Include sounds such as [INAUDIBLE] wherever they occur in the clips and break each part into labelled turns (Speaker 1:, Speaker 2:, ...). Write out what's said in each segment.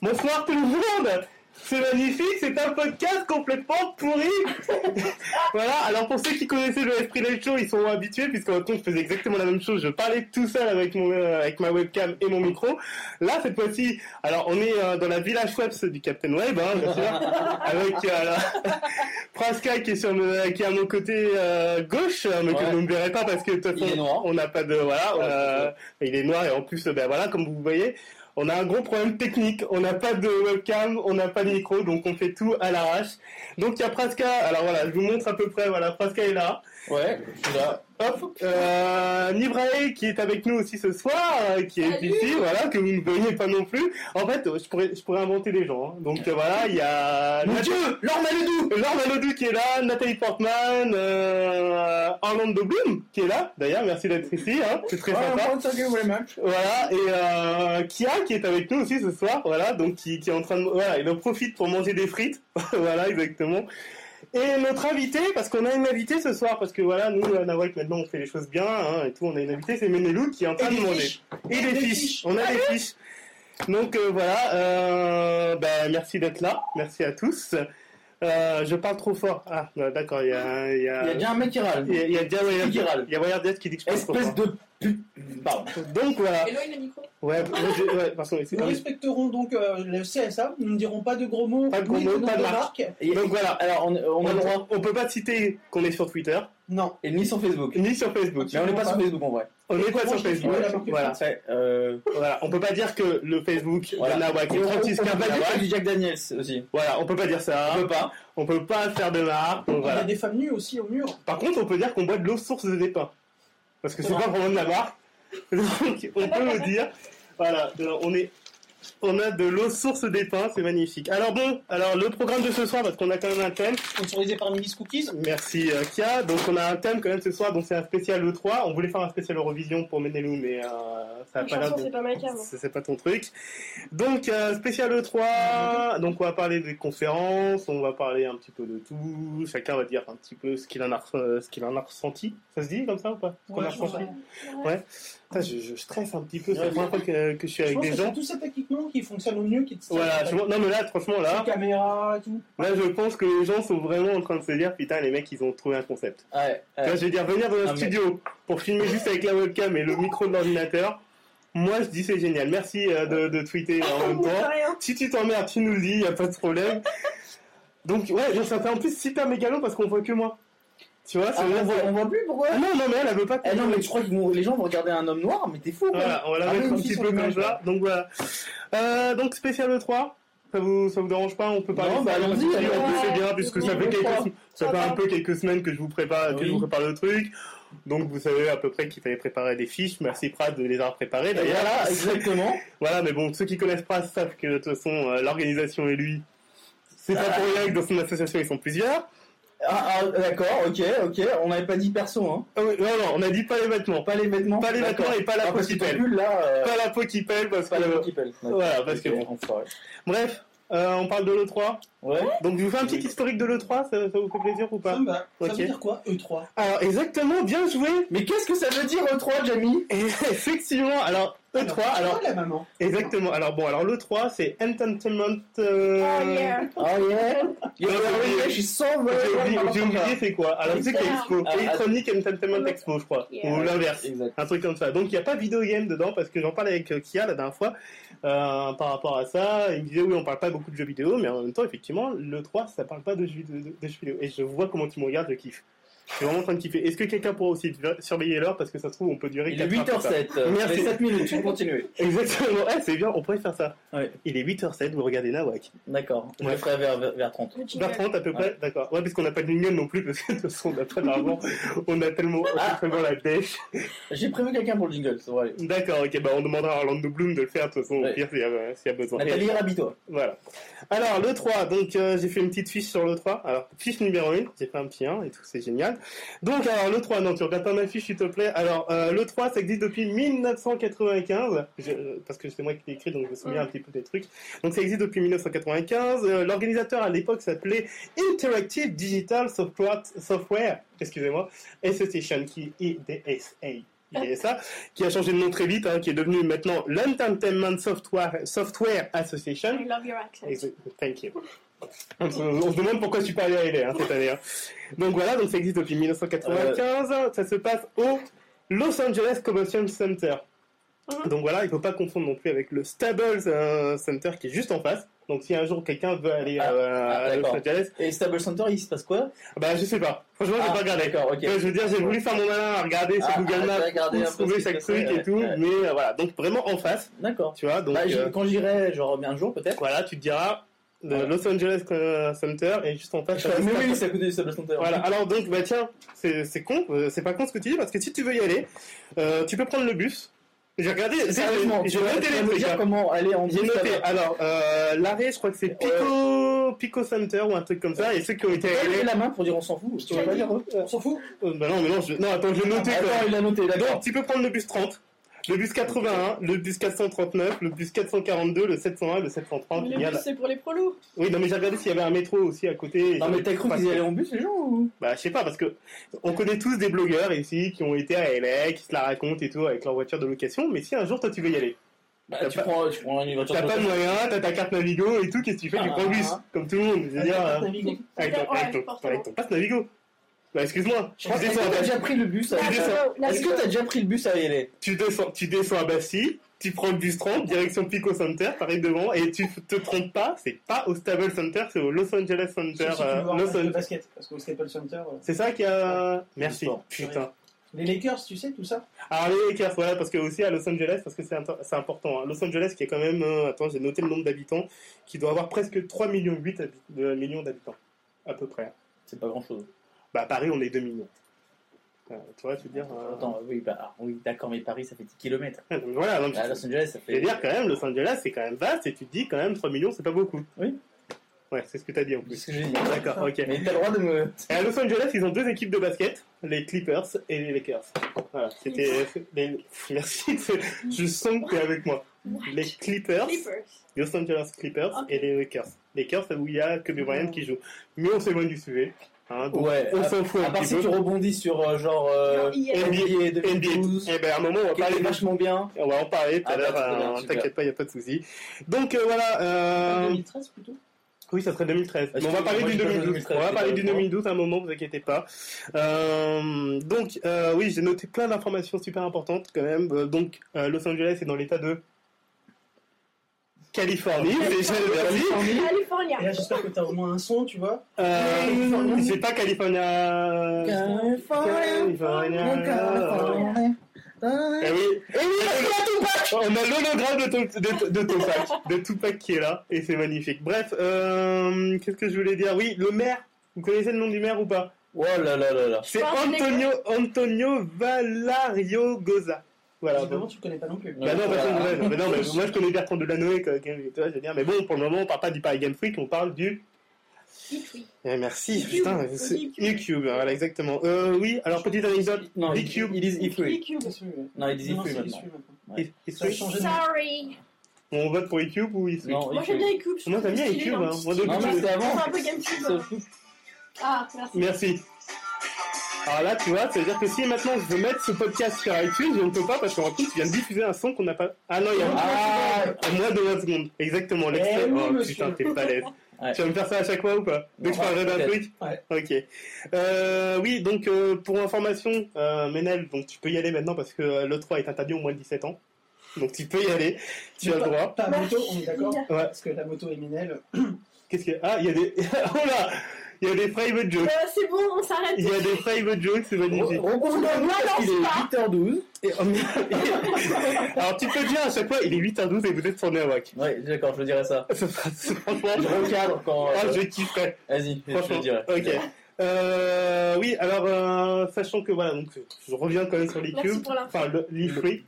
Speaker 1: Bonsoir tout le monde C'est magnifique, c'est un podcast complètement pourri [LAUGHS] Voilà, alors pour ceux qui connaissaient le Esprit Live Show, ils sont habitués, puisqu'en même temps, je faisais exactement la même chose, je parlais tout seul avec, mon, euh, avec ma webcam et mon micro. Là, cette fois-ci, alors on est euh, dans la Village Webs du Captain Web, hein, bien
Speaker 2: [LAUGHS]
Speaker 1: sûr, avec euh, la- [LAUGHS] Praska qui est, sur me- qui est à mon côté euh, gauche, mais que
Speaker 2: Ouais.
Speaker 1: vous ne verrez pas parce que de toute façon,
Speaker 2: Il est noir.
Speaker 1: on n'a pas de... Voilà,
Speaker 2: Ah, Ouais,
Speaker 1: euh, il est noir et en plus, ben voilà, comme vous voyez, on a un gros problème technique, on n'a pas de webcam, on n'a pas de micro, donc on fait tout à l'arrache. Donc il y a Praska, alors voilà, je vous montre à peu près, voilà, Praska est là.
Speaker 2: Ouais, je suis là.
Speaker 1: Hop, euh, Nibrae qui est avec nous aussi ce soir, euh, qui est
Speaker 3: Salut.
Speaker 1: ici, voilà, que vous ne voyez pas non plus. En fait, euh, je pourrais, je pourrais inventer des gens. hein. Donc euh, voilà, il y a...
Speaker 2: Mon
Speaker 1: Nat-
Speaker 2: Dieu, Laure Maledou
Speaker 1: Laure Malodou qui est là, Nathalie Portman, euh, Orlando Bloom qui est là, d'ailleurs, merci d'être ici, hein, c'est très
Speaker 2: Ouais,
Speaker 1: sympa.
Speaker 2: moi, thank you very much.
Speaker 1: Voilà, et euh, Kia qui est avec nous aussi ce soir, voilà, donc qui, qui est en train de. Voilà, il en profite pour manger des frites, [LAUGHS] voilà, exactement. Et notre invité, parce qu'on a une invitée ce soir, parce que voilà, nous, à Nawak, maintenant, on fait les choses bien, hein, et tout, on a une invitée, c'est Menelou qui est en train de manger. Et des
Speaker 2: Des
Speaker 1: fiches.
Speaker 2: fiches.
Speaker 1: on a des fiches. Donc euh, voilà, euh, ben, merci d'être là, merci à tous. Euh, je parle trop fort. Ah, non, d'accord, il y a. Il y
Speaker 2: Il y
Speaker 1: a,
Speaker 2: a bien un mec qui râle.
Speaker 1: il y a- il y a déjà Wayard-
Speaker 2: Qui râle.
Speaker 1: il y a Wayardess qui dit que je parle trop
Speaker 2: Espèce
Speaker 1: fort.
Speaker 2: de pute. Pardon.
Speaker 1: Donc voilà.
Speaker 3: Hello, il a micro.
Speaker 1: Ouais, moi, j'ai- ouais, parce que c'est
Speaker 4: Nous respecterons donc euh, le CSA, nous ne dirons pas de gros mots,
Speaker 1: Pas de gros
Speaker 4: ni
Speaker 1: mots,
Speaker 4: nom
Speaker 1: pas de
Speaker 2: Et-
Speaker 1: Donc voilà.
Speaker 2: Alors, on, on
Speaker 1: On,
Speaker 2: a le droit.
Speaker 1: on peut pas citer qu'on est sur Twitter,
Speaker 4: Non.
Speaker 2: Et ni sur Facebook.
Speaker 1: ni sur Facebook.
Speaker 2: Mais on n'est pas sur Facebook en vrai.
Speaker 1: On n'est pas
Speaker 4: comment
Speaker 1: sur
Speaker 4: je l'ai
Speaker 1: Facebook.
Speaker 4: trouvé, la marque
Speaker 1: Voilà.
Speaker 2: C'est, euh,
Speaker 1: voilà. On peut pas dire que le Facebook
Speaker 2: Voilà.
Speaker 1: de Nawak
Speaker 2: on
Speaker 1: est
Speaker 2: on- on
Speaker 1: 36
Speaker 2: peut pas dire
Speaker 1: Nawak.
Speaker 2: que du Jack Daniels aussi.
Speaker 1: Voilà, on peut pas dire ça.
Speaker 2: On peut pas.
Speaker 1: On peut pas faire de marque. donc
Speaker 4: Il y a
Speaker 1: voilà.
Speaker 4: des femmes nues aussi au mur.
Speaker 1: Par contre, on peut dire qu'on boit de l'eau source de départ. Parce que c'est
Speaker 4: Ouais.
Speaker 1: pas vraiment de la marque. [LAUGHS] Donc on peut le dire. Voilà, de- on est. On a de l'eau source des pins, c'est magnifique. Alors bon, alors le programme de ce soir, parce qu'on a quand même un thème,
Speaker 4: Sponsorisé par Miss Cookies.
Speaker 1: Merci euh, Kia. Donc on a un thème quand même ce soir, donc c'est un spécial E3. On voulait faire un spécial Eurovision pour Menelou, mais euh, ça a
Speaker 3: Les
Speaker 1: pas l'air
Speaker 3: chansons,
Speaker 1: de...
Speaker 3: c'est pas ma cam.
Speaker 1: C'est c'est pas ton truc. Donc euh, spécial E3, donc on va parler des conférences, on va parler un petit peu de tout, chacun va dire un petit peu ce qu'il en, a- euh, ce qu'il en a ressenti. Ça se dit comme ça ou pas Ce qu'on
Speaker 4: Ouais,
Speaker 1: a
Speaker 4: je
Speaker 1: ressenti.
Speaker 4: pense,
Speaker 3: hein. [LAUGHS]
Speaker 1: Putain, je, je stresse un petit peu, c'est
Speaker 2: Ouais,
Speaker 1: la première fois que, que je suis
Speaker 4: Je
Speaker 1: avec
Speaker 4: pense
Speaker 1: des
Speaker 4: que c'est
Speaker 1: gens.
Speaker 4: tout cet équipement qui fonctionne au mieux, qui te sert
Speaker 1: Voilà,
Speaker 4: à-
Speaker 1: je- non mais là franchement là,
Speaker 4: Les caméras et tout.
Speaker 1: là je pense que les gens sont vraiment en train de se dire putain les mecs ils ont trouvé un concept.
Speaker 2: Ouais.
Speaker 1: Tu vois,
Speaker 2: ouais.
Speaker 1: je veux dire, venir dans
Speaker 2: Ah,
Speaker 1: un
Speaker 2: mais-
Speaker 1: studio pour filmer juste avec la webcam et le micro de l'ordinateur, moi je dis c'est génial. Merci euh, de, de tweeter en même temps. Si tu t'emmerdes, tu nous le dis, y a pas de problème. Donc, ouais, donc ça fait en plus super mégalo parce qu'on voit que moi. Tu vois, c'est
Speaker 2: Ah, on, voit, on voit plus pourquoi
Speaker 1: Ah Non, non, mais elle, elle veut pas
Speaker 2: Eh non, mais je crois que vous- les gens vont regarder un homme noir, mais t'es fou quoi.
Speaker 1: Voilà, on va la
Speaker 2: Ah,
Speaker 1: mettre
Speaker 2: oui,
Speaker 1: un
Speaker 2: aussi
Speaker 1: petit
Speaker 2: sur
Speaker 1: peu comme
Speaker 2: l'image,
Speaker 1: ça. Donc voilà. Euh, donc, spécial E3. Ça vous, ça vous dérange pas On peut parler
Speaker 2: Non,
Speaker 1: de
Speaker 2: bah,
Speaker 1: ça,
Speaker 2: allons-y,
Speaker 1: parce que
Speaker 2: allons-y.
Speaker 1: en plus, c'est bien,
Speaker 3: Ouais,
Speaker 1: puisque
Speaker 3: c'est
Speaker 1: ça
Speaker 3: bon,
Speaker 1: fait
Speaker 2: on
Speaker 1: quelques,
Speaker 2: croit.
Speaker 1: Ça fait un peu quelques semaines que je vous prépare, que
Speaker 2: Oui.
Speaker 1: je vous prépare le truc. Donc vous savez à peu près qu'il fallait préparer des fiches. Merci Pras de les avoir préparées
Speaker 2: Et
Speaker 1: d'ailleurs.
Speaker 2: Voilà, exactement.
Speaker 1: Voilà, mais bon, ceux qui connaissent Pras savent que de toute façon euh, l'organisation et lui, c'est pas pour rien que dans son association ils sont plusieurs.
Speaker 2: Ah, ah, d'accord, ok, ok. On n'avait pas dit perso, hein.
Speaker 1: Ah oui, non, non, on a dit pas les vêtements,
Speaker 2: Pas les vêtements.
Speaker 1: pas les
Speaker 2: D'accord.
Speaker 1: vêtements et pas la
Speaker 2: Ah,
Speaker 1: peau
Speaker 2: parce
Speaker 1: qui
Speaker 2: que ton
Speaker 1: pèle,
Speaker 2: pull là. euh,
Speaker 1: pas la peau qui pèle parce
Speaker 2: Pas la
Speaker 1: que.
Speaker 2: qui pèle.
Speaker 1: Voilà, parce que bon. Bref, euh, on parle de le 3.
Speaker 2: Ouais.
Speaker 1: Donc je vous fais un petit
Speaker 2: Oui.
Speaker 1: historique de le 3, ça, ça vous fait plaisir ou
Speaker 4: Ça
Speaker 1: pas
Speaker 4: me va. Ça
Speaker 1: Ok.
Speaker 4: veut dire quoi E E3
Speaker 1: Alors exactement, bien joué.
Speaker 2: Mais qu'est-ce que ça veut dire E3, Jamie
Speaker 1: Et [LAUGHS] effectivement, alors E3, E alors
Speaker 4: la maman.
Speaker 1: Exactement. Alors bon, alors le 3, c'est Entertainment. euh,
Speaker 3: Oh yeah.
Speaker 2: Oh yeah Il
Speaker 1: Non, j'ai oublié.
Speaker 2: je suis sans
Speaker 1: J'ai oublié,
Speaker 2: vraiment
Speaker 3: Oh,
Speaker 1: j'ai
Speaker 2: sans
Speaker 1: oublié
Speaker 2: ça.
Speaker 1: c'est quoi Alors tu sais qu'il y a Expo,
Speaker 2: Ah, ah.
Speaker 1: Electronic Entertainment Expo, je crois,
Speaker 3: Yeah.
Speaker 1: ou l'inverse,
Speaker 2: Exact.
Speaker 1: un truc comme ça. Donc il n'y a pas vidéo game dedans parce que j'en parlais avec euh, Kia la dernière fois euh, par rapport à ça. Il me disait oui, on parle pas beaucoup de jeux vidéo, mais en même temps effectivement le 3 ça parle pas de jeux, de, de jeux vidéo. Et je vois comment tu me regardes, je kiffe. Je suis vraiment en train de kiffer. Est-ce que quelqu'un pourra aussi ver- surveiller l'heure parce que ça se trouve on peut durer
Speaker 2: Il est
Speaker 1: 4 heures comme ça.
Speaker 2: 8h07. euh,
Speaker 1: Merci.
Speaker 2: mais 7 minutes, tu peux continuer.
Speaker 1: Exactement. Ouais, c'est bien, on pourrait faire ça.
Speaker 2: Ouais.
Speaker 1: Il est 8h07, vous regardez Nawak.
Speaker 2: D'accord. Je
Speaker 1: Ouais.
Speaker 2: le ferai vers, vers, vers 30.
Speaker 3: Le jingle.
Speaker 1: Vers 30 à peu près, d'accord. Ouais, parce qu'on n'a pas de mignonne non plus, parce que de toute façon, on n'a pas
Speaker 2: [LAUGHS]
Speaker 1: d'argent. on a tellement, on
Speaker 2: Ah.
Speaker 1: a tellement la dèche.
Speaker 2: J'ai prévu quelqu'un pour le jingle, ça va aller.
Speaker 1: D'accord, ok, bah on demandera à Orlando Bloom de le faire, de toute façon, au
Speaker 2: Ouais.
Speaker 1: pire, s'il y, a- s'il y a besoin.
Speaker 2: Nathalie, rabis-toi.
Speaker 1: Voilà. Alors, le 3, donc euh, j'ai fait une petite fiche sur le 3. Alors, fiche numéro 1, j'ai fait un petit 1 et tout, c'est génial. Donc, alors, le 3, non, tu regardes pas ma fiche, s'il te plaît. Alors, euh, le 3, ça existe depuis 1995, Je- euh, parce que c'est moi qui l'ai écrit, donc je me souviens un petit peu des trucs. Donc, ça existe depuis 1995. Euh, L'organisateur à l'époque s'appelait Interactive Digital Software, Software excusez-moi, Association, qui est IDSA. oubliez ça, qui a changé de nom très vite, hein, qui est devenu maintenant l'Entertainment Software, Software Association.
Speaker 3: euh, I love your accent.
Speaker 1: Exa- Thank you. [LAUGHS] On se, on se demande pourquoi tu parles à LA hein, cette année. hein. Donc voilà, donc ça existe depuis 1995. Ça se passe au Los Angeles Convention Center.
Speaker 3: Mhm.
Speaker 1: Donc voilà, il ne faut pas confondre non plus avec le Stables euh, Center qui est juste en face. Donc si un jour quelqu'un veut aller à, à Los
Speaker 2: Ah. d'accord.
Speaker 1: Angeles,
Speaker 2: Et Stable Center, il se passe quoi
Speaker 1: bah je sais pas. Franchement, j'ai
Speaker 2: Ah,
Speaker 1: pas regardé.
Speaker 2: D'accord, ok.
Speaker 1: Ouais, je veux dire, j'ai voulu faire mon malin à regarder sur
Speaker 2: Ah,
Speaker 1: Google
Speaker 2: ah,
Speaker 1: Maps
Speaker 2: t'as regardé
Speaker 1: où
Speaker 2: un
Speaker 1: se
Speaker 2: peu
Speaker 1: trouvait
Speaker 2: ce que
Speaker 1: chaque truc
Speaker 2: c'est,
Speaker 1: et
Speaker 2: ouais,
Speaker 1: tout,
Speaker 2: ouais.
Speaker 1: mais euh, voilà. Donc vraiment en face,
Speaker 2: D'accord.
Speaker 1: tu vois. Donc
Speaker 2: Bah, j'y-
Speaker 1: euh,
Speaker 2: Quand j'irai, genre bien un jour peut-être.
Speaker 1: voilà, tu te diras le
Speaker 2: Ouais.
Speaker 1: Los Angeles euh, Center et juste en face.
Speaker 2: Je
Speaker 1: t'as
Speaker 2: ferai,
Speaker 1: le
Speaker 2: [LAUGHS] Mais
Speaker 1: Staples
Speaker 2: oui, c'est à côté du Stable Center.
Speaker 1: voilà, alors donc, bah tiens, c'est c'est con, euh, c'est pas con ce que tu dis, parce que si tu veux y aller, euh, tu peux prendre le bus. J'ai regardé, j'ai
Speaker 2: Sérieusement,
Speaker 1: j'ai
Speaker 2: tu vas-
Speaker 1: noté
Speaker 2: tu vas
Speaker 1: les
Speaker 2: me
Speaker 1: trucs.
Speaker 2: dire
Speaker 1: hein.
Speaker 2: comment aller en
Speaker 1: J'ai
Speaker 2: bus,
Speaker 1: noté,
Speaker 2: Stable-
Speaker 1: alors, euh, l'arrêt, je crois que c'est Pico, Pico Center ou un truc comme ça, et ceux qui ont été
Speaker 2: Tu peux lever
Speaker 1: allés.
Speaker 2: la main pour dire on s'en fout. Je
Speaker 3: Tu l'as
Speaker 2: peux pas
Speaker 3: dit.
Speaker 2: dire, euh,
Speaker 4: On s'en fout
Speaker 1: Euh, bah non, mais non, je- non, attends, je l'ai noté quand
Speaker 2: Ah, Attends, il l'a noté,
Speaker 1: même.
Speaker 2: d'accord.
Speaker 1: Donc, tu peux prendre le bus 30, le bus 81, le bus 439, le bus 442, le 701, le 730. il y
Speaker 3: Le
Speaker 1: en
Speaker 3: bus,
Speaker 1: a-
Speaker 3: c'est pour les prolos.
Speaker 1: Oui, non, mais j'ai regardé s'il y avait un métro aussi à côté. et
Speaker 2: Non, mais t'as cru
Speaker 1: pas
Speaker 2: qu'ils
Speaker 1: sûr.
Speaker 2: allaient en bus, les gens ou
Speaker 1: Bah, je sais pas, parce que on connaît tous des blogueurs ici qui ont été à LA, qui se la racontent et tout avec leur voiture de location, mais si un jour toi tu veux y aller,
Speaker 2: Bah,
Speaker 1: T'as
Speaker 2: tu
Speaker 1: pas-
Speaker 2: prends, tu prends une voiture
Speaker 1: t'as
Speaker 2: de
Speaker 1: pas de moyen, t'as ta carte Navigo et tout, qu'est-ce que tu fais Tu prends le bus,
Speaker 2: Ah.
Speaker 1: comme tout le monde, je veux dire, euh,
Speaker 2: Navigo.
Speaker 1: avec ton, avec ton- avec ton passe Navigo. Bah, excuse-moi,
Speaker 2: Je
Speaker 1: tu
Speaker 2: crois que
Speaker 1: descends, à
Speaker 2: t'as
Speaker 1: Bas-
Speaker 2: déjà pris le bus. à-
Speaker 1: Ah, descends.
Speaker 2: Est-ce que t'as déjà pris le bus à LA
Speaker 1: tu, descends, tu descends à Bastille, tu prends le bus 30, direction Pico Center, t'arrives devant, et tu te trompes pas, c'est pas au Stable Center, c'est au Los Angeles Center.
Speaker 4: Sauf si tu
Speaker 1: euh,
Speaker 4: veux voir un
Speaker 1: Los
Speaker 4: match de
Speaker 1: Angeles-
Speaker 4: basket, parce qu'au Staples Center, euh,
Speaker 1: C'est ça qui a. Merci,
Speaker 2: Sport.
Speaker 1: putain.
Speaker 4: les Lakers, tu sais, tout ça.
Speaker 1: Alors les Lakers, voilà, parce que aussi à Los Angeles, parce que c'est inter- c'est important. hein. Los Angeles qui est quand même, euh, attends, j'ai noté le nombre d'habitants, qui doit avoir presque 3,8 millions millions d'habitants, à peu près.
Speaker 2: C'est pas grand-chose.
Speaker 1: Bah à Paris, on est 2 millions. Euh, tu vois, tu veux dire... euh,
Speaker 2: Attends, oui, bah, ah, oui d'accord, mais Paris, ça fait 10 km.
Speaker 1: [LAUGHS] Voilà, non, mais
Speaker 2: À Bah, Los Angeles, ça
Speaker 1: je veux
Speaker 2: fait.
Speaker 1: dire quand même, Los Angeles, c'est quand même vaste, et tu te dis quand même 3 millions, c'est pas beaucoup.
Speaker 2: Oui.
Speaker 1: Ouais, c'est ce que t'as dit en
Speaker 2: C'est
Speaker 1: plus.
Speaker 2: ce que j'ai dit.
Speaker 1: D'accord, ok. Et
Speaker 2: Mais t'as le droit de me.
Speaker 1: à Los Angeles, ils ont deux équipes de basket, les Clippers et les Lakers. Voilà, c'était... les- [LAUGHS] Merci, de- je sens que t'es avec moi. Les Clippers.
Speaker 3: Clippers.
Speaker 1: Los Angeles Clippers
Speaker 3: Ok.
Speaker 1: et les Lakers. Lakers, c'est où il y a Kobe Bryant qui joue. Mais on s'éloigne du sujet. hein, donc
Speaker 2: Ouais.
Speaker 1: on
Speaker 2: à-
Speaker 1: s'en fout
Speaker 2: À
Speaker 1: un
Speaker 2: part
Speaker 1: petit
Speaker 2: si tu
Speaker 1: peu.
Speaker 2: rebondis sur euh, genre. euh,
Speaker 3: Non, hier.
Speaker 2: NBA
Speaker 1: NBA.
Speaker 2: 2012.
Speaker 1: Eh ben, à un moment, on va
Speaker 2: Qui était
Speaker 1: parler.
Speaker 2: vachement bien.
Speaker 1: On va en parler tout à
Speaker 2: Ah,
Speaker 1: l'heure.
Speaker 2: bah, très bien,
Speaker 1: hein,
Speaker 2: super.
Speaker 1: T'inquiète pas, il n'y a pas de souci. Donc euh, voilà. euh,
Speaker 4: 2013 plutôt.
Speaker 1: Oui, ça serait 2013.
Speaker 2: Est-ce
Speaker 1: Mais on va
Speaker 2: que-
Speaker 1: parler
Speaker 2: moi,
Speaker 1: du
Speaker 2: j'ai pas joué
Speaker 1: 2012.
Speaker 2: 2013,
Speaker 1: on va
Speaker 2: c'est
Speaker 1: parler
Speaker 2: pas
Speaker 1: du
Speaker 2: grave.
Speaker 1: 2012 à un moment, vous inquiétez pas. Euh, donc, euh, oui, j'ai noté plein d'informations super importantes quand même. Euh, donc, euh, Los Angeles est dans l'état de Californie, déjà le Berlin.
Speaker 3: California.
Speaker 4: Et là, j'espère que t'as au moins un son, tu vois.
Speaker 1: Euh, c'est pas California. Euh, California.
Speaker 4: Euh,
Speaker 1: Eh oui, eh oui, on a l'hologramme de, Tup- de, de Tupac, [LAUGHS] de Tupac qui est là, et c'est magnifique. Bref, euh, qu'est-ce que je voulais dire Oui, le maire. Vous connaissez le nom du maire ou pas
Speaker 2: Oh là là là là.
Speaker 1: C'est
Speaker 3: Schwarzenegger.
Speaker 1: Antonio Antonio Valario Goza. Voilà.
Speaker 4: Évidemment,
Speaker 1: donc-
Speaker 4: tu le connais pas non plus.
Speaker 1: Bah non, parce que-
Speaker 2: Voilà.
Speaker 1: ouais, non, mais non, mais moi je connais Bertrand Delanoë, quoi, quand même, tu vois, je veux dire, mais bon, pour le moment, on parle pas du Paris Game Freak, on parle du
Speaker 3: Kiwi.
Speaker 1: Eh, merci,
Speaker 3: E-Cube,
Speaker 1: putain,
Speaker 3: c'est
Speaker 1: c'est
Speaker 3: E-Cube.
Speaker 1: E-Cube, voilà, exactement. Euh, oui, alors petite anecdote,
Speaker 2: Non, il,
Speaker 1: B-Cube.
Speaker 2: il is E-Free.
Speaker 4: C'est celui, ouais.
Speaker 2: Non, il is
Speaker 4: Non,
Speaker 2: E-Free
Speaker 4: c'est
Speaker 2: maintenant.
Speaker 4: celui maintenant.
Speaker 2: Ouais.
Speaker 1: Is- Is-
Speaker 4: Ça a changé de
Speaker 3: Sorry.
Speaker 1: on vote pour E-Cube ou Is-
Speaker 2: Non,
Speaker 3: Moi j'aime
Speaker 2: E-Free.
Speaker 3: bien les cubes. je
Speaker 1: Moi,
Speaker 3: trouve
Speaker 1: j'aime bien
Speaker 3: stylé
Speaker 1: les cubes,
Speaker 3: dans le
Speaker 1: hein.
Speaker 3: style.
Speaker 1: Moi, depuis-
Speaker 2: Non, mais c'était avant.
Speaker 3: C'est un peu GameCube.
Speaker 2: Sauf que-
Speaker 3: Ah, merci.
Speaker 1: Merci. Alors là, tu vois, ça veut dire que si maintenant je veux mettre ce podcast sur iTunes, je ne peux pas parce qu'en plus, tu viens de diffuser un son qu'on n'a pas. Ah non, il y a
Speaker 2: Ah,
Speaker 1: Ah, moins de 20 secondes. Exactement,
Speaker 4: Eh
Speaker 1: l'extrait.
Speaker 4: oui,
Speaker 1: oh
Speaker 4: monsieur.
Speaker 1: putain, t'es balèze.
Speaker 2: Ouais.
Speaker 1: Tu vas me faire ça à chaque fois ou pas Dès que je
Speaker 2: Ouais,
Speaker 1: parlerai d'un truc
Speaker 2: peut-être.
Speaker 4: Ouais.
Speaker 1: Ok. Euh, oui, donc euh, pour information, euh, Ménel, donc tu peux y aller maintenant parce que euh, le 3 est interdit au moins de 17 ans. Donc tu peux y aller, tu as le droit.
Speaker 4: Pas moto, on est
Speaker 3: [LAUGHS]
Speaker 4: d'accord
Speaker 3: Merci.
Speaker 1: Ouais.
Speaker 4: Parce que la moto est minelle.
Speaker 1: Qu'est-ce que. Ah, il y a des. [LAUGHS] oh là Il y a des private jokes.
Speaker 3: Euh, C'est bon, on s'arrête.
Speaker 1: Il y a des private jokes, c'est magnifique.
Speaker 2: Reconfondons
Speaker 3: On
Speaker 2: pas parce qu'il est
Speaker 3: balance
Speaker 2: 8h12.
Speaker 1: Et- Alors tu peux dire à chaque fois, il est 8h12 et vous êtes sur Nawak.
Speaker 2: Ouais, d'accord, je le dirai ça.
Speaker 1: [LAUGHS] Ce sera- ce-
Speaker 2: Je
Speaker 1: Franchement,
Speaker 2: recadre quand.
Speaker 1: ah,
Speaker 2: euh,
Speaker 1: je kifferais.
Speaker 2: Vas-y, je
Speaker 1: Franchement,
Speaker 2: le dirai.
Speaker 1: ok. Euh, oui, alors euh, sachant que voilà, donc je reviens quand même sur les
Speaker 3: Merci
Speaker 1: cubes,
Speaker 3: pour l'info.
Speaker 1: enfin le, les fruits.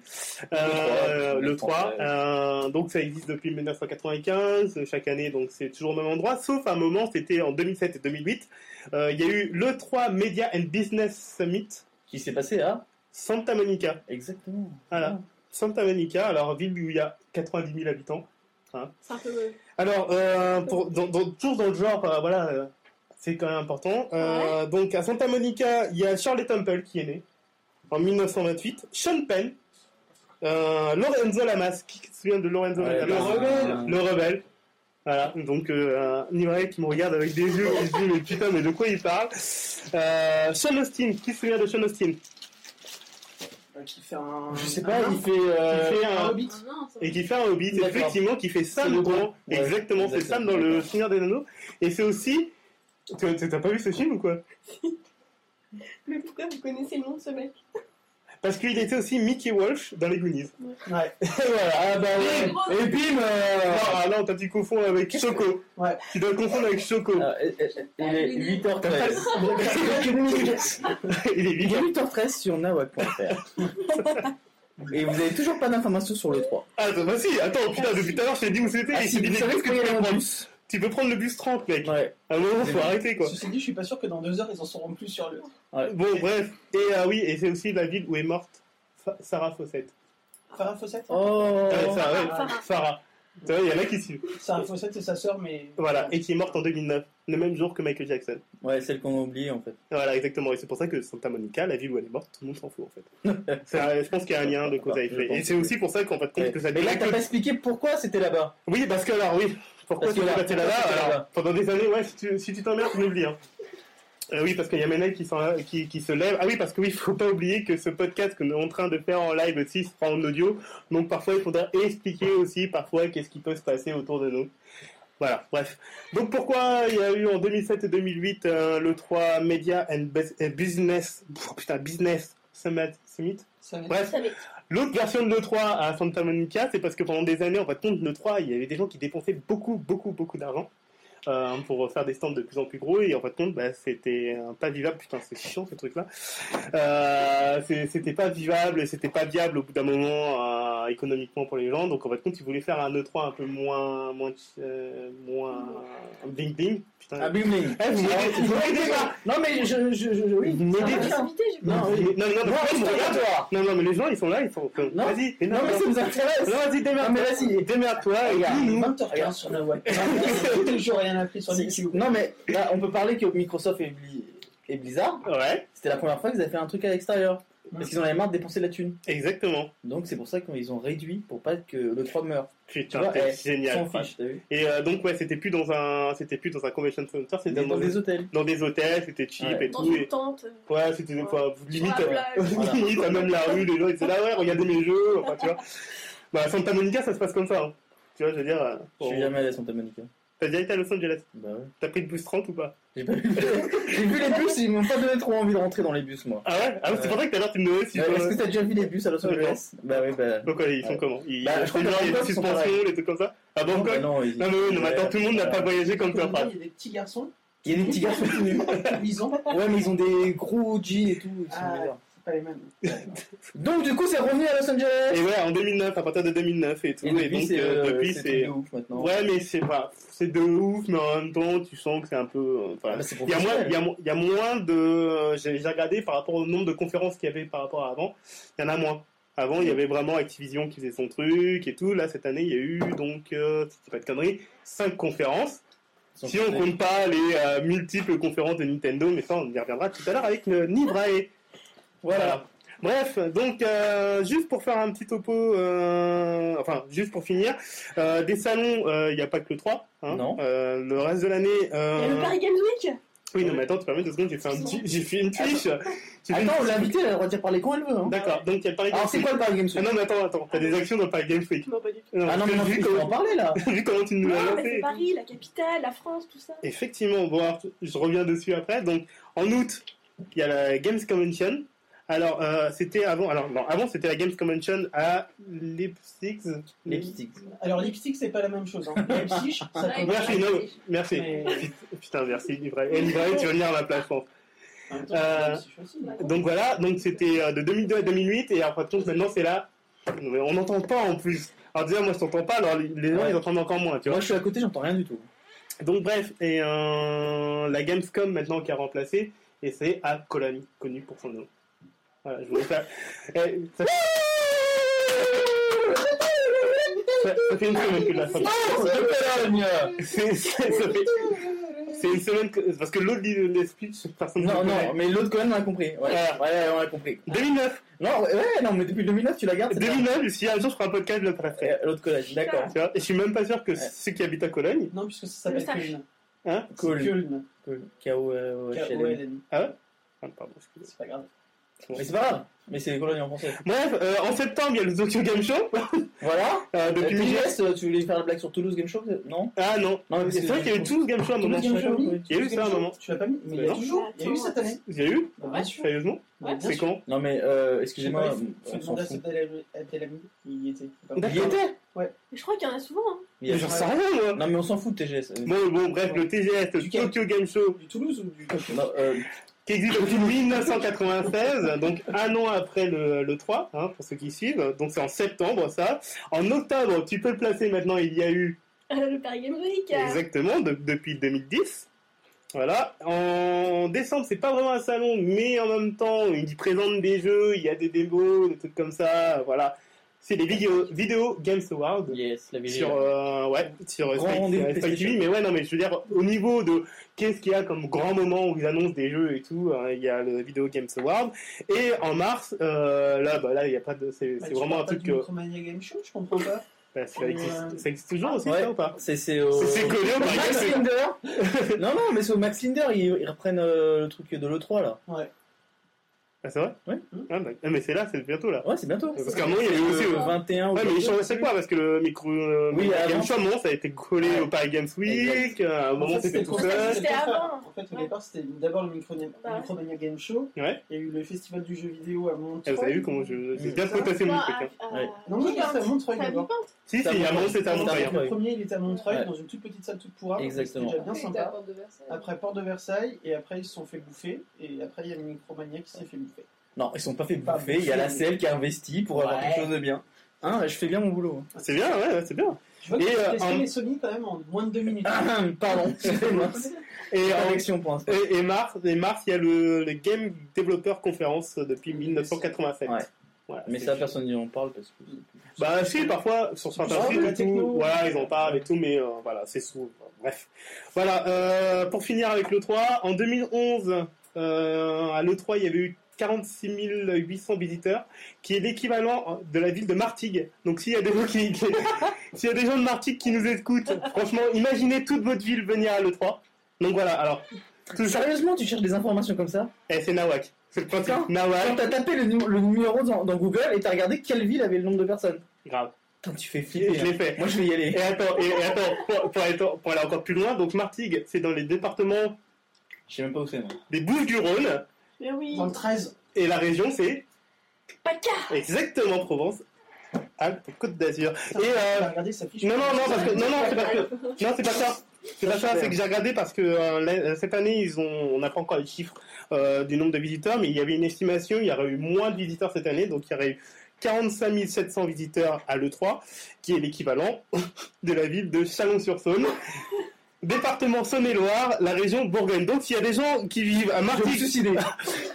Speaker 1: Euh, le 3, euh, donc ça existe depuis 1995, chaque année, donc c'est toujours au même endroit, sauf à un moment, c'était en 2007 et 2008, euh, il y a eu le 3 Media and Business Summit,
Speaker 2: Qui s'est passé à
Speaker 1: Santa Monica.
Speaker 2: Exactement.
Speaker 1: Voilà. Santa Monica, alors ville où il y a 90 000 habitants.
Speaker 3: C'est un peu.
Speaker 1: Alors, euh, pour, dans, dans- toujours dans le genre, euh, voilà, euh, c'est quand même important. Euh, Donc, à Santa Monica, il y a Shirley Temple qui est née. en 1928, Sean Penn, euh, Lorenzo Lamas, qui se souvient de Lorenzo
Speaker 2: Ouais,
Speaker 1: Lamas
Speaker 4: Le rebelle.
Speaker 1: Le rebelle. Voilà, donc euh, un Ivoirien qui me regarde avec des yeux et je dis mais putain mais de quoi il parle euh, Sean Austin, qui se souvient de Sean Austin
Speaker 4: euh, Qui fait un.
Speaker 2: Je sais pas,
Speaker 4: un-
Speaker 2: il fait. euh,
Speaker 1: Qui fait
Speaker 4: un
Speaker 1: un-
Speaker 4: hobbit.
Speaker 3: Ah non, ça-
Speaker 1: Et qui fait un Hobbit,
Speaker 2: D'accord.
Speaker 1: effectivement, qui fait
Speaker 2: C'est
Speaker 1: Sam
Speaker 2: le
Speaker 1: Gros.
Speaker 2: gros. Ouais,
Speaker 1: exactement, c'est Sam
Speaker 2: exactement.
Speaker 1: dans le
Speaker 2: D'accord.
Speaker 1: Seigneur des Anneaux. Et c'est aussi... T'as t'as pas vu ce film ou quoi
Speaker 3: Mais pourquoi vous connaissez le nom de ce mec
Speaker 1: Parce qu'il était aussi Mickey Walsh dans les
Speaker 2: [LAUGHS]
Speaker 1: Goonies.
Speaker 4: Ouais.
Speaker 1: voilà.
Speaker 2: Ah bah
Speaker 3: Les gros-
Speaker 2: ouais. Et bim euh,
Speaker 1: Ah non, t'as dû confondre avec Choco.
Speaker 4: Ouais.
Speaker 1: Tu dois le confondre avec Choco.
Speaker 2: euh, euh, euh, Il est 8h13.
Speaker 1: [LAUGHS] Il est
Speaker 2: Il est
Speaker 1: vivant.
Speaker 2: 8h13
Speaker 1: [LAUGHS]
Speaker 2: sur nawak.fr. Et vous avez toujours pas d'informations sur le 3.
Speaker 1: Ah bah si, attends, putain, depuis tout à l'heure, je t'ai dit où c'était. et je t'ai dit,
Speaker 2: Ah, vous
Speaker 1: mais qu'est-ce
Speaker 2: savez ce
Speaker 1: que
Speaker 2: qu'il y
Speaker 1: tu peux
Speaker 2: a dans le
Speaker 1: prendre
Speaker 2: bus
Speaker 1: Tu peux prendre le bus 30, mec.
Speaker 2: Ouais.
Speaker 1: À un moment, faut
Speaker 2: Ouais.
Speaker 1: arrêter, quoi.
Speaker 4: Ceci dit, je suis pas sûr que dans deux heures, ils en sauront plus sur le.
Speaker 1: Bon, bref. Et ah oui, et c'est aussi la ville où est morte Fa- Sarah Fawcett.
Speaker 4: Farah Fawcett
Speaker 2: Oh
Speaker 1: Ah, Sarah, ouais,
Speaker 3: Sarah.
Speaker 1: [LAUGHS] Sarah. Tu vois, il y en a qui suivent.
Speaker 4: Farah Fawcett, c'est sa sœur, mais. euh,
Speaker 1: Voilà, et qui est morte en 2009, le même jour que Michael Jackson.
Speaker 2: Ouais, celle qu'on a oubliée en fait.
Speaker 1: Voilà, exactement. Et c'est pour ça que Santa Monica, la ville où elle est morte, tout le monde s'en fout en fait.
Speaker 2: [LAUGHS]
Speaker 1: C'est un- je pense qu'il y a un lien de cause à effet. Et c'est aussi pour ça qu'en fait, compte que ça
Speaker 2: Et là,
Speaker 1: devient
Speaker 2: t'as
Speaker 1: que-
Speaker 2: pas expliqué pourquoi c'était là-bas.
Speaker 1: Oui, parce que alors, oui. Pourquoi
Speaker 2: Parce
Speaker 1: tu
Speaker 2: que
Speaker 1: t'es
Speaker 2: là-
Speaker 1: battu
Speaker 2: pourquoi tu t'es
Speaker 1: là-bas alors,
Speaker 2: là-bas
Speaker 1: Pendant des années, ouais, si tu si tu t'emmerdes, tu m'oublies. hein. Euh, oui, parce qu'il y a Menel qui, s'en- qui, qui se lève. Ah oui, parce que oui, faut pas oublier que ce podcast que nous sommes en train de faire en live aussi se prend en audio. Donc parfois, il faudra expliquer aussi parfois qu'est-ce qui peut se passer autour de nous. Voilà, bref. Donc pourquoi il y a eu en 2007 et 2008 euh, le 3 Media and Bus- and Business, Pff, putain, Business Summit, Summit
Speaker 4: Ça va être-
Speaker 1: Bref,
Speaker 3: Ça Ah, va être-
Speaker 1: L'autre version de l'E3 à Santa Monica, c'est parce que pendant des années, en fait, compte, l'E3, il y avait des gens qui dépensaient beaucoup, beaucoup, beaucoup d'argent euh, pour faire des stands de plus en plus gros. Et en fait, compte, bah, c'était euh, pas vivable. Putain, c'est chiant ce truc-là. Euh, c'est- c'était pas vivable, et c'était pas viable au bout d'un moment euh, économiquement pour les gens. Donc, en fait, compte, ils voulaient faire un E3 un peu moins. moins. euh, moins. bling bling. Putain.
Speaker 2: Ah, bim bim.
Speaker 1: Eh, vous m'aidez- vous m'aidez pas
Speaker 2: Non, mais je. je, je, je- oui.
Speaker 1: Vous m'aidez
Speaker 2: Ah,
Speaker 1: pas.
Speaker 2: tiens.
Speaker 3: Invité, j'ai
Speaker 1: Non,
Speaker 2: Non,
Speaker 1: mais-
Speaker 2: oui.
Speaker 1: non, non, mais
Speaker 2: Non,
Speaker 1: pourquoi ils me regardent
Speaker 2: toi.
Speaker 1: Non, non, mais les gens, ils sont là, ils sont. enfin,
Speaker 2: Non.
Speaker 1: Vas-y,
Speaker 2: Non, mais ça nous intéresse.
Speaker 1: non, vas-y, démerde-toi.
Speaker 2: Non, mais vas-y.
Speaker 1: Démerde-toi et
Speaker 2: Regarde.
Speaker 1: dis-nous.
Speaker 4: 20h15 sur la
Speaker 2: [LAUGHS]
Speaker 4: web. J'ai toujours rien appris sur
Speaker 2: Si-
Speaker 4: les
Speaker 2: si- Non, mais là, on peut parler que Microsoft et, Bli- et Blizzard,
Speaker 1: Ouais,
Speaker 2: c'était la première fois qu'ils avaient fait un truc à l'extérieur. Parce qu'ils en avaient marre de dépenser la thune.
Speaker 1: exactement.
Speaker 2: Donc c'est pour ça qu'ils ont réduit pour pas que le 3 meure. Tu
Speaker 1: Putain,
Speaker 2: vois,
Speaker 1: t'es
Speaker 2: eh,
Speaker 1: génial.
Speaker 2: S'en fiche, t'as vu
Speaker 1: Et euh, donc ouais, c'était plus dans un, c'était plus dans un convention center,
Speaker 2: Ils
Speaker 1: c'était dans,
Speaker 2: étaient dans
Speaker 1: des...
Speaker 2: des hôtels.
Speaker 1: dans des hôtels, c'était cheap
Speaker 2: Ouais.
Speaker 1: et
Speaker 3: Dans
Speaker 1: tout.
Speaker 3: une
Speaker 1: Et...
Speaker 3: tente.
Speaker 1: Ouais, c'était des
Speaker 3: Ouais.
Speaker 1: fois limite,
Speaker 3: Sur la
Speaker 1: à-
Speaker 3: plage.
Speaker 2: Voilà.
Speaker 1: [LAUGHS] limite à même la rue, les gens ils étaient là, ouais, regardez mes jeux, enfin
Speaker 3: [LAUGHS]
Speaker 1: tu vois. Bah Santa Monica, ça se passe comme ça. hein. Tu vois, je veux dire, euh,
Speaker 2: Je suis
Speaker 1: on-
Speaker 2: jamais allé à Santa Monica.
Speaker 1: t'as déjà été à Los Angeles,
Speaker 2: Bah ouais.
Speaker 1: t'as pris le bus 30 ou pas
Speaker 2: J'ai pas vu. [LAUGHS] J'ai vu les bus, ils m'ont pas donné trop envie de rentrer dans les bus, moi.
Speaker 1: Ah ouais, ah, ouais, c'est
Speaker 2: Ouais.
Speaker 1: pour ça que t'as l'air de me demander si.
Speaker 2: Euh, Est-ce que
Speaker 1: toi-
Speaker 2: t'as déjà vu les bus à Los Angeles Bah ouais, bah.
Speaker 1: Donc ouais, ils sont
Speaker 2: Ouais.
Speaker 1: comment Ils
Speaker 2: Bah,
Speaker 1: je
Speaker 2: je
Speaker 1: crois
Speaker 2: crois
Speaker 1: qu'il
Speaker 2: que
Speaker 1: y a
Speaker 2: Bangkok,
Speaker 1: des
Speaker 2: ils sont
Speaker 1: suspensions,
Speaker 2: pareils.
Speaker 1: des trucs comme ça. À
Speaker 2: Non, bah
Speaker 1: Bangkok
Speaker 2: non, ils-
Speaker 1: Ah Non mais oui, non, mais attends, tout le monde n'a pas
Speaker 2: Voilà.
Speaker 1: voyagé comme toi, frère.
Speaker 4: Il y a des petits garçons,
Speaker 2: Il y a des petits garçons tout
Speaker 1: [LAUGHS]
Speaker 2: nus.
Speaker 4: ils ont
Speaker 2: Ouais, mais ils ont des gros jeans et tout. ils sont
Speaker 4: Ah.
Speaker 2: bizarres.
Speaker 4: pas les mêmes.
Speaker 2: Donc du coup, c'est revenu à Los
Speaker 1: Et
Speaker 2: Angeles.
Speaker 1: ouais, en 2009, à partir de 2009 et tout. Et, donc,
Speaker 2: c'est,
Speaker 1: euh,
Speaker 2: euh,
Speaker 1: depuis,
Speaker 2: c'est
Speaker 1: c'est.
Speaker 2: de ouf maintenant. Ah,
Speaker 1: Ouais, mais c'est pas. C'est de ouf, mais en même temps, tu sens que c'est un peu. euh,
Speaker 2: Ah
Speaker 1: Enfin,
Speaker 2: bah, c'est
Speaker 1: il y, a moins,
Speaker 2: professionnel.
Speaker 1: il, y a, mo- il y a moins de. J'ai j'ai regardé par rapport au nombre de conférences qu'il y avait par rapport à avant. Il y en a moins. Avant,
Speaker 2: Mm.
Speaker 1: il y avait vraiment Activision qui faisait son truc et tout. Là, cette année, il y a eu donc, euh, si je dis pas de conneries, 5 conférences.
Speaker 2: Sans
Speaker 1: Si on
Speaker 2: compter-
Speaker 1: compte pas les euh, multiples conférences de Nintendo, mais ça, on y reviendra tout à l'heure avec le Nibrae. Voilà. Bref, donc euh, juste pour faire un petit topo, euh, enfin juste pour finir, euh, des salons, euh, il n'y a pas que le 3. hein.
Speaker 2: Non.
Speaker 1: Euh, le reste de l'année.
Speaker 3: Il
Speaker 1: euh,
Speaker 3: y a le Paris Games Week
Speaker 1: Oui, non, mais attends, tu permets deux secondes, j'ai fait, un petit- j'ai fait une Twitch. J'ai fait une-
Speaker 2: Attends, l'invité, elle a le droit de dire par les cons, elle veut. Hein.
Speaker 1: D'accord, donc il y a le Paris Games
Speaker 2: Alors c'est quoi le Paris Games
Speaker 1: Week. Ah
Speaker 2: Week
Speaker 1: non, mais attends, attends, t'as des actions dans le Paris Games Week.
Speaker 3: Non, pas du tout.
Speaker 1: Non,
Speaker 2: Ah non,
Speaker 1: parce
Speaker 2: mais non,
Speaker 1: que
Speaker 2: mais
Speaker 1: vu,
Speaker 2: il faut en
Speaker 1: comment,
Speaker 2: parler [LAUGHS] là.
Speaker 1: [LAUGHS] vu comment tu nous l'as
Speaker 3: Non, mais
Speaker 1: lancé.
Speaker 3: bah, c'est Paris, la capitale, la France, tout ça.
Speaker 1: Effectivement, bon, alors, je reviens dessus après. Donc, en août, il y a la Games Convention. Alors, euh, c'était avant, alors non, avant c'était la Games Convention à Leipzig.
Speaker 2: Les petits.
Speaker 4: Alors, lipstick, c'est pas la
Speaker 2: [LAUGHS]
Speaker 4: même chose. Hein. Lipstick, ça
Speaker 3: Ouais,
Speaker 4: tombe.
Speaker 1: Merci,
Speaker 3: Leipzig.
Speaker 1: no, merci.
Speaker 4: Mais-
Speaker 1: [LAUGHS] Putain, merci, Livré. Et Livré, tu vas venir à ma place, je pense.
Speaker 4: en même temps,
Speaker 2: euh,
Speaker 4: c'est Leipzig aussi, mais-
Speaker 1: Donc voilà, donc c'était euh, de 2002 à 2008, et après tout, maintenant c'est là. Non, mais On n'entend pas en plus. Alors déjà, moi je t'entends pas, alors les- les gens
Speaker 2: Ouais.
Speaker 1: ils entendent encore moins, tu vois.
Speaker 2: Moi je suis à côté, j'entends rien du tout.
Speaker 1: Donc bref, et euh, la Gamescom maintenant qui a remplacé, et c'est à Cologne, connu pour son nom. Voilà, je voulais faire... Eh, ça...
Speaker 2: Ah,
Speaker 1: Ça- ça fait une semaine que je la sens.
Speaker 2: Oh, c'est le
Speaker 1: C'est- c'est- ça fait- C'est une semaine que... Parce que l'autre lit de l'esprit, personne ne
Speaker 2: Non,
Speaker 1: connaît.
Speaker 2: non, mais l'autre quand même on a compris. Ouais,
Speaker 1: Voilà.
Speaker 2: ouais on a compris.
Speaker 1: 2009.
Speaker 2: Non, ouais, non, mais depuis 2009, tu la gardes. c'est bien.
Speaker 1: 2009, si un jour je ferai un podcast, je le ferai.
Speaker 2: Euh, L'autre collège, d'accord.
Speaker 1: Tu vois Et je suis même pas sûr que
Speaker 2: Ouais.
Speaker 1: ceux qui habitent à Cologne.
Speaker 4: Non, puisque ça
Speaker 3: Le
Speaker 4: s'appelle
Speaker 3: sache.
Speaker 4: Köln.
Speaker 1: Hein
Speaker 4: C'est
Speaker 2: Cool.
Speaker 4: Köln.
Speaker 2: Cool. K.O. euh, ouais, chez les-
Speaker 4: K.O.L.N..
Speaker 1: Ah, pardon, excusez-moi.
Speaker 4: C'est pas grave.
Speaker 2: Mais c'est pas grave. Mais c'est les colonies en français.
Speaker 1: Bref, euh, en septembre, il y a le Tokyo Game Show.
Speaker 2: Voilà.
Speaker 1: Euh, depuis
Speaker 2: Depuis
Speaker 1: hier.
Speaker 2: tu voulais faire la blague sur Toulouse Game Show peut-être Non
Speaker 1: Ah non,
Speaker 2: Non, mais
Speaker 1: c'est
Speaker 2: c'est-
Speaker 1: vrai qu'il y a eu tous Game Show à un moment.
Speaker 4: Toulouse Game Show, oui.
Speaker 1: Il y a eu ça à un moment.
Speaker 4: Tu l'as pas mis Mais il y a
Speaker 1: Non.
Speaker 4: toujours. Il y a eu cette année.
Speaker 1: Il y a eu
Speaker 4: Bah,
Speaker 3: Ouais.
Speaker 4: Bien sûr.
Speaker 1: Sérieusement
Speaker 4: Bah, bien
Speaker 1: C'est
Speaker 4: sûr.
Speaker 1: quand
Speaker 2: Non, mais euh,
Speaker 4: Je
Speaker 2: excusez-moi.
Speaker 4: sais pas,
Speaker 2: on
Speaker 4: Faut
Speaker 2: s'en
Speaker 4: demander à
Speaker 2: fout.
Speaker 4: Abdelhami- Abdelhami, il y était.
Speaker 2: Il y était
Speaker 3: Je crois qu'il y en a souvent. hein. [LAUGHS]
Speaker 2: Il y
Speaker 1: Mais
Speaker 2: avait-
Speaker 1: j'en sais rien moi
Speaker 2: Non, mais on s'en fout de TGS.
Speaker 1: Bon, bon, bref, le TGS, le
Speaker 4: Du Game-
Speaker 1: Tokyo Game Show,
Speaker 4: Du Toulouse ou du
Speaker 2: Non, euh,
Speaker 1: qui existe depuis 1996, donc un an après le, le 3, hein, pour ceux qui suivent. Donc c'est en septembre, ça. En octobre, tu peux le placer maintenant, il y a eu
Speaker 3: Euh, le Paris Game Week. euh,
Speaker 1: Exactement, de- depuis 2010. Voilà. En décembre, c'est pas vraiment un salon, mais en même temps, ils présentent des jeux, il y a des démos, des trucs comme ça. Voilà. C'est les vidéos Video Games Awards.
Speaker 2: yes, la vidéo.
Speaker 1: Sur, euh, ouais, sur euh,
Speaker 2: Grand
Speaker 1: Spike-
Speaker 2: rendez-vous
Speaker 1: euh, Spike
Speaker 2: PlayStation.
Speaker 1: TV, mais ouais, non, mais je veux dire, au niveau de qu'est-ce qu'il y a comme grand moment où ils annoncent des jeux et tout, hein, il y a le Video Games Award. Et en mars, euh, là, bah, là, il y a pas de. C'est c'est vraiment un truc que.
Speaker 4: Micromania Game Show, je comprends pas.
Speaker 1: bah, ça, existe,
Speaker 4: Ouais.
Speaker 1: ça existe toujours aussi,
Speaker 2: Ouais.
Speaker 1: ça ou pas
Speaker 2: C'est c'est au.
Speaker 1: C'est- C'est connu, par exemple,
Speaker 2: Max
Speaker 1: c'est-
Speaker 2: Linder Non, non, mais c'est au Max Linder, ils, ils reprennent euh, le truc de l'E3 là.
Speaker 1: Ah, c'est vrai
Speaker 2: Ouais.
Speaker 1: Ah, bah, ah, mais c'est là, c'est bientôt là.
Speaker 2: Ouais, c'est bientôt.
Speaker 1: Parce qu'à un moment, il y a eu
Speaker 2: Le
Speaker 1: aussi. euh,
Speaker 2: 21 ou
Speaker 1: Ouais, mais ils
Speaker 2: 22.
Speaker 1: changent à chaque fois parce que le micro. euh,
Speaker 2: Ah, Oui,
Speaker 1: Game
Speaker 2: avant.
Speaker 1: Show, à un moment, ça a été collé
Speaker 2: Ouais.
Speaker 1: au Paris Games Week. euh,
Speaker 2: Exact.
Speaker 1: À un moment,
Speaker 4: En fait,
Speaker 1: c'était tout
Speaker 3: pour
Speaker 4: c'était-
Speaker 3: ça.
Speaker 1: seul.
Speaker 3: C'était avant.
Speaker 4: En fait, au
Speaker 3: Ouais.
Speaker 4: départ, c'était d'abord le Micronia-
Speaker 3: Bah.
Speaker 4: Micromania Game Show.
Speaker 1: Ouais.
Speaker 4: Il y a eu le festival du jeu vidéo à Montreuil.
Speaker 1: Ah, Vous avez vu comment je. J'ai bien
Speaker 4: Ça va
Speaker 1: potassé mon truc. hein.
Speaker 3: Ah,
Speaker 2: Ouais.
Speaker 3: ah,
Speaker 4: Non, non,
Speaker 3: Gigante.
Speaker 4: c'est à Montreuil
Speaker 3: Ça
Speaker 4: d'abord.
Speaker 3: dépend.
Speaker 1: Si, si,
Speaker 2: Ça
Speaker 1: il y a un
Speaker 2: va.
Speaker 1: moment, c'était à
Speaker 2: Ça va.
Speaker 1: Montreuil. hein.
Speaker 4: Ah, Le premier, il était à Montreuil,
Speaker 2: Ouais.
Speaker 4: dans une toute petite salle toute pourrave.
Speaker 2: Exactement.
Speaker 4: C'était déjà
Speaker 3: Ah,
Speaker 4: bien
Speaker 5: à la
Speaker 4: sympa.
Speaker 5: porte de Versailles.
Speaker 4: Après, port de Versailles, et après, ils se sont fait bouffer. Et après, il y a le Micromania qui s'est fait bouffer.
Speaker 2: Non, ils sont pas fait
Speaker 4: Pas
Speaker 2: bouffer, il y a la
Speaker 4: bouffer.
Speaker 2: selle qui a investi pour avoir
Speaker 4: Ouais.
Speaker 2: quelque chose de bien. Hein, je fais bien mon boulot.
Speaker 1: C'est bien, ouais, ouais, c'est bien.
Speaker 4: Je vois
Speaker 1: Et,
Speaker 4: que tu
Speaker 1: euh,
Speaker 4: testé
Speaker 1: en-
Speaker 4: les Sony quand même en moins de deux minutes.
Speaker 2: Ah, Pardon, c'est mince.
Speaker 1: Et, en-
Speaker 2: Correction pour l'instant.
Speaker 1: et, et mars, et mars, il y a le, le Game Developer Conference depuis 1987.
Speaker 2: Ouais.
Speaker 1: Voilà,
Speaker 2: Mais
Speaker 1: c'est-
Speaker 2: ça, personne n'y en parle parce que.
Speaker 1: Bah si, parfois, sur certains
Speaker 4: Genre,
Speaker 1: sites,
Speaker 4: la
Speaker 1: et tout,
Speaker 4: techno.
Speaker 1: voilà, ils en parlent et tout, mais euh, voilà, c'est sous. Bref. Voilà, euh, pour finir avec l'E3, en 2011, euh, à l'E3, il y avait eu 46 800 visiteurs, qui est l'équivalent hein, de la ville de Martigues. Donc s'il y a des gens qui, [LAUGHS] qui- s'il y a des gens de Martigues qui nous écoutent, franchement, imaginez toute votre ville venir à l'E3. Donc voilà, alors, tout ça,
Speaker 2: Sérieusement, tu cherches des informations comme ça
Speaker 1: eh, c'est Nawak. C'est le principe.
Speaker 2: Putain. Quand
Speaker 1: Nawak,
Speaker 2: t'as tapé le, nu- le numéro dans, dans Google et t'as regardé quelle ville avait le nombre de personnes.
Speaker 1: grave.
Speaker 2: Putain, tu fais
Speaker 1: Je
Speaker 2: flipper. hein.
Speaker 1: l'ai fait.
Speaker 2: Moi, je vais y aller.
Speaker 1: Et attends, et, et attends pour, pour être- pour aller encore plus loin, donc Martigues, c'est dans les départements
Speaker 2: Je sais même pas où c'est, moi.
Speaker 1: des Bouches-du-Rhône,
Speaker 3: Mais oui.
Speaker 4: Dans le 13,
Speaker 1: et la région, c'est
Speaker 3: PACA.
Speaker 1: exactement Provence, Alpes, Côte d'Azur. Et
Speaker 4: Et
Speaker 1: euh,
Speaker 4: regardez sa fiche.
Speaker 1: non, non, non, parce que, non, non, Ah, c'est pas, que- non, c'est pas ça. C'est pas ça, c'est que j'ai regardé parce que euh, la- cette année, ils ont, on n'a pas encore les chiffres euh, du nombre de visiteurs, mais il y avait une estimation, il y aurait eu moins de visiteurs cette année, donc il y aurait eu 45 700 visiteurs à l'E3, qui est l'équivalent [LAUGHS] de la ville de Chalon-sur-Saône, [LAUGHS] département Saône-et-Loire, la région Bourgogne. Donc s'il y a des gens qui vivent à
Speaker 2: Je vais me
Speaker 1: Martigues,
Speaker 2: suicider.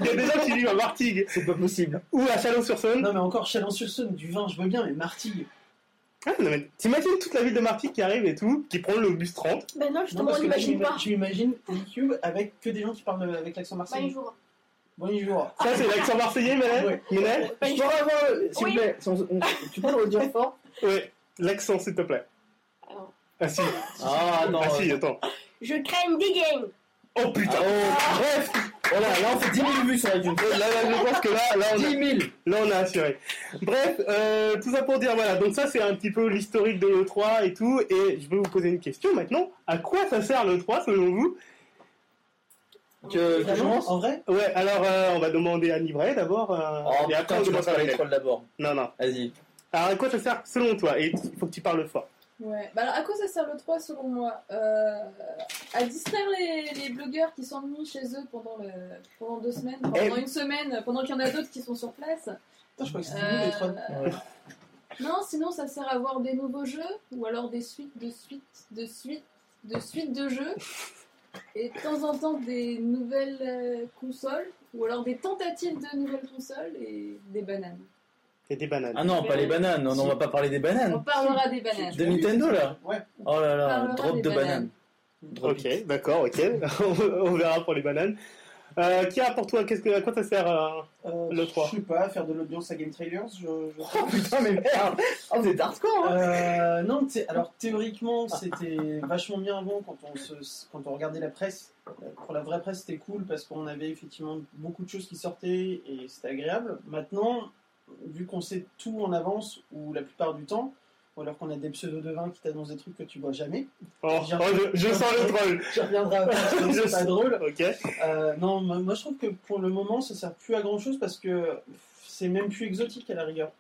Speaker 1: il y a des gens qui vivent à Martigues
Speaker 2: Ah, C'est pas possible.
Speaker 1: ou à Chalon-sur-Saône,
Speaker 4: Non, mais encore Chalon-sur-Saône, du vin, je veux bien, mais Martigues.
Speaker 1: Ah, non, mais T'imagines toute la ville de Martigues qui arrive et tout, qui prend le bus 30.
Speaker 3: Ben non,
Speaker 4: Non,
Speaker 3: justement,
Speaker 4: parce
Speaker 3: on
Speaker 4: que tu
Speaker 3: l'imagine pas.
Speaker 4: tu imagines Cube avec que des gens qui parlent avec l'accent
Speaker 3: Pas un
Speaker 4: marseillais.
Speaker 3: jour.
Speaker 4: Bonjour.
Speaker 1: Ça, c'est l'accent marseillais, Ménel
Speaker 4: Ouais.
Speaker 1: Ménel
Speaker 3: Pas
Speaker 2: Je
Speaker 3: une
Speaker 2: peux
Speaker 3: jour.
Speaker 2: avoir, euh, s'il
Speaker 3: Oui.
Speaker 2: vous plaît, si on- on- tu peux le redire fort
Speaker 1: Ouais, l'accent, s'il te plaît.
Speaker 3: Ah non.
Speaker 1: Ah si,
Speaker 2: Ah non.
Speaker 1: ah, si attends.
Speaker 3: Je craigne des gangs.
Speaker 1: Oh
Speaker 2: Ah,
Speaker 1: putain
Speaker 2: oh, bref, voilà, là on fait 10 000 vues sur iTunes.
Speaker 1: Là, là, je pense que là, là, on, a,
Speaker 2: 10 000
Speaker 1: là, on a assuré. Bref, euh, tout ça pour dire, voilà, donc ça c'est un petit peu l'historique de l'E3 et tout, et je vais vous poser une question maintenant, à quoi ça sert l'E3 selon vous
Speaker 2: que, que je
Speaker 4: Vraiment,
Speaker 2: lance.
Speaker 4: en vrai,
Speaker 1: Ouais, alors euh, on va demander à Nivray d'abord, euh,
Speaker 2: Oh
Speaker 1: et après
Speaker 2: putain,
Speaker 1: on
Speaker 2: tu
Speaker 1: commence
Speaker 2: passes
Speaker 1: par
Speaker 2: par les
Speaker 1: Lionel.
Speaker 2: trolls d'abord.
Speaker 1: Non, non.
Speaker 2: Vas-y.
Speaker 1: Alors à quoi ça sert selon toi Et il faut que tu parles fort.
Speaker 5: Ouais. Bah alors, à quoi ça sert le 3 selon moi Euh, À distraire les, les blogueurs qui s'ennuient chez eux pendant, le- pendant deux semaines, pendant
Speaker 4: Eh.
Speaker 5: une semaine, pendant qu'il y en a d'autres qui sont sur place.
Speaker 4: Putain, je crois que c'était nous les trois.
Speaker 5: Euh, non, sinon ça sert à voir des nouveaux jeux ou alors des suites de suites de suites de suites de jeux et de temps en temps des nouvelles euh, consoles ou alors des tentatives de nouvelles consoles et des bananes.
Speaker 1: Et des bananes.
Speaker 2: Ah non, pas les bananes, non, non, on va pas parler des
Speaker 5: On
Speaker 2: bananes.
Speaker 5: parlera des bananes.
Speaker 2: De Nintendo là
Speaker 4: Ouais.
Speaker 2: Oh là
Speaker 5: On
Speaker 2: là,
Speaker 5: parlera
Speaker 2: drop
Speaker 5: des
Speaker 2: de
Speaker 5: bananes.
Speaker 2: bananes. Drop it.
Speaker 1: Ok, d'accord, ok. [LAUGHS] on verra pour les bananes. Euh, qui a pour toi qu'est-ce que, À quoi ça sert euh,
Speaker 4: Euh,
Speaker 1: Le trois.
Speaker 4: Je sais pas, faire de l'audience à Game Trailers, je, je
Speaker 2: Oh putain, mais merde Oh, vous êtes hardcore hein
Speaker 4: Euh, non, thé- alors théoriquement, c'était vachement bien avant quand on, se, quand on regardait la presse. Euh, Pour la vraie presse, c'était cool parce qu'on avait effectivement beaucoup de choses qui sortaient et c'était agréable. Maintenant, vu qu'on sait tout en avance ou la plupart du temps, ou alors qu'on a des pseudos de vin qui t'annoncent des trucs que tu vois jamais,
Speaker 1: oh,
Speaker 4: J'ai un-
Speaker 1: oh, je, je sens le troll.
Speaker 2: [LAUGHS]
Speaker 4: tu reviendras après, parce que
Speaker 1: Je
Speaker 4: c'est pas
Speaker 1: sais.
Speaker 4: drôle.
Speaker 1: Ok.
Speaker 4: Euh, non, moi moi, je trouve que pour le moment, ça sert plus à grand chose parce que c'est même plus exotique à la rigueur.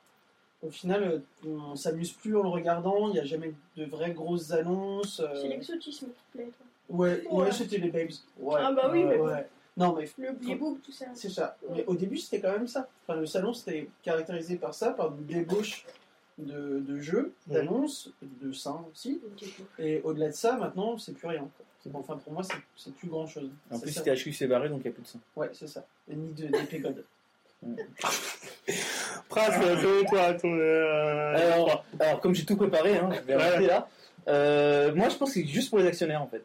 Speaker 4: Au final, euh, on s'amuse plus en le regardant, il n'y a jamais de vraies grosses annonces. euh,
Speaker 3: C'est l'exotisme qui te plaît, toi.
Speaker 4: Ouais,
Speaker 3: Ouais.
Speaker 4: ouais, c'était les babes. Ouais.
Speaker 3: hein. Ah bah oui, mais bon.
Speaker 4: Non, mais
Speaker 3: Le playbook, tout ça.
Speaker 4: c'est ça. Mais au début, c'était quand même ça. Enfin, le salon, c'était caractérisé par ça, par une débauche de, de jeux,
Speaker 1: Mhm.
Speaker 4: d'annonces, de seins aussi. Et au-delà de ça, maintenant, c'est plus rien. quoi. C'est- Enfin, pour moi, c'est- c'est plus grand chose.
Speaker 2: En plus, c'était HQ, c'est barré, donc il n'y a plus de sang.
Speaker 4: Ouais, c'est ça. Et Ni de, des pégodes.
Speaker 1: Pras, euh, selon toi, ton. euh,
Speaker 2: Alors, alors, comme j'ai tout préparé, hein, je vais
Speaker 1: Ouais.
Speaker 2: arrêter là. Euh, moi, je pense que c'est juste pour les actionnaires, en fait.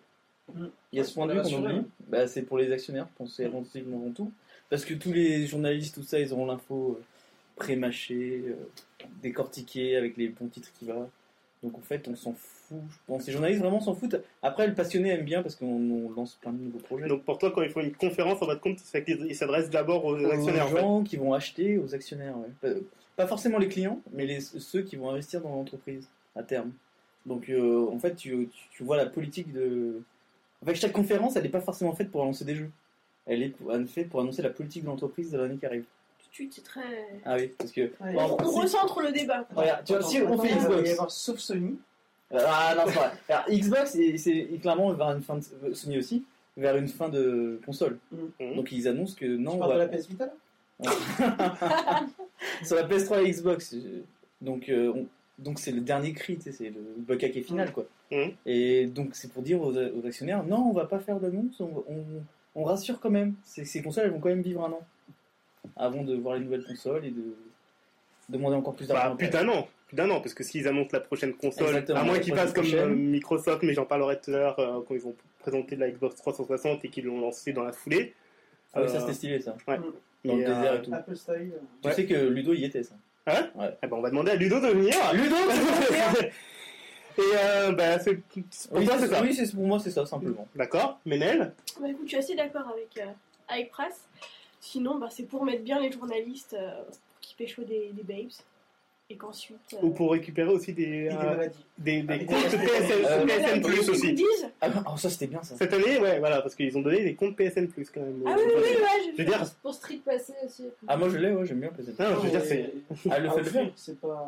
Speaker 4: Mm.
Speaker 2: Il y a ce point de vue qu'on
Speaker 4: Rassurez.
Speaker 2: oublie.
Speaker 1: hein.
Speaker 2: Bah, c'est pour les actionnaires, je pense. C'est avant ils auront tout. Parce que tous les journalistes, tout ça, ils auront l'info euh, pré-mâchée, euh, décortiquée, avec les bons titres qui va. Donc, en fait, on s'en fout, je pense. Les journalistes, vraiment, s'en foutent. Après, le passionné aime bien parce qu'on on lance plein de nouveaux projets.
Speaker 1: Donc pour toi, quand ils font une conférence, en fin de compte, c'est qu'ils- ils s'adressent d'abord aux actionnaires. en
Speaker 2: aux
Speaker 1: fait.
Speaker 2: gens qui vont acheter, aux actionnaires. ouais. Pas, pas forcément les clients, mais les, ceux qui vont investir dans l'entreprise à terme. Donc euh, en fait, tu, tu- tu vois la politique de. En fait, chaque conférence, elle n'est pas forcément faite pour annoncer des jeux. Elle est pour- elle est faite pour annoncer la politique de l'entreprise de l'année qui arrive.
Speaker 3: Tout de suite, c'est très.
Speaker 2: Ah oui, parce que.
Speaker 4: Ouais.
Speaker 1: Bah,
Speaker 2: Bon,
Speaker 3: On
Speaker 2: si-
Speaker 3: recentre le débat.
Speaker 2: Voilà, tu vois, si on
Speaker 4: Attends,
Speaker 2: fait
Speaker 4: il va y
Speaker 2: Xbox.
Speaker 4: avoir sauf Sony.
Speaker 2: Ah non, c'est pas vrai. Alors, Xbox, c'est- c'est clairement vers une fin de. Sony aussi, vers une fin de console.
Speaker 1: Mhm.
Speaker 2: Donc ils annoncent que non.
Speaker 4: Mm-hmm. tu
Speaker 2: on
Speaker 4: parles
Speaker 2: va-
Speaker 4: de la PS Vita là
Speaker 2: sur la PS3 et Xbox. euh, Donc euh, on- donc c'est le dernier cri, tu sais, c'est le bokeh
Speaker 4: Mm.
Speaker 2: final quoi.
Speaker 1: Mhm.
Speaker 2: Et donc c'est pour dire aux, aux actionnaires non, on va pas faire d'annonce, on, on, on rassure quand même. Ces, ces consoles elles vont quand même vivre un an avant de voir les nouvelles consoles et de demander encore plus d'argent.
Speaker 1: Bah, plus d'un an. Plus d'un an, parce que s'ils annoncent la prochaine console,
Speaker 2: Ah, Exactement,
Speaker 1: à moins
Speaker 2: la
Speaker 1: qu'ils
Speaker 2: prochaine
Speaker 1: fassent comme
Speaker 2: prochaine.
Speaker 1: euh, Microsoft, mais j'en parlerai tout à l'heure euh, quand ils vont présenter de la Xbox 360 et qu'ils l'ont lancée dans la foulée.
Speaker 2: Ah oui, ça
Speaker 1: Euh,
Speaker 2: c'était stylé ça.
Speaker 1: ouais.
Speaker 2: Dans le
Speaker 1: Et,
Speaker 2: désert
Speaker 1: euh,
Speaker 2: et tout.
Speaker 4: Apple Style. euh,
Speaker 2: Tu
Speaker 1: ouais.
Speaker 2: sais que Ludo y était ça.
Speaker 1: eh ben, on va demander à Ludo de venir.
Speaker 2: Ludo
Speaker 1: [LAUGHS] Et euh, bah, c'est, pour
Speaker 2: Oui,
Speaker 1: toi, c'est
Speaker 2: c'est-
Speaker 1: ça. Mm.
Speaker 2: oui, c'est- pour moi c'est ça simplement.
Speaker 1: D'accord, Ménel
Speaker 3: Bah écoute, je suis assez d'accord avec, euh, avec Pras. Sinon, bah, c'est pour mettre bien les journalistes euh, qui pécho des, des babes. Et qu'ensuite. euh,
Speaker 1: Ou pour récupérer aussi des,
Speaker 4: Et des
Speaker 1: euh,
Speaker 4: maladies.
Speaker 1: des, des
Speaker 4: des-
Speaker 1: comptes
Speaker 4: des-
Speaker 1: PSN,
Speaker 2: Euh,
Speaker 1: PSN Plus
Speaker 3: Ils
Speaker 1: aussi.
Speaker 3: disent
Speaker 2: Ah oh, ça c'était bien ça.
Speaker 1: Cette année, ouais, voilà, parce qu'ils ont donné des comptes PSN Plus quand même.
Speaker 3: Ah oui, oui, oui, ouais,
Speaker 1: Je veux dire,
Speaker 5: Pour Street Passé aussi.
Speaker 2: Ah moi je l'ai, ouais, j'aime bien peut-être.
Speaker 1: non, je veux
Speaker 4: Et-
Speaker 1: dire, c'est.
Speaker 2: Ah le
Speaker 4: Ah,
Speaker 2: fait de le faire.
Speaker 4: offrir, C'est pas.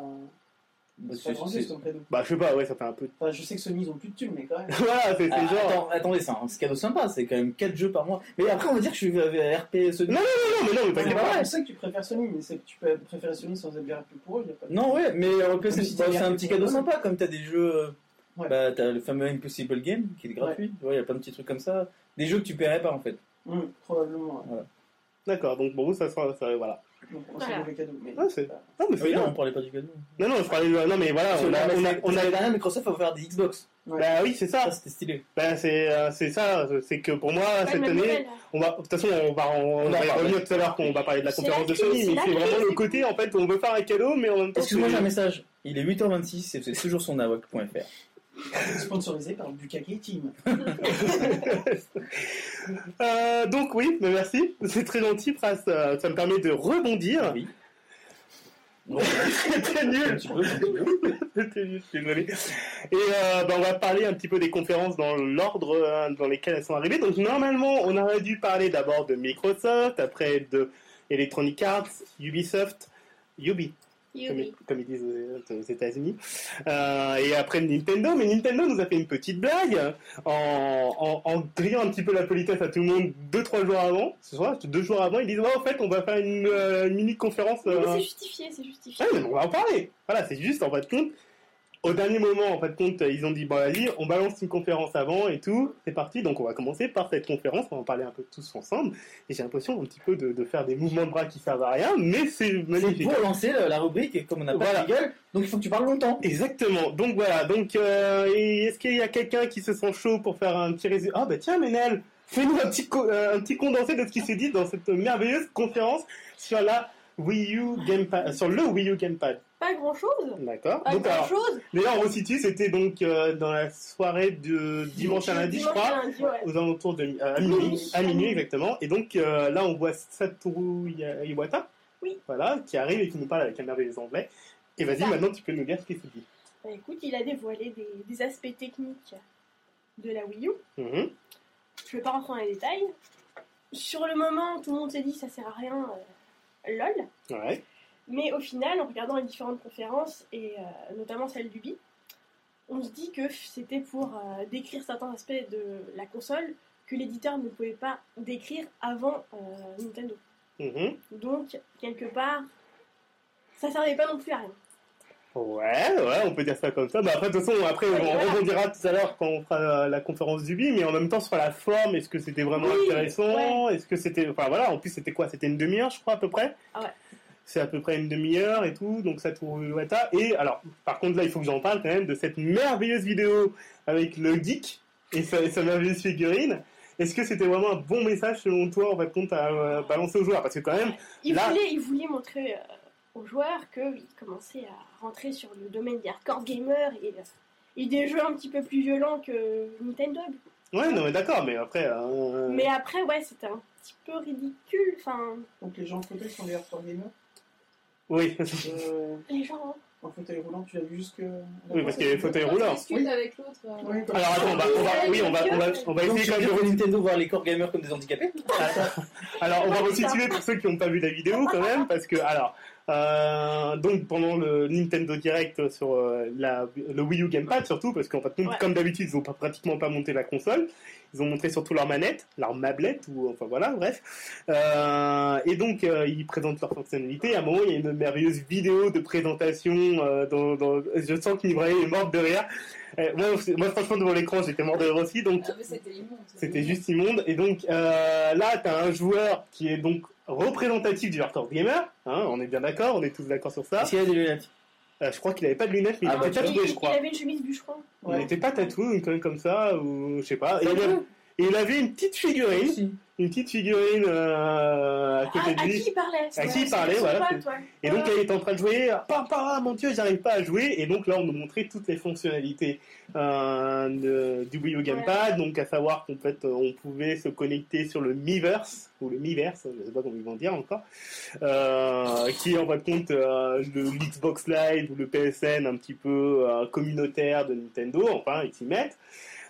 Speaker 2: Bah,
Speaker 4: C'est pas grand
Speaker 2: c'est-
Speaker 4: chose comme cadeau.
Speaker 1: Bah, je sais pas, ouais, ça fait un peu.
Speaker 4: Enfin, je sais que Sony, ils ont plus de thunes, mais quand même.
Speaker 1: [LAUGHS] voilà, c'est, c'est
Speaker 2: Ah,
Speaker 1: genre.
Speaker 2: attends, attendez, c'est un c'est cadeau sympa, c'est quand même 4 jeux par mois. Mais après, on va dire que je suis euh, RP Sony.
Speaker 1: Non, Ah Non, mais non, mais
Speaker 4: C'est
Speaker 1: t'inquiète
Speaker 2: pas
Speaker 4: pas
Speaker 2: vrai.
Speaker 4: pour ça que tu préfères Sony, mais c'est que tu peux préférer Sony sans être bien plus pour eux. y a pas de-
Speaker 2: Non, ouais, mais euh, que c'est
Speaker 4: si
Speaker 2: bah,
Speaker 4: t'as
Speaker 2: c'est un
Speaker 4: bien
Speaker 2: petit
Speaker 4: fait pour
Speaker 2: cadeau
Speaker 4: eux.
Speaker 2: sympa, comme t'as des jeux. euh,
Speaker 4: Ouais.
Speaker 2: Bah, t'as le fameux Impossible Game qui est gratuit, tu vois, il y a plein de petits trucs comme ça. Des jeux que tu paierais pas en fait.
Speaker 4: Hum, probablement. ouais.
Speaker 1: D'accord, donc pour vous, ça sera. ça- voilà.
Speaker 4: Donc, on
Speaker 3: Voilà.
Speaker 4: s'en mauvais cadeau. Mais...
Speaker 1: Ah, c'est- Non, mais c'est
Speaker 2: Oui, non,
Speaker 1: bien.
Speaker 2: on parlait pas du cadeau.
Speaker 1: Non, non, je parlais de. Non, mais voilà, on a.
Speaker 2: Parce que
Speaker 1: On a,
Speaker 2: l'année-
Speaker 1: on a-
Speaker 2: l'année dernière, Microsoft a offert des Xbox.
Speaker 1: Bah oui, c'est ça.
Speaker 2: Ça, c'était stylé.
Speaker 1: Bah, c'est, euh, c'est ça. C'est que pour moi,
Speaker 3: pas
Speaker 1: cette
Speaker 3: de
Speaker 1: année,
Speaker 3: nouvelle.
Speaker 1: on va. De toute façon, on va, on, on
Speaker 2: Non,
Speaker 1: va y
Speaker 2: bah,
Speaker 1: revenir tout à l'heure quand on va parler de la
Speaker 3: C'est
Speaker 1: conférence
Speaker 3: la
Speaker 1: de Sony,
Speaker 3: crise,
Speaker 1: mais
Speaker 3: c'est
Speaker 1: c'est
Speaker 3: la
Speaker 1: vraiment
Speaker 3: crise.
Speaker 1: le côté, en fait, on veut faire un cadeau, mais en même temps.
Speaker 2: Excuse-moi,
Speaker 1: c'est-
Speaker 2: j'ai un message. Il est 8h26 et c'est toujours sur nawak.fr.
Speaker 4: Sponsorisé par Bukake Team.
Speaker 1: Euh, donc oui, mais merci. [LAUGHS] C'est très gentil, Pras. Euh, Ça me permet de [LAUGHS] rebondir.
Speaker 2: Ah Oui.
Speaker 1: C'était nul.
Speaker 2: Tu peux, tu peux.
Speaker 1: C'était nul, je suis désolé. Et euh, bah, on va parler un petit peu des conférences dans l'ordre euh, dans lesquelles elles sont arrivées. Donc normalement, on aurait dû parler d'abord de Microsoft, après de Electronic Arts, Ubisoft, Ubi, comme,
Speaker 3: Yuri.
Speaker 1: comme ils disent aux, aux États-Unis, Euh, et après de Nintendo. Mais Nintendo nous a fait une petite blague en, en, en grillant un petit peu la politesse à tout le monde deux trois jours avant. Ce soir, deux jours avant, ils disent ouais, en fait, on va faire une, euh, une mini conférence.
Speaker 3: Oui,
Speaker 1: euh,
Speaker 3: C'est justifié, c'est justifié.
Speaker 1: Ouais, mais on va en parler. Voilà, c'est juste en fin de compte. au dernier moment, en fait, compte, ils ont dit, bon, allez, on balance une conférence avant et tout, c'est parti. Donc, on va commencer par cette conférence, on va en parler un peu tous ensemble. Et j'ai l'impression un petit peu de, de faire des mouvements de bras qui servent à rien, mais c'est
Speaker 2: C'est
Speaker 1: magnifique.
Speaker 2: pour lancer euh, la, la rubrique, et comme on n'a pas
Speaker 1: Voilà.
Speaker 2: de gueule, donc il faut que tu parles longtemps.
Speaker 1: Exactement. Donc voilà. Donc euh, et est-ce qu'il y a quelqu'un qui se sent chaud pour faire un petit résumé Ah bah tiens, Ménel, fais-nous un petit co- euh, un petit condensé de ce qui s'est dit dans cette merveilleuse conférence sur la Wii U Gamepad, euh, sur le Wii U Gamepad.
Speaker 3: Pas grand chose
Speaker 1: D'accord.
Speaker 3: Pas
Speaker 1: Donc
Speaker 3: grand
Speaker 1: alors,
Speaker 3: chose
Speaker 1: déjà on resitue, c'était donc euh, dans la soirée de dimanche à lundi, je crois.
Speaker 3: lundi, ouais.
Speaker 1: Aux alentours de mi- euh, à
Speaker 3: Minuit.
Speaker 1: minuit, à minuit exactement. Et donc euh, là, on voit Satoru Ya- Iwata,
Speaker 3: Oui.
Speaker 1: voilà, qui arrive et qui nous parle avec un merveilleux anglais. Et vas-y,
Speaker 3: ça.
Speaker 1: maintenant tu peux nous dire ce qui s'est dit.
Speaker 3: Bah, écoute, il a dévoilé des, des aspects techniques de la Wii U.
Speaker 1: Mhm.
Speaker 3: Je vais pas rentrer dans les détails. Sur le moment, tout le monde s'est dit ça sert à rien, euh, lol.
Speaker 1: Ouais.
Speaker 3: Mais au final, en regardant les différentes conférences, et euh, notamment celle d'Ubi, on se dit que c'était pour euh, décrire certains aspects de la console que l'éditeur ne pouvait pas décrire avant euh, Nintendo.
Speaker 1: Mhm.
Speaker 3: Donc, quelque part, ça servait pas non plus à rien.
Speaker 1: Ouais, ouais, on peut dire ça comme ça. Bah après, de toute façon, après,
Speaker 3: Ouais,
Speaker 1: on
Speaker 3: voilà.
Speaker 1: rebondira tout à l'heure quand on fera euh, la conférence du BI, mais en même temps, sur la forme, est-ce que c'était vraiment
Speaker 3: Oui,
Speaker 1: intéressant Est-ce que c'était. Enfin voilà, en plus, c'était quoi C'était une demi-heure, je crois, à peu près
Speaker 3: Ah ouais.
Speaker 1: C'est à peu près une demi-heure et tout, donc ça tourne Wata. Et alors, par contre, là, il faut que j'en parle quand même de cette merveilleuse vidéo avec le geek et sa, et sa merveilleuse figurine. Est-ce que c'était vraiment un bon message selon toi, en fait, compte à euh, balancer aux joueurs Parce que quand même,
Speaker 3: Il,
Speaker 1: Là-
Speaker 3: voulait, il voulait montrer euh, aux joueurs qu'ils commençaient à rentrer sur le domaine des hardcore gamers et, euh, et des jeux un petit peu plus violents que Nintendo. du coup.
Speaker 1: ouais, non, mais d'accord, mais après. euh,
Speaker 3: Mais après, ouais, c'était un petit peu ridicule. Enfin,
Speaker 4: Donc les gens en fauteuil sont les hardcore gamers.
Speaker 1: Oui.
Speaker 4: Euh,
Speaker 3: les gens. hein.
Speaker 4: en fauteuil roulant, tu as vu jusque.
Speaker 1: Oui, parce qu'il y a les fauteuils roulants.
Speaker 5: discute avec l'autre. euh,
Speaker 4: Oui, quoi.
Speaker 1: Alors attends, on va, on va, oui, on va, on va, on va
Speaker 2: Donc,
Speaker 1: essayer
Speaker 2: tu
Speaker 1: Bah, quand même
Speaker 2: veux dire que
Speaker 1: de...
Speaker 2: Nintendo voir les corps gamers comme des handicapés
Speaker 1: Ah,
Speaker 2: Ah.
Speaker 1: Alors on va resituer pour ceux qui n'ont pas vu la vidéo quand même, parce que alors, euh, donc pendant le Nintendo Direct sur euh, la, le Wii U Gamepad surtout, parce qu'en fait,
Speaker 3: Ouais.
Speaker 1: comme d'habitude, ils ont pas, pratiquement pas monté la console, ils ont montré surtout leur manette, leur mablette, ou enfin voilà, bref. Euh, et donc euh, ils présentent leurs fonctionnalités, à un moment il y a une merveilleuse vidéo de présentation, euh, dans, dans- je sens que Mibraille est morte de rire. Euh, moi, moi franchement devant l'écran j'étais mort de rire aussi, donc
Speaker 5: Ah, mais c'était immonde.
Speaker 1: c'était juste immonde. Et donc euh, là, tu as un joueur qui est donc représentatif du hardcore gamer. hein, on est bien d'accord, on est tous d'accord sur ça.
Speaker 2: Est-ce qu'il y a des lunettes
Speaker 1: Euh, je crois qu'il avait pas de lunettes, mais
Speaker 2: Ah,
Speaker 1: il était
Speaker 2: bah,
Speaker 1: tatoué,
Speaker 3: il,
Speaker 1: je
Speaker 3: il
Speaker 1: crois.
Speaker 3: avait une chemise bûcheron.
Speaker 1: Il n'était pas tatoué, une connerie comme ça, ou je sais pas. Et il, avait,
Speaker 2: Sérieux
Speaker 1: et il avait une petite figurine,
Speaker 2: Si.
Speaker 1: une petite figurine euh, à
Speaker 3: Ah, à
Speaker 1: côté de lui.
Speaker 3: qui il parlait
Speaker 1: À qui il
Speaker 3: c'est
Speaker 1: parlait,
Speaker 3: son
Speaker 1: voilà,
Speaker 3: pote, ouais.
Speaker 1: Et donc
Speaker 3: Ouais.
Speaker 1: là, il est en train de jouer, euh, pas, pas, ah, mon dieu, j'arrive pas à jouer. Et donc là, on nous montrait toutes les fonctionnalités euh, de- du Wii U Gamepad, donc à savoir qu'en fait, euh, on pouvait se connecter sur le Miiverse, ou le Miiverse, je sais pas comment ils vont dire encore, euh, qui est en fin de compte euh, le Xbox Live ou le PSN un petit peu euh, communautaire de Nintendo, enfin, ils s'y mettent.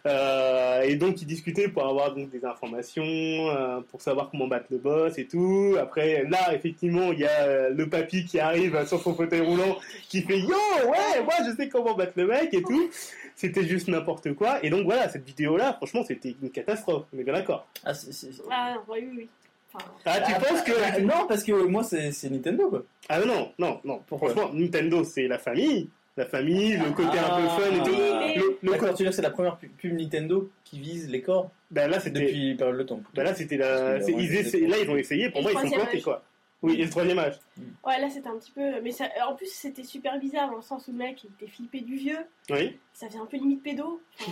Speaker 1: Euh, et donc ils discutaient pour avoir donc des informations, euh, pour savoir comment battre le boss et tout. Après là effectivement il y a euh, le papy qui arrive sur son fauteuil roulant qui fait yo ouais moi je sais comment battre le mec et tout. C'était juste n'importe quoi. Et donc voilà cette vidéo là franchement c'était une catastrophe. On est bien d'accord.
Speaker 2: Ah, c'est- c'est-
Speaker 3: Ah, non, oui, oui, oui. Enfin,
Speaker 1: Ah tu
Speaker 2: Ah,
Speaker 1: penses
Speaker 2: Ah,
Speaker 1: que
Speaker 2: Non, parce que moi, c'est c'est Nintendo, quoi.
Speaker 1: ah non non non
Speaker 2: Pourquoi
Speaker 1: franchement Nintendo c'est la famille, la famille le côté un peu
Speaker 2: Ah.
Speaker 1: fun et tout.
Speaker 3: Oui, mais-
Speaker 1: Le- le
Speaker 2: Le
Speaker 1: co-
Speaker 2: corps, tu veux dire, c'est la première pub pub Nintendo qui vise les corps
Speaker 1: Ben là c'était
Speaker 2: depuis période le temps.
Speaker 1: ben là c'était
Speaker 2: Parce
Speaker 1: la
Speaker 2: que,
Speaker 1: c'est-
Speaker 2: ouais,
Speaker 1: ils
Speaker 2: c'est-
Speaker 1: essaient- là ils ont essayé pour
Speaker 3: Et
Speaker 1: moi
Speaker 3: le
Speaker 1: ils sont
Speaker 3: troisième
Speaker 1: plantés
Speaker 3: âge.
Speaker 1: quoi. Oui et le troisième âge.
Speaker 3: ouais, là c'était un petit peu. Mais ça... en plus, c'était super bizarre dans le sens où le mec il était flippé du vieux.
Speaker 1: Oui.
Speaker 3: Ça faisait un peu limite pédo. Enfin,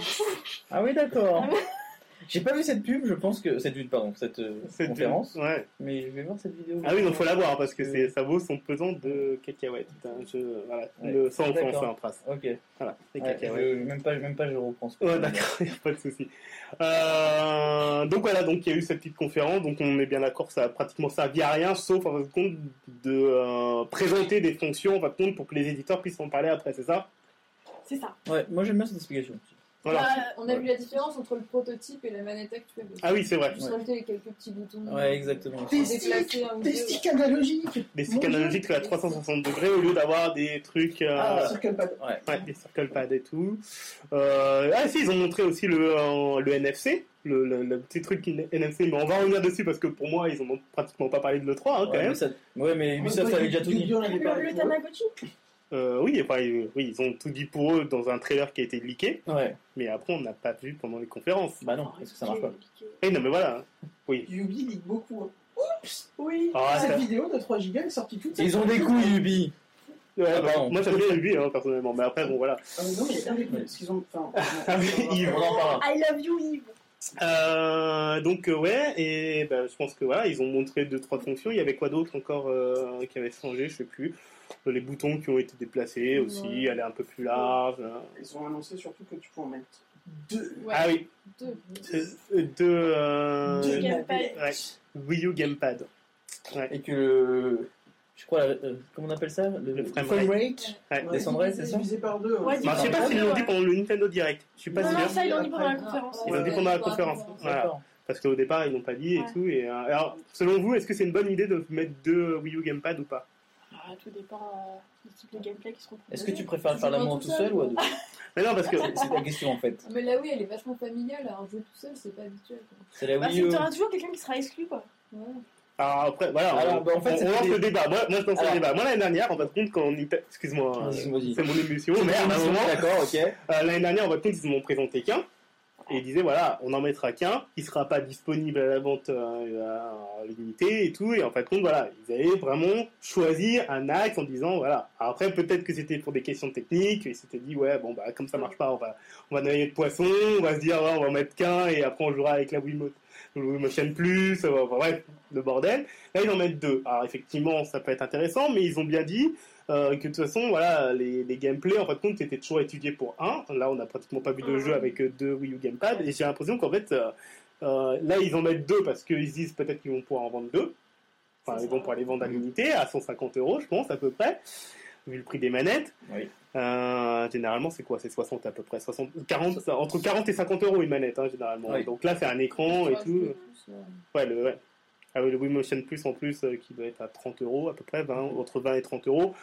Speaker 2: Ah oui, d'accord.
Speaker 3: Ah oui.
Speaker 2: J'ai pas vu cette pub, je pense que. Cette pub, pardon, cette euh,
Speaker 1: Cette-
Speaker 2: conférence. Euh.
Speaker 1: ouais.
Speaker 2: Mais je vais voir cette vidéo.
Speaker 1: Ah oui, donc faut la voir parce que c'est- ça vaut son pesant de cacahuètes. C'est un jeu, voilà,
Speaker 2: Ouais.
Speaker 1: le sans enfant,
Speaker 2: D'accord.
Speaker 1: sans prince.
Speaker 2: Ok.
Speaker 1: Voilà, les
Speaker 2: Ouais,
Speaker 1: cacahuètes. [LAUGHS]
Speaker 2: je- même, pas, même pas, je reprends. ce que
Speaker 1: Ouais,
Speaker 2: tu dis.
Speaker 1: d'accord, il a pas de souci. Euh, donc voilà, donc il y a eu cette petite conférence, donc on est bien d'accord, ça a pratiquement servi à rien, sauf en fin de compte de euh, présenter des fonctions en fin de compte pour que les éditeurs puissent en parler après, c'est ça
Speaker 3: c'est ça.
Speaker 2: Ouais, moi j'aime bien cette explication.
Speaker 1: Voilà.
Speaker 3: Bah,
Speaker 5: On a vu la différence entre le prototype et la manette actuelle.
Speaker 1: Ah oui, c'est vrai.
Speaker 5: Juste rajouter les quelques petits
Speaker 1: Ah.
Speaker 5: boutons.
Speaker 2: Ouais, exactement.
Speaker 5: Des déclassés un ou deux.
Speaker 4: Des sticks analogiques
Speaker 1: Des sticks analogiques à 360 degrés au lieu d'avoir des trucs. euh,
Speaker 4: Ah, circle pad.
Speaker 2: Ouais.
Speaker 1: Ouais, des circle pads et tout. Euh, ah si, ils ont montré aussi le, euh, le NFC, le, le- le petit truc in- NFC, mais on va revenir dessus parce que pour moi, ils ont pratiquement pas parlé de l'E3 hein, quand
Speaker 2: Ouais, mais
Speaker 1: même.
Speaker 2: ça- ouais, mais Ubisoft
Speaker 4: Ouais,
Speaker 2: avait déjà tout dit.
Speaker 4: Yu-Gi-Oh, on avait
Speaker 3: Le,
Speaker 4: parlé.
Speaker 3: le Tamagotchi
Speaker 1: Euh, oui, enfin, euh, oui, ils ont tout dit pour eux dans un trailer qui a été leaké,
Speaker 2: Ouais,
Speaker 1: mais après on n'a pas vu pendant les conférences.
Speaker 2: bah non, parce que ça marche pas.
Speaker 1: Eh non, mais voilà. Oui.
Speaker 4: Yubi lit beaucoup. hein.
Speaker 3: Oui.
Speaker 1: Ah,
Speaker 4: Cette
Speaker 1: ça-
Speaker 4: vidéo de 3 gigas est sortie toute seule.
Speaker 2: Ils ont des couilles, Ubi
Speaker 1: Ouais,
Speaker 2: Ah,
Speaker 1: bah,
Speaker 2: pardon.
Speaker 1: moi j'aime bien lui hein, personnellement, mais après bon voilà.
Speaker 4: Ah, mais non, mais ils ont des couilles, parce qu'ils ont. Enfin,
Speaker 1: Ah oui, Yves.
Speaker 2: On en parle.
Speaker 3: I love you, Yves.
Speaker 1: Euh, donc euh, ouais, et bah, je pense que voilà, ils ont montré deux trois fonctions. Il y avait quoi d'autre encore euh, qui avait changé, je sais plus. Euh, Les boutons qui ont été déplacés aussi,
Speaker 5: Ouais.
Speaker 1: elle est un peu plus large. hein.
Speaker 4: Ils ont annoncé surtout que tu peux en mettre deux.
Speaker 5: Ouais,
Speaker 1: Ah oui,
Speaker 5: deux.
Speaker 1: euh, de euh,
Speaker 3: Deux
Speaker 4: Deux
Speaker 3: gamepads.
Speaker 4: manettes.
Speaker 1: ouais, Wii U Gamepad.
Speaker 2: Et que le. Je crois, euh, comment on appelle ça Le,
Speaker 1: Le frame
Speaker 2: rate
Speaker 1: Ouais.
Speaker 4: Ouais,
Speaker 2: Descendrait, c'est
Speaker 4: divisé-
Speaker 2: ça
Speaker 4: Divisé par deux. hein.
Speaker 3: Ouais,
Speaker 4: ouais.
Speaker 1: Bah, je sais pas s'ils l'ont dit pendant le Nintendo Direct. Je suis pas
Speaker 3: non,
Speaker 1: sûr.
Speaker 3: non, ça, ils l'ont dit pendant la
Speaker 4: Après,
Speaker 3: conférence.
Speaker 1: Ils l'ont dit
Speaker 5: Ah, Ouais,
Speaker 1: pendant la
Speaker 5: pendant la
Speaker 1: conférence.
Speaker 5: conférence,
Speaker 1: Voilà.
Speaker 2: D'accord.
Speaker 1: Parce qu'au départ, ils l'ont pas dit et
Speaker 3: Ouais.
Speaker 1: tout. Et, euh, alors, selon vous, est-ce que c'est une bonne idée de mettre deux Wii U Gamepad ou pas
Speaker 3: Ah, tout dépend euh, du type de gameplay qui seront
Speaker 2: Est-ce que tu
Speaker 3: proposés.
Speaker 2: préfères
Speaker 5: Tu
Speaker 2: faire
Speaker 5: joues en
Speaker 2: l'amour
Speaker 5: tout
Speaker 2: tout seul
Speaker 5: seul
Speaker 2: ou [LAUGHS] à deux
Speaker 1: Mais non, parce que.
Speaker 2: C'est c'est ta question en fait.
Speaker 5: Ah, Mais là oui, elle est vachement familiale. Alors jouer tout seul, c'est pas habituel. quoi.
Speaker 2: C'est la
Speaker 3: Bah,
Speaker 2: Wii
Speaker 3: c'est que
Speaker 2: U.
Speaker 3: t'auras toujours quelqu'un qui sera exclu, quoi.
Speaker 5: Ouais.
Speaker 1: Alors après, voilà.
Speaker 2: Alors,
Speaker 1: on,
Speaker 2: bah, en fait,
Speaker 1: on-
Speaker 2: c'est
Speaker 1: on lance
Speaker 2: des-
Speaker 1: le débat. Moi, moi je pense au
Speaker 2: Alors.
Speaker 1: débat. Moi, l'année dernière, en fin de compte, quand on y. Excuse-moi. euh,
Speaker 2: Vas-y, vas-y.
Speaker 1: C'est mon émission. Merde, à un moment.
Speaker 2: D'accord, ok.
Speaker 1: [LAUGHS] Euh, L'année dernière, en fin de compte, ils m'ont présenté qu'un. Et ils disaient, voilà, on en mettra qu'un. Il sera pas disponible à la vente euh, à l'unité et tout. Et en fin de compte, voilà, ils avaient vraiment choisi un axe en disant, voilà. Alors Après, peut-être que c'était pour des questions techniques. Ils s'étaient dit, ouais, bon, bah, comme ça marche pas, on va, on va noyer le poisson. On va se dire, ouais, on va en mettre qu'un. Et après, on jouera avec la Wiimote. Le Wiimotion Plus. euh, enfin, bref, le bordel. Là, ils en mettent deux. Alors, effectivement, ça peut être intéressant, mais ils ont bien dit euh, que de toute façon, voilà, les, les gameplays, en fin de compte, étaient toujours étudiés pour un. Là, on n'a pratiquement pas vu de
Speaker 3: Mhm.
Speaker 1: jeu avec euh, deux Wii U Gamepad. Et j'ai l'impression qu'en fait, euh, euh, là, ils en mettent deux parce qu'ils se disent peut-être qu'ils vont pouvoir en vendre deux. Enfin,
Speaker 3: C'est
Speaker 1: ils
Speaker 3: ça. Mm.
Speaker 1: vont pouvoir les vendre à l'unité, à 150 euros, je pense, à peu près, vu le prix des manettes.
Speaker 2: Oui.
Speaker 1: Euh, généralement, c'est quoi C'est 60 à peu près 60, 40, ça- Entre 40 et 50 euros une manette, hein, généralement.
Speaker 2: Oui.
Speaker 1: Donc là, c'est un écran et
Speaker 5: Trois
Speaker 1: tout. euh,
Speaker 5: jeux.
Speaker 1: Ouais, le, ouais. Ah oui, le Wiimotion Plus en plus, euh, qui doit être à 30 euros à peu près, 20, entre 20 et 30 euros.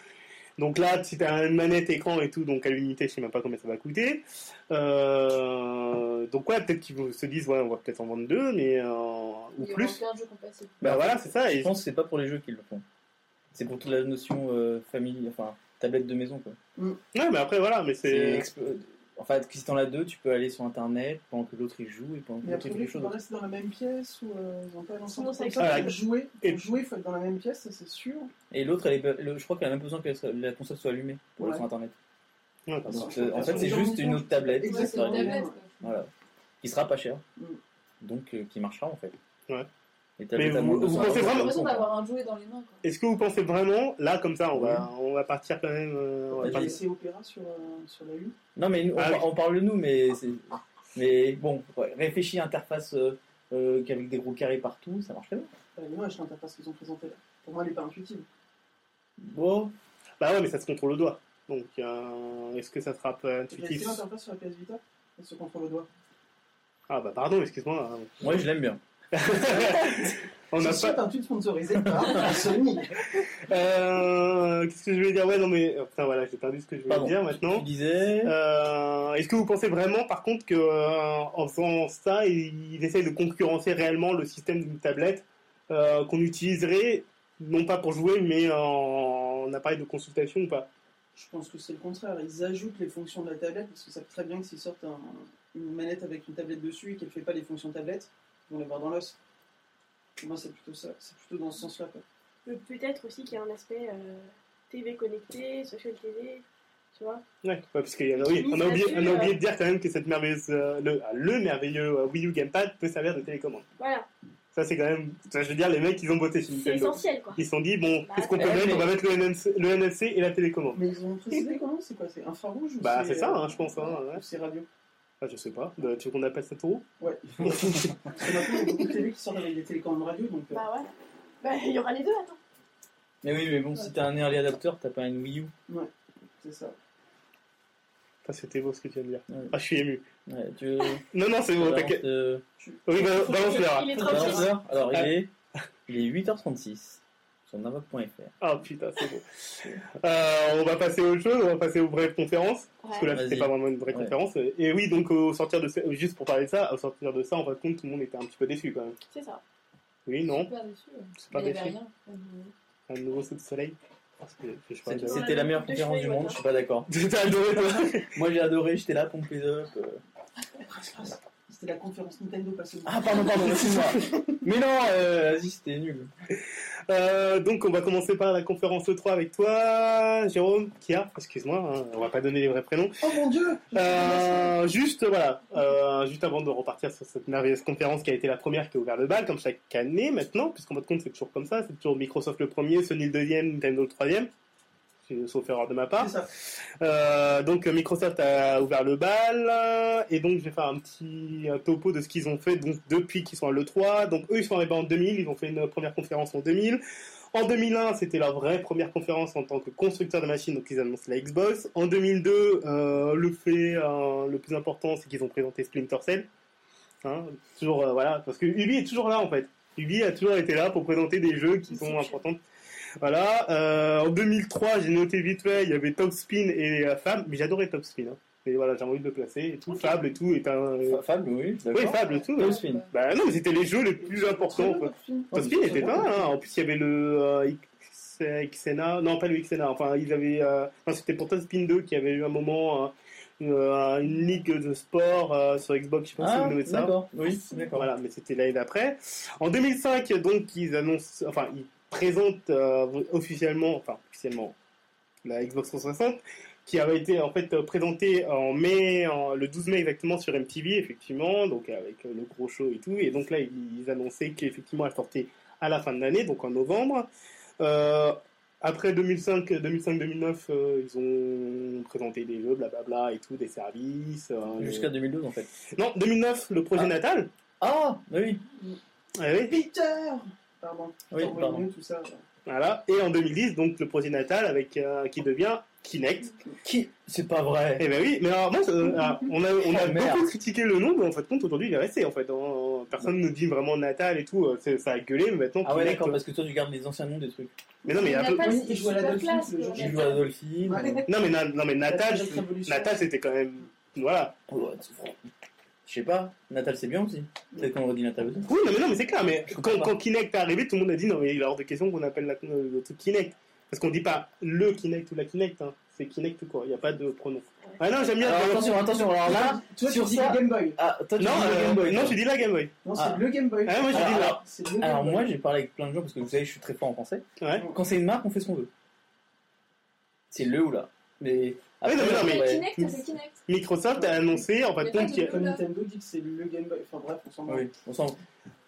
Speaker 1: Donc là, si t'as une manette, écran et tout, donc à l'unité, je sais même pas combien ça va coûter. Euh, donc ouais, peut-être qu'ils vont- se disent, ouais, on va peut-être en vendre deux, mais euh, ou
Speaker 5: Il y aura
Speaker 1: plus.
Speaker 5: plein de jeux compatibles.
Speaker 1: Bah voilà, c'est ça.
Speaker 2: Je
Speaker 1: Et,
Speaker 2: pense que c'est pas pour les jeux qu'ils le font. C'est pour toute la notion euh, famille, enfin tablette de maison quoi.
Speaker 1: ouais, mais après voilà, mais c'est.
Speaker 2: C'est exp- euh, en fait, si t'en as deux, tu peux aller sur internet pendant que l'autre il joue et pendant que
Speaker 4: Mais
Speaker 2: l'autre
Speaker 4: après,
Speaker 2: il fait
Speaker 4: il
Speaker 2: quelque
Speaker 4: faut
Speaker 2: chose.
Speaker 4: rester dans la même pièce ou euh, ils ont pas lancé
Speaker 3: Sinon,
Speaker 4: un
Speaker 3: ça
Speaker 4: truc
Speaker 3: explose.
Speaker 4: comme ça.
Speaker 1: Ah,
Speaker 4: Pour jouer,
Speaker 1: et-
Speaker 4: pour jouer, il faut être dans la même pièce, ça c'est sûr.
Speaker 2: Et l'autre, elle est- le- je crois qu'elle a même besoin que la, la console soit allumée pour aller
Speaker 4: Ouais. Ah bah,
Speaker 2: sur internet.
Speaker 1: Ouais, pardon.
Speaker 2: Donc, euh, en fait, c'est juste une autre tablette.
Speaker 5: Ouais, c'est une
Speaker 4: Exactement.
Speaker 5: tablette. quoi.
Speaker 2: Voilà. Qui sera pas cher.
Speaker 4: Mm.
Speaker 2: Donc euh, qui marchera en fait.
Speaker 1: Ouais.
Speaker 2: Et t'as
Speaker 1: Mais
Speaker 2: totalement
Speaker 1: vous, vous
Speaker 2: besoin
Speaker 1: pensez
Speaker 2: d'avoir
Speaker 5: J'ai
Speaker 2: un
Speaker 1: vraiment.
Speaker 5: l'impression
Speaker 2: bon temps.
Speaker 5: d'avoir un jouet dans les mains. quoi.
Speaker 1: Est-ce que vous pensez vraiment, là, comme ça, on va, on va partir quand même. euh, on va
Speaker 2: Ouais,
Speaker 4: J'ai
Speaker 1: partir-
Speaker 4: laissé Opéra sur, euh, sur la U.
Speaker 2: Non, mais nous, on,
Speaker 1: Ah oui.
Speaker 2: on parle de nous, mais c'est- mais bon, ouais, réfléchis à interface euh, euh, qu'avec des gros carrés partout, ça marche très bien.
Speaker 4: Euh, moi, je l'interface qu'ils ont présentée là. Pour moi, elle n'est pas intuitive.
Speaker 2: Bon,
Speaker 1: Bah ouais, mais ça se contrôle au doigt. Donc, euh, est-ce que ça sera pas
Speaker 4: J'ai laissé
Speaker 1: intuitif
Speaker 4: l'interface sur la PS Vita Elle se contrôle au doigt.
Speaker 1: Ah bah pardon, excuse-moi. hein.
Speaker 2: moi je l'aime bien.
Speaker 1: On n'a
Speaker 4: Je
Speaker 1: pas.
Speaker 4: souhaite un tweet sponsorisé par [LAUGHS] Sony.
Speaker 1: Euh, Qu'est-ce que je voulais dire Ouais, non mais euh, putain, voilà, j'ai perdu ce que je voulais
Speaker 2: Pardon.
Speaker 1: dire
Speaker 2: Tu
Speaker 1: maintenant.
Speaker 2: disais.
Speaker 1: Euh, Est-ce que vous pensez vraiment, par contre, que euh, en faisant ça, il il essaye de concurrencer réellement le système d'une tablette euh, qu'on utiliserait non pas pour jouer, mais en, en appareil de consultation ou pas
Speaker 4: Je pense que c'est le contraire. Ils ajoutent les fonctions de la tablette parce que ça très bien que s'ils sortent un- une manette avec une tablette dessus et qu'elle ne fait pas les fonctions tablette, ils vont les voir dans l'os. Pour Moi, c'est plutôt ça. C'est plutôt dans ce sens-là. quoi.
Speaker 3: Mais Euh, Peut-être aussi qu'il y a un aspect euh, TV connecté, social TV, tu vois.
Speaker 1: Ouais, ouais, parce qu'il y en a, oui,
Speaker 3: Oui,
Speaker 1: on a, oublié,
Speaker 3: là-dessus,
Speaker 1: on a
Speaker 3: euh,
Speaker 1: oublié de dire quand même que cette merveilleuse, euh, le, ah, le merveilleux euh, Wii U Gamepad peut servir de télécommande.
Speaker 3: Voilà,
Speaker 1: Ça, c'est quand même, ça, je veux dire, les mecs, ils ont botté chez
Speaker 3: c'est
Speaker 1: Nintendo.
Speaker 3: essentiel, quoi.
Speaker 1: Ils se sont dit, bon,
Speaker 3: Bah,
Speaker 1: qu'est-ce qu'on peut
Speaker 2: ouais,
Speaker 1: mettre
Speaker 2: mais-
Speaker 1: On va mettre le NFC, le NFC et la télécommande.
Speaker 4: Mais ils ont précisé comment C'est quoi C'est euh, infrarouge ou
Speaker 1: Bah, c'est ça, hein, je pense, hein, ouais.
Speaker 4: ou C'est radio.
Speaker 1: Ah, je sais pas. Bah, tu veux qu'on appelle ça taureau
Speaker 4: Ouais. Parce que maintenant, il y a beaucoup de télé qui sortent avec des télécommandes radio. Donc, euh,
Speaker 3: Bah voilà. Bah, il y aura les deux, attends.
Speaker 2: Mais oui, mais bon, si t'as un early adapter, t'as pas une Wii U.
Speaker 4: c'est ça.
Speaker 1: Ah, c'était beau ce que tu viens de dire.
Speaker 2: Ouais.
Speaker 1: Ah, je suis ému.
Speaker 2: Ouais, tu veux.
Speaker 1: Non, non, [LAUGHS] c'est
Speaker 2: tu
Speaker 1: bon,
Speaker 2: balances,
Speaker 1: t'inquiète.
Speaker 2: euh,
Speaker 1: Oui, bah, balance le rat.
Speaker 3: Il est
Speaker 2: tu balances
Speaker 3: 36.
Speaker 2: l'heure Alors
Speaker 1: Ah.
Speaker 2: il est. Il est 8h36 sur navoc.fr.
Speaker 1: Ah, putain, c'est beau. Euh, on va passer à autre chose, on va passer aux vraies conférences. Parce que
Speaker 3: Ouais.
Speaker 1: là, c'était
Speaker 2: Vas-y.
Speaker 1: pas vraiment une vraie
Speaker 2: Ouais.
Speaker 1: conférence. Et oui, donc, au sortir de ça, juste pour parler de ça, au sortir de ça, en fin de compte, tout le monde était un petit peu déçu quand même.
Speaker 3: C'est ça.
Speaker 1: Oui, non,
Speaker 5: Super déçu. ouais.
Speaker 1: c'est
Speaker 5: Mais
Speaker 1: pas
Speaker 5: euh. Il n'y avait
Speaker 1: déçu.
Speaker 5: rien.
Speaker 1: Un nouveau sous de soleil. parce que que je parle
Speaker 2: C'était
Speaker 1: de-
Speaker 2: c'était la meilleure conférence du monde, je suis pas d'accord.
Speaker 1: T'as adoré [LAUGHS] toi
Speaker 2: Moi j'ai adoré, j'étais là, pompé up. euh.
Speaker 4: Eh, C'était la conférence Nintendo passée.
Speaker 2: Ah pardon, [LAUGHS] pardon, excuse-moi. Mais non, euh, vas-y, c'était nul.
Speaker 1: Euh, donc on va commencer par la conférence E3 avec toi, Jérôme, Kia, excuse-moi, hein, on va pas donner les vrais prénoms.
Speaker 4: Oh mon dieu
Speaker 1: Euh, juste voilà, euh, juste avant de repartir sur cette merveilleuse conférence qui a été la première qui a ouvert le bal, comme chaque année maintenant, puisqu'en votre compte c'est toujours comme ça, c'est toujours Microsoft le premier, Sony le deuxième, Nintendo le troisième, sauf erreur de ma part.
Speaker 4: C'est ça.
Speaker 1: Euh, donc euh, Microsoft a ouvert le bal euh, et donc je vais faire un petit euh, topo de ce qu'ils ont fait donc, depuis qu'ils sont à l'E3. Donc eux ils sont arrivés en 2000, ils ont fait une euh, première conférence en 2000. En 2001 c'était leur vraie première conférence en tant que constructeur de machines, donc ils annoncent la Xbox. En 2002 euh, le fait euh, le plus important c'est qu'ils ont présenté Splinter Cell. Hein, toujours euh, voilà parce que Ubi est toujours là en fait. Ubi a toujours été là pour présenter des jeux qui sont importants. Voilà, euh, en 2003, j'ai noté vite fait, il y avait Top Spin et euh, Fable, mais j'adorais Top Spin. Hein. Mais voilà, j'ai envie de le placer. Et tout, Fable et tout est un. euh,
Speaker 2: Fa- Fable, oui,
Speaker 1: Oui,
Speaker 2: d'accord.
Speaker 1: Fable et tout. hein.
Speaker 2: Spin.
Speaker 1: Bah non, mais c'était les jeux les plus importants. quoi. Top Spin était pas mal. hein. En plus, il y avait le euh, X- euh, XNA. Non, pas le XNA. Enfin, ils avaient. euh, non, c'était pour Top Spin 2 qui avait eu un moment euh, une, euh, une ligue de sport euh, sur Xbox. Je sais pas si vous
Speaker 2: Ah,
Speaker 1: nommez ça.
Speaker 2: d'accord, oui, d'accord.
Speaker 1: Voilà, mais c'était l'année d'après. En 2005, donc, ils annoncent, enfin, ils présentent euh, officiellement, enfin, officiellement, la Xbox 360, qui avait été en fait euh, présentée en mai, en- le 12 mai exactement sur MTV, effectivement, donc avec euh, le gros show et tout. Et donc là, ils, ils annonçaient qu'effectivement, elle sortait à la fin de l'année, donc en novembre. Euh, après 2005, 2005-2009, euh, ils ont présenté des jeux, blablabla et tout, des services. euh,
Speaker 2: Jusqu'à 2012 en fait.
Speaker 1: Non, 2009, le projet
Speaker 2: Ah.
Speaker 1: Natal.
Speaker 2: Ah, oui,
Speaker 1: Ah oui.
Speaker 4: Peter Pardon.
Speaker 2: oui,
Speaker 4: Attends,
Speaker 2: pardon.
Speaker 4: voyons tout ça.
Speaker 1: Voilà. Et en 2010, donc le projet natal avec euh, qui devient Kinect.
Speaker 2: Qui C'est pas vrai.
Speaker 1: Eh ben oui, mais alors moi, ça- euh, alors, on a,
Speaker 2: [LAUGHS]
Speaker 1: on a
Speaker 2: Oh, merde.
Speaker 1: beaucoup critiqué le nom, mais en fait, compte aujourd'hui, il est resté. En fait, En- personne ne dit vraiment natal et tout. euh, c'est- Ça a gueulé, mais maintenant
Speaker 2: Ah ouais,
Speaker 1: Kinect. euh,
Speaker 2: d'accord, parce que toi tu gardes les anciens noms des trucs.
Speaker 1: mais non, mais un peu-
Speaker 4: Oui,
Speaker 5: Natal,
Speaker 4: il
Speaker 5: c'était
Speaker 4: joue à la
Speaker 5: super
Speaker 4: Dolphine,
Speaker 5: classe.
Speaker 4: le
Speaker 5: quoi.
Speaker 4: jeu.
Speaker 2: Tu joues à Dolphine.
Speaker 4: Ouais.
Speaker 1: non, mais na- non, mais natal,
Speaker 4: Natal, Révolution.
Speaker 1: natal, c'était quand même voilà.
Speaker 2: Oh, Je sais pas, Natal c'est bien aussi. Peut-être qu'on redit Natal aussi.
Speaker 1: Oui, non, mais non, mais c'est clair. Mais
Speaker 2: Je comprends
Speaker 1: quand,
Speaker 2: pas.
Speaker 1: quand Kinect est arrivé, tout le monde a dit non, mais il est hors de question qu'on appelle la- le truc Kinect, parce qu'on dit pas le Kinect ou la Kinect. hein. C'est Kinect tout court. Il n'y a pas de pronom. Ah non, j'aime bien.
Speaker 2: Alors attention, attention, alors là.
Speaker 4: Toi, tu
Speaker 2: Sur
Speaker 4: dis
Speaker 2: ça-
Speaker 4: le Game Boy.
Speaker 2: Ah, toi tu
Speaker 1: non,
Speaker 2: dis le
Speaker 1: euh,
Speaker 2: Game Boy,
Speaker 1: non,
Speaker 2: toi.
Speaker 1: j'ai dit la Game Boy.
Speaker 4: Non,
Speaker 2: Ah.
Speaker 4: c'est le Game Boy.
Speaker 1: Ah, moi, j'ai
Speaker 2: Alors,
Speaker 1: dit là.
Speaker 2: alors,
Speaker 4: C'est le Game
Speaker 2: alors
Speaker 4: Boy.
Speaker 2: moi j'ai parlé avec plein de gens parce que vous savez, je suis très fort en français.
Speaker 1: Ouais.
Speaker 2: Quand c'est une marque, on fait ce qu'on veut. C'est le ou là. Mais.
Speaker 1: Oui, non, mais non, mais-
Speaker 2: ouais.
Speaker 5: Kinect, c'est Kinect.
Speaker 1: Microsoft a annoncé en fait
Speaker 5: Mais
Speaker 1: compte
Speaker 5: pas
Speaker 1: qu'il y a-
Speaker 4: Comme Nintendo dit que c'est le Game Boy. Enfin bref, on s'en va.
Speaker 2: Oui, on s'en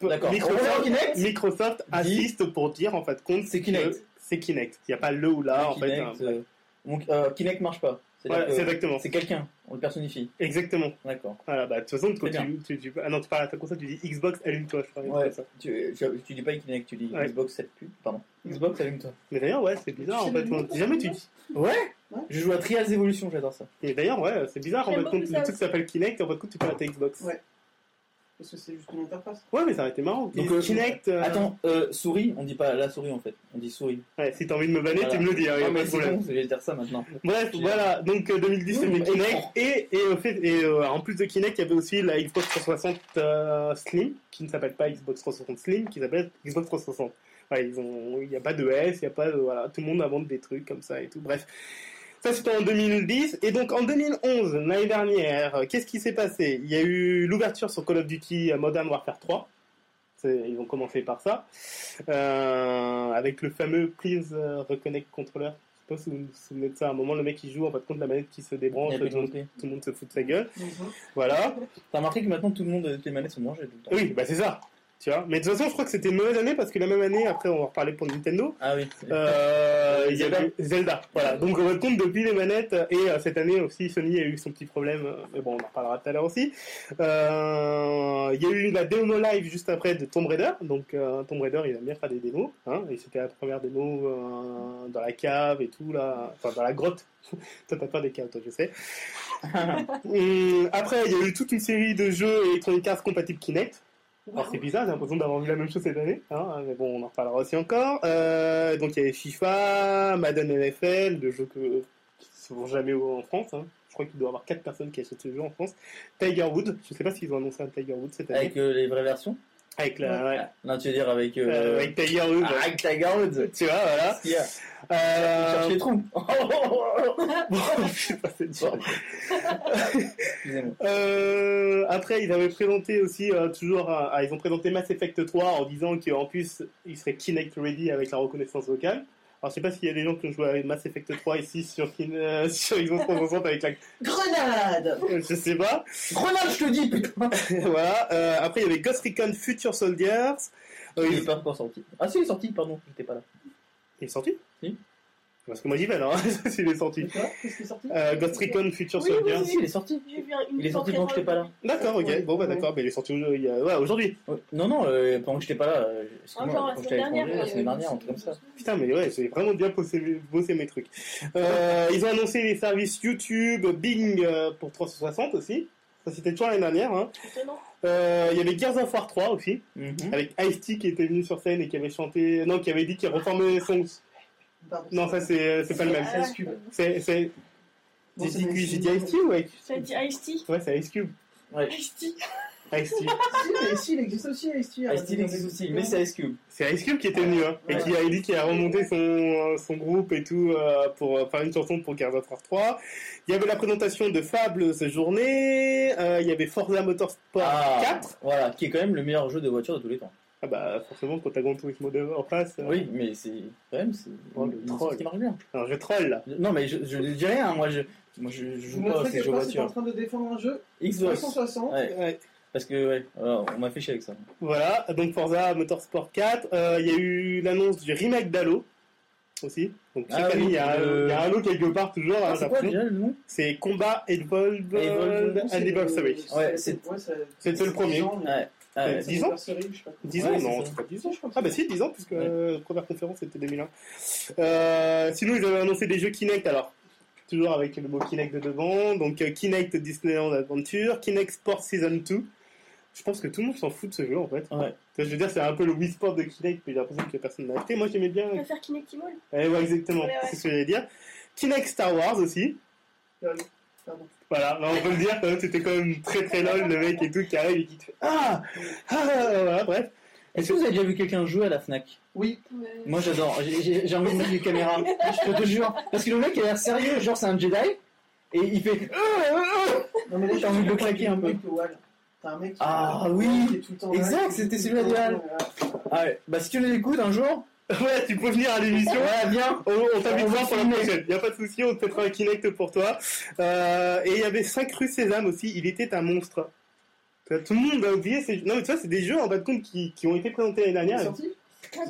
Speaker 1: Bah,
Speaker 2: D'accord.
Speaker 1: Microsoft,
Speaker 2: On revient au Kinect
Speaker 1: Microsoft insiste pour dire en fait compte
Speaker 2: C'est
Speaker 1: que
Speaker 2: Kinect.
Speaker 1: C'est Kinect. Il n'y a pas le ou la en fait.
Speaker 2: Kinect,
Speaker 1: hein.
Speaker 2: euh, donc, euh, Kinect marche pas. C'est-à-dire
Speaker 1: Voilà,
Speaker 2: que
Speaker 1: c'est exactement.
Speaker 2: c'est quelqu'un, on le personnifie.
Speaker 1: Exactement.
Speaker 2: D'accord.
Speaker 1: Voilà, bah, de toute façon, quand
Speaker 2: C'est
Speaker 1: tu, tu, tu- ah non, tu parles à ta console, tu dis Xbox, allume-toi, je crois.
Speaker 2: Ouais.
Speaker 1: comme ça.
Speaker 2: Tu, tu- tu dis pas Kinect, tu dis
Speaker 1: Ouais. Mm.
Speaker 2: Xbox 7 pub. Pardon. Xbox, allume-toi.
Speaker 1: Mais d'ailleurs, ouais, c'est bizarre en fait. on- Jamais tu dis.
Speaker 2: Je joue à Trials Evolution, j'adore ça.
Speaker 1: Mais d'ailleurs, ouais, c'est bizarre en
Speaker 3: J'aime
Speaker 1: fait. compte,
Speaker 3: beaucoup
Speaker 1: Le
Speaker 3: ça
Speaker 1: truc s'appelle Kinect, en fait, compte, tu parles à ta Xbox.
Speaker 4: Ouais. Parce que c'est juste une interface.
Speaker 1: Ouais, mais ça aurait été marrant.
Speaker 2: Donc,
Speaker 1: Et
Speaker 2: euh,
Speaker 1: Kinect. euh,
Speaker 2: Attends, euh, souris, on dit pas la souris en fait, on dit souris.
Speaker 1: ouais, si t'as envie de me banner,
Speaker 2: Voilà.
Speaker 1: tu me le dis, hein, y a
Speaker 2: Ah,
Speaker 1: pas
Speaker 2: mais
Speaker 1: de
Speaker 2: c'est
Speaker 1: problème.
Speaker 2: bon, je vais dire ça maintenant.
Speaker 1: Bref,
Speaker 2: Puis,
Speaker 1: voilà, donc euh, 2010
Speaker 2: oui,
Speaker 1: c'était
Speaker 2: mais
Speaker 1: Kinect
Speaker 2: écran.
Speaker 1: et, et, au fait, et euh, en plus de Kinect, il y avait aussi la Xbox 360 euh, Slim qui ne s'appelle pas Xbox 360 Slim, qui s'appelle Xbox 360. Ouais, ils ont, il n'y a pas de S, il y a pas de, voilà, tout le monde invente des trucs comme ça et tout. Bref, ça c'était en 2010 et donc en 2011, l'année dernière, euh, qu'est-ce qui s'est passé Il y a eu l'ouverture sur Call of Duty euh, Modern Warfare 3. C'est- Ils ont commencé par ça, Euh, avec le fameux Please euh, Reconnect Controller. Je sais pas si vous vous souvenez de ça. À un moment, le mec il joue en fait contre la manette qui se
Speaker 2: Il
Speaker 1: débranche,
Speaker 2: y a
Speaker 1: tout
Speaker 2: plus de
Speaker 1: le monde,
Speaker 2: mots-clés.
Speaker 1: tout le monde se fout de sa gueule.
Speaker 4: Mhm.
Speaker 1: Voilà.
Speaker 2: T'as remarqué que maintenant tout le monde, toutes les manettes sont mangées tout le temps.
Speaker 1: Oui, bah c'est ça. Tu vois. Mais de toute façon, je crois que c'était une mauvaise année parce que la même année, après, on va en reparler pour Nintendo.
Speaker 2: Ah oui.
Speaker 1: euh, il y
Speaker 2: Zelda.
Speaker 1: avait Zelda. Voilà. Donc on compte depuis les manettes et euh, cette année aussi, Sony a eu son petit problème. euh, Mais bon, on en reparlera tout à l'heure aussi. Euh, Il y a eu la démo live juste après de Tomb Raider. Donc euh, Tomb Raider, il aime bien faire des démos. Hein, et c'était la première démo euh, dans la cave et tout là, enfin dans la grotte. [LAUGHS] toi, t'as pas des caves, toi, je sais. Hum, après, il y a eu toute une série de jeux Electronic Arts compatibles Kinect. Alors Ah, c'est bizarre, j'ai l'impression d'avoir vu la même chose cette année, hein, mais bon, on en reparlera aussi encore. Euh, donc il y avait FIFA, Madden NFL, deux jeux que, qui ne se vont jamais en France. hein. Je crois qu'il doit y avoir 4 personnes qui achètent ce jeu en France. Tiger Woods, je ne sais pas s'ils ont annoncé un Tiger Woods cette année.
Speaker 2: Avec euh, les vraies versions
Speaker 1: Avec la, ouais.
Speaker 2: Non, tu veux dire avec. euh,
Speaker 1: Euh, avec Tiger Woods.
Speaker 2: ah, avec ta garde
Speaker 1: Tu vois,
Speaker 2: [LAUGHS]
Speaker 1: voilà.
Speaker 2: Il y a.
Speaker 1: Euh,
Speaker 2: Cherche
Speaker 1: [LAUGHS]
Speaker 2: les trous.
Speaker 1: bon, putain, c'est dur.
Speaker 2: Excusez-moi.
Speaker 1: Euh, après, ils avaient présenté aussi, euh, toujours, euh, ah, ils ont présenté Mass Effect 3 en disant qu'en plus, il serait Kinect Ready avec la reconnaissance vocale. Alors, je sais pas s'il y a des gens qui ont joué avec Mass Effect 3 ici sur, Kin- euh, [LAUGHS] sur Xbox 360 avec la. euh,
Speaker 2: Grenade
Speaker 1: Je sais pas. [LAUGHS]
Speaker 2: Grenade, je te dis, putain
Speaker 1: voilà. Euh, après, il y avait Ghost Recon Future Soldiers. Euh,
Speaker 2: Il est
Speaker 1: il...
Speaker 2: pas encore sorti. Ah si, il est sorti, pardon, j'étais pas là.
Speaker 1: il est sorti
Speaker 2: Si.
Speaker 1: Parce que moi j'y vais alors, hein, [LAUGHS] s'il est sorti.
Speaker 4: D'accord, qu'est-ce qui est sorti
Speaker 1: Euh, Ghost Recon Future
Speaker 3: Oui, oui,
Speaker 1: Soldiers.
Speaker 2: Si, si, il est sorti.
Speaker 3: J'ai vu un- une
Speaker 2: Il est sorti
Speaker 3: entrée
Speaker 2: pendant que j'étais pas là.
Speaker 3: aujourd'hui.
Speaker 1: D'accord, ok.
Speaker 2: Oui.
Speaker 1: Bon, bah d'accord, mais il est sorti au- il y a- ouais, aujourd'hui.
Speaker 2: Ouais. Non, non, euh, pendant que j'étais pas là, euh,
Speaker 3: Ah,
Speaker 2: excuse-moi,
Speaker 3: genre la
Speaker 2: quand
Speaker 3: semaine
Speaker 2: j'étais à
Speaker 3: dernière.
Speaker 2: l'étranger, la
Speaker 3: euh,
Speaker 2: semaine dernière, un truc comme ça.
Speaker 1: Putain, mais ouais, j'ai vraiment bien bossé, bossé mes trucs. Euh, ils ont annoncé les services YouTube, Bing euh, pour 360 aussi. Ça, c'était toujours l'année dernière. hein.
Speaker 3: Étonnant.
Speaker 1: Euh, Il y avait Gears of War 3 aussi,
Speaker 2: Mhm.
Speaker 1: avec Ice-T qui était venu sur scène et qui avait chanté. Non, qui avait dit qu'il reformait son.
Speaker 4: Pardon.
Speaker 1: Non, ça, c'est c'est pas le même.
Speaker 4: C'est Ice Cube.
Speaker 1: C'est. c'est-
Speaker 4: Bon,
Speaker 1: J'ai
Speaker 4: c'est
Speaker 1: dit-
Speaker 4: Ice
Speaker 1: j'ai
Speaker 4: Cube.
Speaker 1: dit Ice-T ou Ice
Speaker 3: Ça dit Ice-T.
Speaker 1: Ouais, c'est Ice Cube.
Speaker 2: Ouais.
Speaker 3: Ice-T.
Speaker 1: Ice-T.
Speaker 4: Si, mais si, il existe aussi Ice Cube.
Speaker 2: Ah, Steel existe aussi, mais c'est Ice Cube.
Speaker 1: C'est Ice Cube qui était venu, hein, et qui a dit qu'il a remonté son, son groupe et tout euh, pour euh, faire une chanson pour Gears of War 3. Il y avait la présentation de Fable cette journée, euh, il y avait Forza Motorsport 4.
Speaker 2: Ah. Voilà, qui est quand même le meilleur jeu de voiture de tous les temps.
Speaker 1: Ah bah forcément quand t'as Grand Turismo 2 en face, euh,
Speaker 2: Oui, mais c'est quand même c'est
Speaker 1: Oh, le
Speaker 2: une
Speaker 1: troll.
Speaker 2: sortie qui marche bien.
Speaker 1: alors je troll là.
Speaker 2: Non, mais je, je ne dis rien. hein. Moi, je, moi, je, je
Speaker 4: Je vous
Speaker 2: joue pas
Speaker 4: montrerai
Speaker 2: à ces jeux
Speaker 4: que je suis en
Speaker 2: voiture.
Speaker 4: train de défendre un jeu
Speaker 2: Xbox.
Speaker 4: 360.
Speaker 2: Ouais.
Speaker 1: Ouais.
Speaker 2: Parce que ouais, alors, on m'a fait chier avec ça.
Speaker 1: Voilà, donc Forza Motorsport 4, euh, il y a eu l'annonce du remake d'Halo aussi. Donc chaque
Speaker 2: Ah
Speaker 1: année
Speaker 2: oui,
Speaker 1: il y, a un-
Speaker 2: le-
Speaker 1: il y a Halo quelque part toujours, hein,
Speaker 2: Ah,
Speaker 1: j'ai
Speaker 2: c'est quoi
Speaker 1: l'impression.
Speaker 2: déjà le nom
Speaker 1: c'est Combat Evolved
Speaker 2: Evolved,
Speaker 4: Euh, C'est-
Speaker 1: Anniversary.
Speaker 2: Ouais, c'est-
Speaker 4: ouais, ça-
Speaker 1: C'est le premier.
Speaker 4: 10 ans, mais-
Speaker 2: Ouais. Ah,
Speaker 1: Euh,
Speaker 2: ouais.
Speaker 1: dis- 10 ans
Speaker 4: Anniversary, je sais pas.
Speaker 1: 10
Speaker 2: Ouais,
Speaker 1: ans
Speaker 2: c'est
Speaker 1: Non,
Speaker 2: ça.
Speaker 1: c'est pas 10 ans.
Speaker 4: Je crois que
Speaker 1: Ah
Speaker 4: c'est-
Speaker 1: bah si, 10 ans, puisque
Speaker 2: Ouais.
Speaker 1: euh, première conférence c'était 2001. Euh, sinon, ils avaient annoncé des jeux Kinect alors. Toujours avec le mot Kinect de devant. Donc euh, Kinect Disneyland Adventure, Kinect Sports Season 2. Je pense que tout le monde s'en fout de ce jeu en fait.
Speaker 2: Ouais.
Speaker 1: Tu vois, Je veux dire, c'est un peu le Wii Sport de Kinect, mais j'ai l'impression que personne n'a acheté. Moi j'aimais bien.
Speaker 3: On va faire Kinectimol.
Speaker 1: Eh ouais, exactement,
Speaker 3: Ouais, ouais.
Speaker 1: c'est ce que j'allais dire. Kinect Star Wars aussi.
Speaker 4: Lol. Pardon.
Speaker 1: Voilà, bah, on peut le dire, quand même, c'était quand même très très lol le mec et tout qui arrive et qui te fait Ah Ah Voilà, bref. [LAUGHS]
Speaker 2: Est-ce que vous avez déjà vu quelqu'un jouer à la Fnac
Speaker 4: Oui,
Speaker 2: Moi, j'adore. J'ai- J'ai j'ai envie de mettre des caméras. Je te jure. Parce que le mec a l'air sérieux. Genre, c'est un Jedi et il fait.
Speaker 4: non, mais là,
Speaker 2: T'as
Speaker 4: je
Speaker 2: envie de
Speaker 4: suis
Speaker 2: le claquer un
Speaker 4: le
Speaker 2: peu.
Speaker 4: mec de Wall. T'as un mec qui-
Speaker 2: Ah, oui.
Speaker 4: qui est tout le temps là,
Speaker 2: Exact,
Speaker 4: qui-
Speaker 2: c'était
Speaker 4: qui-
Speaker 2: celui-là de Wall. Ah ouais. Bah, si tu les écoutes un jour,
Speaker 1: Ouais, tu peux venir à l'émission.
Speaker 2: ouais, viens.
Speaker 1: On, on t'invite
Speaker 2: On
Speaker 1: voir
Speaker 2: va
Speaker 1: pour la
Speaker 2: filmer.
Speaker 1: prochaine. Y a pas de souci, on te fera un Kinect pour toi. Euh, et il y avait 5 rues Sésame aussi. Il était un monstre. Tu vois, Tout le monde a oublié. Ces... Non, mais tu vois, c'est des jeux en bas de compte qui, qui ont été présentés l'année
Speaker 4: Il est
Speaker 1: dernière.
Speaker 4: sorti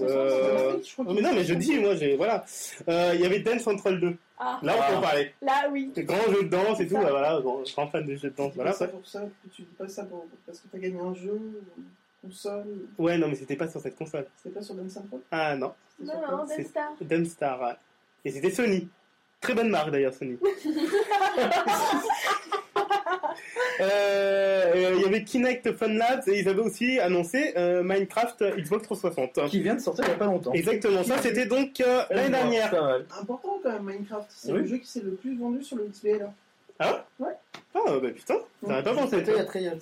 Speaker 1: Euh,
Speaker 4: Je crois
Speaker 1: Non,
Speaker 4: qu'il
Speaker 1: mais non,
Speaker 4: est
Speaker 1: mais je
Speaker 4: sorti.
Speaker 1: dis, moi, j'ai voilà. Euh, Il y avait Dance Central 2.
Speaker 3: Ah,
Speaker 1: Là, on peut en
Speaker 2: Ah.
Speaker 1: parler.
Speaker 3: là, oui.
Speaker 1: Grand jeu de danse et tout.
Speaker 3: Ça.
Speaker 1: bah, voilà, grand, grand fan de jeux de
Speaker 4: Tu
Speaker 1: danse.
Speaker 4: dis pas
Speaker 1: Voilà.
Speaker 4: ça pour ça, tu dis pas ça pour- parce que t'as gagné un jeu, une console,
Speaker 1: Ouais, non, mais c'était pas sur cette console.
Speaker 4: c'était pas sur Ben Sampol
Speaker 1: Ah non,
Speaker 4: C'était sur
Speaker 3: Non,
Speaker 4: quoi
Speaker 3: non,
Speaker 1: c'est-
Speaker 3: Dance Star.
Speaker 1: Dance Star. ouais. Et c'était Sony. Très bonne marque d'ailleurs, Sony. Euh, euh, Il y avait Kinect Fun Labs et ils avaient aussi annoncé euh, Minecraft Xbox 360.
Speaker 2: Qui vient de sortir il y a pas longtemps.
Speaker 1: Exactement, ça c'était donc euh, l'année dernière.
Speaker 2: Pas mal.
Speaker 4: Important quand même, Minecraft, c'est
Speaker 2: Oui.
Speaker 4: le jeu qui s'est le plus vendu sur le XBL.
Speaker 1: Ah bah putain, j'aurais pas pensé.
Speaker 2: C'était il y a Trials.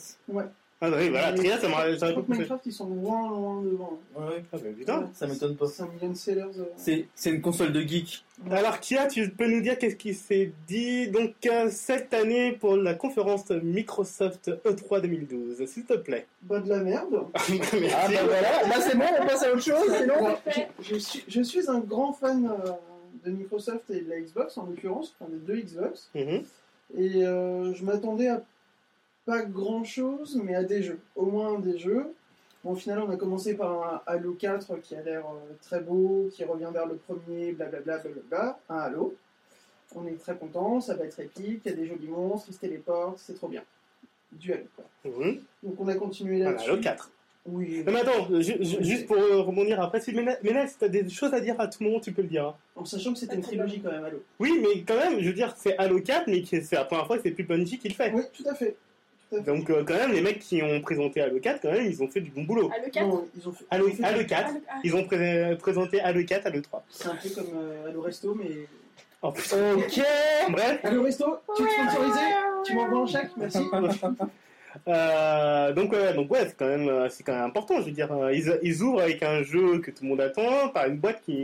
Speaker 1: Ah oui, voilà, Tria, ça m'aurait j'aurais
Speaker 4: Je
Speaker 1: pas
Speaker 4: crois que
Speaker 1: pensé.
Speaker 4: Minecraft, ils sont loin, loin devant.
Speaker 2: Ouais.
Speaker 1: Ah bah putain.
Speaker 2: Ça m'étonne pas.
Speaker 4: 5 millions de sellers. euh.
Speaker 2: C'est c'est une console de geek.
Speaker 1: Alors Kia, tu peux nous dire qu'est-ce qui s'est dit donc euh, cette année pour la conférence Microsoft E E3 2012, s'il te plaît. [LAUGHS]
Speaker 4: Bah de la merde.
Speaker 2: Ah bah voilà, là c'est bon, on passe à autre chose, c'est long.
Speaker 4: Alors, je, je suis, je suis un grand fan euh, de Microsoft et de la Xbox en l'occurrence, enfin des deux Xbox.
Speaker 1: Mhm.
Speaker 4: Et euh, je m'attendais à pas grand chose, mais à des jeux. Au moins des jeux. Bon, au final, on a commencé par un Halo 4 qui a l'air euh, très beau, qui revient vers le premier, blablabla, blablabla, un Halo. On est très content, ça va être épique, il y a des jolis monstres, ils se téléportent, c'est trop bien. Du Halo, quoi.
Speaker 1: Mhm.
Speaker 4: Donc on a continué
Speaker 1: Voilà,
Speaker 4: là-dessus.
Speaker 1: Halo 4.
Speaker 4: Oui.
Speaker 1: Non mais attends, ju- ju- juste pour euh, rebondir après, si Ménès, Ménès, t'as des choses à dire à tout moment, tu peux le dire. hein.
Speaker 4: En sachant que c'était une trilogie quand même, Halo.
Speaker 1: Oui, mais quand même, je veux dire, c'est Halo 4, mais que c'est la première fois que c'est plus Bungie qui le fait.
Speaker 4: Oui, tout à fait. Tout à fait.
Speaker 1: Donc euh, quand même, les mecs qui ont présenté Halo 4, quand même, ils ont fait du bon boulot.
Speaker 3: Ah, le 4.
Speaker 4: Non, ils ont fait-
Speaker 1: Halo,
Speaker 4: ils ont fait-
Speaker 1: Halo 4,
Speaker 3: Ah, le- ah,
Speaker 1: ils ont pré- présenté Halo 4, Halo 3.
Speaker 4: C'est un peu comme euh, Halo Resto, mais.
Speaker 1: Oh putain.
Speaker 2: Ok.
Speaker 1: [LAUGHS] Bref,
Speaker 4: Halo Resto, tu es sponsorisé Tu m'envoies en chèque Merci.
Speaker 1: Euh, donc ouais, donc ouais, c'est quand même, euh, c'est quand même important. Je veux dire, euh, ils, ils ouvrent avec un jeu que tout le monde attend, par une boîte qui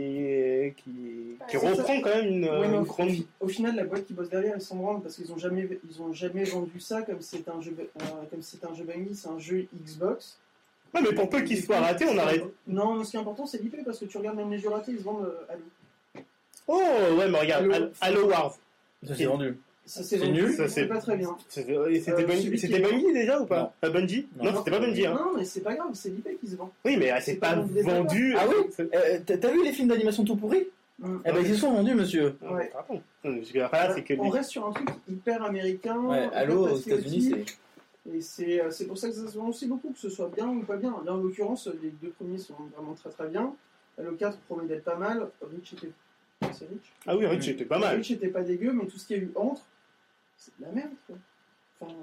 Speaker 1: qui, qui
Speaker 4: Bah, c'est
Speaker 1: reprend quand même une,
Speaker 4: Ouais,
Speaker 1: euh,
Speaker 4: mais
Speaker 1: une
Speaker 4: au,
Speaker 1: grande.
Speaker 4: au final, la boîte qui bosse derrière, ils s'en rendent parce qu'ils ont jamais, ils ont jamais vendu ça comme c'est un jeu, euh, comme c'est un jeu Bungie, c'est un jeu Xbox.
Speaker 1: Ouais, mais pour peu qu'il soit raté, on arrête.
Speaker 4: Non, mais ce qui est important, c'est l'IP parce que tu regardes même les jeux ratés, ils se vendent euh, à nous.
Speaker 1: Oh ouais, mais regarde,
Speaker 4: Halo.
Speaker 1: Halo, Halo Wars.
Speaker 2: Ça s'est vendu.
Speaker 4: Ça c'est
Speaker 2: C'est
Speaker 4: vendu,
Speaker 2: nul,
Speaker 1: ça, c'est-
Speaker 4: c'est pas très bien.
Speaker 1: C'était et c'était
Speaker 4: Euh,
Speaker 1: Bungie,
Speaker 4: celui qui
Speaker 1: c'était
Speaker 4: est-
Speaker 1: Bungie déjà ou pas
Speaker 2: Non.
Speaker 1: Euh, Bungie
Speaker 2: Non.
Speaker 1: Non, c'était pas Bungie. Hein.
Speaker 4: Non, mais c'est pas grave, c'est l'IP qui se vend.
Speaker 1: Oui, mais euh, c'est
Speaker 4: C'est
Speaker 1: pas
Speaker 4: pas vendu des
Speaker 1: vendu.
Speaker 2: Ah oui
Speaker 1: C'est-
Speaker 2: Euh, T'as t'as vu les films d'animation tout pourris
Speaker 4: Mm.
Speaker 2: Eh ben, ils se sont vendus, monsieur.
Speaker 4: Ouais.
Speaker 1: Ah bon Non, je- après, là, c'est que
Speaker 4: Euh, On
Speaker 1: lui-
Speaker 4: reste sur un truc hyper américain.
Speaker 2: Ouais,
Speaker 4: hyper
Speaker 2: allô, aux
Speaker 4: patriotique,
Speaker 2: États-Unis, c'est.
Speaker 4: Et c'est euh, c'est pour ça que ça se vend aussi beaucoup, que ce soit bien ou pas bien. Là, en l'occurrence, les deux premiers sont vraiment très très bien. Le 4 promet d'être pas mal. Rich était. C'est Rich
Speaker 1: Ah oui, Rich, c'était pas mal.
Speaker 4: Rich était pas dégueu, mais tout ce qu'il y a eu entre, c'est de la merde. Quoi. Enfin,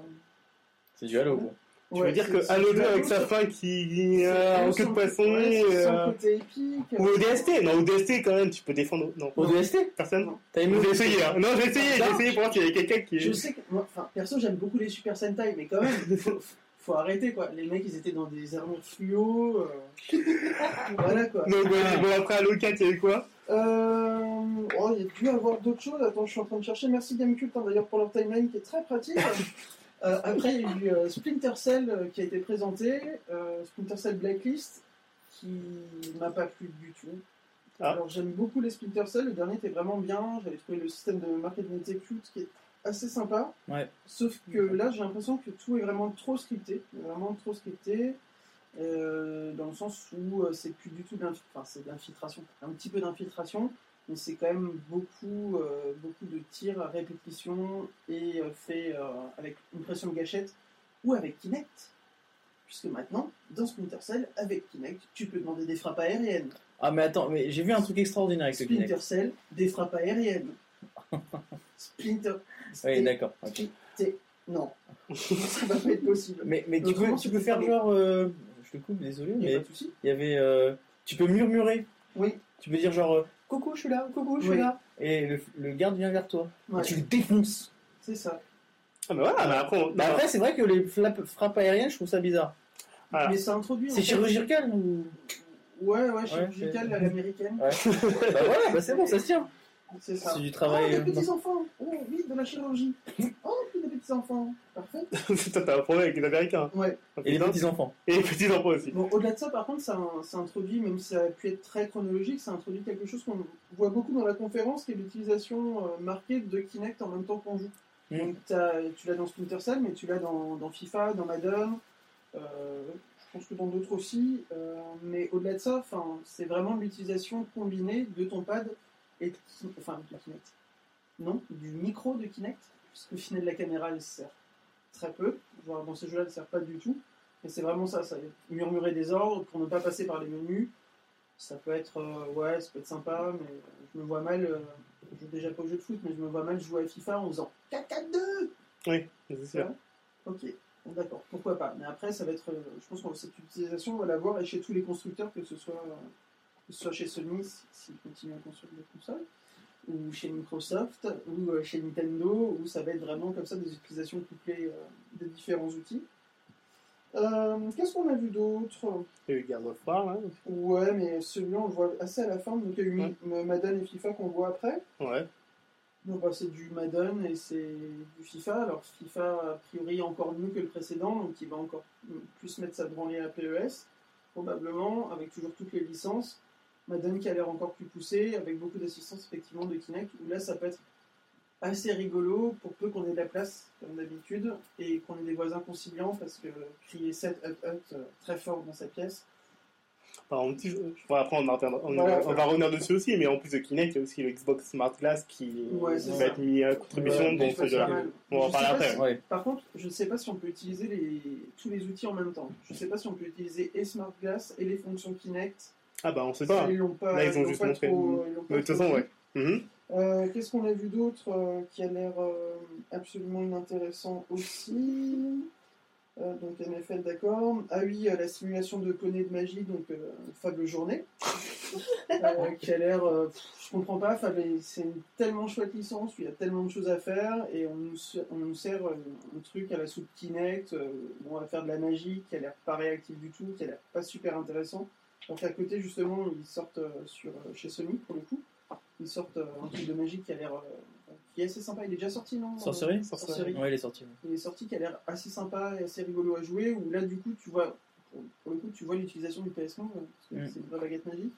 Speaker 2: C'est du Halo, quoi.
Speaker 1: Tu
Speaker 4: ouais,
Speaker 1: veux dire
Speaker 4: c'est-
Speaker 1: que
Speaker 4: c'est
Speaker 1: Halo
Speaker 4: du
Speaker 1: 2 avec
Speaker 4: Halo
Speaker 1: sa
Speaker 4: sans-
Speaker 1: fin qui euh,
Speaker 4: c'est
Speaker 1: en queue de
Speaker 4: sans-
Speaker 1: poisson.
Speaker 4: ouais, c'est sans
Speaker 1: euh,
Speaker 4: côté épique.
Speaker 1: Ou ODST, non, ODST quand même, tu peux défendre. Non,
Speaker 2: Au DST
Speaker 1: personne
Speaker 2: T'as aimé
Speaker 1: Nous
Speaker 2: au
Speaker 1: j'ai
Speaker 2: DST
Speaker 1: essayé, hein. Non, j'ai essayé, j'ai
Speaker 4: Non.
Speaker 1: essayé pour voir s'il y avait quelqu'un qui.
Speaker 4: Je sais que, moi, enfin, perso, j'aime beaucoup les Super Sentai, mais quand même, [LAUGHS] faut, faut arrêter quoi. Les mecs, ils étaient dans des armures fluo. euh, [LAUGHS] voilà quoi.
Speaker 1: Donc, ouais,
Speaker 4: Ah.
Speaker 1: bon, après, à Halo 4, il y avait quoi
Speaker 4: Euh... Oh, il y a dû avoir d'autres choses. Attends, je suis en train de chercher. Merci Gamecult hein, d'ailleurs pour leur timeline qui est
Speaker 2: [LAUGHS]
Speaker 4: très pratique. Euh, après, il y a eu euh, Splinter Cell euh, qui a été présenté. Euh, Splinter Cell Blacklist qui m'a pas plu du tout.
Speaker 1: Ah.
Speaker 4: Alors j'aime beaucoup les Splinter Cell. Le dernier était vraiment bien. J'avais trouvé le système de marketabilité cute qui est assez sympa.
Speaker 2: Ouais.
Speaker 4: Sauf que là, j'ai l'impression que tout est vraiment trop scripté. Vraiment trop scripté. Euh, dans le sens où euh, c'est plus du tout de l'inf- enfin, c'est de l'infiltration, un petit peu d'infiltration, mais c'est quand même beaucoup, euh, beaucoup de tirs à répétition et euh, fait euh, avec une pression de gâchette ou avec Kinect. Puisque maintenant, dans Splinter Cell, avec Kinect, tu peux demander des frappes aériennes.
Speaker 2: Ah, mais attends, mais j'ai vu un truc extraordinaire avec ce Kinect.
Speaker 4: Splinter Cell, des
Speaker 2: [LAUGHS]
Speaker 4: frappes aériennes. Splinter.
Speaker 2: Oui, d'accord. ok.
Speaker 4: Splinter-
Speaker 2: [LAUGHS]
Speaker 4: Non, ça va pas être possible.
Speaker 2: Mais, mais tu,
Speaker 4: Donc,
Speaker 2: peux,
Speaker 4: vraiment,
Speaker 2: tu peux
Speaker 4: c'était
Speaker 2: faire
Speaker 4: pas
Speaker 2: genre. euh, Je te coupe, désolé,
Speaker 4: Il y a
Speaker 2: mais
Speaker 4: pas de souci.
Speaker 2: il y avait. euh, Tu peux murmurer.
Speaker 4: Oui.
Speaker 2: Tu peux dire genre. euh, Coucou, je suis là, coucou, je
Speaker 4: Oui.
Speaker 2: suis là. Et le, le garde vient vers toi.
Speaker 4: Ouais,
Speaker 2: Et tu le défonces.
Speaker 4: c'est ça.
Speaker 1: Ah, mais voilà, mais après, on...
Speaker 2: Bah après, c'est vrai que les flappes- frappes aériennes, je trouve ça bizarre.
Speaker 1: Voilà.
Speaker 4: Mais ça introduit. en
Speaker 2: Ah. C'est
Speaker 4: fait-
Speaker 2: chirurgical [LAUGHS] ou.
Speaker 4: Ouais, ouais,
Speaker 2: Ouais,
Speaker 4: chirurgical
Speaker 2: c'est-
Speaker 4: à l'américaine.
Speaker 2: bah voilà, bah c'est bon, ça se tient.
Speaker 4: C'est ça.
Speaker 2: C'est du
Speaker 4: Oh,
Speaker 2: travail.
Speaker 4: des
Speaker 2: euh,
Speaker 4: petits-enfants Oh, oui, de la chirurgie Oh, puis des petits-enfants Parfait
Speaker 1: [LAUGHS] Toi, t'as un problème avec les Américains.
Speaker 4: Ouais.
Speaker 2: Et les petits-enfants.
Speaker 1: Et les petits enfants aussi.
Speaker 4: Bon, au-delà de ça, par contre, ça, ça introduit, même si ça a pu être très chronologique, ça introduit quelque chose qu'on voit beaucoup dans la conférence, qui est l'utilisation euh, marquée de Kinect en même temps qu'on joue.
Speaker 2: Mm.
Speaker 4: Donc, t'as- tu l'as dans Splinter Cell, mais tu l'as dans, dans FIFA, dans Madden, euh, je pense que dans d'autres aussi. euh, mais au-delà de ça, 'fin, c'est vraiment l'utilisation combinée de ton pad et de, Kin- enfin, de Kinect. Non, du micro de Kinect, puisque au final, la caméra, elle sert très peu. Voire dans ces jeux-là, elle sert pas du tout. Et c'est vraiment ça, ça murmurer des ordres pour ne pas passer par les menus. Ça peut être, euh, ouais, ça peut être sympa, mais je me vois mal, euh, je joue déjà pas au jeu de foot, mais je me vois mal jouer à FIFA en faisant 4-4-2
Speaker 1: C'est sûr.
Speaker 4: Ok, bon, d'accord, pourquoi pas. Mais après, ça va être, euh, je pense que cette utilisation, on va la voir et chez tous les constructeurs, que ce soit, euh, que ce soit chez Sony, si- s'ils continuent à construire des consoles, ou chez Microsoft, ou euh, chez Nintendo, où ça va être vraiment comme ça des utilisations couplées euh, des différents outils. Euh, Qu'est-ce qu'on a vu d'autre
Speaker 1: Et le hein. garde of War, là.
Speaker 4: Ouais, mais celui-là, on le voit assez à la fin. Donc, il y a eu
Speaker 1: Ouais.
Speaker 4: M- Madden et FIFA qu'on voit après.
Speaker 1: Ouais.
Speaker 4: Donc, bah, c'est du Madden et c'est du FIFA. Alors, FIFA, a priori, encore mieux que le précédent. Donc, il va encore plus mettre sa branlée à PES, probablement, avec toujours toutes les licences. Madden qui a l'air encore plus poussé, avec beaucoup d'assistance, effectivement, de Kinect. Où là, ça peut être assez rigolo pour peu qu'on ait de la place, comme d'habitude, et qu'on ait des voisins conciliants, parce que crier 7 up up euh, très fort dans sa pièce.
Speaker 1: Enfin, un petit jeu. Bon, après, on, en reviendra- on-
Speaker 4: Voilà.
Speaker 1: on va revenir dessus aussi, mais en plus de Kinect, il y a aussi le Xbox Smart Glass qui,
Speaker 4: Ouais, c'est
Speaker 1: qui va
Speaker 4: ça.
Speaker 1: être mis à contribution
Speaker 2: Ouais,
Speaker 1: dans
Speaker 4: Euh, Je
Speaker 1: ce
Speaker 4: trouve ça
Speaker 1: jeu-là.
Speaker 4: mal.
Speaker 1: On va en
Speaker 4: Je sais
Speaker 1: parler
Speaker 4: pas
Speaker 1: après,
Speaker 4: si-
Speaker 2: Ouais.
Speaker 4: Par contre, je ne sais pas si on peut utiliser les... tous les outils en même temps. Je ne sais pas si on peut utiliser et Smart Glass et les fonctions Kinect.
Speaker 1: Ah bah, on sait pas.
Speaker 4: Ils l'ont pas,
Speaker 1: Là, ils ont
Speaker 4: l'ont
Speaker 1: juste
Speaker 4: pas
Speaker 1: montré.
Speaker 4: trop- ils l'ont pas
Speaker 1: Mais de toute
Speaker 4: trop
Speaker 1: façon,
Speaker 4: dit.
Speaker 1: ouais. Mhm.
Speaker 4: Euh, Qu'est-ce qu'on a vu d'autre euh, qui a l'air euh, absolument inintéressant aussi Euh, Donc NFL, d'accord. Ah oui, euh, la simulation de poney de magie, donc euh, Fable Journée. euh, qui a l'air. euh, pff, je comprends pas, enfin, mais c'est une tellement chouette licence, où il y a tellement de choses à faire, et on nous, se- on nous sert euh, un truc à la soupe Kinect, euh, où on va faire de la magie, qui a l'air pas réactive du tout, qui a l'air pas super intéressant. Donc à côté, justement, ils sortent euh, sur, euh, chez Sony, pour le coup, ils sortent euh, un truc de magie qui a l'air. euh, qui est assez sympa, il est déjà sorti, non
Speaker 2: Sorcery
Speaker 4: Sorcery.
Speaker 2: Ouais, il est sorti. ouais.
Speaker 4: Il est sorti qui a l'air assez sympa et assez rigolo à jouer, où là du coup tu vois, pour, pour le coup tu vois l'utilisation du PS5, euh, parce que
Speaker 2: Mm.
Speaker 4: c'est une vraie baguette magique.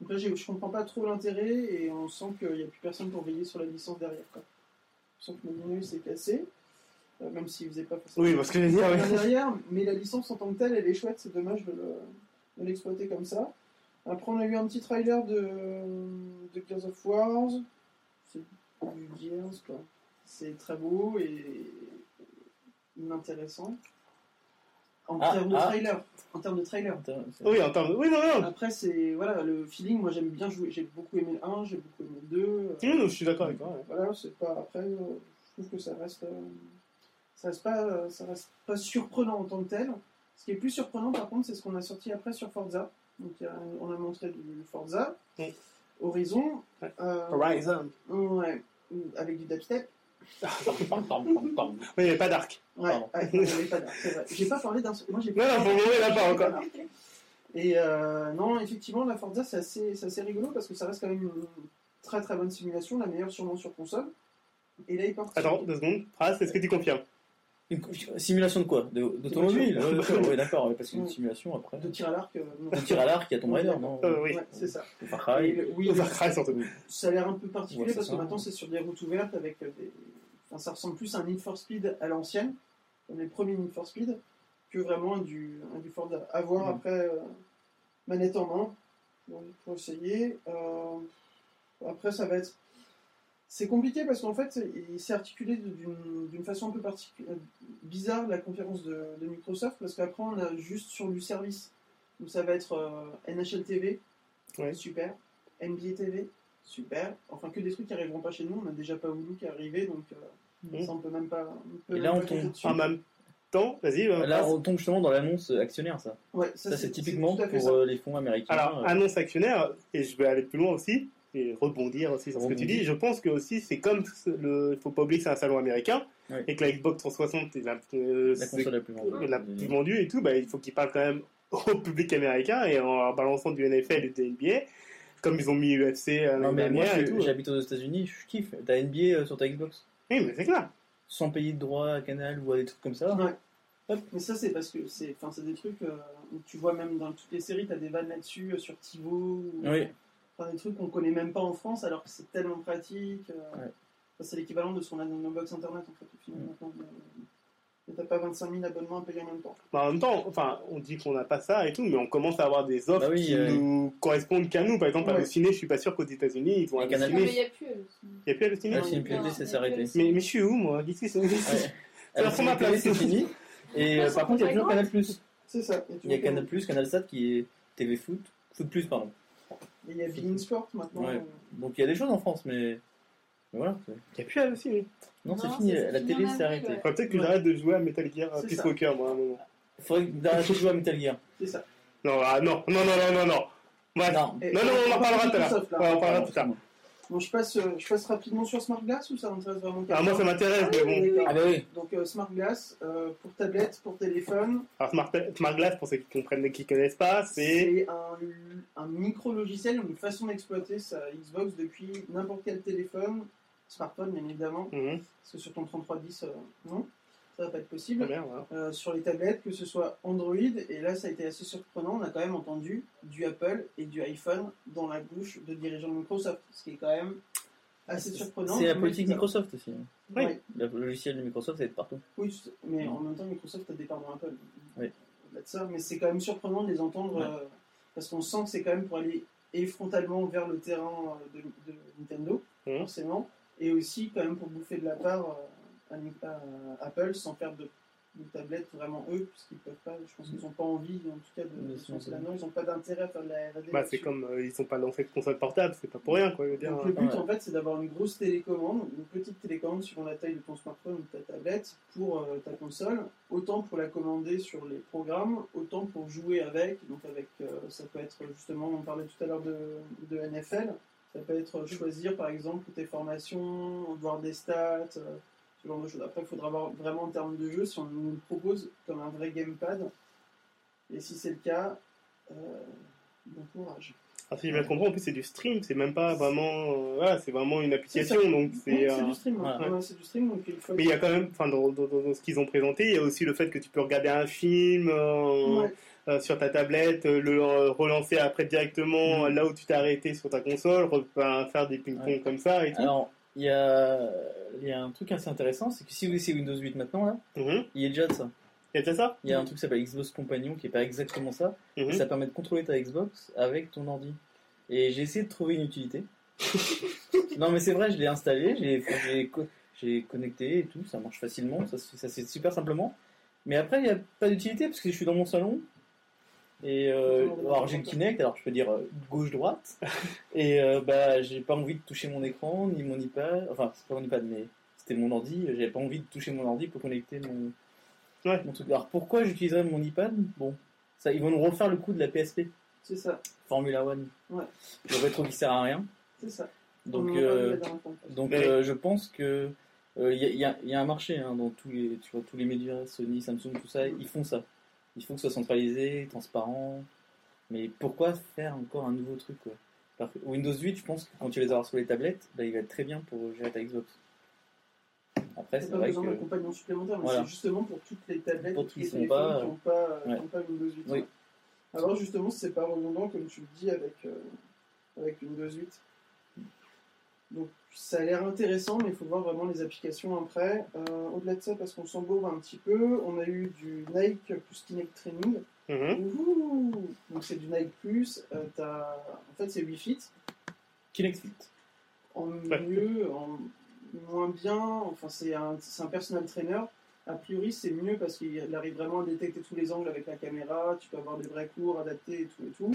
Speaker 4: Donc là j'ai- je comprends pas trop l'intérêt et on sent qu'il n'y a plus personne pour veiller sur la licence derrière. Quoi. On sent que le menu s'est cassé, euh, même s'il faisait pas forcément
Speaker 1: Oui, parce que je veux dire,
Speaker 4: rien
Speaker 1: oui.
Speaker 4: derrière, mais la licence en tant que telle elle est chouette, c'est dommage de le- de l'exploiter comme ça. Après on a eu un petit trailer de, de Gears of Wars, c'est du Gears quoi. C'est très beau et inintéressant. En
Speaker 2: Ah,
Speaker 4: termes de
Speaker 2: ah.
Speaker 4: trailer. En termes de trailer.
Speaker 2: Attends, c'est-
Speaker 1: Ah Oui, en termes de- Oui, non, non.
Speaker 4: Après, c'est. Voilà, le feeling, moi j'aime bien jouer. J'ai beaucoup aimé le 1, j'ai beaucoup aimé le 2.
Speaker 1: Oui, non, je suis d'accord avec toi. ouais.
Speaker 4: Voilà, c'est pas. Après, euh, je trouve que ça reste. euh, ça reste pas, euh, ça reste pas surprenant en tant que tel. Ce qui est plus surprenant, par contre, c'est ce qu'on a sorti après sur Forza. Donc, il y a- on a montré du Forza.
Speaker 1: Ouais.
Speaker 4: Horizon.
Speaker 1: Ouais.
Speaker 4: euh,
Speaker 1: Horizon.
Speaker 4: ouais, Avec du dubstep.
Speaker 1: Mais il n'y a pas d'arc.
Speaker 4: Ouais,
Speaker 2: Pardon.
Speaker 4: ouais, non, j'avais pas d'art, c'est vrai. J'ai pas parlé d'un. Moi, j'ai
Speaker 1: Non, non, pour le moment, il a pas encore.
Speaker 4: Et euh, non, effectivement, la Forza, c'est assez, c'est assez rigolo parce que ça reste quand même une très très bonne simulation, la meilleure sûrement sur console. Et là, il porte.
Speaker 1: Attends, deux secondes. Pras, est-ce que tu confirmes
Speaker 2: Une cou- Simulation de quoi De- D'automobile
Speaker 4: Voiture.
Speaker 2: Ouais, d'accord, ouais, d'accord, ouais, parce qu'une
Speaker 4: Ouais.
Speaker 2: simulation après.
Speaker 4: de tir à l'arc. euh, non.
Speaker 2: On tire à l'arc, Ah il y a Tomb Raider, non
Speaker 1: Euh, Oui.
Speaker 4: Ouais, c'est ça.
Speaker 2: Far Cry.
Speaker 4: Et le- oui,
Speaker 1: [LAUGHS] Far Cry, surtout.
Speaker 4: ça a l'air un peu particulier
Speaker 2: Ouais, c'est
Speaker 4: parce que
Speaker 2: ça.
Speaker 4: maintenant, c'est sur des routes ouvertes avec euh, des. Enfin, ça ressemble plus à un Need for Speed à l'ancienne, comme les premiers Need for Speed, que vraiment du, un du Forza. À voir
Speaker 2: Mhm.
Speaker 4: après, euh, manette en main, donc, pour essayer. Euh, après, ça va être. C'est compliqué parce qu'en fait, il s'est articulé de- d'une d'une façon un peu particu- euh, bizarre la conférence de, de Microsoft parce qu'après, on a juste sur du service. Donc, ça va être euh, NHL TV,
Speaker 1: Ouais.
Speaker 4: super. NBA TV, super. Enfin, que des trucs qui arriveront pas chez nous. On n'a déjà pas Hulu qui est arrivé, donc euh,
Speaker 1: Mhm.
Speaker 4: ça, on peut même pas. peut
Speaker 2: Mmh. Et
Speaker 4: même
Speaker 2: là,
Speaker 4: pas
Speaker 2: on
Speaker 4: compter
Speaker 2: tombe
Speaker 4: dessus.
Speaker 1: En même Ah, temps, vas-y. euh,
Speaker 2: Là,
Speaker 1: Pras.
Speaker 2: on tombe justement dans l'annonce actionnaire, ça.
Speaker 4: Ouais,
Speaker 2: Ça, c'est
Speaker 4: tout à
Speaker 2: typiquement
Speaker 4: fait
Speaker 2: pour
Speaker 4: ça.
Speaker 2: euh, les fonds américains.
Speaker 1: Alors,
Speaker 2: euh,
Speaker 1: annonce actionnaire, et je vais aller plus loin aussi, et rebondir aussi sur ce que tu
Speaker 2: Rebondir.
Speaker 1: dis. Je pense que aussi, c'est comme ce- le. Faut pas oublier que c'est un salon américain,
Speaker 2: Ouais.
Speaker 1: et que la Xbox 360 est la, euh,
Speaker 2: la
Speaker 1: c'est-
Speaker 2: console la plus vendue.
Speaker 1: la plus vendue et tout, bah, il faut qu'ils parlent quand même [LAUGHS] au public américain, et en leur balançant du NFL et du NBA, comme ils ont mis UFC à
Speaker 2: Non,
Speaker 1: euh, l'année
Speaker 2: mais moi,
Speaker 1: dernière et
Speaker 2: je-
Speaker 1: tout.
Speaker 2: j'habite aux États-Unis, je kiffe. T'as NBA euh, sur ta Xbox
Speaker 1: Oui, mais c'est clair.
Speaker 2: Sans payer de droit à Canal ou à des trucs comme ça
Speaker 4: Ouais. Mais ça, c'est parce que c'est enfin, c'est des trucs euh, où tu vois même dans toutes les séries, t'as des vannes là-dessus, euh, sur Tivo, ou-
Speaker 2: Oui.
Speaker 4: enfin, des trucs qu'on connaît même pas en France alors que c'est tellement pratique. euh,
Speaker 2: Ouais.
Speaker 4: enfin, c'est l'équivalent de ce qu'on a dans nos box internet en fait, au final,
Speaker 2: Mm.
Speaker 4: maintenant. euh, et T'as pas 25 000 abonnements à payer en même temps.
Speaker 1: Bah, en même temps, enfin, on dit qu'on n'a pas ça et tout, mais on commence à avoir des offres
Speaker 2: Bah oui,
Speaker 1: qui
Speaker 2: euh,
Speaker 1: nous correspondent qu'à nous. Par exemple, à
Speaker 4: Ouais.
Speaker 1: le ciné, je suis pas sûr qu'aux États-Unis, ils vont
Speaker 2: Et
Speaker 1: à
Speaker 2: Canal+.
Speaker 5: Non,
Speaker 1: ciné.
Speaker 5: mais
Speaker 1: Il
Speaker 5: il n'y a plus. euh, elle.
Speaker 1: n'y a plus à le ciné.
Speaker 2: La film
Speaker 5: Non,
Speaker 2: PLD,
Speaker 5: il y
Speaker 2: c'est
Speaker 5: a
Speaker 2: s'arrêter.
Speaker 5: plus
Speaker 1: Mais, mais je suis où moi Qu'est-ce que c'est
Speaker 2: Ouais.
Speaker 1: Ça
Speaker 2: Alors,
Speaker 1: ressemble à
Speaker 2: la télé,
Speaker 1: Place.
Speaker 2: c'est fini. Et euh, par contre, il y a toujours Canal+.
Speaker 4: C'est ça.
Speaker 2: Il y a Canal+, Canal Sat qui est TV Foot, Foot Plus, pardon.
Speaker 4: Et il y a Bein Sport maintenant.
Speaker 2: Ouais.
Speaker 4: euh,
Speaker 2: Donc il y a des choses en France, mais, mais voilà. c'est-
Speaker 1: Il n'y a plus à le ciné.
Speaker 2: Non, c'est
Speaker 5: Non,
Speaker 2: fini,
Speaker 5: c'est
Speaker 2: la
Speaker 5: fini
Speaker 2: télé
Speaker 5: en
Speaker 2: s'est
Speaker 5: avril,
Speaker 2: arrêtée.
Speaker 5: ouais.
Speaker 1: Faudrait peut-être que
Speaker 4: Ouais.
Speaker 1: j'arrête de jouer à Metal Gear euh,
Speaker 4: C'est
Speaker 1: Peace
Speaker 4: ça.
Speaker 1: Walker, moi, à un moment.
Speaker 2: Faudrait que arrêter de jouer à Metal Gear.
Speaker 4: C'est ça.
Speaker 1: Non, ah, non, non, non, non, non, non. Bref.
Speaker 2: Non.
Speaker 4: Et-
Speaker 1: Non, non, on en parlera tout à l'heure.
Speaker 4: Microsoft, là.
Speaker 1: Ouais, on en parlera
Speaker 2: Pardon,
Speaker 1: plus tard.
Speaker 2: excuse-moi.
Speaker 4: Bon, je passe, euh, je passe rapidement sur Smart Glass ou ça m'intéresse vraiment
Speaker 1: Ah, moi, ça m'intéresse, mais bon.
Speaker 2: Ah bah oui,
Speaker 4: Donc euh, Smart Glass euh, pour tablette, pour téléphone,
Speaker 1: Alors, Smart, Smart Glass, pour ceux qui comprennent et qui connaissent pas, c'est.
Speaker 4: c'est un, un micro-logiciel, une façon d'exploiter sa Xbox depuis n'importe quel téléphone, smartphone bien évidemment,
Speaker 1: Mhm.
Speaker 4: parce que sur ton 3310, euh, non, ça va pas être
Speaker 1: Très
Speaker 4: possible.
Speaker 1: bien, voilà.
Speaker 4: Euh, sur les tablettes, que ce soit Android, et là ça a été assez surprenant, on a quand même entendu du Apple et du iPhone dans la bouche de dirigeants de Microsoft, ce qui est quand même assez Ah, surprenant.
Speaker 2: c'est la
Speaker 4: Mais-
Speaker 2: politique Microsoft aussi.
Speaker 1: Oui.
Speaker 4: Ouais.
Speaker 2: Le logiciel de Microsoft, ça va être partout.
Speaker 4: Oui, tout- mais en même temps, Microsoft a des parts dans Apple.
Speaker 2: Mm. Oui.
Speaker 4: Au-delà de ça, mais c'est quand même surprenant de les entendre
Speaker 2: Ouais.
Speaker 4: euh, parce qu'on sent que c'est quand même pour aller et frontalement vers le terrain euh, de, de Nintendo,
Speaker 2: Mm.
Speaker 1: Mhm.
Speaker 4: forcément, et aussi quand même pour bouffer de la part euh, à, Ni- à Apple sans faire de une tablette vraiment eux, parce qu'ils peuvent pas, je pense qu'ils n'ont pas envie, en tout cas, de,
Speaker 2: Mais
Speaker 4: de se lancer
Speaker 2: c'est-
Speaker 4: là-dedans, ils n'ont pas d'intérêt à faire de la R&D.
Speaker 1: Bah, c'est
Speaker 4: là-dessus.
Speaker 1: comme euh, ils sont pas lancés de console portable, c'est pas pour rien quoi. Je veux dire,
Speaker 4: Donc le but
Speaker 2: Ouais.
Speaker 4: en fait c'est d'avoir une grosse télécommande, une petite télécommande suivant la taille de ton smartphone ou de ta tablette pour euh, ta console, autant pour la commander sur les programmes, autant pour jouer avec. Donc avec euh, ça peut être justement, on parlait tout à l'heure de, de NFL, ça peut être euh, choisir par exemple tes formations, voir des stats, euh, ce genre de choses. Après il faudra voir vraiment en termes de jeu si on nous le propose comme un vrai gamepad. Et si c'est le cas, euh, bon courage.
Speaker 1: Ah, si j'ai bien compris, en plus c'est du stream, c'est même pas vraiment, euh, voilà, c'est vraiment une application donc
Speaker 4: Oui,
Speaker 1: c'est. euh,
Speaker 4: du stream.
Speaker 2: voilà.
Speaker 4: ouais, c'est du stream, donc il faut-
Speaker 1: Mais il y a quand même, enfin, dans, dans- dans- dans ce qu'ils ont présenté, il y a aussi le fait que tu peux regarder un film euh,
Speaker 4: Ouais.
Speaker 1: euh, sur ta tablette, euh, le euh, relancer après directement
Speaker 2: Mm.
Speaker 1: euh, là où tu t'es arrêté sur ta console, re- enfin, faire des ping-pong
Speaker 2: Ouais.
Speaker 1: comme ça et tout.
Speaker 2: Alors, il y a, il y a un truc assez intéressant, c'est que si vous essayez Windows 8 maintenant, là,
Speaker 1: Mhm.
Speaker 2: il y a déjà de ça.
Speaker 1: Il y a déjà ça
Speaker 2: Il y a un truc qui s'appelle Xbox Compagnon qui est pas exactement ça.
Speaker 1: Mhm.
Speaker 2: et Ça permet de contrôler ta Xbox avec ton ordi. Et j'ai essayé de trouver une utilité. non, mais c'est vrai, je l'ai installé, j'ai- j'ai co- j'ai connecté et tout, ça marche facilement, ça, se- ça c'est super simplement. Mais après, il n'y a pas d'utilité parce que je suis dans mon salon. Et euh, alors j'ai le Kinect, alors je peux dire euh, gauche-droite. Et euh, bah j'ai pas envie de toucher mon écran, ni mon iPad. Enfin, c'est pas mon iPad, mais c'était mon ordi. J'avais pas envie de toucher mon ordi pour connecter mon,
Speaker 1: Ouais.
Speaker 2: mon truc. Alors pourquoi j'utiliserais mon iPad Bon, ça, ils vont nous refaire le coup de la PSP,
Speaker 4: C'est ça,
Speaker 2: Formula One.
Speaker 4: Ouais.
Speaker 2: Le rétro qui sert à rien.
Speaker 4: c'est ça.
Speaker 2: Donc,
Speaker 4: On en
Speaker 2: euh,
Speaker 4: parlait la dernière fois.
Speaker 2: donc
Speaker 1: Mais-
Speaker 2: euh, je pense que euh, il y, a- il y a- il y a un marché hein, dans tous les, tu vois, tous les médias, Sony, Samsung, tout ça, ils font ça. Il faut que ce soit centralisé, transparent. Mais pourquoi faire encore un nouveau truc quoi Par- Windows 8, je pense que quand tu les auras sur les tablettes, bah, il va être très bien pour gérer ta Xbox. Après,
Speaker 4: C'est
Speaker 2: c'est
Speaker 4: pas
Speaker 2: vrai que.
Speaker 4: besoin d'un compagnon supplémentaire, mais
Speaker 2: Voilà.
Speaker 4: c'est justement pour toutes les tablettes
Speaker 2: Pour
Speaker 4: et tous
Speaker 2: qui
Speaker 4: les
Speaker 2: sont
Speaker 4: téléphones
Speaker 2: pas,
Speaker 4: qui n'ont pas, qui
Speaker 2: ouais.
Speaker 4: ont pas Windows 8.
Speaker 2: Oui.
Speaker 4: Alors justement, c'est pas redondant comme tu le dis avec, euh, avec Windows 8. Donc ça a l'air intéressant, mais il faut voir vraiment les applications après. Euh, Au-delà de ça, parce qu'on s'embourbe un petit peu, on a eu du Nike plus Kinect Training.
Speaker 1: Mhm.
Speaker 4: Ouh Donc c'est du Nike Plus. euh, t'as- en fait, c'est 8 fit.
Speaker 2: Kinect Fit.
Speaker 4: en
Speaker 1: Ouais.
Speaker 4: mieux, en moins bien. Enfin, c'est un, c'est un personal trainer. A priori, c'est mieux parce qu'il arrive vraiment à détecter tous les angles avec la caméra. Tu peux avoir des vrais cours adaptés et tout et tout.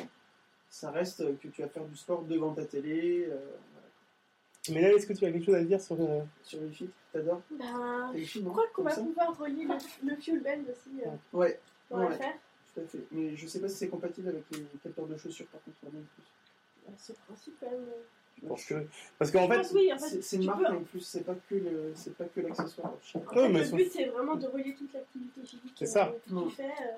Speaker 4: Ça reste que tu vas faire du sport devant ta télé, euh,
Speaker 1: Mais là, est-ce que tu as quelque chose à dire sur. euh,
Speaker 4: sur Wi-Fi. T'adores
Speaker 3: Ben,
Speaker 4: T'as Wi-Fi, non
Speaker 3: je crois qu'on
Speaker 4: Comme
Speaker 3: va
Speaker 4: ça
Speaker 3: pouvoir relier le, le fuel band aussi euh,
Speaker 4: Ouais,
Speaker 3: dans va
Speaker 4: Ouais.
Speaker 3: l'affaire.
Speaker 4: tout à fait. Mais je sais pas si c'est compatible avec les capteurs de chaussures par contre. en Nike Plus.
Speaker 3: Ben, ce principe, quand même. euh,
Speaker 1: je pense que- Parce qu'en
Speaker 3: je
Speaker 1: fait,
Speaker 3: pense, oui, en fait,
Speaker 4: C'est- C'est
Speaker 3: tu
Speaker 4: une marque
Speaker 3: peux-
Speaker 4: en plus, c'est pas que le- c'est pas que l'accessoire. Je sais pas.
Speaker 3: en
Speaker 1: Ouais,
Speaker 3: fait,
Speaker 1: mais
Speaker 3: le
Speaker 1: ça-
Speaker 3: but, c'est vraiment de relier toute l'activité physique
Speaker 1: C'est ça.
Speaker 3: euh, que
Speaker 4: Mm.
Speaker 3: tu fais. euh,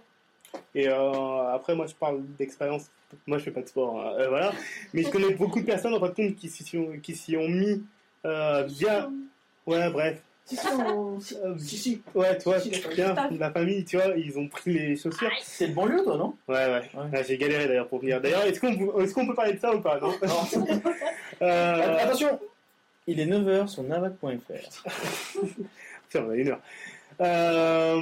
Speaker 1: Et euh, après, moi, je parle d'expérience. Moi, je fais pas de sport, hein. Euh, voilà. Mais je
Speaker 2: [LAUGHS]
Speaker 1: connais beaucoup de personnes, en fin de compte, qui s'y sont, qui s'y ont mis euh, via. Ouais, bref.
Speaker 4: Si, si, on- si,
Speaker 1: Euh,
Speaker 4: si, si.
Speaker 1: ouais, toi,
Speaker 4: Si, si, la
Speaker 1: bien,
Speaker 3: famille.
Speaker 1: la famille, tu vois, ils ont pris les chaussures.
Speaker 2: C'est le banlieue, toi, non
Speaker 1: Ouais, ouais.
Speaker 2: Ouais.
Speaker 1: Ah, J'ai galéré d'ailleurs pour venir. D'ailleurs, est-ce qu'on peut- est-ce qu'on peut parler de ça ou pas
Speaker 2: [LAUGHS]
Speaker 1: Non.
Speaker 2: Att-
Speaker 1: euh...
Speaker 2: Attention Il est 9h sur navac.fr.
Speaker 1: Putain, on a une heure. Euh,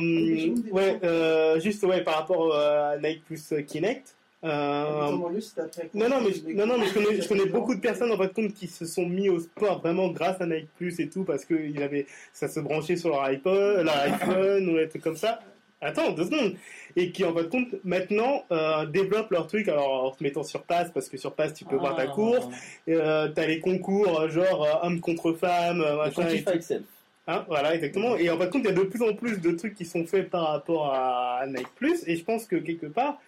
Speaker 1: ouais, euh, juste ouais, par rapport euh, à Nike plus Kinect. Euh,
Speaker 4: Autrement lieu, si t'as après-
Speaker 1: Non, non, mais, je, non, non, mais je connais, je connais beaucoup de personnes en fin de compte qui se sont mis au sport vraiment grâce à Nike Plus et tout parce que il avait, ça se branchait sur leur iPod, leur iPhone ou des trucs comme ça. Attends, deux secondes. Et qui en fin de compte maintenant euh, développent leur truc alors en se mettant sur Pass parce que sur Pass tu peux voir
Speaker 2: Ah.
Speaker 1: ta course, euh, t'as les concours euh, genre euh, homme contre femme, euh,
Speaker 2: Le
Speaker 1: machin et
Speaker 2: Quantify
Speaker 1: tout.
Speaker 2: Self.
Speaker 1: Hein, voilà, exactement. Et en fin de compte, il y a de plus en plus de trucs qui sont faits par rapport à Nike Plus. Et je pense que quelque part,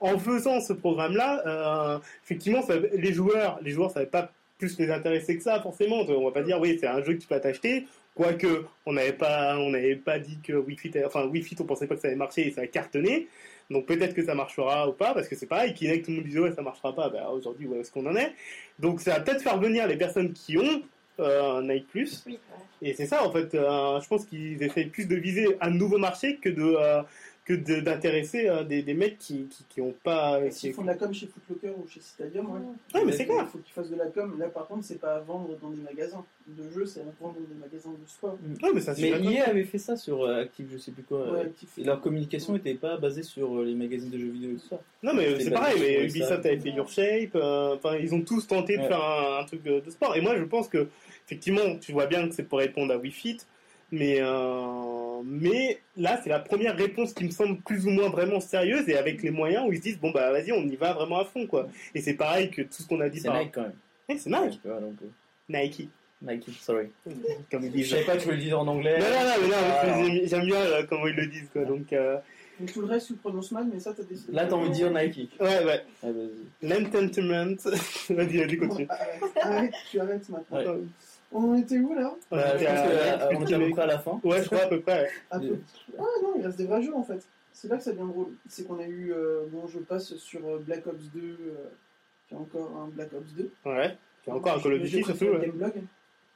Speaker 1: en faisant ce programme-là, euh, effectivement, ça- les joueurs, les joueurs, ça va pas plus les intéresser que ça, forcément. On va pas dire, oui, c'est un jeu que tu peux t'acheter. Quoique, on n'avait pas, on n'avait pas dit que Wi-Fi, enfin, Wi-Fi, on pensait pas que ça allait marcher et ça a cartonné. Donc peut-être que ça marchera ou pas, parce que c'est pareil, Kinect, tout le monde disait, ouais, ça marchera pas. Bah, aujourd'hui, où est-ce qu'on en est? Donc ça va peut-être faire venir les personnes qui ont, euh, Nike Plus.
Speaker 3: Oui,
Speaker 1: Et c'est ça, en fait, euh, je pense qu'ils essayent plus de viser un nouveau marché que de euh, que de- d'intéresser euh, des, des mecs qui qui, qui ont pas.
Speaker 4: S'ils
Speaker 1: qui-
Speaker 4: font de la com chez Footlocker ou chez Citadium, ouais.
Speaker 1: Ah, Ouais, mais c'est
Speaker 4: Il
Speaker 1: clair.
Speaker 4: faut qu'ils fassent de la com. Là, par contre, c'est pas à vendre dans des magasins de jeux, c'est à vendre dans des magasins de sport.
Speaker 1: Ouais, mais ça c'est
Speaker 2: Mais
Speaker 1: vrai.
Speaker 2: EA avait fait ça sur euh, Active, je sais plus quoi. euh,
Speaker 4: Ouais, petit
Speaker 2: Et leur communication n'était pas basée sur euh, les magazines de jeux vidéo et tout ça.
Speaker 1: Non, mais
Speaker 2: c'est
Speaker 1: c'est
Speaker 2: pas
Speaker 1: pareil.
Speaker 2: du tout
Speaker 1: Mais
Speaker 2: comme ça.
Speaker 1: Ubisoft avait fait Your Shape. euh, Enfin, ils ont tous tenté de
Speaker 2: Ouais.
Speaker 1: faire un, un truc euh, de sport. Et moi, je pense que effectivement, tu vois bien que c'est pour répondre à Wii Fit, mais euh, Hein. Mais là, c'est la première réponse qui me semble plus ou moins vraiment sérieuse et avec les moyens où ils se disent bon bah vas-y, on y va vraiment à fond quoi. Et c'est pareil que tout ce qu'on a dit.
Speaker 2: C'est
Speaker 1: par-
Speaker 2: Nike quand même.
Speaker 1: Eh, c'est Nike.
Speaker 2: Tu vois, donc, euh,
Speaker 1: Nike.
Speaker 2: Nike, sorry.
Speaker 1: Comme ils
Speaker 2: Je
Speaker 1: disent.
Speaker 2: savais pas que tu veux le dire en anglais.
Speaker 1: Non, non, non, mais non,
Speaker 2: Ah,
Speaker 1: mais j'aime- j'aime bien euh, comment ils le disent quoi. Donc euh,
Speaker 4: Donc tout le reste, tu le prononces mal, mais ça, t'as décidé.
Speaker 2: Là, t'as envie de dire Nike.
Speaker 1: ouais, ouais.
Speaker 2: Ah, vas-y.
Speaker 1: L'ententlement. [LAUGHS] vas-y, vas-y, continue.
Speaker 4: Arrête, [LAUGHS] tu arrêtes maintenant.
Speaker 2: Ouais.
Speaker 4: On en était où là
Speaker 1: On
Speaker 2: Bah, je
Speaker 1: était
Speaker 2: pense
Speaker 1: à-
Speaker 2: que, euh,
Speaker 1: plus
Speaker 2: on
Speaker 1: de
Speaker 2: est à peu
Speaker 1: mecs.
Speaker 2: près à la fin.
Speaker 1: Ouais, je crois à peu près. ouais.
Speaker 4: Ah
Speaker 2: Euh,
Speaker 4: non, il reste des vrais jeux en fait. C'est là que ça devient drôle. C'est qu'on a eu, euh, bon, je passe sur euh, Black Ops 2, euh, qui est encore un Black Ops 2.
Speaker 1: Ouais. T'as encore un Call of
Speaker 4: Le jeu
Speaker 1: Duty surtout.
Speaker 4: préféré de
Speaker 1: ouais.
Speaker 4: Gameblog.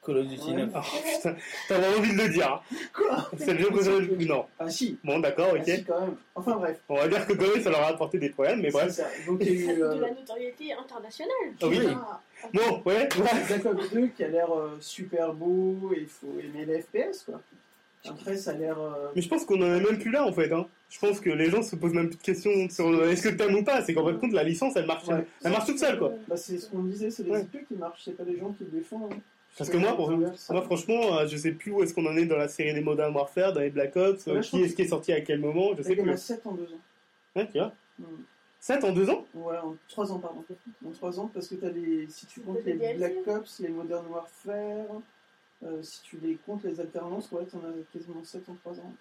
Speaker 2: Call of Duty
Speaker 4: Ouais.
Speaker 2: 9.
Speaker 1: Oh, putain, t'as vraiment envie de le dire. hein.
Speaker 4: Quoi
Speaker 1: C'est le jeu préféré du- Non.
Speaker 4: Ah si,
Speaker 1: Bon, d'accord,
Speaker 4: ah,
Speaker 1: ok.
Speaker 4: si, quand même. Enfin bref.
Speaker 1: On va dire que Goé, ça leur a apporté des problèmes, mais bref.
Speaker 4: C'est ça. Donc il y
Speaker 3: Ça
Speaker 4: a eu
Speaker 3: donne de
Speaker 1: [LAUGHS]
Speaker 4: euh,
Speaker 3: la notoriété internationale.
Speaker 1: Ah oui.
Speaker 4: ah,
Speaker 1: Bon, ouais, ouais.
Speaker 4: Black Ops 2 qui a l'air euh, super beau et il faut aimer les FPS quoi. Après, ça a l'air. euh,
Speaker 1: Mais je pense qu'on en est même plus là en fait. Hein. Je pense que les gens se posent même plus de questions sur le- est-ce que t'aimes ou pas. C'est qu'en fin de compte, la licence elle marche,
Speaker 4: Ouais.
Speaker 1: elle marche toute seule quoi.
Speaker 3: euh,
Speaker 4: Bah, c'est ce qu'on disait, c'est les
Speaker 1: Ouais.
Speaker 4: IP qui marchent, c'est pas les gens qui le défendent. hein.
Speaker 1: Parce que moi, pour-
Speaker 4: Inverse.
Speaker 1: Moi, franchement, euh, je sais plus où est-ce qu'on en est dans la série des Modern Warfare, dans les Black Ops, euh,
Speaker 4: Ouais, je
Speaker 1: qui
Speaker 4: pense
Speaker 1: est-ce qui est sorti à quel moment, je
Speaker 4: Il
Speaker 1: sais
Speaker 4: y en
Speaker 1: plus.
Speaker 4: a 7 en 2 ans.
Speaker 1: Ouais, tu vois.
Speaker 4: Hmm.
Speaker 1: 7 en 2 ans
Speaker 4: Ouais, en 3 ans, pardon. En 3 ans, parce que t'as les. Si tu comptes
Speaker 3: Des
Speaker 4: les
Speaker 3: DLC.
Speaker 4: Black Ops, les Modern Warfare, euh, si tu les comptes les alternances, ouais, t'en as quasiment 7 en 3 ans.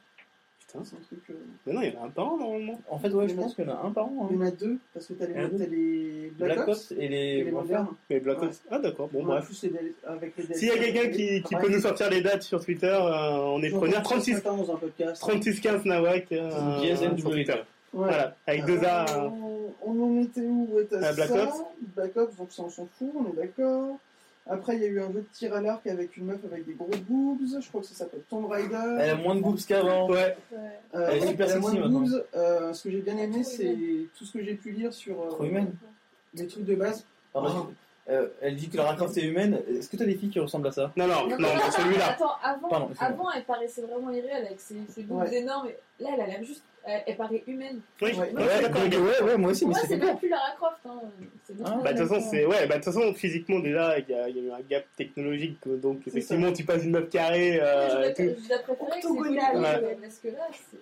Speaker 1: Putain.
Speaker 4: c'est un truc. euh,
Speaker 1: Mais non, il y en a un par an normalement.
Speaker 2: En fait, ouais, je pense qu'il y en a un par an.
Speaker 4: Il y
Speaker 2: hein.
Speaker 4: en a 2, parce que t'as les,
Speaker 2: Il y en a deux.
Speaker 4: t'as les Black, Ops,
Speaker 2: et
Speaker 4: et
Speaker 2: les.
Speaker 4: les modernes.
Speaker 1: Mais Black
Speaker 4: Ouais.
Speaker 1: Ops. Ah, d'accord, bon,
Speaker 4: En
Speaker 1: bref.
Speaker 4: plus, les DL- avec les DLC.
Speaker 1: S'il y a quelqu'un qui, qui
Speaker 4: Ouais.
Speaker 1: peut nous sortir les dates sur Twitter, euh, on est
Speaker 4: J'entends
Speaker 1: preneur.
Speaker 4: ça ce
Speaker 1: 36
Speaker 4: matin dans un podcast.
Speaker 1: 3615 Nawak. euh, sur
Speaker 2: DSNW.
Speaker 1: Twitter.
Speaker 4: Ouais. Ah,
Speaker 1: Voilà, avec deux A. euh,
Speaker 4: On on en était où ouais, t'as
Speaker 1: Euh, Black
Speaker 4: ça,
Speaker 1: Ops.
Speaker 4: Black Ops, donc ça on s'en fout, on est d'accord. Après, il y a eu un jeu de tir à l'arc avec une meuf avec des gros boobs, je crois que ça s'appelle Tomb Raider.
Speaker 2: Elle a moins de boobs qu'avant.
Speaker 1: Ouais,
Speaker 5: Ouais.
Speaker 4: Euh,
Speaker 2: elle est super
Speaker 4: a moins
Speaker 2: sexy
Speaker 4: de
Speaker 2: maintenant.
Speaker 4: boobs. Euh, ce que j'ai bien aimé,
Speaker 5: Trop
Speaker 4: c'est tout ce que j'ai pu lire sur euh,
Speaker 2: Trop humaine.
Speaker 4: les trucs de base.
Speaker 2: Alors, euh, elle dit que la raccord est humaine. Est-ce que t'as des filles qui ressemblent à ça
Speaker 1: non, non, non, mais celui-là.
Speaker 5: Attends, avant,
Speaker 2: Pardon, excuse-moi.
Speaker 5: avant, elle paraissait vraiment irréelle avec ses, ses boobs
Speaker 4: Ouais.
Speaker 5: énormes. et Là, elle a l'air juste. Elle, elle paraît humaine.
Speaker 1: Oui,
Speaker 4: Ouais.
Speaker 1: ouais, d'accord, ok.
Speaker 2: ouais, ouais, moi aussi,
Speaker 5: Moi,
Speaker 2: ça
Speaker 5: c'est
Speaker 2: fait peur.
Speaker 5: même plus Lara Croft. Hein. C'est bien.
Speaker 2: Ah,
Speaker 1: Bah, de toute façon, c'est ouais, bah, de toute façon, physiquement déjà, il y, a il y a eu un gap technologique, euh, donc
Speaker 4: C'est ça.
Speaker 1: effectivement, tu passes une meuf carrée.
Speaker 5: Je
Speaker 1: euh,
Speaker 5: la-
Speaker 1: et tout.
Speaker 5: je la préférais que c'est
Speaker 3: Octogonale.
Speaker 5: Hollywood,
Speaker 3: Ouais.
Speaker 5: parce que là, c'est-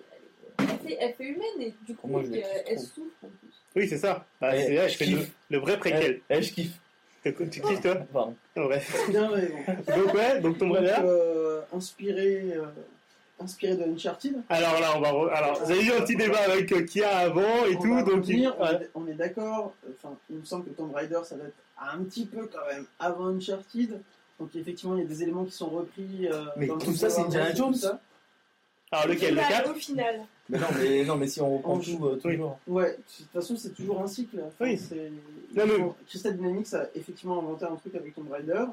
Speaker 5: elle, elle fait, elle fait humaine et du coup,
Speaker 2: Moi, je la
Speaker 5: euh,
Speaker 2: kiffe
Speaker 5: elle
Speaker 2: trop.
Speaker 5: souffre en plus.
Speaker 1: Oui, c'est ça. Bah,
Speaker 2: Eh,
Speaker 1: c'est ouais,
Speaker 2: je
Speaker 1: je fais le,
Speaker 2: kiffe.
Speaker 1: le vrai préquel.
Speaker 2: Elle, elle, je kiffe.
Speaker 1: Tu, tu kiffes toi
Speaker 2: Pardon.
Speaker 1: Ah, Bref.
Speaker 4: Bien raison.
Speaker 1: Donc ouais, donc ton
Speaker 4: Donc,
Speaker 1: vrai là.
Speaker 4: euh, inspiré, euh, inspiré de Uncharted.
Speaker 1: Alors là, on va. re- Alors, j'avais eu un petit débat avec euh, Kia avant et
Speaker 4: On
Speaker 1: tout,
Speaker 4: va
Speaker 1: donc il-
Speaker 4: revenir, on
Speaker 1: ouais.
Speaker 4: est- on est d'accord. Enfin, il me semble que Tomb Raider, ça va être un petit peu quand même avant Uncharted. Donc effectivement, il y a des éléments qui sont repris. euh,
Speaker 2: Mais
Speaker 4: dans le
Speaker 2: tout ça, c'est
Speaker 4: Tomb Raider,
Speaker 2: Indiana
Speaker 4: tout
Speaker 2: Jones.
Speaker 4: ça.
Speaker 1: Alors Ah, lequel, le
Speaker 3: Final,
Speaker 1: 4
Speaker 3: Au final.
Speaker 2: Mais non, mais, non, mais si on reprend
Speaker 4: On
Speaker 2: tout, euh,
Speaker 1: oui.
Speaker 2: toujours.
Speaker 4: Ouais, de toute façon, c'est toujours un cycle. Enfin,
Speaker 1: Oui.
Speaker 4: c'est-
Speaker 1: Non, mais-
Speaker 4: Bon, Crystal Dynamics a effectivement inventé un truc avec Tomb Raider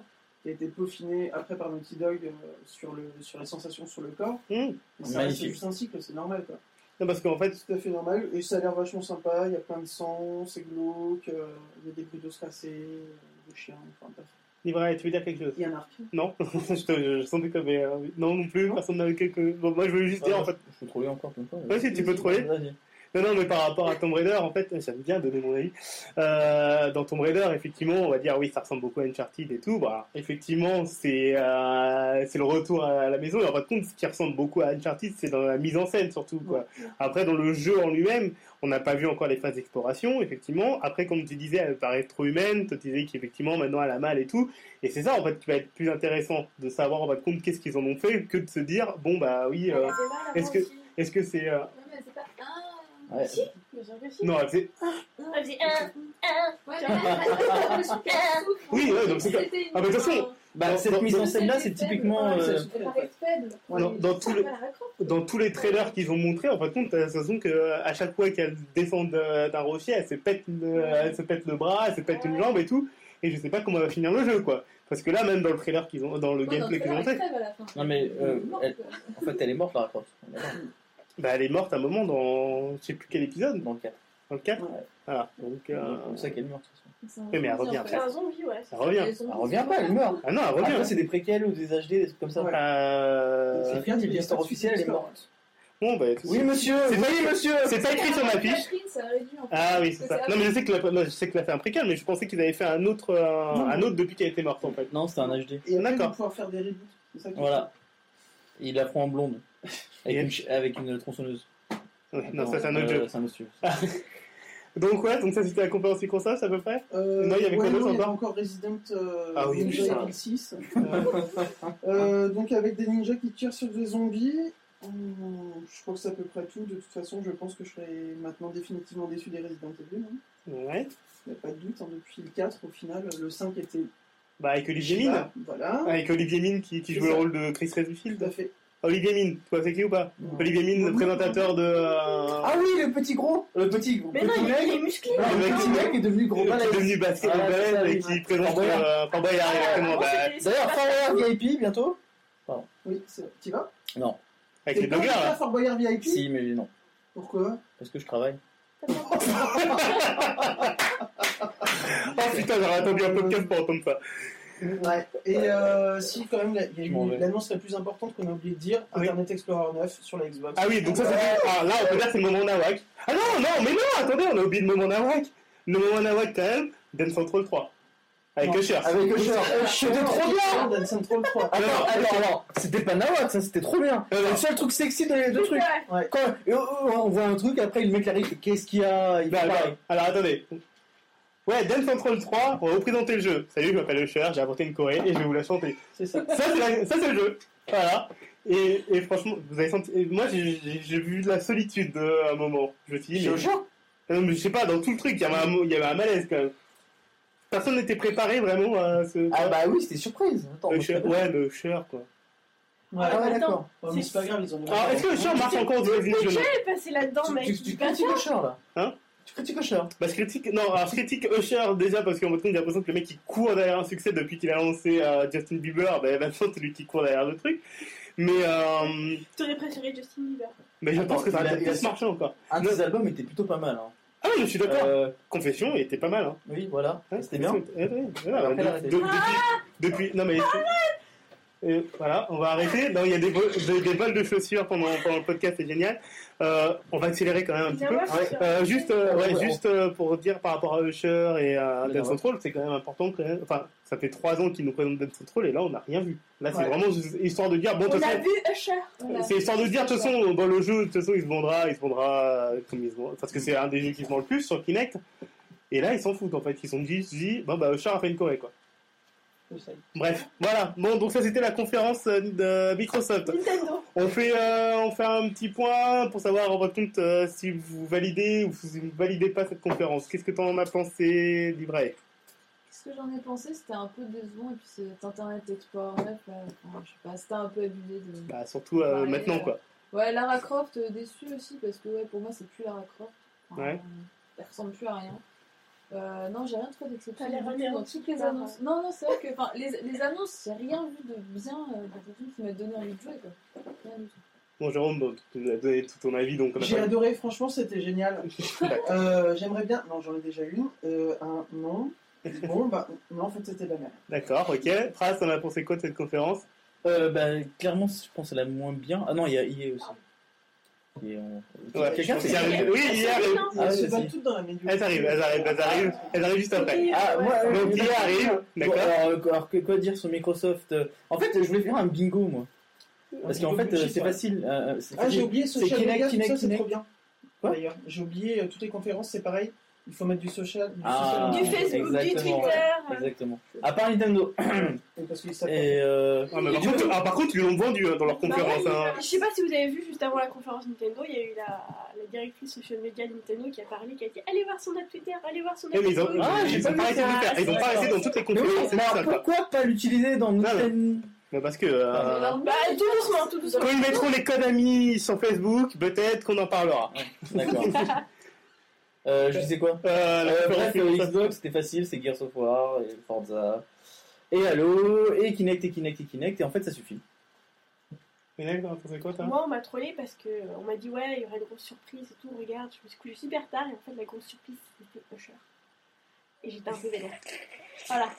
Speaker 4: qui a été peaufiné après par Naughty Dog euh, sur, le, sur les sensations sur le corps.
Speaker 1: Hum.
Speaker 4: Mais ça reste
Speaker 2: Magnifique.
Speaker 4: juste un cycle, c'est normal quoi.
Speaker 1: Non, parce qu'en fait,
Speaker 4: C'est tout à fait normal et ça a l'air vachement sympa. Il y a plein de sang, c'est glauque, euh, il y a des bruits d'os cassés, euh, de chiens, enfin bref.
Speaker 1: Livra, tu veux dire quelque chose [LAUGHS]
Speaker 4: Il y a un arc.
Speaker 1: Non, je, te, je, je sentais que t'avais, euh, Non non plus, personne n'avait quelque. Bon, moi je voulais juste dire en fait.
Speaker 2: Je peux troller encore comme ça.
Speaker 1: Ouais, si tu peux troller.
Speaker 2: Vas-y.
Speaker 1: Non, non, mais par rapport à Tomb Raider, en fait, j'aime bien donner mon avis. Euh, dans Tomb Raider, effectivement, on va dire oui, ça ressemble beaucoup à Uncharted et tout. Bah, effectivement, c'est euh, c'est le retour à la maison. Et en fin de compte, ce qui ressemble beaucoup à Uncharted, c'est dans la mise en scène surtout. Quoi. Après, dans le jeu en lui-même, on n'a pas vu encore les phases d'exploration, effectivement. Après, comme tu disais, elle paraît trop humaine. Tu disais qu'effectivement, maintenant, elle a mal et tout. Et c'est ça, en fait, qui va être plus intéressant de savoir, en fin de compte, qu'est-ce qu'ils en ont fait que de se dire, bon, bah oui,
Speaker 3: Elle
Speaker 1: euh,
Speaker 3: avait mal avant
Speaker 1: est-ce que-
Speaker 3: aussi.
Speaker 1: est-ce que c'est. euh,
Speaker 5: Non, mais c'est pas. Ah,
Speaker 2: Ouais.
Speaker 3: Si, bien sûr que si.
Speaker 1: Non, elle faisait-
Speaker 3: Elle faisait un, un.
Speaker 5: ouais, [LAUGHS] mais là, j'ai l'impression qu'elle souffre.
Speaker 1: Oui, ouais, donc c'est pas-
Speaker 5: C'était une-
Speaker 1: Ah, bah, de toute façon,
Speaker 2: Bah,
Speaker 1: Dans-
Speaker 2: cette
Speaker 1: dans-
Speaker 2: mise en
Speaker 5: Elle
Speaker 2: scène-là, c'est
Speaker 5: était faible,
Speaker 2: typiquement.
Speaker 5: voilà,
Speaker 2: euh,
Speaker 4: c'est-
Speaker 5: Elle paraît faible.
Speaker 4: Ouais.
Speaker 1: Dans- dans tous les-
Speaker 5: C'est pas Lara Croft.
Speaker 1: dans tous les trailers qu'ils ont montrés, en fin de compte, t'as l'impression que à chaque fois qu'elle descend de- d'un rocher, elle se pète, le, elle se pète le bras, elle se pète une
Speaker 3: Ouais.
Speaker 1: jambe et tout. Et je sais pas comment va finir le jeu, quoi. Parce que là, même dans le trailer qu'ils ont, dans le
Speaker 5: Ouais, dans
Speaker 1: gameplay qu'ils ont
Speaker 5: trailer,
Speaker 1: montré,
Speaker 5: elle crève à la fin.
Speaker 2: Non, mais,
Speaker 5: Elle est
Speaker 2: euh,
Speaker 5: morte,
Speaker 2: elle-
Speaker 5: quoi.
Speaker 2: En fait, elle est morte, la raccord.
Speaker 1: bah, elle est morte à un moment dans, je sais plus quel épisode,
Speaker 2: Dans le cadre.
Speaker 1: dans le 4
Speaker 4: Ouais.
Speaker 1: Voilà. Donc, euh,
Speaker 2: C'est comme ça qu'elle meurt. de toute façon.
Speaker 5: C'est un
Speaker 1: Oui, mais elle
Speaker 5: zombie,
Speaker 1: revient
Speaker 5: en
Speaker 1: après.
Speaker 3: C'est
Speaker 5: fait.
Speaker 3: un zombie, ouais.
Speaker 1: ça revient.
Speaker 5: Les zombies,
Speaker 2: Elle revient pas, elle meurt.
Speaker 1: Ah non, elle
Speaker 2: Après,
Speaker 1: revient.
Speaker 2: c'est des préquels ou des HD, des trucs comme ça.
Speaker 1: Euh,
Speaker 2: C'est bien dit, l'histoire officielle, elle est morte.
Speaker 1: Bon, bah, tout-
Speaker 2: Oui, monsieur
Speaker 1: C'est
Speaker 2: Oui,
Speaker 1: pas-
Speaker 2: monsieur
Speaker 1: c'est pas écrit sur ma fiche.
Speaker 5: Catherine, ça réduit, en fait.
Speaker 1: Ah oui, c'est ça. Non, mais je sais que la, non, je sais que la fait un préquel, mais je pensais qu'ils avaient fait un autre, euh,
Speaker 4: Non.
Speaker 1: un autre depuis qu'elle était morte, en fait.
Speaker 2: Non, c'était un HD.
Speaker 4: Et après,
Speaker 1: D'accord.
Speaker 4: de pouvoir faire des reboots. C'est ça qui est
Speaker 2: Voilà. Il la prend en blonde. Avec,
Speaker 1: Et-
Speaker 2: une, ch- avec une tronçonneuse.
Speaker 1: Ouais, non, ça c'est un autre
Speaker 2: Euh,
Speaker 1: jeu.
Speaker 2: C'est un autre jeu.
Speaker 1: Donc ouais, donc ça c'était la compréhension console à peu près.
Speaker 4: Euh,
Speaker 1: Non, il y avait quoi
Speaker 4: ouais,
Speaker 1: d'autre
Speaker 4: non,
Speaker 1: encore
Speaker 4: Resident euh,
Speaker 1: Ah oui,
Speaker 4: Ninja
Speaker 1: putain.
Speaker 4: Evil 6. Euh, euh, donc avec des ninjas qui tirent sur des zombies. Hum, Je crois que c'est à peu près tout. De toute façon, je pense que je serai maintenant définitivement déçu des Resident Evil. hein.
Speaker 1: Ouais.
Speaker 4: Il n'y a pas de doute, hein, depuis le 4, au final, le 5 était...
Speaker 1: Bah avec Olivier Mine.
Speaker 4: Bah, voilà,
Speaker 1: Avec Olivier Mine qui, qui
Speaker 4: C'est
Speaker 1: joue le
Speaker 4: ça.
Speaker 1: rôle de Chris
Speaker 4: tout à
Speaker 1: Redfield.
Speaker 4: fait.
Speaker 1: Olivier Mine, toi c'est qui ou pas
Speaker 2: Non.
Speaker 1: Olivier Mine, le présentateur de... euh,
Speaker 6: Ah oui, le petit gros Le petit gros.
Speaker 3: Mais
Speaker 6: le
Speaker 3: non,
Speaker 6: petit
Speaker 3: il est- il est
Speaker 6: mec.
Speaker 3: musclé.
Speaker 6: Ah,
Speaker 1: il est-
Speaker 6: le petit mec est devenu gros
Speaker 1: qui
Speaker 6: balèze.
Speaker 1: est devenu basket
Speaker 6: Ah, c'est ça,
Speaker 1: balèze et
Speaker 6: oui. Ah,
Speaker 1: qui présente...
Speaker 6: Fort Boyard.
Speaker 1: euh, Fort Boyard, exactement,
Speaker 3: Avant,
Speaker 1: bah,
Speaker 3: c'était- c'était
Speaker 6: D'ailleurs,
Speaker 3: pas-
Speaker 6: Fort Boyard VIP bientôt.
Speaker 4: Oui, c'est vrai. T'y vas
Speaker 2: Non,
Speaker 1: avec les
Speaker 4: T'es pas-
Speaker 1: blogueurs.
Speaker 4: t'es pas
Speaker 1: là.
Speaker 4: Fort Boyard VIP
Speaker 2: si, mais non.
Speaker 4: Pourquoi
Speaker 2: Parce que je travaille.
Speaker 1: Oh putain, j'aurais attendu un podcast pour entendre ça.
Speaker 4: Ouais. Et euh, si, quand même, la- il y a
Speaker 2: Je m'en
Speaker 4: eu
Speaker 2: vais.
Speaker 4: l'annonce la plus importante qu'on a oublié de dire,
Speaker 1: Oui.
Speaker 4: Internet Explorer 9 sur la Xbox.
Speaker 1: Ah oui, donc ça c'était... ah, là on peut dire que c'est le moment Nawak. Ah non, non, mais non, attendez, on a oublié le moment Nawak. Le moment Nawak quand même, Dance Central 3. Avec
Speaker 4: Non.
Speaker 1: Usher.
Speaker 6: Avec Usher. C'était trop bien
Speaker 4: Dance Central 3.
Speaker 6: Attends,
Speaker 1: Non,
Speaker 6: alors, alors, c'était pas Nawak, ça, c'était trop bien.
Speaker 1: Non,
Speaker 6: C'est
Speaker 1: non.
Speaker 6: le seul truc sexy dans les deux trucs.
Speaker 3: Ouais.
Speaker 1: [LAUGHS]
Speaker 6: Quand- et, euh, on voit un truc, après il mec arrive, qu'est-ce qu'il y a Il
Speaker 1: Bah,
Speaker 6: fait
Speaker 1: bah,
Speaker 6: pareil.
Speaker 1: alors attendez. Ouais, Dance Central 3, on va vous présenter le jeu. Salut, je m'appelle Usher, j'ai inventé une Corée et je vais vous la chanter.
Speaker 4: C'est ça.
Speaker 1: Ça, c'est, la- ça, c'est le jeu. Voilà. Et, et franchement, vous avez senti. et Moi, j'ai, j'ai- j'ai vu de la solitude euh, à un moment. Je me suis dit,
Speaker 6: Chez
Speaker 1: mais.
Speaker 6: Usher
Speaker 1: Non, mais je sais pas, dans tout le truc, il y avait un, mo- il y avait un malaise quand même. Personne n'était préparé vraiment à ce.
Speaker 6: Ah bah oui, c'était surprise. Attends,
Speaker 1: Le
Speaker 6: moi, je
Speaker 1: Usher-
Speaker 6: connais
Speaker 1: ouais, le Usher quoi.
Speaker 4: Ouais.
Speaker 6: Ah ouais,
Speaker 3: Attends.
Speaker 6: d'accord.
Speaker 4: Ouais, mais c'est pas grave, ils
Speaker 6: Ah,
Speaker 4: ont
Speaker 1: Alors, est-ce que Usher marche encore aux États-Unis je ne-
Speaker 3: T'es passé là-dedans,
Speaker 6: Tu-
Speaker 3: mec.
Speaker 6: Tu tu critiques Usher là
Speaker 1: Hein
Speaker 6: Tu critiques Usher
Speaker 1: Bah, je critique, non, alors, je critique Usher déjà parce qu'en mode j'ai l'impression que le mec il court derrière un succès depuis qu'il a lancé euh, Justin Bieber, bah maintenant c'est lui qui court derrière le truc. Mais, euh,
Speaker 3: T'aurais préféré Justin Bieber.
Speaker 1: mais je pense que ça
Speaker 2: il
Speaker 1: va
Speaker 2: a- il a-
Speaker 1: plus marcher encore.
Speaker 2: Un de ses Ah, albums était plutôt pas mal. Hein.
Speaker 1: Ah oui, je suis d'accord.
Speaker 2: Euh,
Speaker 1: Confession, il était pas mal. Hein.
Speaker 2: oui, voilà.
Speaker 1: Ouais,
Speaker 2: C'était bien.
Speaker 1: c'est- ouais, ouais, voilà,
Speaker 2: Après,
Speaker 1: de-
Speaker 2: elle a arrêté.
Speaker 1: de- depuis, depuis- non mais. Euh, voilà, on va arrêter. Non, il y a des, vols- des, des vols de chaussures pendant, pendant le podcast, c'est génial. Euh, on va accélérer quand même un petit
Speaker 3: Viens
Speaker 1: peu.
Speaker 3: voir sur-
Speaker 1: Euh, juste euh, ouais,
Speaker 6: Ouais,
Speaker 1: juste euh, pour dire par rapport à Usher et à
Speaker 2: Oui,
Speaker 1: Dance
Speaker 2: ouais.
Speaker 1: Central, c'est quand même important. Quand même. Enfin, ça fait trois ans qu'ils nous présentent Dance Central et là, on n'a rien vu. Là, c'est
Speaker 4: Ouais.
Speaker 1: vraiment juste histoire de dire bon, de
Speaker 3: On
Speaker 1: toute
Speaker 3: a
Speaker 1: façon,
Speaker 3: vu Usher.
Speaker 5: Voilà.
Speaker 1: c'est histoire de dire de toute façon dans le jeu, de toute façon, il se vendra, il se vendra euh, comme il se vend- parce que c'est un des jeux qui se vend le plus sur Kinect. Et là, ils s'en foutent en fait. Ils se sont dit, dit bon bah Usher a fait une Corée quoi. Bref, voilà. Bon, donc ça c'était la conférence euh, de Microsoft.
Speaker 3: Nintendo.
Speaker 1: On fait, euh, on fait un petit point pour savoir en votre compte euh, si vous validez ou si vous ne validez pas cette conférence. Qu'est-ce que tu en as pensé, Librae
Speaker 5: Ce que j'en ai pensé, c'était un peu décevant. Et puis cet Internet Explorer 9, là, enfin, je sais pas, c'était un peu abusé. De...
Speaker 1: Bah surtout euh,
Speaker 5: Ouais,
Speaker 1: maintenant
Speaker 5: euh,
Speaker 1: quoi.
Speaker 5: Ouais, Lara Croft euh, déçue aussi parce que ouais, pour moi c'est plus Lara Croft. Enfin, euh,
Speaker 1: Ouais.
Speaker 5: Elle ressemble plus à rien. Euh, non, j'ai rien trouvé
Speaker 3: T'as l'air
Speaker 5: d'exceptionnel. du tout Dans
Speaker 3: anéantie
Speaker 5: toutes les
Speaker 3: par-
Speaker 5: annonces. Non, non, c'est vrai que enfin, les, les annonces, j'ai rien vu de bien euh, dans tout qui m'a donné envie de jouer. Quoi. Rien du tout.
Speaker 1: Bon Jérôme, bon, tu nous as donné tout ton avis donc on a
Speaker 4: J'ai
Speaker 1: pas-
Speaker 4: adoré, franchement, c'était génial.
Speaker 1: [LAUGHS]
Speaker 4: Euh, J'aimerais bien. Non, j'en ai déjà une. Euh, un non. Bon, bah, non, en fait, c'était de la merde.
Speaker 1: D'accord, ok. Pras, t'en as pensé quoi de cette conférence
Speaker 2: Euh, bah, clairement, je pense à la moins bien. Ah non, il y a IE aussi. Et on- Quelqu'un,
Speaker 1: je
Speaker 2: c'est
Speaker 1: pense qu'il y a-
Speaker 2: IE.
Speaker 1: Oui, hier.
Speaker 3: Ah, non.
Speaker 2: Ah,
Speaker 4: Elles se
Speaker 2: si.
Speaker 4: battent toutes dans la médure.
Speaker 1: Elles arrivent, elles arrivent, elles arrivent, elles arrivent juste après.
Speaker 6: Ah, moi, euh,
Speaker 1: E Donc hier arrive,
Speaker 2: Bon,
Speaker 1: d'accord.
Speaker 2: alors, euh, alors, que quoi dire sur Microsoft euh, En fait, je voulais faire un bingo, moi. Parce qu'en fait, euh, c'est facile. euh, c'est
Speaker 4: Ah, j'ai
Speaker 2: facile.
Speaker 4: oublié
Speaker 2: C'est
Speaker 4: social
Speaker 2: Kinect,
Speaker 4: media, tout
Speaker 2: Kinect,
Speaker 4: ça, c'est
Speaker 2: Kinect.
Speaker 4: trop bien.
Speaker 2: Quoi
Speaker 4: D'ailleurs, j'ai oublié euh, toutes les conférences, c'est pareil. Il faut mettre du social. Du
Speaker 2: Ah,
Speaker 3: Du Facebook, du
Speaker 2: exactement.
Speaker 3: Twitter.
Speaker 2: Exactement. À part Nintendo.
Speaker 4: social. Parce que ça
Speaker 2: Et, euh,
Speaker 1: Ah, mais
Speaker 2: et
Speaker 1: par,
Speaker 2: du
Speaker 1: contre,
Speaker 2: coup-
Speaker 1: ah, par contre, ils l'ont vendu hein, dans leur
Speaker 3: Bah
Speaker 1: conférence.
Speaker 3: ouais,
Speaker 1: hein.
Speaker 3: Je sais pas si vous avez vu juste avant la conférence Nintendo, il y a eu la, la directrice social media de Nintendo qui a parlé, qui a dit allez voir son app Twitter, allez voir son app
Speaker 1: Eh, mais ils ont,
Speaker 3: Facebook.
Speaker 2: Ah,
Speaker 1: ils
Speaker 2: j'ai
Speaker 1: ont
Speaker 2: pas
Speaker 1: pas
Speaker 2: vu
Speaker 1: arrêté de
Speaker 2: ça.
Speaker 1: le faire. Ils ont pas
Speaker 2: Ah,
Speaker 1: arrêté dans toutes les
Speaker 2: Mais oui,
Speaker 1: conférences. c'est
Speaker 2: alors
Speaker 1: ça, quoi.
Speaker 2: pourquoi pas l'utiliser dans notre
Speaker 1: Ah, non. [LAUGHS]
Speaker 2: chaîne
Speaker 1: Mais parce que. euh,
Speaker 5: Alors,
Speaker 3: Bah tout doucement, tout doucement.
Speaker 1: Quand ils mettront les codes amis sur Facebook, peut-être qu'on en parlera.
Speaker 2: D'accord. Euh, je disais quoi
Speaker 1: Euh, la
Speaker 2: Euh,
Speaker 1: conférence
Speaker 2: Bref,
Speaker 1: est
Speaker 2: euh,
Speaker 1: comme ça.
Speaker 2: Xbox, c'était facile, c'est Gears of War, et Forza, et Halo, et Kinect, et Kinect, et Kinect, et en fait, ça suffit.
Speaker 1: Mais là, t'en pensais quoi, toi
Speaker 3: Moi, on m'a trollé parce que euh, on m'a dit ouais, il y aurait une grosse surprise et tout. Regarde, je me suis couché super tard et en fait, la grosse surprise, c'était Usher. Et j'étais un peu vénère.
Speaker 5: [LAUGHS]
Speaker 3: Voilà.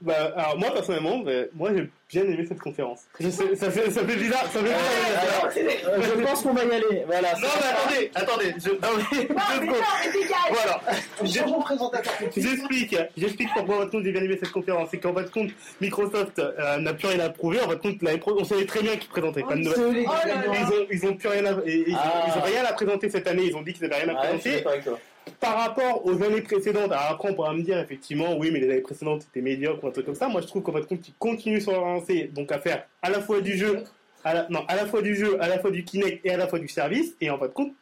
Speaker 1: Bah, alors moi personnellement, bah, moi j'ai bien aimé cette conférence. Je sais, ça fait, ça fait bizarre, ça fait bizarre.
Speaker 2: Alors, euh, je pense qu'on va y aller. Voilà.
Speaker 1: non mais attendez, attendez, je, non, mais,
Speaker 3: Non,
Speaker 1: deux secondes.
Speaker 3: mais non, mais dégage
Speaker 1: Voilà, Alors, je-
Speaker 4: Changeons de présentateur tout de suite.
Speaker 1: J'explique, j'explique pourquoi en fin de compte j'ai bien aimé cette conférence. C'est qu'en fin de compte, Microsoft euh, n'a plus rien à prouver. En fin de compte, l'année pro- on savait très bien qu'ils présentaient pas de nouvelles.
Speaker 6: Désolé,
Speaker 4: Oh là
Speaker 1: Ils
Speaker 4: là.
Speaker 1: ont, ils ont plus rien à, et- et ils, ont-
Speaker 2: Ah.
Speaker 1: ils ont rien à présenter cette année. Ils ont dit qu'ils n'avaient rien à
Speaker 2: Ouais, Ah, je suis
Speaker 1: présenter.
Speaker 2: d'accord avec toi.
Speaker 1: Par rapport aux années précédentes, alors après on pourra me dire effectivement, oui, mais les années précédentes c'était médiocre ou un truc comme ça. Moi je trouve qu'en fin de compte, ils continuent sur leur lancée, donc à faire à la fois du jeu, à la, non, à la fois du jeu, à la fois du Kinect et à la fois du service. Et en fin de compte,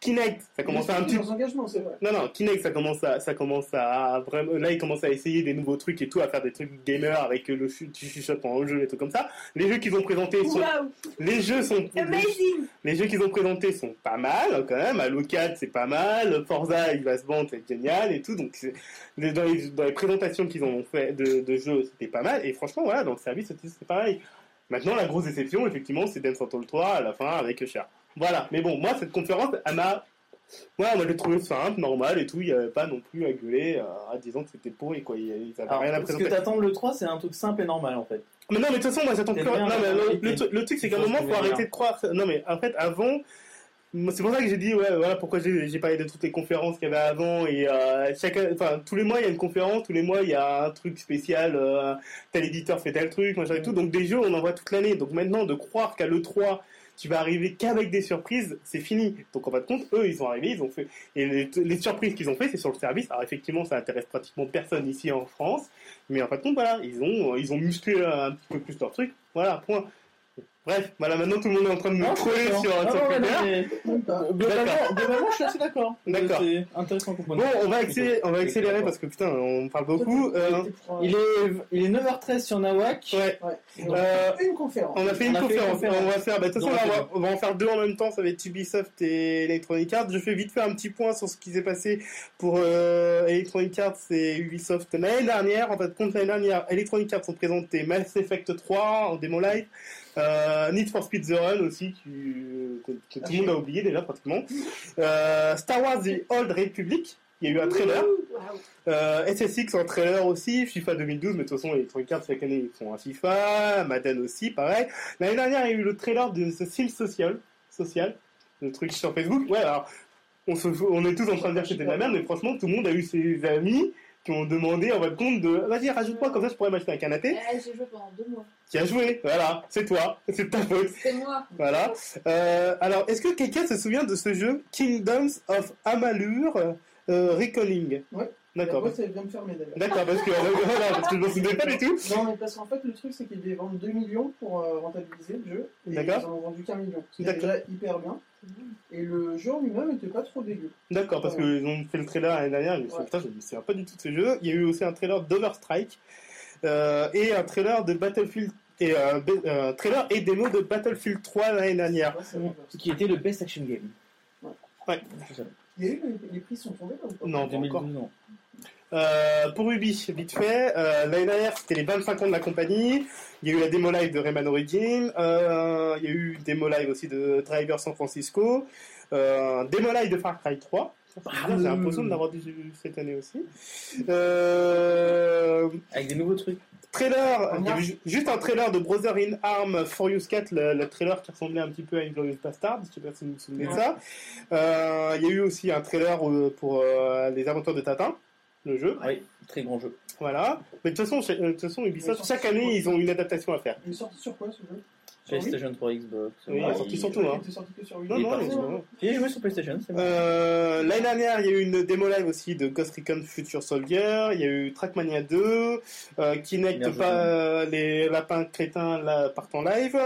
Speaker 1: Kinect, ça commence à un petit
Speaker 4: Nos engagements, c'est vrai.
Speaker 1: non, non, Kinect, ça commence à, ça commence à vraiment, là, ils commencent à essayer des nouveaux trucs et tout, à faire des trucs gamer avec le chu- tu chuchotes en jeu, des trucs comme ça. Les jeux qu'ils ont présentés sont,
Speaker 3: Waouh,
Speaker 1: les jeux sont, les,
Speaker 3: amazing!
Speaker 1: jeux qu'ils ont présentés sont pas mal, hein, quand même. Alucard, c'est pas mal. Forza, il va se vendre, c'est génial et tout. Donc, c'est- les- dans les, dans les présentations qu'ils en ont fait de, de jeux, c'était pas mal. Et franchement, voilà, dans le service, c'était c'était pareil. Maintenant, la grosse déception, effectivement, c'est Dance Central 3 à la fin avec Cher. Voilà. Mais bon, moi, cette conférence, elle m'a Ouais, moi je l'ai trouvé simple, normal et tout, il n'y avait pas non plus à gueuler euh, à disant que c'était pourri quoi, ils ils avaient
Speaker 2: Alors,
Speaker 1: rien à
Speaker 2: ce que
Speaker 1: présenter.
Speaker 2: t'attends le 3, c'est un truc simple et normal en fait.
Speaker 1: Mais non, mais de toute façon, moi j'attends
Speaker 2: T'es
Speaker 1: plus rien.
Speaker 2: bien,
Speaker 1: Non, mais
Speaker 2: t'as
Speaker 1: le,
Speaker 2: compris,
Speaker 1: le tru- le truc, c'est qu'à un
Speaker 2: faut se
Speaker 1: moment, faut
Speaker 2: trouver
Speaker 1: arrêter de croire. Non, mais en fait, avant, moi, c'est pour ça que j'ai dit, ouais, voilà pourquoi j'ai j'ai parlé de toutes les conférences qu'il y avait avant. Et euh, chaque, enfin, tous les mois, il y a une conférence, tous les mois, il y a un truc spécial. euh, tel éditeur fait tel truc, machin et tout. Donc des jeux, on en voit toute l'année. Donc maintenant, de croire qu'à l'E3, tu vas arriver qu'avec des surprises, c'est fini. Donc en fin de compte, eux, ils sont arrivés, ils ont fait. Et les, les surprises qu'ils ont fait, c'est sur le service. Alors effectivement, ça intéresse pratiquement personne ici en France. Mais en fin de compte, voilà, ils ont, ils ont musclé euh, un petit peu plus leur truc. Voilà, point. Bref, voilà, maintenant tout le monde est en train de
Speaker 2: Hein,
Speaker 1: me troller sur,
Speaker 2: Non,
Speaker 1: sur
Speaker 2: Ah, non,
Speaker 1: Twitter.
Speaker 2: non, mais- Globalement, globalement, je suis assez d'accord.
Speaker 1: D'accord.
Speaker 2: C'est intéressant qu'on
Speaker 1: Bon, on va accélérer, on va accélérer parce que putain, on parle beaucoup. Euh,
Speaker 2: Il est, il est 9h13 sur Nawak.
Speaker 1: ouais.
Speaker 4: Donc,
Speaker 1: Euh,
Speaker 4: une conférence.
Speaker 1: On a fait
Speaker 2: On
Speaker 1: une
Speaker 2: a fait une
Speaker 1: conférence.
Speaker 2: conférence.
Speaker 1: On va faire. bah, de toute
Speaker 2: Dans
Speaker 1: façon,
Speaker 2: la
Speaker 1: là, on, va, on va en faire deux en même temps. Ça va être Ubisoft et Electronic Arts. Je fais vite faire un petit point sur ce qui s'est passé pour euh, Electronic Arts et Ubisoft l'année dernière. En fait, contre l'année dernière, Electronic Arts ont présenté Mass Effect 3 en démo live, euh, Need for Speed The Run aussi, qui- que, que tout le monde a oublié déjà pratiquement, euh, Star Wars The Old Republic. Il y a eu un trailer.
Speaker 3: Waouh.
Speaker 1: Euh, SSX en trailer aussi, FIFA 2012, mais de toute façon, les trucs cartes chaque année, ils font un FIFA, Madden aussi, pareil. L'année dernière, il y a eu le trailer de The Sims Social, social le truc sur Facebook. Ouais, alors, on, se, fout- on est tous en train de dire que c'était de la merde, mais franchement, tout le monde a eu ses amis qui ont demandé en fin de compte de vas-y, rajoute-moi, comme ça je pourrais m'acheter un canapé.
Speaker 5: Eh, J'ai joué pendant deux mois.
Speaker 1: Qui a joué, voilà, c'est toi, c'est ta faute.
Speaker 5: C'était moi.
Speaker 1: Voilà. Euh, alors, est-ce que quelqu'un se souvient de ce jeu Kingdoms of Amalur euh, Recalling
Speaker 4: Ouais.
Speaker 1: D'accord. bah.
Speaker 4: Moi, ça vient me fermer d'ailleurs.
Speaker 1: D'accord, parce que, [LAUGHS] voilà, parce que je m'en souvenais pas du tout.
Speaker 4: Non, mais parce qu'en fait, le truc, c'est qu'ils devaient vendre 2 millions pour euh, rentabiliser le jeu. Et ils
Speaker 1: D'accord.
Speaker 4: en ont vendu qu'un million. C'est
Speaker 1: D'accord.
Speaker 4: déjà hyper bien. Et le jeu en lui-même était pas trop dégueu.
Speaker 1: D'accord, parce qu'ils ont fait le trailer l'année dernière, je me suis dit,
Speaker 4: Ouais.
Speaker 1: putain, je me souviens pas du tout de ce jeu. Il y a eu aussi un trailer d'Overstrike, euh, et un trailer de Battlefield, et un ba- euh, trailer et démo de Battlefield 3 l'année dernière.
Speaker 4: Ouais, ça va.
Speaker 2: Qui était le best action game.
Speaker 1: Ouais.
Speaker 4: Il y a eu, les, les prix sont tombés là ou pas
Speaker 1: Non, pas encore.
Speaker 2: 2012 ans.
Speaker 1: Euh, pour Ubi, vite fait, euh, l'année dernière, c'était les 25 ans de la compagnie. Il y a eu la démo live de Rayman Origin. Euh, il y a eu une démo live aussi de Driver San Francisco. Euh, démo live de Far Cry 3. J'ai l'impression de l'avoir déjà vu cette année aussi. Euh,
Speaker 2: Avec des nouveaux trucs.
Speaker 1: Trailer,
Speaker 4: En
Speaker 1: il y avait ju- juste un trailer de Brother in Arm Furious 4, le, le trailer qui ressemblait un petit peu à Inglorious Bastard, je sais pas si vous vous souvenez de
Speaker 4: Ouais.
Speaker 1: ça. Euh, il y a eu aussi un trailer euh, pour euh, Les Aventures de Tatin, le jeu,
Speaker 2: Oui, très grand jeu.
Speaker 1: voilà. Mais de toute façon, cha- euh, de toute façon Ubisoft,
Speaker 4: Ils sont
Speaker 1: chaque
Speaker 4: sortis
Speaker 1: année,
Speaker 4: sur-
Speaker 1: ils ont une adaptation à faire.
Speaker 4: Il est sorti sur quoi ce jeu Sur Wii Ah,
Speaker 2: PlayStation 3, Xbox.
Speaker 1: Oui,
Speaker 2: Wii.
Speaker 1: sorti surtout, hein.
Speaker 4: Il hein. était sorti que sur Wii.
Speaker 1: Non,
Speaker 2: Et
Speaker 1: non,
Speaker 2: par
Speaker 1: ils
Speaker 2: contre-
Speaker 1: ont-
Speaker 2: J'ai joué sur PlayStation, c'est vrai.
Speaker 1: Euh, L'année dernière, il y a eu une démo live aussi de Ghost Recon Future Soldier, il y a eu Trackmania 2, euh,
Speaker 2: Bien
Speaker 1: Kinect
Speaker 2: joué.
Speaker 1: pas euh, les lapins crétins là, partent en live,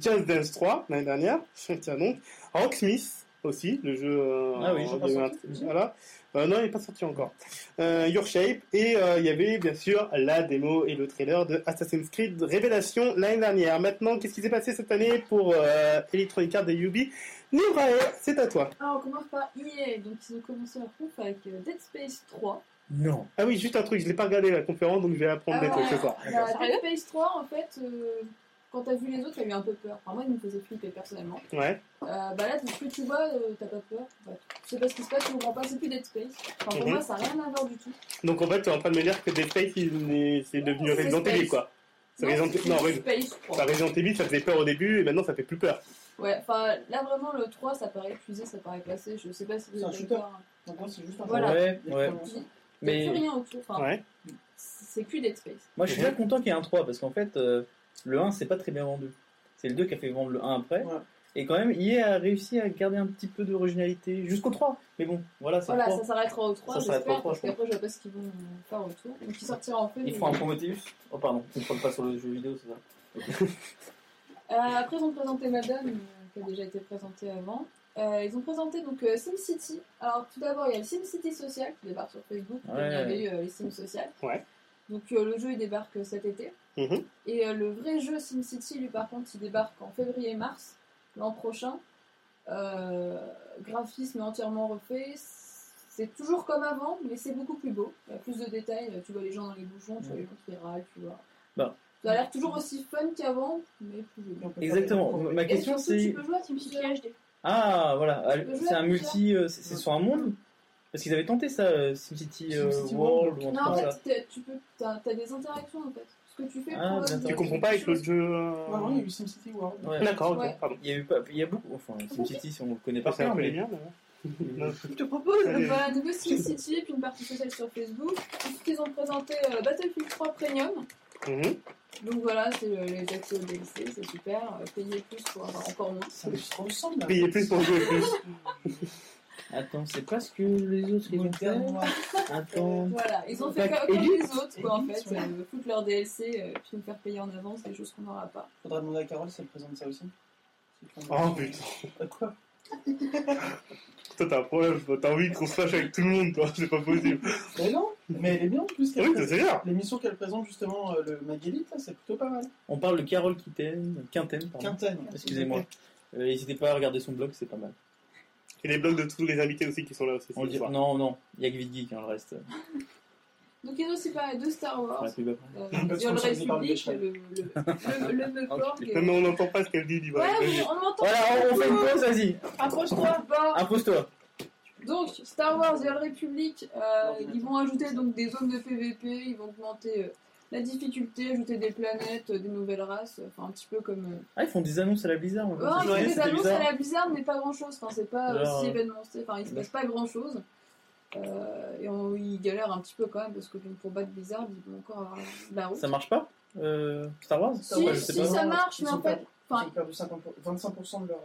Speaker 1: Just Dance 3 l'année dernière, [LAUGHS] je tiens donc, Rocksmith aussi, le jeu. euh,
Speaker 2: Ah oui,
Speaker 1: en-
Speaker 2: j'ai pas
Speaker 1: il y avait
Speaker 2: sorti.
Speaker 1: un- voilà. Euh, non, il n'est pas sorti encore. Euh, Your Shape, et euh, il y avait bien sûr la démo et le trailer de Assassin's Creed Révélation l'année dernière. Maintenant, qu'est-ce qui s'est passé cette année pour euh, Electronic Arts et Ubi Livrae, c'est à toi.
Speaker 5: Alors, Ah, on commence par EA. Donc, ils ont commencé leur conf avec euh, Dead Space 3.
Speaker 2: Non.
Speaker 1: Ah oui, juste un truc, je l'ai pas regardé la conférence, donc je vais apprendre
Speaker 5: Ah
Speaker 1: des trucs
Speaker 5: ouais.
Speaker 1: ce soir.
Speaker 5: Bah,
Speaker 3: Sérieux
Speaker 5: Dead Space 3, en fait, euh, quand t'as vu les autres, t'as eu un peu peur. Enfin, moi, ils me faisaient flipper personnellement.
Speaker 1: Ouais.
Speaker 5: Euh, bah là, plus tu vois, euh, t'as pas peur. Bah, tu sais pas ce qui se passe, tu comprends pas, c'est plus Dead Space. Enfin, pour
Speaker 1: Mhm.
Speaker 5: moi, ça n'a rien à voir du tout.
Speaker 1: Donc en fait, tu es en train de me dire que Dead Space, il est- c'est devenu
Speaker 5: C'est
Speaker 1: Resident
Speaker 5: Space.
Speaker 1: Evil, quoi. C'est Resident
Speaker 5: c'est
Speaker 1: Non,
Speaker 5: Dead
Speaker 1: Resident-
Speaker 5: Space, je crois.
Speaker 1: Enfin, Resident Evil, ça faisait peur au début, et maintenant ça fait plus peur.
Speaker 5: Ouais, enfin là vraiment le 3 ça paraît épuisé, ça paraît passé. Je sais pas si vous
Speaker 4: C'est un
Speaker 5: avez
Speaker 4: shooter.
Speaker 5: d'accord.
Speaker 4: Donc moi, c'est juste un
Speaker 5: Voilà.
Speaker 2: Ouais,
Speaker 4: jeu.
Speaker 2: ouais.
Speaker 5: Il n'y a plus
Speaker 2: Mais
Speaker 5: rien autour. Enfin,
Speaker 1: Ouais.
Speaker 5: C'est plus Dead Space.
Speaker 2: moi, je suis bien content qu'il y ait un 3 parce qu'en fait, euh, le 1, c'est pas très bien vendu. C'est le 2 qui a fait vendre le 1 après.
Speaker 4: Ouais.
Speaker 2: Et quand même, EA a réussi à garder un petit peu d'originalité jusqu'au 3. Mais bon, voilà, c'est
Speaker 5: Voilà,
Speaker 2: le 3.
Speaker 5: ça s'arrêtera au 3,
Speaker 2: Ça s'arrêtera au
Speaker 5: j'espère,
Speaker 2: 3,
Speaker 5: parce
Speaker 2: je pense.
Speaker 5: qu'après je vois pas ce qu'ils vont faire autour. Donc il sortira en fait.
Speaker 2: Ils font un Prometheus Oh, pardon, tu ne parles pas sur le jeu vidéo, c'est ça
Speaker 5: Euh, après, ils ont présenté Madame, euh, qui a déjà été présentée avant. Euh, ils ont présenté donc euh, SimCity. Alors, tout d'abord, il y a le SimCity Social qui débarque sur Facebook. comme Il y
Speaker 2: Ouais.
Speaker 5: avait eu euh, les Sims Social.
Speaker 1: Ouais.
Speaker 5: Donc, euh, le jeu, il débarque euh, cet été.
Speaker 1: Mhm.
Speaker 5: Et euh, le vrai jeu SimCity, lui, par contre, il débarque en février-mars l'an prochain. Euh, graphisme entièrement refait. C'est toujours comme avant, mais c'est beaucoup plus beau. Il y a plus de détails. Tu vois les gens dans les bouchons, tu vois les gens qui râlent, tu vois.
Speaker 2: Bah.
Speaker 5: Ça a l'air toujours aussi fun qu'avant, mais plus joli.
Speaker 2: Exactement. Ma
Speaker 3: Et
Speaker 2: question,
Speaker 3: surtout, tu
Speaker 2: c'est.
Speaker 3: peux jouer à SimCity HD.
Speaker 2: Ah, voilà,
Speaker 5: peux jouer
Speaker 2: c'est
Speaker 5: à
Speaker 2: un multi. euh, C'est c'est sur un monde Parce qu'ils avaient tenté ça, euh, SimCity euh,
Speaker 4: SimCity
Speaker 2: World ou un
Speaker 5: Non, en
Speaker 2: truc comme
Speaker 5: fait,
Speaker 2: ça.
Speaker 5: t'as- tu peux, t'as, t'as des interactions en fait. Ce que tu fais.
Speaker 2: Ah,
Speaker 5: provoque
Speaker 2: d'accord.
Speaker 5: des-
Speaker 1: Tu comprends pas avec
Speaker 5: des
Speaker 1: le
Speaker 5: choses.
Speaker 1: jeu. euh,
Speaker 4: Ouais, ouais, il y a eu SimCity World.
Speaker 2: Ouais.
Speaker 1: D'accord, ok,
Speaker 5: Bah Ouais.
Speaker 1: pardon. Ah,
Speaker 2: Il y a eu pas, il y a beaucoup, enfin, SimCity, si on le connaît pas,
Speaker 1: C'est un peu les
Speaker 2: mais
Speaker 1: miens, là. Non.
Speaker 5: Je te propose.
Speaker 1: Allez.
Speaker 5: Voilà, donc le Sim City, puis une partie sociale sur Facebook. Ensuite, ils ont présenté euh, Battlefield 3 Premium.
Speaker 2: Mm-hmm.
Speaker 1: Mhm.
Speaker 5: Donc voilà, c'est euh, les accès au DLC, c'est super. Euh, Payer plus pour avoir encore moins.
Speaker 4: Ça me ressemble. là.
Speaker 1: Payer plus pour jouer plus.
Speaker 2: attends, c'est pas ce que les autres ils ont fait.
Speaker 4: Modern Warfare.
Speaker 2: Attends,
Speaker 5: Voilà, ils ont fait
Speaker 2: Back
Speaker 5: comme comme les autres, quoi, en
Speaker 4: Elite,
Speaker 5: fait.
Speaker 4: ouais.
Speaker 5: Euh, foutre leur DLC, euh, puis nous faire payer en avance des choses qu'on n'aura pas.
Speaker 4: Faudra demander à Carole si elle présente ça aussi.
Speaker 1: Oh putain,
Speaker 4: Bah, Quoi
Speaker 1: toi t'as un problème, toi, t'as envie qu'on se fâche avec tout le monde, toi, c'est pas possible.
Speaker 4: Mais non, mais elle est bien en plus. qu'elle
Speaker 1: Ah Oui, ça
Speaker 4: présente.
Speaker 1: c'est bien.
Speaker 4: L'émission qu'elle présente justement, euh, le Magalith, là, c'est plutôt pas mal.
Speaker 2: on parle de Carole Quinten, Quinten, pardon.
Speaker 4: Quintaine.
Speaker 2: Excusez-moi. Euh, N'hésitez pas à regarder son blog, c'est pas mal.
Speaker 1: Et les blogs de tous les invités aussi qui sont là aussi.
Speaker 2: On le
Speaker 1: ce
Speaker 2: dit-
Speaker 1: soir.
Speaker 2: non, non, il y a que Vite Geek, hein, le reste.
Speaker 5: Donc ils ont aussi parlé de Star
Speaker 2: On
Speaker 5: Wars.
Speaker 2: la pub après.
Speaker 5: Euh,
Speaker 4: Parce
Speaker 5: Viol
Speaker 4: qu'on s'en est parlé
Speaker 5: République,
Speaker 4: déjà.
Speaker 5: le, le, le, le Meucor, qui est-
Speaker 1: Non, mais on n'entend pas ce qu'elle dit, dis
Speaker 5: Ouais, vous- on m'entend.
Speaker 2: Voilà, on, on fait une pause, vas-y.
Speaker 5: Approche-toi. Bon,
Speaker 2: Impose-toi.
Speaker 5: donc, Star Wars The Old Republic, euh,
Speaker 4: Non, mais
Speaker 5: ils vont ajouter donc des zones de PVP, ils vont augmenter euh, la difficulté, ajouter des planètes, euh, des nouvelles races, euh, enfin un petit peu comme. euh,
Speaker 2: Ah, ils font des annonces à la Blizzard. moi, je
Speaker 5: ouais,
Speaker 2: pensais
Speaker 5: on fait
Speaker 2: que
Speaker 5: Oh, des
Speaker 2: c'était
Speaker 5: annonces
Speaker 2: bizarre.
Speaker 5: à la Blizzard, mais pas grand chose. Enfin, c'est pas euh,
Speaker 2: Genre,
Speaker 5: si
Speaker 2: euh,
Speaker 5: événementiel, enfin, il se passe pas grand chose. et on, ils galèrent un petit peu quand même parce que donc, pour battre Blizzard, ils vont encore avoir de la route.
Speaker 2: Ça marche pas euh, Star Wars
Speaker 5: Si,
Speaker 2: Ouais, je sais
Speaker 5: si,
Speaker 2: pas.
Speaker 5: ça marche,
Speaker 4: Ils
Speaker 5: mais
Speaker 4: sont
Speaker 5: en fait,
Speaker 4: pas-
Speaker 5: enfin,
Speaker 4: Ils ont perdu 50 25% de leur. euh,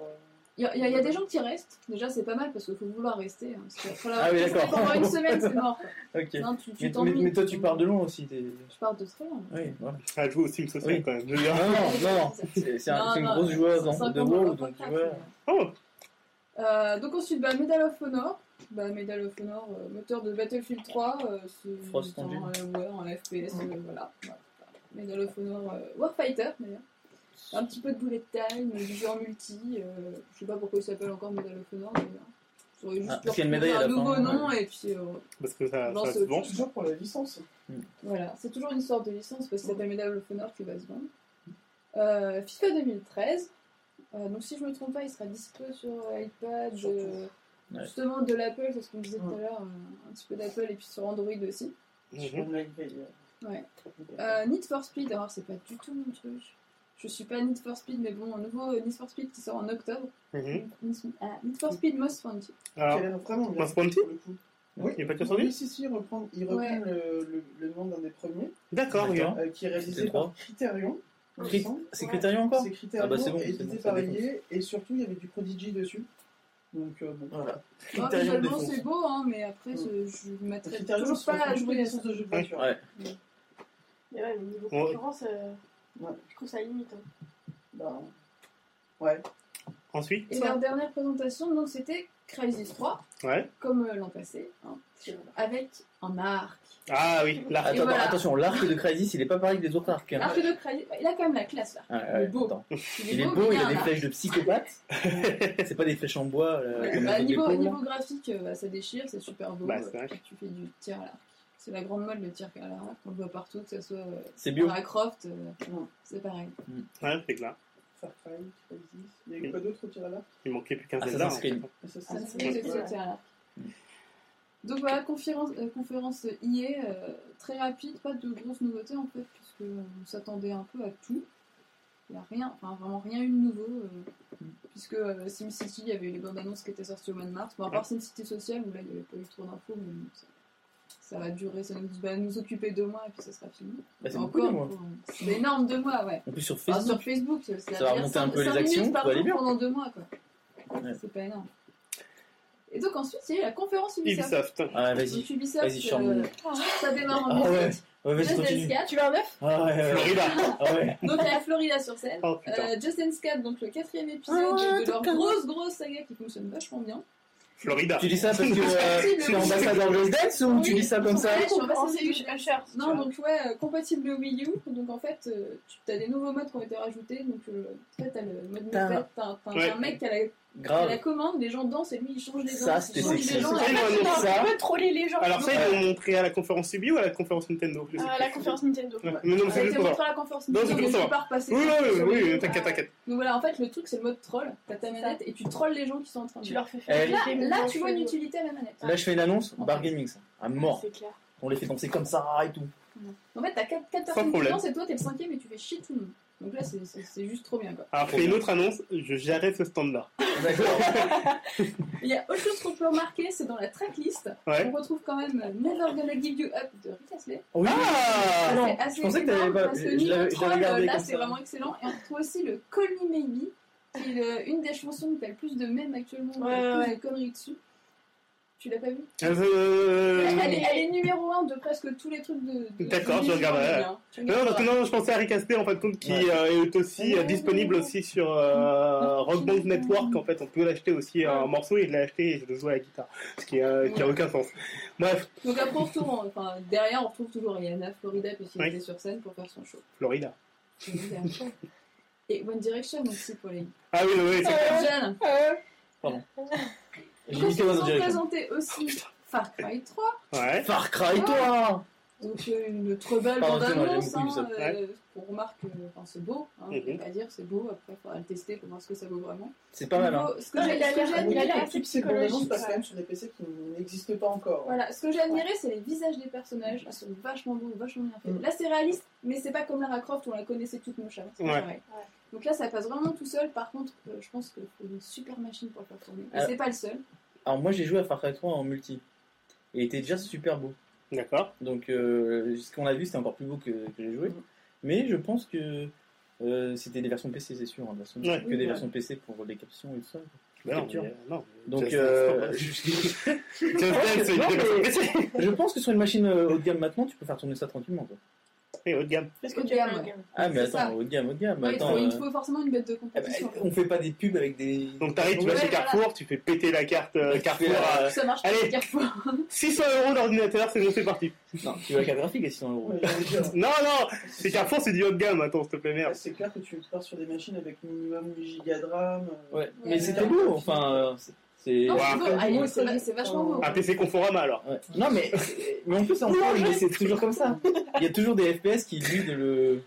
Speaker 5: Il y, a- il y a- il y a des gens qui restent, déjà c'est pas mal parce qu'il faut vouloir rester. hein, parce que faut la-
Speaker 2: Ah oui,
Speaker 5: rester
Speaker 2: d'accord.
Speaker 5: Pendant une semaine, c'est mort.
Speaker 2: [LAUGHS]
Speaker 5: quoi.
Speaker 2: Ok.
Speaker 5: Non, tu, tu
Speaker 2: Mais, mais-
Speaker 5: t'ennuies.
Speaker 2: mais toi, tu pars de loin aussi. t'es-
Speaker 5: Je pars de très loin.
Speaker 2: Oui, voilà.
Speaker 1: Elle joue au Sims Social
Speaker 2: Oui.
Speaker 1: quand même. Je veux dire.
Speaker 2: Non, non, non. C'est c'est un- c'est une grosse joueuse hein, de WoW, donc tu vois.
Speaker 1: Oh,
Speaker 5: Euh, donc ensuite, bah, Medal of Honor. Bah, Medal of Honor, euh, moteur de Battlefield 3. euh, c'est-
Speaker 2: Frost
Speaker 5: en,
Speaker 2: Engine.
Speaker 5: euh, ouais, en FPS, euh, voilà. voilà. Medal of Honor euh, Warfighter, d'ailleurs. Un petit peu de bullet time, du jeu en multi. euh, je sais pas pourquoi il s'appelle encore Medal of Honor, d'ailleurs. Ça aurait juste
Speaker 2: Ah, parce
Speaker 5: leur
Speaker 2: qu'il y a une
Speaker 5: trouver
Speaker 2: médaille à la
Speaker 5: un nouveau
Speaker 2: fin,
Speaker 5: nom et puis euh,
Speaker 1: parce que ça,
Speaker 5: Non,
Speaker 1: ça
Speaker 5: c'est
Speaker 1: se
Speaker 5: autre
Speaker 1: vend.
Speaker 4: Toujours pour la licence.
Speaker 5: Voilà, c'est toujours une histoire de licence parce que ça s'appelle Medal of Honor qui va se vendre. Euh, FIFA 2013, euh, donc si je me trompe pas, il sera dispo sur euh, iPad,
Speaker 4: Surtout.
Speaker 5: euh,
Speaker 2: Ouais.
Speaker 5: justement de l'Apple, c'est ce qu'on disait tout à
Speaker 4: Ouais.
Speaker 5: l'heure, euh, un petit peu d'Apple et puis sur Android aussi.
Speaker 4: Je
Speaker 1: Mhm.
Speaker 5: Ouais. Euh, Need for Speed, alors c'est pas du tout mon truc. Je suis pas Need for Speed, mais bon, un nouveau euh, Need for Speed qui sort en octobre.
Speaker 1: Mhm.
Speaker 5: Need ah, Need for Speed Most Wanted.
Speaker 1: Alors,
Speaker 4: Qui a l'air vraiment bien,
Speaker 1: Mass Bounty
Speaker 4: pour le coup. Oui.
Speaker 1: il est pas que
Speaker 4: Oui,
Speaker 1: sorti
Speaker 4: si, si, ils reprennent, ils
Speaker 5: Ouais.
Speaker 4: reprennent le, le, le nom d'un des premiers,
Speaker 1: D'accord, hein. regarde.
Speaker 4: euh, qui est réalisé
Speaker 2: C'était
Speaker 4: par
Speaker 2: trois.
Speaker 4: Criterion. il me
Speaker 2: Crit-
Speaker 4: semble.
Speaker 2: C'est
Speaker 3: Ouais.
Speaker 2: Criterion encore
Speaker 4: C'est Criterion,
Speaker 2: Ah bah c'est bon, c'est
Speaker 4: édité
Speaker 2: bon, ça
Speaker 4: par
Speaker 2: défonce.
Speaker 4: EA, et surtout il y avait du Prodigy dessus. Donc euh,
Speaker 2: Ah.
Speaker 4: bon, voilà.
Speaker 5: Alors,
Speaker 1: Criterion
Speaker 5: Visuellement,
Speaker 1: défonce.
Speaker 5: c'est beau, hein, mais après,
Speaker 4: Mm.
Speaker 5: je, je m'attrape
Speaker 4: Criterion,
Speaker 5: toujours
Speaker 4: ils
Speaker 5: pas
Speaker 4: font
Speaker 5: à
Speaker 4: toujours des
Speaker 5: jouer à ça.
Speaker 4: licences de jeux de voiture.
Speaker 2: Ouais.
Speaker 3: Mais ouais, mais niveau
Speaker 1: Ouais.
Speaker 3: concurrence, euh,
Speaker 4: Ouais.
Speaker 3: je trouve ça limite. hein.
Speaker 4: Bah, ouais.
Speaker 1: Ensuite,
Speaker 5: Et leur dernière présentation, donc c'était Crisis 3,
Speaker 1: ouais.
Speaker 5: comme euh, l'an passé, hein, avec un arc.
Speaker 1: Ah oui, là.
Speaker 2: Attends,
Speaker 5: voilà.
Speaker 2: Attention, l'arc de Crisis, il est pas pareil que les autres arcs. hein.
Speaker 5: Arc de Crisis, il a quand même la classe là.
Speaker 2: Ouais,
Speaker 5: il est
Speaker 2: ouais,
Speaker 5: beau.
Speaker 2: attends.
Speaker 5: Il
Speaker 2: Il est
Speaker 5: mais
Speaker 2: beau, il a
Speaker 5: un
Speaker 2: des
Speaker 5: arc.
Speaker 2: flèches de psychopathe. c'est pas des flèches en bois. euh,
Speaker 5: Ouais,
Speaker 2: comme
Speaker 5: bah,
Speaker 2: les autres
Speaker 5: niveau,
Speaker 2: des pauvres.
Speaker 5: niveau graphique, euh, bah, ça déchire, c'est super beau.
Speaker 1: Bah,
Speaker 5: euh,
Speaker 1: c'est vrai.
Speaker 5: tu fais du tir à l'arc. C'est la grande mode le tir à l'arc, on le voit partout, que ce soit euh,
Speaker 2: C'est bio.
Speaker 5: Lara Croft, euh,
Speaker 4: Ouais.
Speaker 5: c'est pareil.
Speaker 1: Ouais, c'est que là.
Speaker 4: Far Cry, Crysis. Il y avait quoi d'autre au tir à l'arc
Speaker 1: Il manquait plus qu'un Zelda.
Speaker 2: Assassin's
Speaker 1: hein.
Speaker 2: Creed.
Speaker 5: Ah,
Speaker 4: Assassin's
Speaker 5: c'est
Speaker 4: Creed,
Speaker 5: vrai que c'est
Speaker 4: voilà.
Speaker 5: le tir à l'arc. Mm. Donc voilà, conférence, euh, conférence IE, euh, très rapide, pas de grosses nouveautés en fait,
Speaker 2: Mm.
Speaker 5: puisque on s'attendait un peu à tout. Il n'y a rien, enfin vraiment rien eu de nouveau. euh, puisque euh, SimCity, il y avait eu les bandes annonces qui étaient sorties au mois de mars. Bon, à part SimCity Social, où là, il n'y avait pas eu trop d'infos, mais bon, ça, ça va durer, ça nous, va nous occuper deux mois et puis ça sera fini.
Speaker 2: Bah, c'est
Speaker 5: Et
Speaker 2: beaucoup, moi.
Speaker 5: faut- C'est énorme deux mois, ouais.
Speaker 2: En plus, sur
Speaker 5: Enfin,
Speaker 2: Facebook.
Speaker 5: Ah, sur Facebook, c'est
Speaker 2: Ça va remonter un peu les actions,
Speaker 5: minutes par
Speaker 2: faut aller
Speaker 5: jour
Speaker 2: bien.
Speaker 5: pendant deux mois, quoi.
Speaker 2: Ouais.
Speaker 5: C'est pas énorme. Et donc ensuite, il y a eu la conférence Ubisoft.
Speaker 1: Ubisoft.
Speaker 2: Ah, vas-y.
Speaker 5: Donc, Ubisoft,
Speaker 2: Vas-y,
Speaker 5: [LAUGHS]
Speaker 2: Charmony.
Speaker 5: euh, ça démarre en
Speaker 2: Ah ouais,
Speaker 5: musique.
Speaker 2: Ouais, vas-y,
Speaker 5: Just
Speaker 2: continue.
Speaker 5: Dance 4.
Speaker 3: Tu veux un œuf
Speaker 2: Ah ouais, ouais, ouais.
Speaker 1: Florida.
Speaker 2: Ah ouais.
Speaker 5: Donc
Speaker 2: [LAUGHS]
Speaker 5: il y a Florida sur scène.
Speaker 1: Oh putain.
Speaker 5: Euh, Just Dance 4, donc le quatrième épisode de leur grosse grosse saga qui fonctionne vachement bien.
Speaker 1: Florida.
Speaker 2: Tu dis ça parce que euh,
Speaker 5: Compatible-
Speaker 2: tu es ambassadeur Just Dance ou tu dis ça comme ça
Speaker 5: Ouais, je suis
Speaker 3: En
Speaker 5: ambassadeur
Speaker 3: série,
Speaker 5: Just Dance.
Speaker 3: Usher.
Speaker 5: Non, donc ouais, euh, compatible Wii U. Donc en fait, euh, tu as des nouveaux modes qui ont été rajoutés. Donc euh, en fait, t'as le mode
Speaker 2: T'as-
Speaker 5: mouvement, t'as t'as
Speaker 1: Ouais.
Speaker 5: un mec qui a, la, qui a la
Speaker 2: Grave.
Speaker 5: commande, les gens dansent et lui il change les
Speaker 2: Ah. Ça,
Speaker 5: danses.
Speaker 2: c'était
Speaker 5: il change
Speaker 2: sexy.
Speaker 5: les gens.
Speaker 1: Ça, ils
Speaker 3: Ah, Non,
Speaker 1: l'ont
Speaker 2: annoncé ça.
Speaker 3: on peut troller les gens.
Speaker 1: Alors ça, ils l'ont montré à la conférence Ubi ou à la conférence Nintendo Je sais
Speaker 3: Euh, à
Speaker 1: plus.
Speaker 3: la conférence Nintendo.
Speaker 1: Ouais. Mais non,
Speaker 5: Ça a
Speaker 1: c'est juste
Speaker 5: été
Speaker 1: pour
Speaker 5: montré
Speaker 1: ça.
Speaker 5: à la conférence
Speaker 1: Non,
Speaker 5: Nintendo,
Speaker 1: c'est pour
Speaker 5: mais je
Speaker 1: savoir.
Speaker 5: vais pas repasser.
Speaker 1: Oui,
Speaker 5: ça,
Speaker 1: oui,
Speaker 5: sur
Speaker 1: oui,
Speaker 5: les-
Speaker 1: oui, t'inquiète,
Speaker 5: Ah,
Speaker 1: t'inquiète.
Speaker 5: Donc voilà, en fait, le truc, c'est le mode troll. T'as ta manette et tu trolls les gens qui sont en train de.
Speaker 3: Tu leur fais
Speaker 2: Eh,
Speaker 3: faire.
Speaker 5: Là,
Speaker 3: des
Speaker 5: là,
Speaker 3: mouvements
Speaker 5: tu vois une
Speaker 3: chelous.
Speaker 5: utilité à la manette.
Speaker 2: Là, je fais une annonce, bar gaming, ça. À mort.
Speaker 3: C'est clair.
Speaker 2: On les fait danser comme ça et tout.
Speaker 5: En fait, t'as 4, personnes qui
Speaker 1: problème.
Speaker 5: dansent et toi, t'es le cinquième et tu fais chier tout le monde. Donc là, c'est- c'est c'est juste trop bien quoi.
Speaker 1: Alors, fais une autre annonce, je gérerai ce stand-là.
Speaker 2: D'accord.
Speaker 5: Il y a autre chose qu'on peut remarquer, c'est dans la tracklist.
Speaker 1: Ouais.
Speaker 5: On retrouve quand même Never Gonna Give You Up de Rick Astley.
Speaker 2: Oui.
Speaker 1: Ah
Speaker 5: Ça,
Speaker 2: non,
Speaker 5: c'est assez
Speaker 2: je pensais que t'avais
Speaker 5: énorme
Speaker 2: pas-
Speaker 5: Parce
Speaker 2: je
Speaker 5: que niveau
Speaker 2: l'avais- je l'avais
Speaker 5: troll,
Speaker 2: gardé
Speaker 5: là,
Speaker 2: comme
Speaker 5: c'est
Speaker 2: ça.
Speaker 5: vraiment excellent. Et on retrouve aussi le Call Me Maybe, qui est le- une des chansons où t'as le plus de mèmes actuellement, où t'as
Speaker 3: Ouais,
Speaker 5: le plus
Speaker 3: ouais.
Speaker 5: de conneries dessus. Tu l'as pas vu
Speaker 1: Euh,
Speaker 5: elle, est, elle est numéro 1 de presque tous les trucs de. de-
Speaker 1: D'accord,
Speaker 5: de-
Speaker 1: je
Speaker 5: du
Speaker 1: regarderai.
Speaker 5: journal, hein. Tu
Speaker 1: Non,
Speaker 5: regarderas.
Speaker 1: parce que non, je pensais à Rick Astley en fin de compte, qui
Speaker 2: Ouais.
Speaker 1: euh, est aussi euh, disponible aussi sur euh, Rock Band Network. En fait, on peut l'acheter aussi euh, en morceau et je l'ai acheté et je le joue à la guitare, ce qui, euh, qui a aucun sens. Bref,
Speaker 5: Donc après, on retrouve, enfin, derrière, on retrouve toujours Rihanna, Florida, puisqu'il
Speaker 1: Oui.
Speaker 5: était sur scène pour faire son show.
Speaker 1: Florida.
Speaker 5: Et One Direction aussi pour les
Speaker 1: Ah oui, oui, c'est
Speaker 5: super jeunes.
Speaker 2: J'ai
Speaker 5: Après,
Speaker 2: mis
Speaker 5: ils
Speaker 2: Kevin
Speaker 5: ont
Speaker 2: Direction.
Speaker 5: présenté
Speaker 1: Oh,
Speaker 5: aussi Far Cry 3,
Speaker 1: Ouais.
Speaker 2: Far Cry, toi
Speaker 5: donc euh, une très belle
Speaker 2: Pardon, excusez-moi,
Speaker 5: bande-annonce.
Speaker 2: j'aime beaucoup
Speaker 5: hein,
Speaker 2: Ubisoft.
Speaker 5: euh, On remarque que enfin, c'est beau, hein, on
Speaker 1: Mhm.
Speaker 5: peut pas dire c'est beau, après, il faudra le tester pour voir ce que ça vaut vraiment.
Speaker 2: C'est pas mal, hein.
Speaker 5: Niveau- Ce que
Speaker 3: Non,
Speaker 5: j'ai-
Speaker 3: il a
Speaker 5: ce que
Speaker 3: l'air-
Speaker 5: j'ai
Speaker 4: Ah,
Speaker 3: il a
Speaker 5: admiré-
Speaker 3: l'air-
Speaker 4: Toutes ces bandes annonces passent quand même sur des PC qui n'existent pas encore.
Speaker 5: Voilà, ce que j'ai admiré, c'est les visages des personnages. Ils sont vachement beaux, vachement bien
Speaker 2: Mm.
Speaker 5: faits. Là, c'est réaliste, mais c'est pas comme Lara Croft où on la connaissait toute nos chats. C'est pas
Speaker 1: Ouais.
Speaker 5: pareil.
Speaker 3: Ouais.
Speaker 5: Donc là, ça passe vraiment tout seul. Par contre, euh, je pense qu'il faut une super machine pour le faire tourner. Et
Speaker 2: Ah.
Speaker 5: c'est pas le seul.
Speaker 2: Alors, moi, j'ai joué à Far Cry 3 en multi. Et il était déjà super beau.
Speaker 1: D'accord.
Speaker 2: Donc, euh, ce qu'on a vu, c'était encore plus beau que, que j'ai joué.
Speaker 1: Mm.
Speaker 5: Mhm.
Speaker 2: Mais je pense que euh, c'était des versions PC, c'est sûr. hein, de toute façon,
Speaker 1: Ouais.
Speaker 2: que des versions PC pour les captions et tout ça.
Speaker 1: Mais non,
Speaker 2: Capture.
Speaker 1: mais, euh, non.
Speaker 2: Donc,
Speaker 1: Just
Speaker 2: [LAUGHS] euh,
Speaker 1: Dance,
Speaker 2: je
Speaker 1: Just Dance, c'est
Speaker 2: Non,
Speaker 1: une
Speaker 2: mais-
Speaker 1: personne blessée.
Speaker 2: [LAUGHS] je pense que sur une machine euh, haut de gamme maintenant, tu peux faire tourner ça tranquillement. quoi.
Speaker 1: [LAUGHS] Et haut de gamme.
Speaker 3: Parce que
Speaker 5: Haut de
Speaker 3: tu as
Speaker 5: gamme,
Speaker 3: un
Speaker 5: ouais.
Speaker 3: gamme.
Speaker 2: Ah, mais
Speaker 5: C'est
Speaker 2: attends,
Speaker 5: ça.
Speaker 2: haut de gamme, haut de gamme.
Speaker 5: Ouais, il,
Speaker 2: attends,
Speaker 5: faut, il
Speaker 2: euh,
Speaker 5: faut forcément une bête de
Speaker 2: eh ben,
Speaker 5: compétition.
Speaker 2: on fait pas des pubs avec des.
Speaker 1: Donc, t'arrives, tu vas
Speaker 5: Ouais,
Speaker 1: chez
Speaker 5: voilà.
Speaker 1: Carrefour, tu fais péter la carte euh,
Speaker 2: Tu fais
Speaker 1: Carrefour
Speaker 2: la-
Speaker 1: à
Speaker 5: ça marche
Speaker 1: allez.
Speaker 5: pas dire [LAUGHS] fois.
Speaker 1: 600 euros d'ordinateur, c'est bon, c'est parti.
Speaker 2: Non, tu veux la carte graphique à 600 euros.
Speaker 4: Ouais, j'allais dire,
Speaker 1: Non, non, c'est Carrefour, c'est du haut de gamme, attends, s'il te plaît,
Speaker 4: là,
Speaker 1: merde.
Speaker 4: C'est clair que tu pars sur des machines avec minimum 8 gigas de RAM. euh,
Speaker 2: Ouais, mais
Speaker 5: Ouais.
Speaker 2: c'était beau, enfin. euh, c'est- c'est.
Speaker 5: Non,
Speaker 1: Ouais,
Speaker 5: c'est beau.
Speaker 1: après,
Speaker 5: Ah,
Speaker 4: moi,
Speaker 5: c'est va- c'est vachement beau.
Speaker 1: Un PC Conforama alors.
Speaker 2: Ouais. Non, mais, mais en plus, en France, mais c'est toujours comme ça. Il y a toujours des FPS qui lisent le.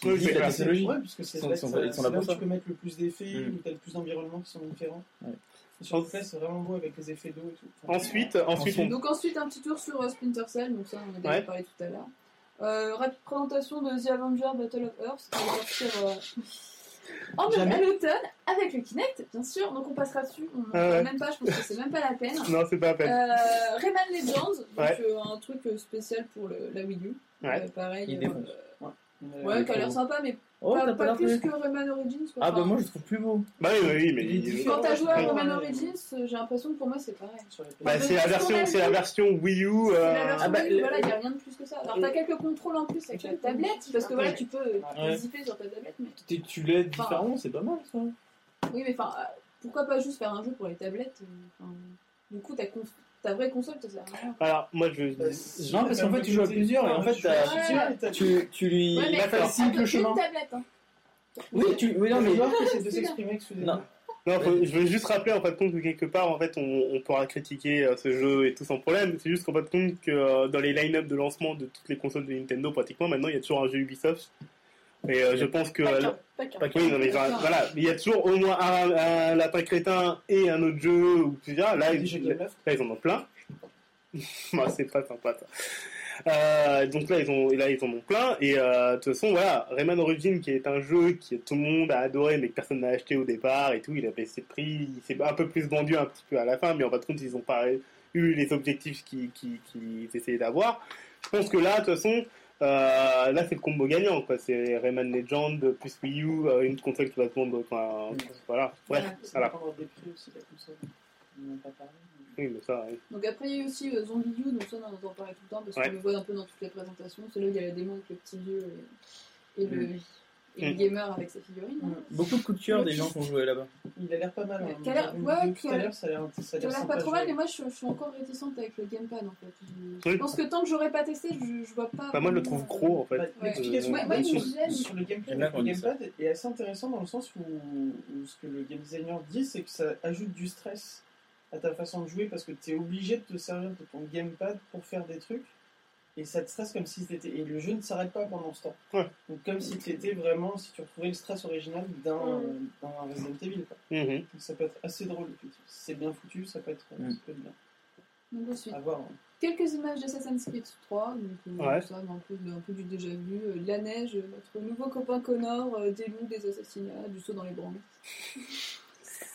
Speaker 2: qui
Speaker 1: Oui,
Speaker 2: lisent
Speaker 1: c'est
Speaker 2: la
Speaker 1: clair.
Speaker 2: technologie.
Speaker 4: Ouais, parce que c'est
Speaker 2: Ils sont-
Speaker 4: là,
Speaker 2: ils sont-
Speaker 4: ça-
Speaker 2: ils sont
Speaker 4: c'est
Speaker 2: là
Speaker 4: là
Speaker 2: pour
Speaker 4: où
Speaker 2: ça.
Speaker 4: tu peux mettre le plus d'effets,
Speaker 2: Mm.
Speaker 4: où t'as le plus d'environnements qui sont différents.
Speaker 2: Ouais.
Speaker 4: Et sur le fait, c'est vraiment beau avec les effets d'eau et tout. Enfin,
Speaker 1: Ensuite, ensuite, on...
Speaker 5: Donc ensuite un petit tour sur euh, Splinter Cell, donc ça on en a déjà
Speaker 1: Ouais.
Speaker 5: parlé tout à l'heure. Euh, rapide présentation de The Avenger Battle of Earth qui va sortir euh, en
Speaker 4: Jamais.
Speaker 5: à l'automne avec le Kinect bien sûr, donc on passera dessus, on n'en
Speaker 1: Ah ouais.
Speaker 5: parle même pas, je pense que c'est même pas la peine.
Speaker 1: non, c'est pas la peine.
Speaker 5: Euh, Rayman Legends, donc
Speaker 1: Ouais.
Speaker 5: euh, un truc euh, spécial pour le- la Wii U.
Speaker 1: Ouais.
Speaker 5: Euh, pareil,
Speaker 2: Il
Speaker 5: euh,
Speaker 2: défonce.
Speaker 4: euh,
Speaker 5: ouais,
Speaker 2: Il
Speaker 5: qui a l'air
Speaker 2: défonce.
Speaker 5: sympa, mais
Speaker 2: Oh,
Speaker 5: pas,
Speaker 2: t'as
Speaker 5: pas
Speaker 2: pas l'air de-
Speaker 5: plus que Rayman Origins. Quoi.
Speaker 2: Ah, bah
Speaker 5: Enfin,
Speaker 2: moi, je le trouve plus beau.
Speaker 1: Bah oui, oui, oui, mais.
Speaker 4: Il est différent.
Speaker 5: quand t'as joué à
Speaker 4: Ouais.
Speaker 5: Rayman Origins, euh, j'ai l'impression que pour moi c'est pareil.
Speaker 4: sur les PC.
Speaker 1: Bah, c'est la version, c'est la version Wii U.
Speaker 5: C'est
Speaker 1: euh,
Speaker 5: la version
Speaker 2: Ah bah,
Speaker 5: Wii,
Speaker 2: le-
Speaker 5: voilà, il n'y a rien de plus que ça. Alors, t'as quelques contrôles en plus avec la tablette, parce que voilà, tu peux euh,
Speaker 2: Ouais.
Speaker 5: zipper sur ta tablette. Mais...
Speaker 2: Tu- Tu l'as
Speaker 5: Enfin,
Speaker 2: différent, c'est pas mal ça.
Speaker 5: Oui, mais enfin, euh, pourquoi pas juste faire un jeu pour les tablettes euh, enfin, Du coup, ta, conf- ta vraie console, ça sert à rien.
Speaker 1: Alors, moi, je.
Speaker 4: Euh,
Speaker 2: Non, parce qu'en fait, tu joues à plusieurs, et en fait,
Speaker 4: tu joues à
Speaker 2: t'as-
Speaker 4: plusieurs, et t'as-
Speaker 2: Tu, tu lui
Speaker 5: Ouais, mais
Speaker 2: facilite
Speaker 5: avec
Speaker 2: le
Speaker 5: une
Speaker 2: chemin.
Speaker 5: tablette. hein.
Speaker 2: Oui, tu, oui, non,
Speaker 4: t'as des
Speaker 2: mais.
Speaker 4: joueurs qui essaient de
Speaker 5: C'est
Speaker 4: s'exprimer que sous des
Speaker 2: Non.
Speaker 4: mots.
Speaker 1: Non, faut- je veux juste rappeler en fait compte que quelque part en fait on, on pourra critiquer euh, ce jeu et tout sans problème. C'est juste qu'en fait compte que euh, dans les line-up de lancement de toutes les consoles de Nintendo pratiquement maintenant il y a toujours un jeu Ubisoft. Et euh, je pense que
Speaker 3: Pas
Speaker 1: euh,
Speaker 3: qu'un, pas qu'un.
Speaker 2: Pas que-
Speaker 1: oui non mais genre, voilà il y a toujours au moins un, un lapin crétin et un autre jeu ou plusieurs. Là
Speaker 4: Des jeux
Speaker 1: ils, [LAUGHS]
Speaker 4: Game Loft.
Speaker 1: là, ils en ont plein. Bah, c'est pas sympa ça. Euh, donc là ils ont là ils en ont plein et euh, de toute façon voilà Rayman Origins qui est un jeu que tout le monde a adoré mais que personne n'a acheté au départ et tout il a baissé de prix il s'est un peu plus vendu un petit peu à la fin mais en fin de compte ils ont pas eu les objectifs qui- qui- qu'ils essayaient d'avoir je pense que là de toute façon euh, là c'est le combo gagnant quoi c'est Rayman Legend plus Wii U euh, une console qui va se vendre enfin voilà bref
Speaker 5: Voilà.
Speaker 4: C'est
Speaker 1: voilà.
Speaker 4: pas encore des prix aussi, la console. On n'en a pas parlé.
Speaker 1: oui mais ça oui.
Speaker 5: Donc après, il y a eu aussi euh, Zombie U, donc ça, on en entend parler tout le temps parce
Speaker 1: Ouais.
Speaker 5: qu'on le voit un peu dans toutes les présentations. C'est là où il y a le démon avec le petit vieux et, et le, et le
Speaker 1: Mm.
Speaker 5: gamer avec sa figurine.
Speaker 4: Mm.
Speaker 2: Beaucoup de coups de cœur des gens qui ont joué là-bas.
Speaker 4: Il a l'air pas mal.
Speaker 5: Ouais,
Speaker 4: hein.
Speaker 5: qui a l'air-
Speaker 4: Vu-
Speaker 5: ouais,
Speaker 4: vu
Speaker 5: qui
Speaker 4: tout
Speaker 5: a-
Speaker 4: à l'heure, ça a l'air ça a
Speaker 5: Ça a
Speaker 4: l'air
Speaker 5: l'air
Speaker 4: sympa
Speaker 5: pas
Speaker 4: à
Speaker 5: trop
Speaker 4: jouer.
Speaker 5: mal, mais moi je, je suis encore réticente avec le gamepad en fait. Je, je
Speaker 1: Oui.
Speaker 5: pense que tant que j'aurais pas testé, je, je vois pas.
Speaker 1: Enfin, Bah, moi je le
Speaker 5: vraiment,
Speaker 1: trouve
Speaker 5: euh,
Speaker 1: gros en fait
Speaker 4: Bah,
Speaker 5: Ouais.
Speaker 4: L'explication
Speaker 1: Ouais,
Speaker 4: qu'on
Speaker 1: ouais,
Speaker 4: donne
Speaker 1: il
Speaker 5: me
Speaker 4: sur,
Speaker 5: gêne.
Speaker 4: sur le gameplay
Speaker 2: J'aime bien
Speaker 4: avec
Speaker 2: qu'on
Speaker 4: le
Speaker 2: dise ça.
Speaker 4: gamepad est assez intéressant dans le sens où, où ce que le game designer dit, c'est que ça ajoute du stress à ta façon de jouer parce que tu es obligé de te servir de ton gamepad pour faire des trucs et ça te stresse comme si c'était. Et le jeu ne s'arrête pas pendant ce temps.
Speaker 1: Ouais.
Speaker 4: Donc, comme si tu étais vraiment, si tu retrouvais le stress original d'un
Speaker 3: Mm.
Speaker 4: d'un Resident Evil. Quoi.
Speaker 1: Mhm.
Speaker 4: Donc, ça peut être assez drôle. effectivement. Si c'est bien foutu, ça peut être,
Speaker 2: Mm.
Speaker 4: ça peut être bien.
Speaker 5: Donc ensuite,
Speaker 4: À voir. hein.
Speaker 5: quelques images d'Assassin's Creed 3, donc euh,
Speaker 1: Ouais.
Speaker 5: ça, un peu, un peu du déjà vu, euh, de la neige, euh, notre nouveau copain Connor, euh, des loups, des assassinats, du saut dans les branches.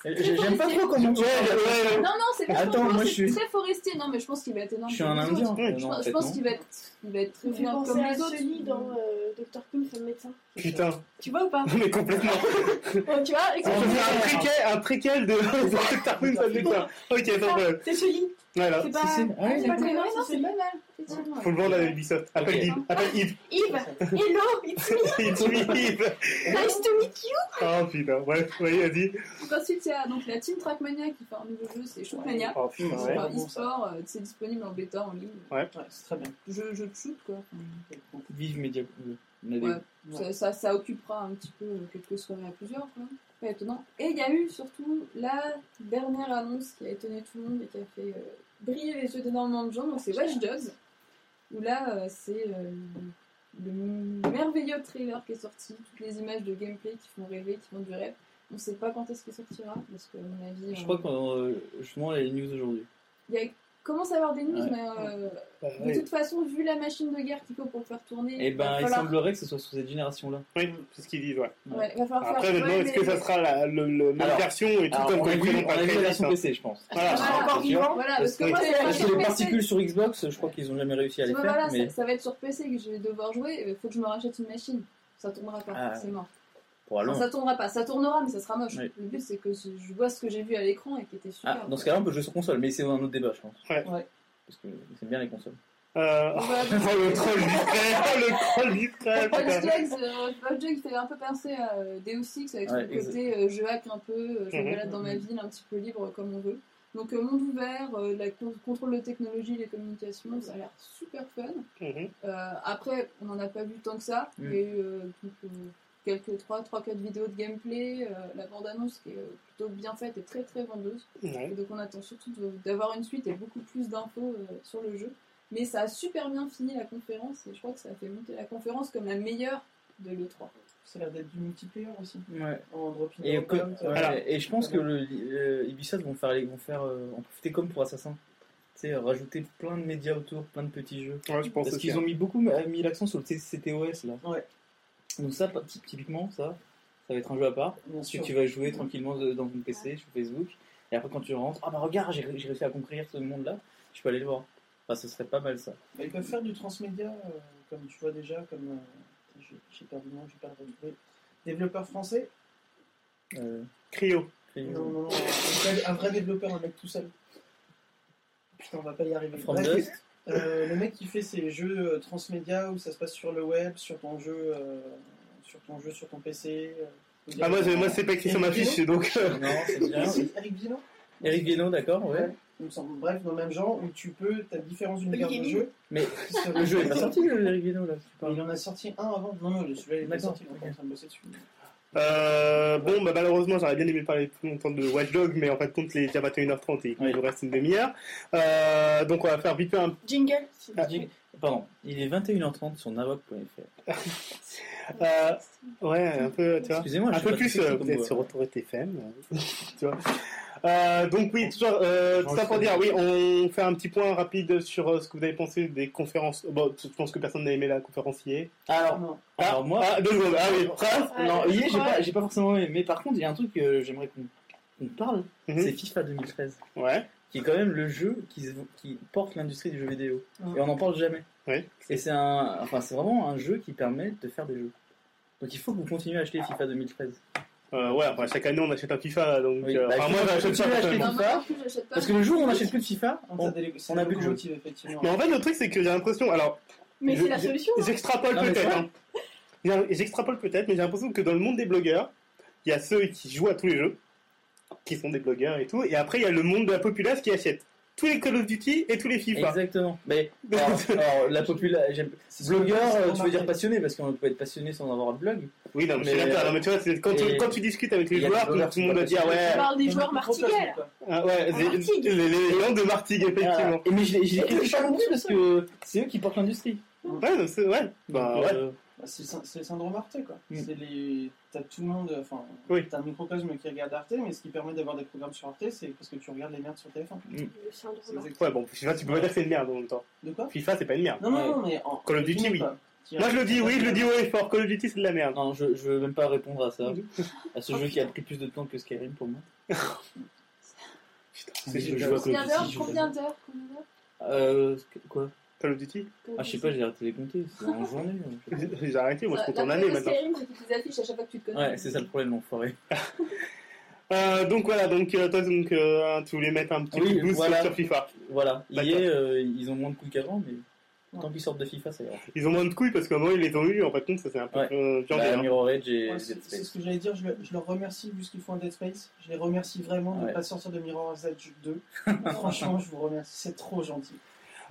Speaker 2: J'ai- J'aime pas trop comment tu
Speaker 1: Ouais,
Speaker 2: parles.
Speaker 1: ouais, ouais.
Speaker 5: Non, non, c'est pas
Speaker 2: Attends, moi, je suis-
Speaker 5: très forestier, non mais je pense qu'il va être énorme.
Speaker 2: Je suis un
Speaker 5: comme les autres.
Speaker 2: indien.
Speaker 1: Ouais,
Speaker 5: Je,
Speaker 2: Non,
Speaker 5: pense-
Speaker 2: en
Speaker 5: je
Speaker 2: fait,
Speaker 5: pense
Speaker 2: non.
Speaker 5: qu'il va être, il va être très
Speaker 3: Ça me fait
Speaker 5: énorme
Speaker 3: penser
Speaker 5: comme
Speaker 3: à
Speaker 5: les autres.
Speaker 3: celui dans euh, Dr. King, le médecin.
Speaker 1: putain [LAUGHS]
Speaker 3: Tu vois ou pas
Speaker 1: mais complètement
Speaker 3: Ouais, Tu vois,
Speaker 1: On
Speaker 3: exactement.
Speaker 1: fait un préquel, un préquel de [LAUGHS] de Tarkov, ça me fait quoi. Ok,
Speaker 3: C'est
Speaker 1: sans
Speaker 3: ça,
Speaker 1: problème.
Speaker 3: C'est celui.
Speaker 1: Voilà.
Speaker 3: C'est pas.
Speaker 2: Si, Ah, si. Ouais,
Speaker 3: c'est pas
Speaker 5: Ouais,
Speaker 3: Connor,
Speaker 5: non,
Speaker 3: c'est
Speaker 5: c'est
Speaker 3: celui.
Speaker 5: pas mal, effectivement.
Speaker 1: Faut le vendre à Ubisoft. Appelle
Speaker 2: Ok.
Speaker 1: Yves. Appelle
Speaker 3: [LAUGHS]
Speaker 1: Yves. [LAUGHS]
Speaker 3: Yves, hello, it's me,
Speaker 1: It's me, Yves.
Speaker 3: nice to meet you.
Speaker 1: Oh putain, ouais, ouais, vas-y.
Speaker 5: Donc ensuite, il y a donc, la Team Trackmania qui fait un nouveau jeu, c'est Shootmania.
Speaker 1: Oh putain,
Speaker 5: C'est
Speaker 1: ouais.
Speaker 5: un e-sport, euh, c'est disponible en bêta en ligne.
Speaker 4: Ouais, c'est très bien.
Speaker 5: Je, je te shoot quoi.
Speaker 2: Vive Media. Pool. On a des-
Speaker 5: Ouais.
Speaker 4: Ouais.
Speaker 5: Ça, ça, ça occupera un petit peu euh, quelques soirées à plusieurs quoi. Pas étonnant. Et il y a eu surtout la dernière annonce qui a étonné tout le monde et qui a fait euh, briller les yeux d'énormément de gens, donc c'est Watch Dogs. Où là, euh, c'est euh, le merveilleux trailer qui est sorti, toutes les images de gameplay qui font rêver, qui font du rêve. On sait pas quand est-ce qu'il sortira, parce que à mon avis.
Speaker 2: Je
Speaker 5: euh,
Speaker 2: crois qu'on euh, justement les news aujourd'hui.
Speaker 5: Il y a- commence à avoir des news,
Speaker 2: Ouais.
Speaker 5: mais euh,
Speaker 1: Bah,
Speaker 5: de
Speaker 1: ouais.
Speaker 5: toute façon, vu la machine de guerre qu'il faut pour faire tourner,
Speaker 2: Et ben,
Speaker 5: va
Speaker 2: il
Speaker 5: falloir,
Speaker 2: semblerait que ce soit sur cette génération-là.
Speaker 1: Oui, c'est ce qu'ils disent, ouais.
Speaker 5: ouais, va falloir
Speaker 1: Après,
Speaker 5: faire.
Speaker 1: maintenant,
Speaker 5: ouais,
Speaker 1: est-ce que
Speaker 5: mais-
Speaker 1: ça sera la, le, le- même
Speaker 2: Alors,
Speaker 1: version et tout
Speaker 2: Alors,
Speaker 1: comme
Speaker 2: on a
Speaker 1: quand ils
Speaker 2: vu
Speaker 1: présentent
Speaker 2: on a
Speaker 1: pas
Speaker 2: vu
Speaker 1: très
Speaker 2: la
Speaker 1: vite,
Speaker 2: version Ah,
Speaker 1: hein.
Speaker 2: PC, je pense.
Speaker 1: Voilà.
Speaker 5: Voilà,
Speaker 3: encore
Speaker 2: c'est sûr.
Speaker 3: vivant.
Speaker 5: Voilà, parce que
Speaker 2: Oui.
Speaker 5: moi, ça va être
Speaker 2: Parce que
Speaker 5: sur
Speaker 2: les
Speaker 5: PC.
Speaker 2: particules sur Xbox, je crois qu'ils ont jamais réussi à
Speaker 5: Tu
Speaker 2: les
Speaker 5: vois,
Speaker 2: faire.
Speaker 5: voilà,
Speaker 2: Mais
Speaker 5: ça, ça va être sur PC que je vais devoir jouer. Il faut que je me rachète une machine. Ça tournera pas,
Speaker 2: Ah,
Speaker 5: c'est mort.
Speaker 2: pour
Speaker 5: Enfin,
Speaker 2: aller
Speaker 5: ça tournera pas, ça tournera, mais ça sera moche.
Speaker 2: Oui.
Speaker 5: Le but, c'est que je, je vois ce que j'ai vu à l'écran et qui était super.
Speaker 2: Ah, dans ce cas-là, on peut jouer sur console, mais c'est un autre débat, je pense.
Speaker 1: Ouais.
Speaker 4: Ouais.
Speaker 2: Parce que c'est bien les consoles.
Speaker 1: Euh, oh,
Speaker 2: [LAUGHS]
Speaker 5: Voilà, donc,
Speaker 1: le troll discret, le troll discret,
Speaker 5: Watch
Speaker 1: putain.
Speaker 5: Dogs, euh, Watch Dogs, il fait un peu penser à euh, Deus Ex avec
Speaker 2: Ouais,
Speaker 5: son côté euh, je hack un peu, euh, je me
Speaker 1: Mhm.
Speaker 5: balade dans ma ville un petit peu libre euh, comme on veut. Donc euh, monde ouvert, euh, la con- contrôle de technologie, les communications, ça a l'air super fun.
Speaker 1: Mhm.
Speaker 5: Euh, après, on n'en a pas vu tant que ça.
Speaker 2: Mm.
Speaker 5: Il y a eu euh, donc, euh, quelques 3 trois, quatre vidéos de gameplay, euh, la bande-annonce qui est euh, plutôt bien faite et très très vendeuse.
Speaker 1: Mhm. Ouais.
Speaker 5: Et donc on attend surtout de- d'avoir une suite et beaucoup plus d'infos euh, sur le jeu. Mais ça a super bien fini la conférence et je crois que ça a fait monter la conférence comme la meilleure de l'E3.
Speaker 4: Ça a l'air d'être du multiplayer aussi.
Speaker 2: Ouais.
Speaker 4: En dropping
Speaker 2: Et,
Speaker 4: down,
Speaker 2: que-
Speaker 4: comme ça.
Speaker 2: ouais,
Speaker 1: Voilà.
Speaker 2: et je pense que le, le- Ubisoft vont faire, les- vont faire euh, en profiter comme pour Assassin. Tu sais, rajouter plein de médias autour, plein de petits jeux.
Speaker 1: Ouais, je pense
Speaker 2: Parce
Speaker 1: aussi.
Speaker 2: qu'ils ont
Speaker 1: hein.
Speaker 2: mis beaucoup euh, mis l'accent sur le CTOS là.
Speaker 4: Ouais.
Speaker 2: Donc ça, ty- typiquement, ça, ça va être un jeu à part.
Speaker 4: Bien
Speaker 2: Parce que
Speaker 4: sûr.
Speaker 2: tu vas jouer tranquillement de- dans ton PC, sur Facebook. Et après, quand tu rentres, ah bah regarde, j'ai j'ai réussi à conquérir ce monde-là. Je peux aller le voir. Enfin, ce serait pas mal ça.
Speaker 4: Bah, ils peuvent faire du transmédia, euh, comme tu vois déjà, comme. euh, j'ai- J'ai perdu le nom, j'ai pas le retrouvé. Développeur français
Speaker 2: Euh,
Speaker 1: Cryo.
Speaker 2: c'est-
Speaker 4: Non, non, non. Un vrai, un vrai développeur, un mec tout seul. Putain, on va pas y arriver.
Speaker 2: From
Speaker 4: Bref,
Speaker 2: Dust.
Speaker 1: [LAUGHS]
Speaker 4: euh, le mec qui fait ces jeux euh, transmédia où ça se passe sur le web, sur ton jeu, euh, sur ton jeu, sur ton PC. euh,
Speaker 1: Ah, moi, c'est- moi c'est pas écrit sur ma fiche, donc. euh,
Speaker 2: Non, c'est bien.
Speaker 4: Si, Eric Villain
Speaker 2: Ah Eric Guénon, d'accord, ouais.
Speaker 4: Il me semble. Bref, dans le même genre où tu peux, t'as différents univers de
Speaker 3: Olivier
Speaker 4: jeux.
Speaker 2: Mais
Speaker 4: [LAUGHS] qui se-
Speaker 2: Le jeu est pas sorti, le Eric Guénon là. tu
Speaker 4: Il
Speaker 2: parles.
Speaker 4: en a sorti un avant. Non, non, le celui-là il est pas
Speaker 2: D'accord.
Speaker 4: sorti, donc on est en train de bosser dessus.
Speaker 1: Euh, bon, bah, malheureusement, j'aurais bien aimé parler plus longtemps de Watch Dogs, mais en fin de compte, il est déjà 21h30 et il nous reste une demi-heure. Euh, donc, on va faire vite fait un.
Speaker 3: Jingle. c'est-
Speaker 1: Ah.
Speaker 2: Jing- Pardon, il est 21h30 sur navoc.fr.
Speaker 1: Euh, ouais, un peu, tu vois.
Speaker 2: Excusez-moi, je
Speaker 1: Un
Speaker 2: suis
Speaker 1: peu
Speaker 2: pas
Speaker 1: plus,
Speaker 2: très
Speaker 1: euh,
Speaker 2: sexy
Speaker 1: vous
Speaker 2: comme
Speaker 1: êtes
Speaker 2: moi.
Speaker 1: sur Autorité FM, euh, [LAUGHS] tu vois. Euh, donc oui, toujours, euh, tout
Speaker 2: Bon,
Speaker 1: ça pour
Speaker 2: je-
Speaker 1: dire, oui, on fait un petit point rapide sur euh, ce que vous avez pensé des conférences. Bon, je pense que personne n'a aimé la conférencier.
Speaker 2: Alors,
Speaker 4: Non.
Speaker 2: alors moi,
Speaker 1: Ah, deux secondes. Ah oui, Prince.
Speaker 2: non,
Speaker 3: Ouais,
Speaker 2: Yé, j'ai
Speaker 3: ouais.
Speaker 2: pas, j'ai pas forcément aimé. Mais par contre, il y a un truc que j'aimerais qu'on qu'on parle,
Speaker 1: Mhm.
Speaker 2: c'est FIFA 2013,
Speaker 1: Ouais.
Speaker 2: qui est quand même le jeu qui, se- qui porte l'industrie du jeu vidéo.
Speaker 4: Mhm.
Speaker 2: Et on n'en parle jamais.
Speaker 1: Oui.
Speaker 2: Et c'est un, enfin, c'est vraiment un jeu qui permet de faire des jeux. Donc il faut que vous continuez à acheter FIFA 2013.
Speaker 1: Euh, ouais, enfin, chaque année on achète un FIFA, donc.
Speaker 2: Oui,
Speaker 1: euh,
Speaker 2: bah,
Speaker 1: enfin, moi
Speaker 2: je-
Speaker 1: j'achète
Speaker 2: je-
Speaker 1: ça.
Speaker 2: je-
Speaker 1: parce
Speaker 2: je-
Speaker 1: que-
Speaker 2: je-
Speaker 5: Non, moi non plus, j'achète pas.
Speaker 2: Parce que le jour où on n'achète plus de FIFA,
Speaker 4: On,
Speaker 2: on-
Speaker 4: a des,
Speaker 2: on a plus de jeu.
Speaker 4: effectivement.
Speaker 1: Mais en fait, le truc, c'est que j'ai l'impression. Alors,
Speaker 3: Mais
Speaker 1: je-
Speaker 3: c'est la
Speaker 1: je- Eh,
Speaker 3: solution. hein.
Speaker 1: J'extrapole
Speaker 2: Non, mais
Speaker 1: peut-être.
Speaker 2: c'est
Speaker 1: hein. J'ai- J'extrapole peut-être, mais j'ai l'impression que dans le monde des blogueurs, il y a ceux qui jouent à tous les jeux, qui sont des blogueurs et tout, et après il y a le monde de la populace qui achète tous les Call of Duty et tous les FIFA.
Speaker 2: exactement. Mais alors, alors, la population,
Speaker 4: C'est ce qu'on-
Speaker 2: blogueur,
Speaker 4: c'est ce
Speaker 2: euh,
Speaker 4: qu'on
Speaker 2: tu veux dire
Speaker 4: marque.
Speaker 2: passionné parce qu'on peut être passionné sans avoir de blog.
Speaker 1: Oui, non, mais, je
Speaker 2: Mais,
Speaker 1: suis d'accord. Non, mais tu vois, c'est quand, tu,
Speaker 2: et-
Speaker 1: quand tu discutes avec
Speaker 2: il
Speaker 1: les
Speaker 2: y a
Speaker 1: joueurs,
Speaker 2: des blogueurs
Speaker 1: tout le
Speaker 2: qui
Speaker 1: monde va
Speaker 2: sont
Speaker 1: dire ouais,
Speaker 3: Je parle des
Speaker 4: On a
Speaker 3: joueurs
Speaker 4: plus de place,
Speaker 3: martiguais. là.
Speaker 4: quoi.
Speaker 1: ah, ouais,
Speaker 3: En
Speaker 1: c'est-
Speaker 3: Martigues.
Speaker 1: les, les gens de Martigues,
Speaker 2: Ah.
Speaker 1: effectivement.
Speaker 2: Voilà. Et mais je l'ai- je l'ai
Speaker 3: Et
Speaker 2: pas
Speaker 3: je
Speaker 2: compris
Speaker 3: comprends
Speaker 2: parce que c'est eux qui portent l'industrie.
Speaker 1: Ouais, non, c'est ouais. Bah
Speaker 2: Donc,
Speaker 1: ouais.
Speaker 2: euh,
Speaker 4: Bah, C'est le syn- c'est le syndrome Arte, quoi.
Speaker 2: Mm.
Speaker 4: C'est les... T'as tout le monde... Enfin,
Speaker 1: Oui.
Speaker 4: t'as un microcosme qui regarde Arte, mais ce qui permet d'avoir des programmes sur Arte, c'est parce que tu regardes les merdes sur téléphone.
Speaker 3: Le syndrome.
Speaker 4: C'est exact-
Speaker 1: Ouais, bon, FIFA, tu peux pas dire que c'est une merde en même temps.
Speaker 4: De quoi
Speaker 1: FIFA, c'est pas une merde.
Speaker 4: Non, non, non, mais... En...
Speaker 1: Call of Duty, oui.
Speaker 4: Quoi. Qui-
Speaker 1: Moi, je le dis, oui, je le dis haut et fort. Call of Duty, c'est de la merde.
Speaker 2: Non, je, je veux même pas répondre à ça. À ce jeu qui a pris plus de temps que Skyrim pour moi.
Speaker 1: C'est
Speaker 2: je
Speaker 1: génial.
Speaker 2: joue à Call
Speaker 5: Combien
Speaker 2: of Duty,
Speaker 5: d'heures
Speaker 2: je joue
Speaker 5: Combien d'heures Combien d'heures
Speaker 2: Euh, que- quoi
Speaker 1: Call of Duty,
Speaker 2: Ah, je sais pas, j'ai arrêté de les compter. C'est en journée. je
Speaker 1: [LAUGHS] j'ai
Speaker 2: sais
Speaker 1: arrêté, moi, je
Speaker 4: Euh,
Speaker 1: compte en année maintenant.
Speaker 5: les affiches à chaque fois que tu te
Speaker 2: pas.
Speaker 5: connais.
Speaker 2: Ouais, c'est ça le problème, l'enfoiré.
Speaker 1: Euh, donc voilà, donc euh, toi donc euh, tu voulais mettre un petit
Speaker 2: Oui,
Speaker 1: coup de boost
Speaker 2: voilà.
Speaker 1: sur FIFA.
Speaker 2: Voilà.
Speaker 1: D'accord.
Speaker 2: EA, euh, ils ont moins de couilles qu'avant, mais tant qu'ils sortent de FIFA, ça ira.
Speaker 1: Ils ont moins de couilles parce qu'à un moment ils les ont eu, en fait, donc ça c'est un peu
Speaker 2: Ouais.
Speaker 1: euh, viandé,
Speaker 2: Bah,
Speaker 1: hein.
Speaker 2: Mirror Edge et
Speaker 4: Ouais,
Speaker 2: Dead
Speaker 4: C'est c'est
Speaker 2: Space.
Speaker 4: ce que j'allais dire, je, le- je leur remercie vu ce qu'ils font à Dead Space. Je les remercie vraiment de ne
Speaker 2: Ouais.
Speaker 4: pas sortir de Mirror's Edge
Speaker 2: [LAUGHS]
Speaker 4: 2. Franchement, je vous remercie, c'est trop gentil.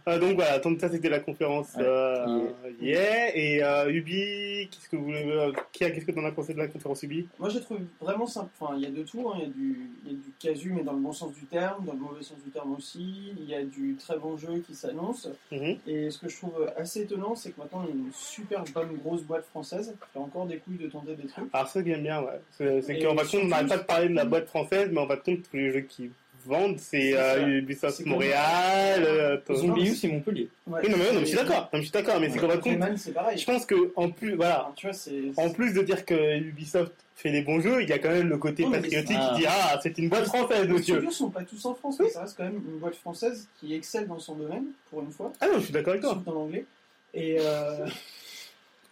Speaker 1: Euh, donc voilà, donc ça c'était la conférence
Speaker 2: Ouais.
Speaker 1: euh, hier. Et euh, Ubi, qu'est-ce que vous voulez, euh, qui a- qu'est-ce que t'en as pensé de la conférence Ubi
Speaker 4: Moi, j'ai trouvé vraiment simple. Enfin, il y a de tout. hein. Il y, a du- il y a du casu, mais dans le bon sens du terme, dans le mauvais sens du terme aussi. Il y a du très bon jeu qui s'annonce.
Speaker 1: Mhm.
Speaker 4: Et ce que je trouve assez étonnant, c'est que maintenant, on a une super bonne grosse boîte française qui a encore des couilles de tenter des trucs.
Speaker 1: Alors ça que j'aime bien, ouais. c'est c'est
Speaker 4: Et
Speaker 1: qu'en fin de compte
Speaker 4: surtout-
Speaker 1: on n'arrête pas de parler de la boîte française, mais en fin de compte tous les jeux qui vendent c'est
Speaker 4: C'est ça.
Speaker 1: euh, Ubisoft
Speaker 4: C'est
Speaker 1: Montréal. euh, peu-
Speaker 4: Ils ont-
Speaker 2: Zombie U, c'est Montpellier.
Speaker 4: Ouais.
Speaker 1: Oui, non mais, ouais, non, mais je
Speaker 4: Et-
Speaker 1: suis d'accord, non, mais je suis d'accord, mais c'est qu'en fin de compte,
Speaker 4: Rayman, c'est pareil.
Speaker 1: je pense que en plus, voilà,
Speaker 4: Enfin, tu vois, c'est.
Speaker 1: En plus de dire que Ubisoft fait des bons jeux, il y a quand même le côté
Speaker 4: Oui, mais
Speaker 1: patriotique
Speaker 2: c'est-
Speaker 1: qui dit Ah, c'est une boîte française,
Speaker 4: les
Speaker 1: monsieur.
Speaker 4: studios sont pas tous en France, mais ça reste quand même une boîte française qui excelle dans son domaine, pour une fois,
Speaker 1: Ah non, je suis d'accord avec toi.
Speaker 4: surtout dans l'anglais. Et
Speaker 1: [LAUGHS]
Speaker 4: euh,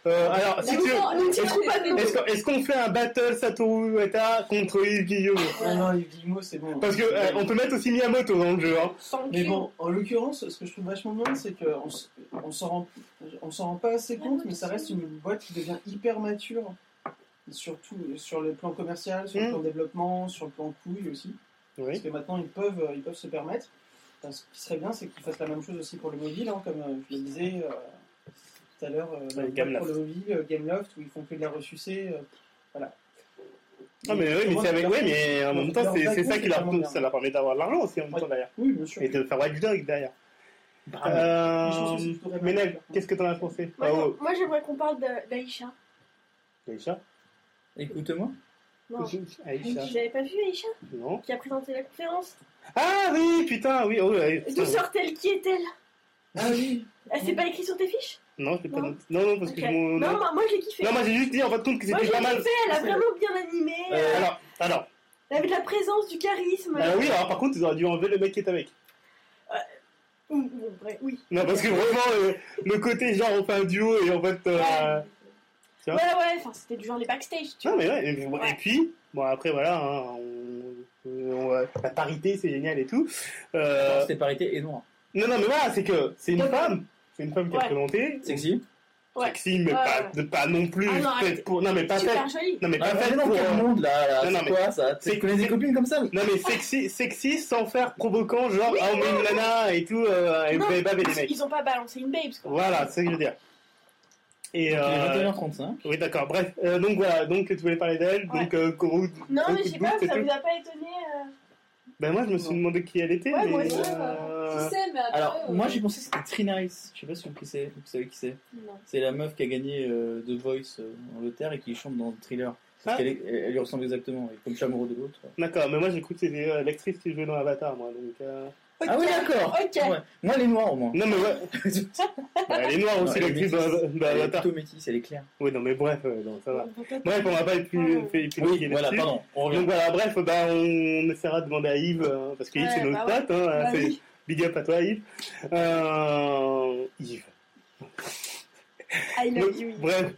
Speaker 1: Euh, alors, si
Speaker 5: Si
Speaker 1: tu veux,
Speaker 5: le
Speaker 1: est-ce qu'on- est-ce qu'on- est-ce qu'on fait un battle Satoru Ueda contre Yves
Speaker 4: ah non, les Guillemots, c'est bon.
Speaker 1: Parce que euh, on peut mettre aussi Miyamoto dans le jeu. Hein.
Speaker 3: Sans
Speaker 4: Mais
Speaker 3: cul.
Speaker 4: bon, en l'occurrence, ce que je trouve vachement bien, c'est qu'on on s'en rend, on s'en rend pas assez compte, mais ça reste une boîte qui devient hyper mature, surtout sur le plan commercial, sur le
Speaker 1: Mm.
Speaker 4: plan développement, sur le plan couille aussi. Parce
Speaker 1: Oui.
Speaker 4: que maintenant, ils peuvent, euh, ils peuvent se permettre. Enfin, ce qui serait bien, c'est qu'ils fassent la même chose aussi pour le mobile, hein, comme euh, je le disais euh, tout à l'heure, euh,
Speaker 1: Ouais,
Speaker 4: pour
Speaker 1: Gameloft.
Speaker 4: le mobile, euh, Gameloft, où ils font que de la ressucée. euh, voilà.
Speaker 1: Ah, mais oui, mais c'est avec. Oui, mais en même temps, c'est c'est ça qui leur,
Speaker 4: Leur-
Speaker 1: ça leur permet d'avoir de l'argent aussi en même
Speaker 4: Ouais.
Speaker 1: temps derrière.
Speaker 4: Oui, bien sûr.
Speaker 1: Et de faire du dog derrière.
Speaker 2: Bah,
Speaker 1: Ah,
Speaker 2: Ah,
Speaker 4: Mais je pense que
Speaker 1: Euh,
Speaker 4: c'est plutôt Rayman.
Speaker 1: Ménel, qu'est-ce que t'en as pensé
Speaker 3: Moi,
Speaker 1: Ah, oh,
Speaker 3: moi, j'aimerais qu'on parle de- d'Aïcha.
Speaker 1: Aïcha
Speaker 2: Écoute-moi.
Speaker 3: Non,
Speaker 1: Aïcha
Speaker 3: vous avez pas vu Aïcha
Speaker 1: Non.
Speaker 3: qui a présenté la conférence
Speaker 1: Ah oui, putain, oui. Oh, ouais, putain,
Speaker 3: D'où sort-elle Qui est-elle
Speaker 4: Ah oui,
Speaker 3: Elle s'est pas écrite sur tes fiches
Speaker 1: Non, je l'ai pas
Speaker 3: Non.
Speaker 1: noté. Non, non, parce
Speaker 3: Ok.
Speaker 1: que mon-
Speaker 3: Non, moi, moi, je l'ai kiffé.
Speaker 1: Non, moi j'ai juste dit en fin de compte que
Speaker 3: moi,
Speaker 1: c'était
Speaker 3: je
Speaker 1: pas
Speaker 3: l'ai
Speaker 1: mal.
Speaker 3: kiffé, elle a vraiment bien animé.
Speaker 1: Euh,
Speaker 3: euh,
Speaker 1: alors, alors,
Speaker 3: elle avait de la présence, du charisme.
Speaker 1: euh, oui, alors par contre, ils auraient dû enlever le mec qui est avec.
Speaker 3: Ou- bon, bref, oui.
Speaker 1: Non, parce que vraiment, euh, le côté genre on fait un duo et en fait.
Speaker 3: Ouais,
Speaker 1: euh, tu vois
Speaker 3: ouais, ouais, enfin, c'était du genre les backstage, tu
Speaker 1: Non,
Speaker 3: vois.
Speaker 1: mais ouais, et, et puis, bon, après voilà, hein, on- on, euh, la parité c'est génial et tout. Euh,
Speaker 2: C'était parité et noir.
Speaker 1: non, non, mais voilà, c'est que c'est une
Speaker 3: Ouais.
Speaker 1: femme, c'est une femme qui est
Speaker 3: Ouais.
Speaker 1: présentée.
Speaker 2: Sexy.
Speaker 3: Ouais.
Speaker 1: Sexy, mais
Speaker 3: Ouais,
Speaker 1: pas,
Speaker 3: ouais.
Speaker 1: de- pas non plus
Speaker 3: Ah, non, arrête.
Speaker 1: faite pour. Non, mais pas faite.
Speaker 3: Super jolie.
Speaker 1: Non, mais pas
Speaker 2: Ah,
Speaker 1: faite
Speaker 2: mais non,
Speaker 1: pour.
Speaker 2: quel
Speaker 1: euh,
Speaker 2: monde là, là
Speaker 1: non, non,
Speaker 2: C'est
Speaker 1: mais-
Speaker 2: quoi ça
Speaker 1: c'est-
Speaker 2: Tu connais des copines comme ça
Speaker 1: Non mais sexy, sexy sans faire provocant, genre ah, on met une nana et tout, euh, et
Speaker 3: Non.
Speaker 1: vous avez bavé les mecs.
Speaker 3: Ils ont pas balancé une babes, quoi.
Speaker 1: Voilà, c'est ce que je veux dire. Et
Speaker 2: Il est
Speaker 1: euh,
Speaker 2: 21h35.
Speaker 1: oui, d'accord. Bref, euh, donc voilà, donc tu voulais parler d'elle,
Speaker 3: Ouais.
Speaker 1: donc euh, gros-
Speaker 3: Non,
Speaker 1: gros coup
Speaker 3: mais je
Speaker 1: de
Speaker 3: sais
Speaker 1: boost
Speaker 3: pas,
Speaker 1: et
Speaker 3: ça
Speaker 1: tout.
Speaker 3: vous a pas étonné. euh,
Speaker 1: Ben moi, je me suis
Speaker 4: Non.
Speaker 1: demandé qui elle était.
Speaker 3: Ouais,
Speaker 1: mais,
Speaker 3: moi aussi,
Speaker 1: euh,
Speaker 5: Tu sais, mais après.
Speaker 2: Alors,
Speaker 5: euh,
Speaker 2: moi j'ai pensé que c'était Trinice. Je sais pas si vous, qui c'est- vous savez qui c'est.
Speaker 3: Non.
Speaker 2: C'est la meuf qui a gagné euh, The Voice euh, en Angleterre et qui chante dans le thriller. Parce qu'elle est- elle lui ressemble exactement, et comme Chamorro de l'autre.
Speaker 1: D'accord, mais moi j'ai cru que c'était euh, l'actrice qui jouait dans Avatar, moi. Donc, euh,
Speaker 2: Ah oui, d'accord
Speaker 7: Ok.
Speaker 2: Ouais. Moi, elle est noire, au moins.
Speaker 1: Non, mais ouais.
Speaker 3: [LAUGHS]
Speaker 2: elle
Speaker 1: Bah, elle est noire
Speaker 2: Non,
Speaker 1: aussi,
Speaker 2: elle est
Speaker 1: l'actrice
Speaker 2: métisse.
Speaker 1: dans dans
Speaker 2: est
Speaker 1: Avatar.
Speaker 2: plutôt métisse, elle est claire.
Speaker 1: Oui, non, mais bref, euh, non, ça va.
Speaker 3: Peut-être-
Speaker 1: Bref, on va pas être plus.
Speaker 3: Ouais.
Speaker 1: fait- plus
Speaker 2: Oui,
Speaker 1: compliqué
Speaker 2: voilà,
Speaker 1: là-dessus.
Speaker 2: pardon, on revient.
Speaker 1: Donc voilà, bref, bah, on essaiera de demander à Yves, euh, parce que Yves
Speaker 3: Ouais,
Speaker 1: c'est notre
Speaker 3: bah ouais.
Speaker 1: pote, hein,
Speaker 3: Bah
Speaker 1: c'est-
Speaker 3: oui.
Speaker 1: big up à toi Yves. Euh, Yves.
Speaker 3: I love you.
Speaker 1: Bref,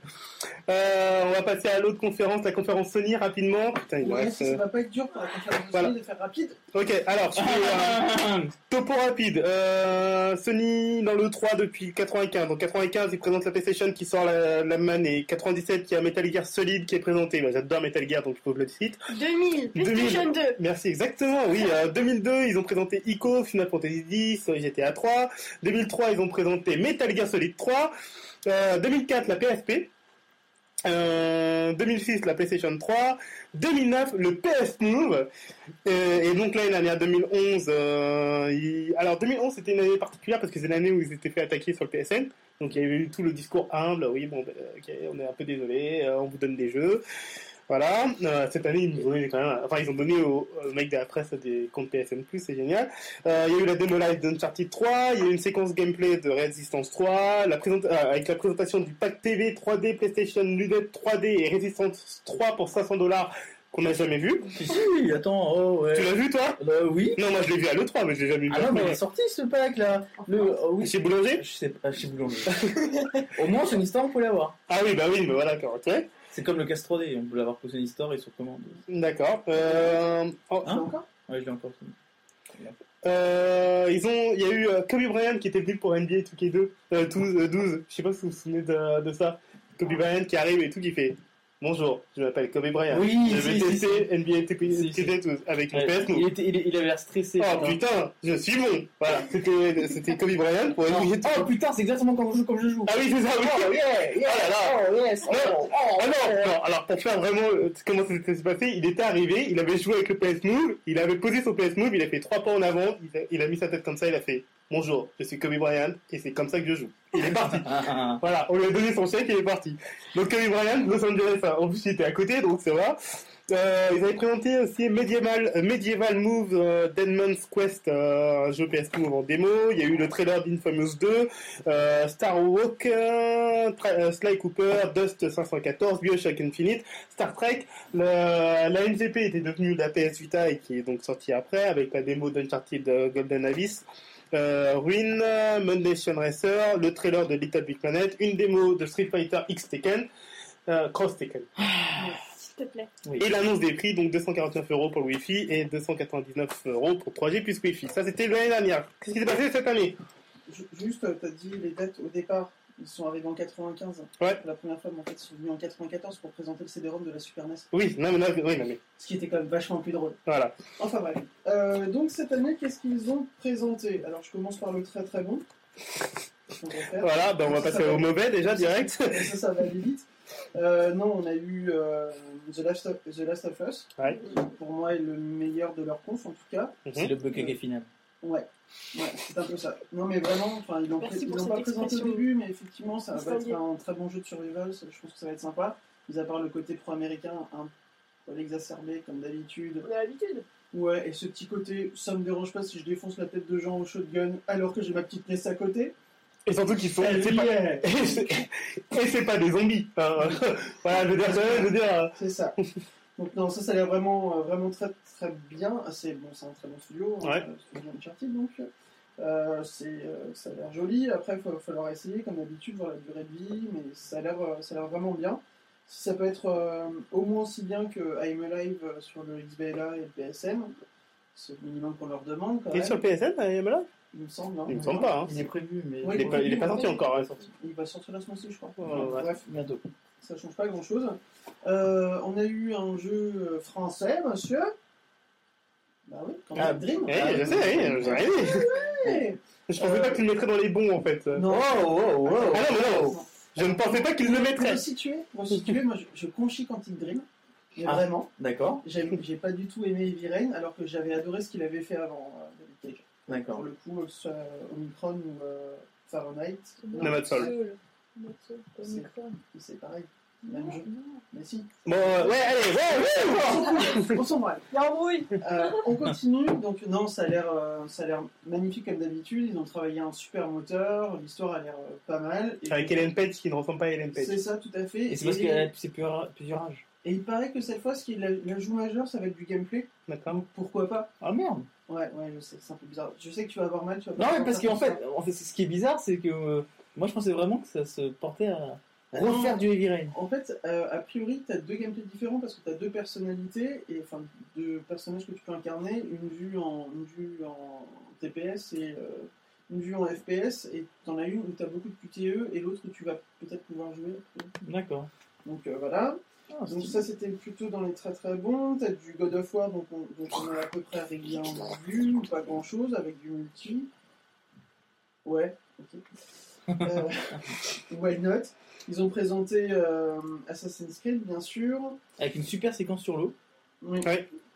Speaker 1: Euh, on va passer à l'autre conférence, la conférence Sony rapidement. Putain, il
Speaker 4: Ouais,
Speaker 1: reste,
Speaker 4: ça
Speaker 1: euh,
Speaker 4: va pas être dur pour la conférence de
Speaker 1: Voilà.
Speaker 4: Sony de faire rapide.
Speaker 1: Ok, alors, je fais, euh,
Speaker 4: [LAUGHS]
Speaker 1: topo rapide. Euh, Sony dans le 3 depuis 95. Donc 95, ils présentent la PlayStation qui sort la, la man et 97, il y a Metal Gear Solid qui est présenté. Bah, J'adore Metal Gear, donc il faut que je le cite.
Speaker 3: 2000, PlayStation 2.
Speaker 1: Merci, exactement, oui. euh, 2002, ils ont présenté ICO, Final Fantasy X, euh, GTA 3. 2003, ils ont présenté Metal Gear Solid 3. Euh, 2004, la PSP. Euh, 2006, la PlayStation 3. 2009, le PS Move. Euh, et donc l'année dernière, 2011. euh, il- Alors 2011, c'était une année particulière parce que c'est l'année où ils étaient fait attaquer sur le PSN. Donc il y avait eu tout le discours humble, oui, bon, ben, ok, on est un peu désolé, euh, on vous donne des jeux. Voilà, Euh, cette année ils nous ont donné quand même, enfin ils ont donné au, au mec de la presse des comptes PSN+, c'est génial. Euh, Il y a eu la démo live d'Uncharted 3, il y a eu une séquence gameplay de Resistance 3, la présent- euh, avec la présentation du pack TV 3D, PlayStation Lunette 3D et Resistance 3 pour 500 dollars qu'on n'a jamais vu.
Speaker 2: Si, si, attends, oh,
Speaker 1: Tu l'as
Speaker 2: ouais.
Speaker 1: vu toi
Speaker 2: Euh, oui.
Speaker 1: Non, moi je l'ai vu à l'E3, mais je l'ai jamais vu.
Speaker 2: Ah non, mais il est sorti ce pack là. Le, oh, oui,
Speaker 1: Chez Boulanger
Speaker 2: je sais pas, chez Boulanger.
Speaker 1: [LAUGHS]
Speaker 2: Au moins, Sony Store, on peut l'avoir.
Speaker 1: Ah oui, bah oui, mais voilà, ok.
Speaker 2: C'est comme le Cast 3D, on peut l'avoir pour Sony Store et sur commande.
Speaker 1: D'accord. Euh, oh,
Speaker 2: Hein Ouais, je l'ai encore.
Speaker 1: Euh, ils ont, il y a eu euh, Kobe Bryant qui était venu pour NBA 2K2, euh, 12, euh, 12. Je sais pas si vous vous souvenez de, de ça. Kobe Bryant qui arrive et tout, qui fait Bonjour, je m'appelle Kobe Bryant.
Speaker 2: Oui,
Speaker 1: je vais
Speaker 2: si, si,
Speaker 1: tester NBA 2K2
Speaker 2: Si, si.
Speaker 1: avec mon PS
Speaker 2: Il,
Speaker 1: Move.
Speaker 2: était, il, il avait l'air stressé.
Speaker 1: Oh
Speaker 2: putain.
Speaker 1: putain, je suis bon. Voilà, c'était c'était Kobe Bryant pour NBA 2K2.
Speaker 2: Oh putain, c'est exactement comme je joue. Comme je joue.
Speaker 1: Ah oui, c'est ça, oui. Oh là là. Non, oh non, non, alors pour faire vraiment euh, comment ça s'était passé, il était arrivé, il avait joué avec le PS Move, il avait posé son PS Move, il a fait trois pas en avant, il a, il a mis sa tête comme ça, il a fait Bonjour, je suis Kobe Bryant et c'est comme ça que je joue. Il est parti.
Speaker 2: Ah, ah, ah.
Speaker 1: voilà, on lui a donné son chèque et il est parti. Donc Kobe Bryant, Los Angeles, hein. en plus il était à côté donc ça va. Euh, ils avaient présenté aussi Medieval, euh, Medieval Move euh, Deadman's Quest, euh, un jeu PS Move en démo. Il y a eu le trailer d'Infamous 2, euh, Star Walker, Tra- euh, Sly Cooper, Dust 514, Bioshock Infinite, Star Trek. Le- la MGP était devenue la PS Vita et qui est donc sortie après avec la démo d'Uncharted euh, Golden Abyss. Euh, Ruin, euh, Moon Nation Racer, le trailer de Little Big Planet, une démo de Street Fighter X Tekken, euh, Cross Tekken.
Speaker 3: S'il te plaît.
Speaker 1: Et l'annonce des prix, donc 249 euros pour le Wi-Fi et 299 euros pour 3G plus Wi-Fi. Ça, c'était l'année dernière. Qu'est-ce qui s'est passé cette année
Speaker 4: Ju- Juste, euh, t'as dit les dates au départ. Ils sont arrivés en 95.
Speaker 1: Ouais.
Speaker 4: Pour la première fois, mais en fait, ils sont venus en 94 pour présenter le CD-ROM de la Super NES.
Speaker 1: Oui, non, mais, non, oui, non, mais
Speaker 4: Ce qui était quand même vachement plus drôle.
Speaker 1: voilà.
Speaker 4: Enfin bref. Euh, donc cette année, qu'est-ce qu'ils ont présenté Alors je commence par le très très bon. On va faire.
Speaker 1: Voilà, ben, on va passer au mauvais déjà direct.
Speaker 4: Ça, ça va aller vite. Euh, non, on a eu euh, The, Last of, The Last of Us.
Speaker 1: Ouais.
Speaker 4: qui, Pour moi, est le meilleur de leur conf en tout cas.
Speaker 2: C'est le bokeh final.
Speaker 4: Ouais, ouais c'est un peu ça. Non, mais vraiment, enfin, ils l'ont
Speaker 3: Merci
Speaker 4: ils
Speaker 3: pour
Speaker 4: l'ont
Speaker 3: cette
Speaker 4: pas présenté au
Speaker 3: expression.
Speaker 4: début, mais effectivement, ça va
Speaker 3: Distingué.
Speaker 4: être un très bon jeu de survival. ça, Je pense que ça va être sympa. Mis à part le côté pro-américain, un peu exacerbé comme d'habitude.
Speaker 3: On a l'habitude.
Speaker 4: Ouais, et ce petit côté, ça me dérange pas si je défonce la tête de gens au shotgun alors que j'ai ma petite laisse à côté.
Speaker 1: Et surtout qu'ils sont.
Speaker 4: Elle
Speaker 1: c'est pas-
Speaker 4: y est.
Speaker 1: [LAUGHS] Et c'est- et c'est pas des zombies. hein. [LAUGHS] voilà, je veux dire, je veux dire. euh,
Speaker 4: C'est ça. [LAUGHS] Donc non, ça, ça a l'air vraiment, euh, vraiment très, très bien. Ah, C'est bon, c'est un très bon studio. hein,
Speaker 1: Ouais.
Speaker 4: euh, studio Uncharted, donc. Euh, c'est, euh, ça a l'air joli. Après, il va falloir essayer, comme d'habitude, voir la durée de vie, mais ça a l'air, euh, ça a l'air vraiment bien. Si ça peut être euh, au moins aussi bien que I'm Alive euh, sur le XBLA et le PSN, c'est le minimum qu'on leur demande quand
Speaker 1: Il est
Speaker 4: même.
Speaker 1: sur le PSN, euh, voilà
Speaker 4: Il me semble. hein.
Speaker 1: Il me semble pas. hein.
Speaker 2: Il est prévu, mais.
Speaker 4: Oui,
Speaker 1: Il est pas, il est pas sorti encore. hein.
Speaker 4: Il va sortir la semaine ci je crois.
Speaker 1: Ouais, ouais.
Speaker 4: Bref,
Speaker 2: Bientôt.
Speaker 4: ça change pas grand chose. Euh, on a eu un jeu euh, français, monsieur. Bah oui, quand
Speaker 2: Ah,
Speaker 4: même Dream.
Speaker 1: Eh, je sais, eh, j'ai rien dit.
Speaker 4: Ouais.
Speaker 1: Je pensais pas que tu le mettrais dans les bons en fait.
Speaker 4: Non.
Speaker 2: oh,
Speaker 1: Ah non, mais non,
Speaker 4: Non.
Speaker 1: je ne pensais pas qu'il le
Speaker 4: Pour
Speaker 1: mettrait.
Speaker 4: me situer, pour me situer, moi je, je conchis Quantic Dream. Mais
Speaker 2: Ah.
Speaker 4: vraiment,
Speaker 2: D'accord,
Speaker 4: j'ai j'ai pas du tout aimé Heavy Rain alors que j'avais adoré ce qu'il avait fait avant euh, David Cage. Pour
Speaker 2: d'accord.
Speaker 4: le coup, euh, que ce soit Omicron ou euh, Fahrenheit,
Speaker 1: Nomad Soul.
Speaker 5: Nomad Soul,
Speaker 4: C'est-
Speaker 5: Omicron.
Speaker 4: c'est pareil. Même jeu. Mais si.
Speaker 1: Bon, euh, ouais, allez, ouais, ouais, [LAUGHS]
Speaker 4: On s'en va.
Speaker 3: Il y a embrouille.
Speaker 4: Euh, on continue. Donc non, ça a l'air, euh, ça a l'air magnifique comme d'habitude. Ils ont travaillé un super moteur. L'histoire a l'air euh, pas mal. Et-
Speaker 1: Avec Ellen Page qui ne ressemble pas à Ellen Page.
Speaker 4: C'est ça, tout à fait.
Speaker 2: Et c'est parce
Speaker 4: Et-
Speaker 2: qu'elle a c'est plusieurs plusieurs âges.
Speaker 4: Et il paraît que cette fois, ce qui est la- l'ajout majeur, ça va être du gameplay.
Speaker 1: D'accord
Speaker 4: Donc pourquoi pas
Speaker 2: Ah merde
Speaker 4: Ouais, ouais, je sais, c'est un peu bizarre. Je sais que tu vas avoir mal, tu vas pas
Speaker 2: Non, mais
Speaker 4: pouvoir
Speaker 2: parce
Speaker 4: faire
Speaker 2: qu'en
Speaker 4: tout ça.
Speaker 2: fait, en fait, ce qui est bizarre, c'est que euh, moi je pensais vraiment que ça se portait à
Speaker 4: Ah non.
Speaker 2: refaire du Heavy Rain.
Speaker 4: En fait, euh, a priori, tu as deux gameplays différents parce que tu as deux personnalités, et enfin deux personnages que tu peux incarner, une vue en, une vue en TPS et euh, une vue en FPS, et tu en as une où tu as beaucoup de QTE et l'autre où tu vas peut-être pouvoir jouer.
Speaker 2: D'accord.
Speaker 4: Donc euh, voilà.
Speaker 2: Ah,
Speaker 4: Donc
Speaker 2: c'est-
Speaker 4: ça, c'était plutôt dans les très très bons. Tu as du God of War, donc on, donc on a à peu près régulièrement vu, ou pas grand chose, avec du multi. Ouais, ok. Euh, why not Ils ont présenté euh, Assassin's Creed, bien sûr.
Speaker 2: Avec une super séquence sur l'eau. Ah,
Speaker 4: Oui.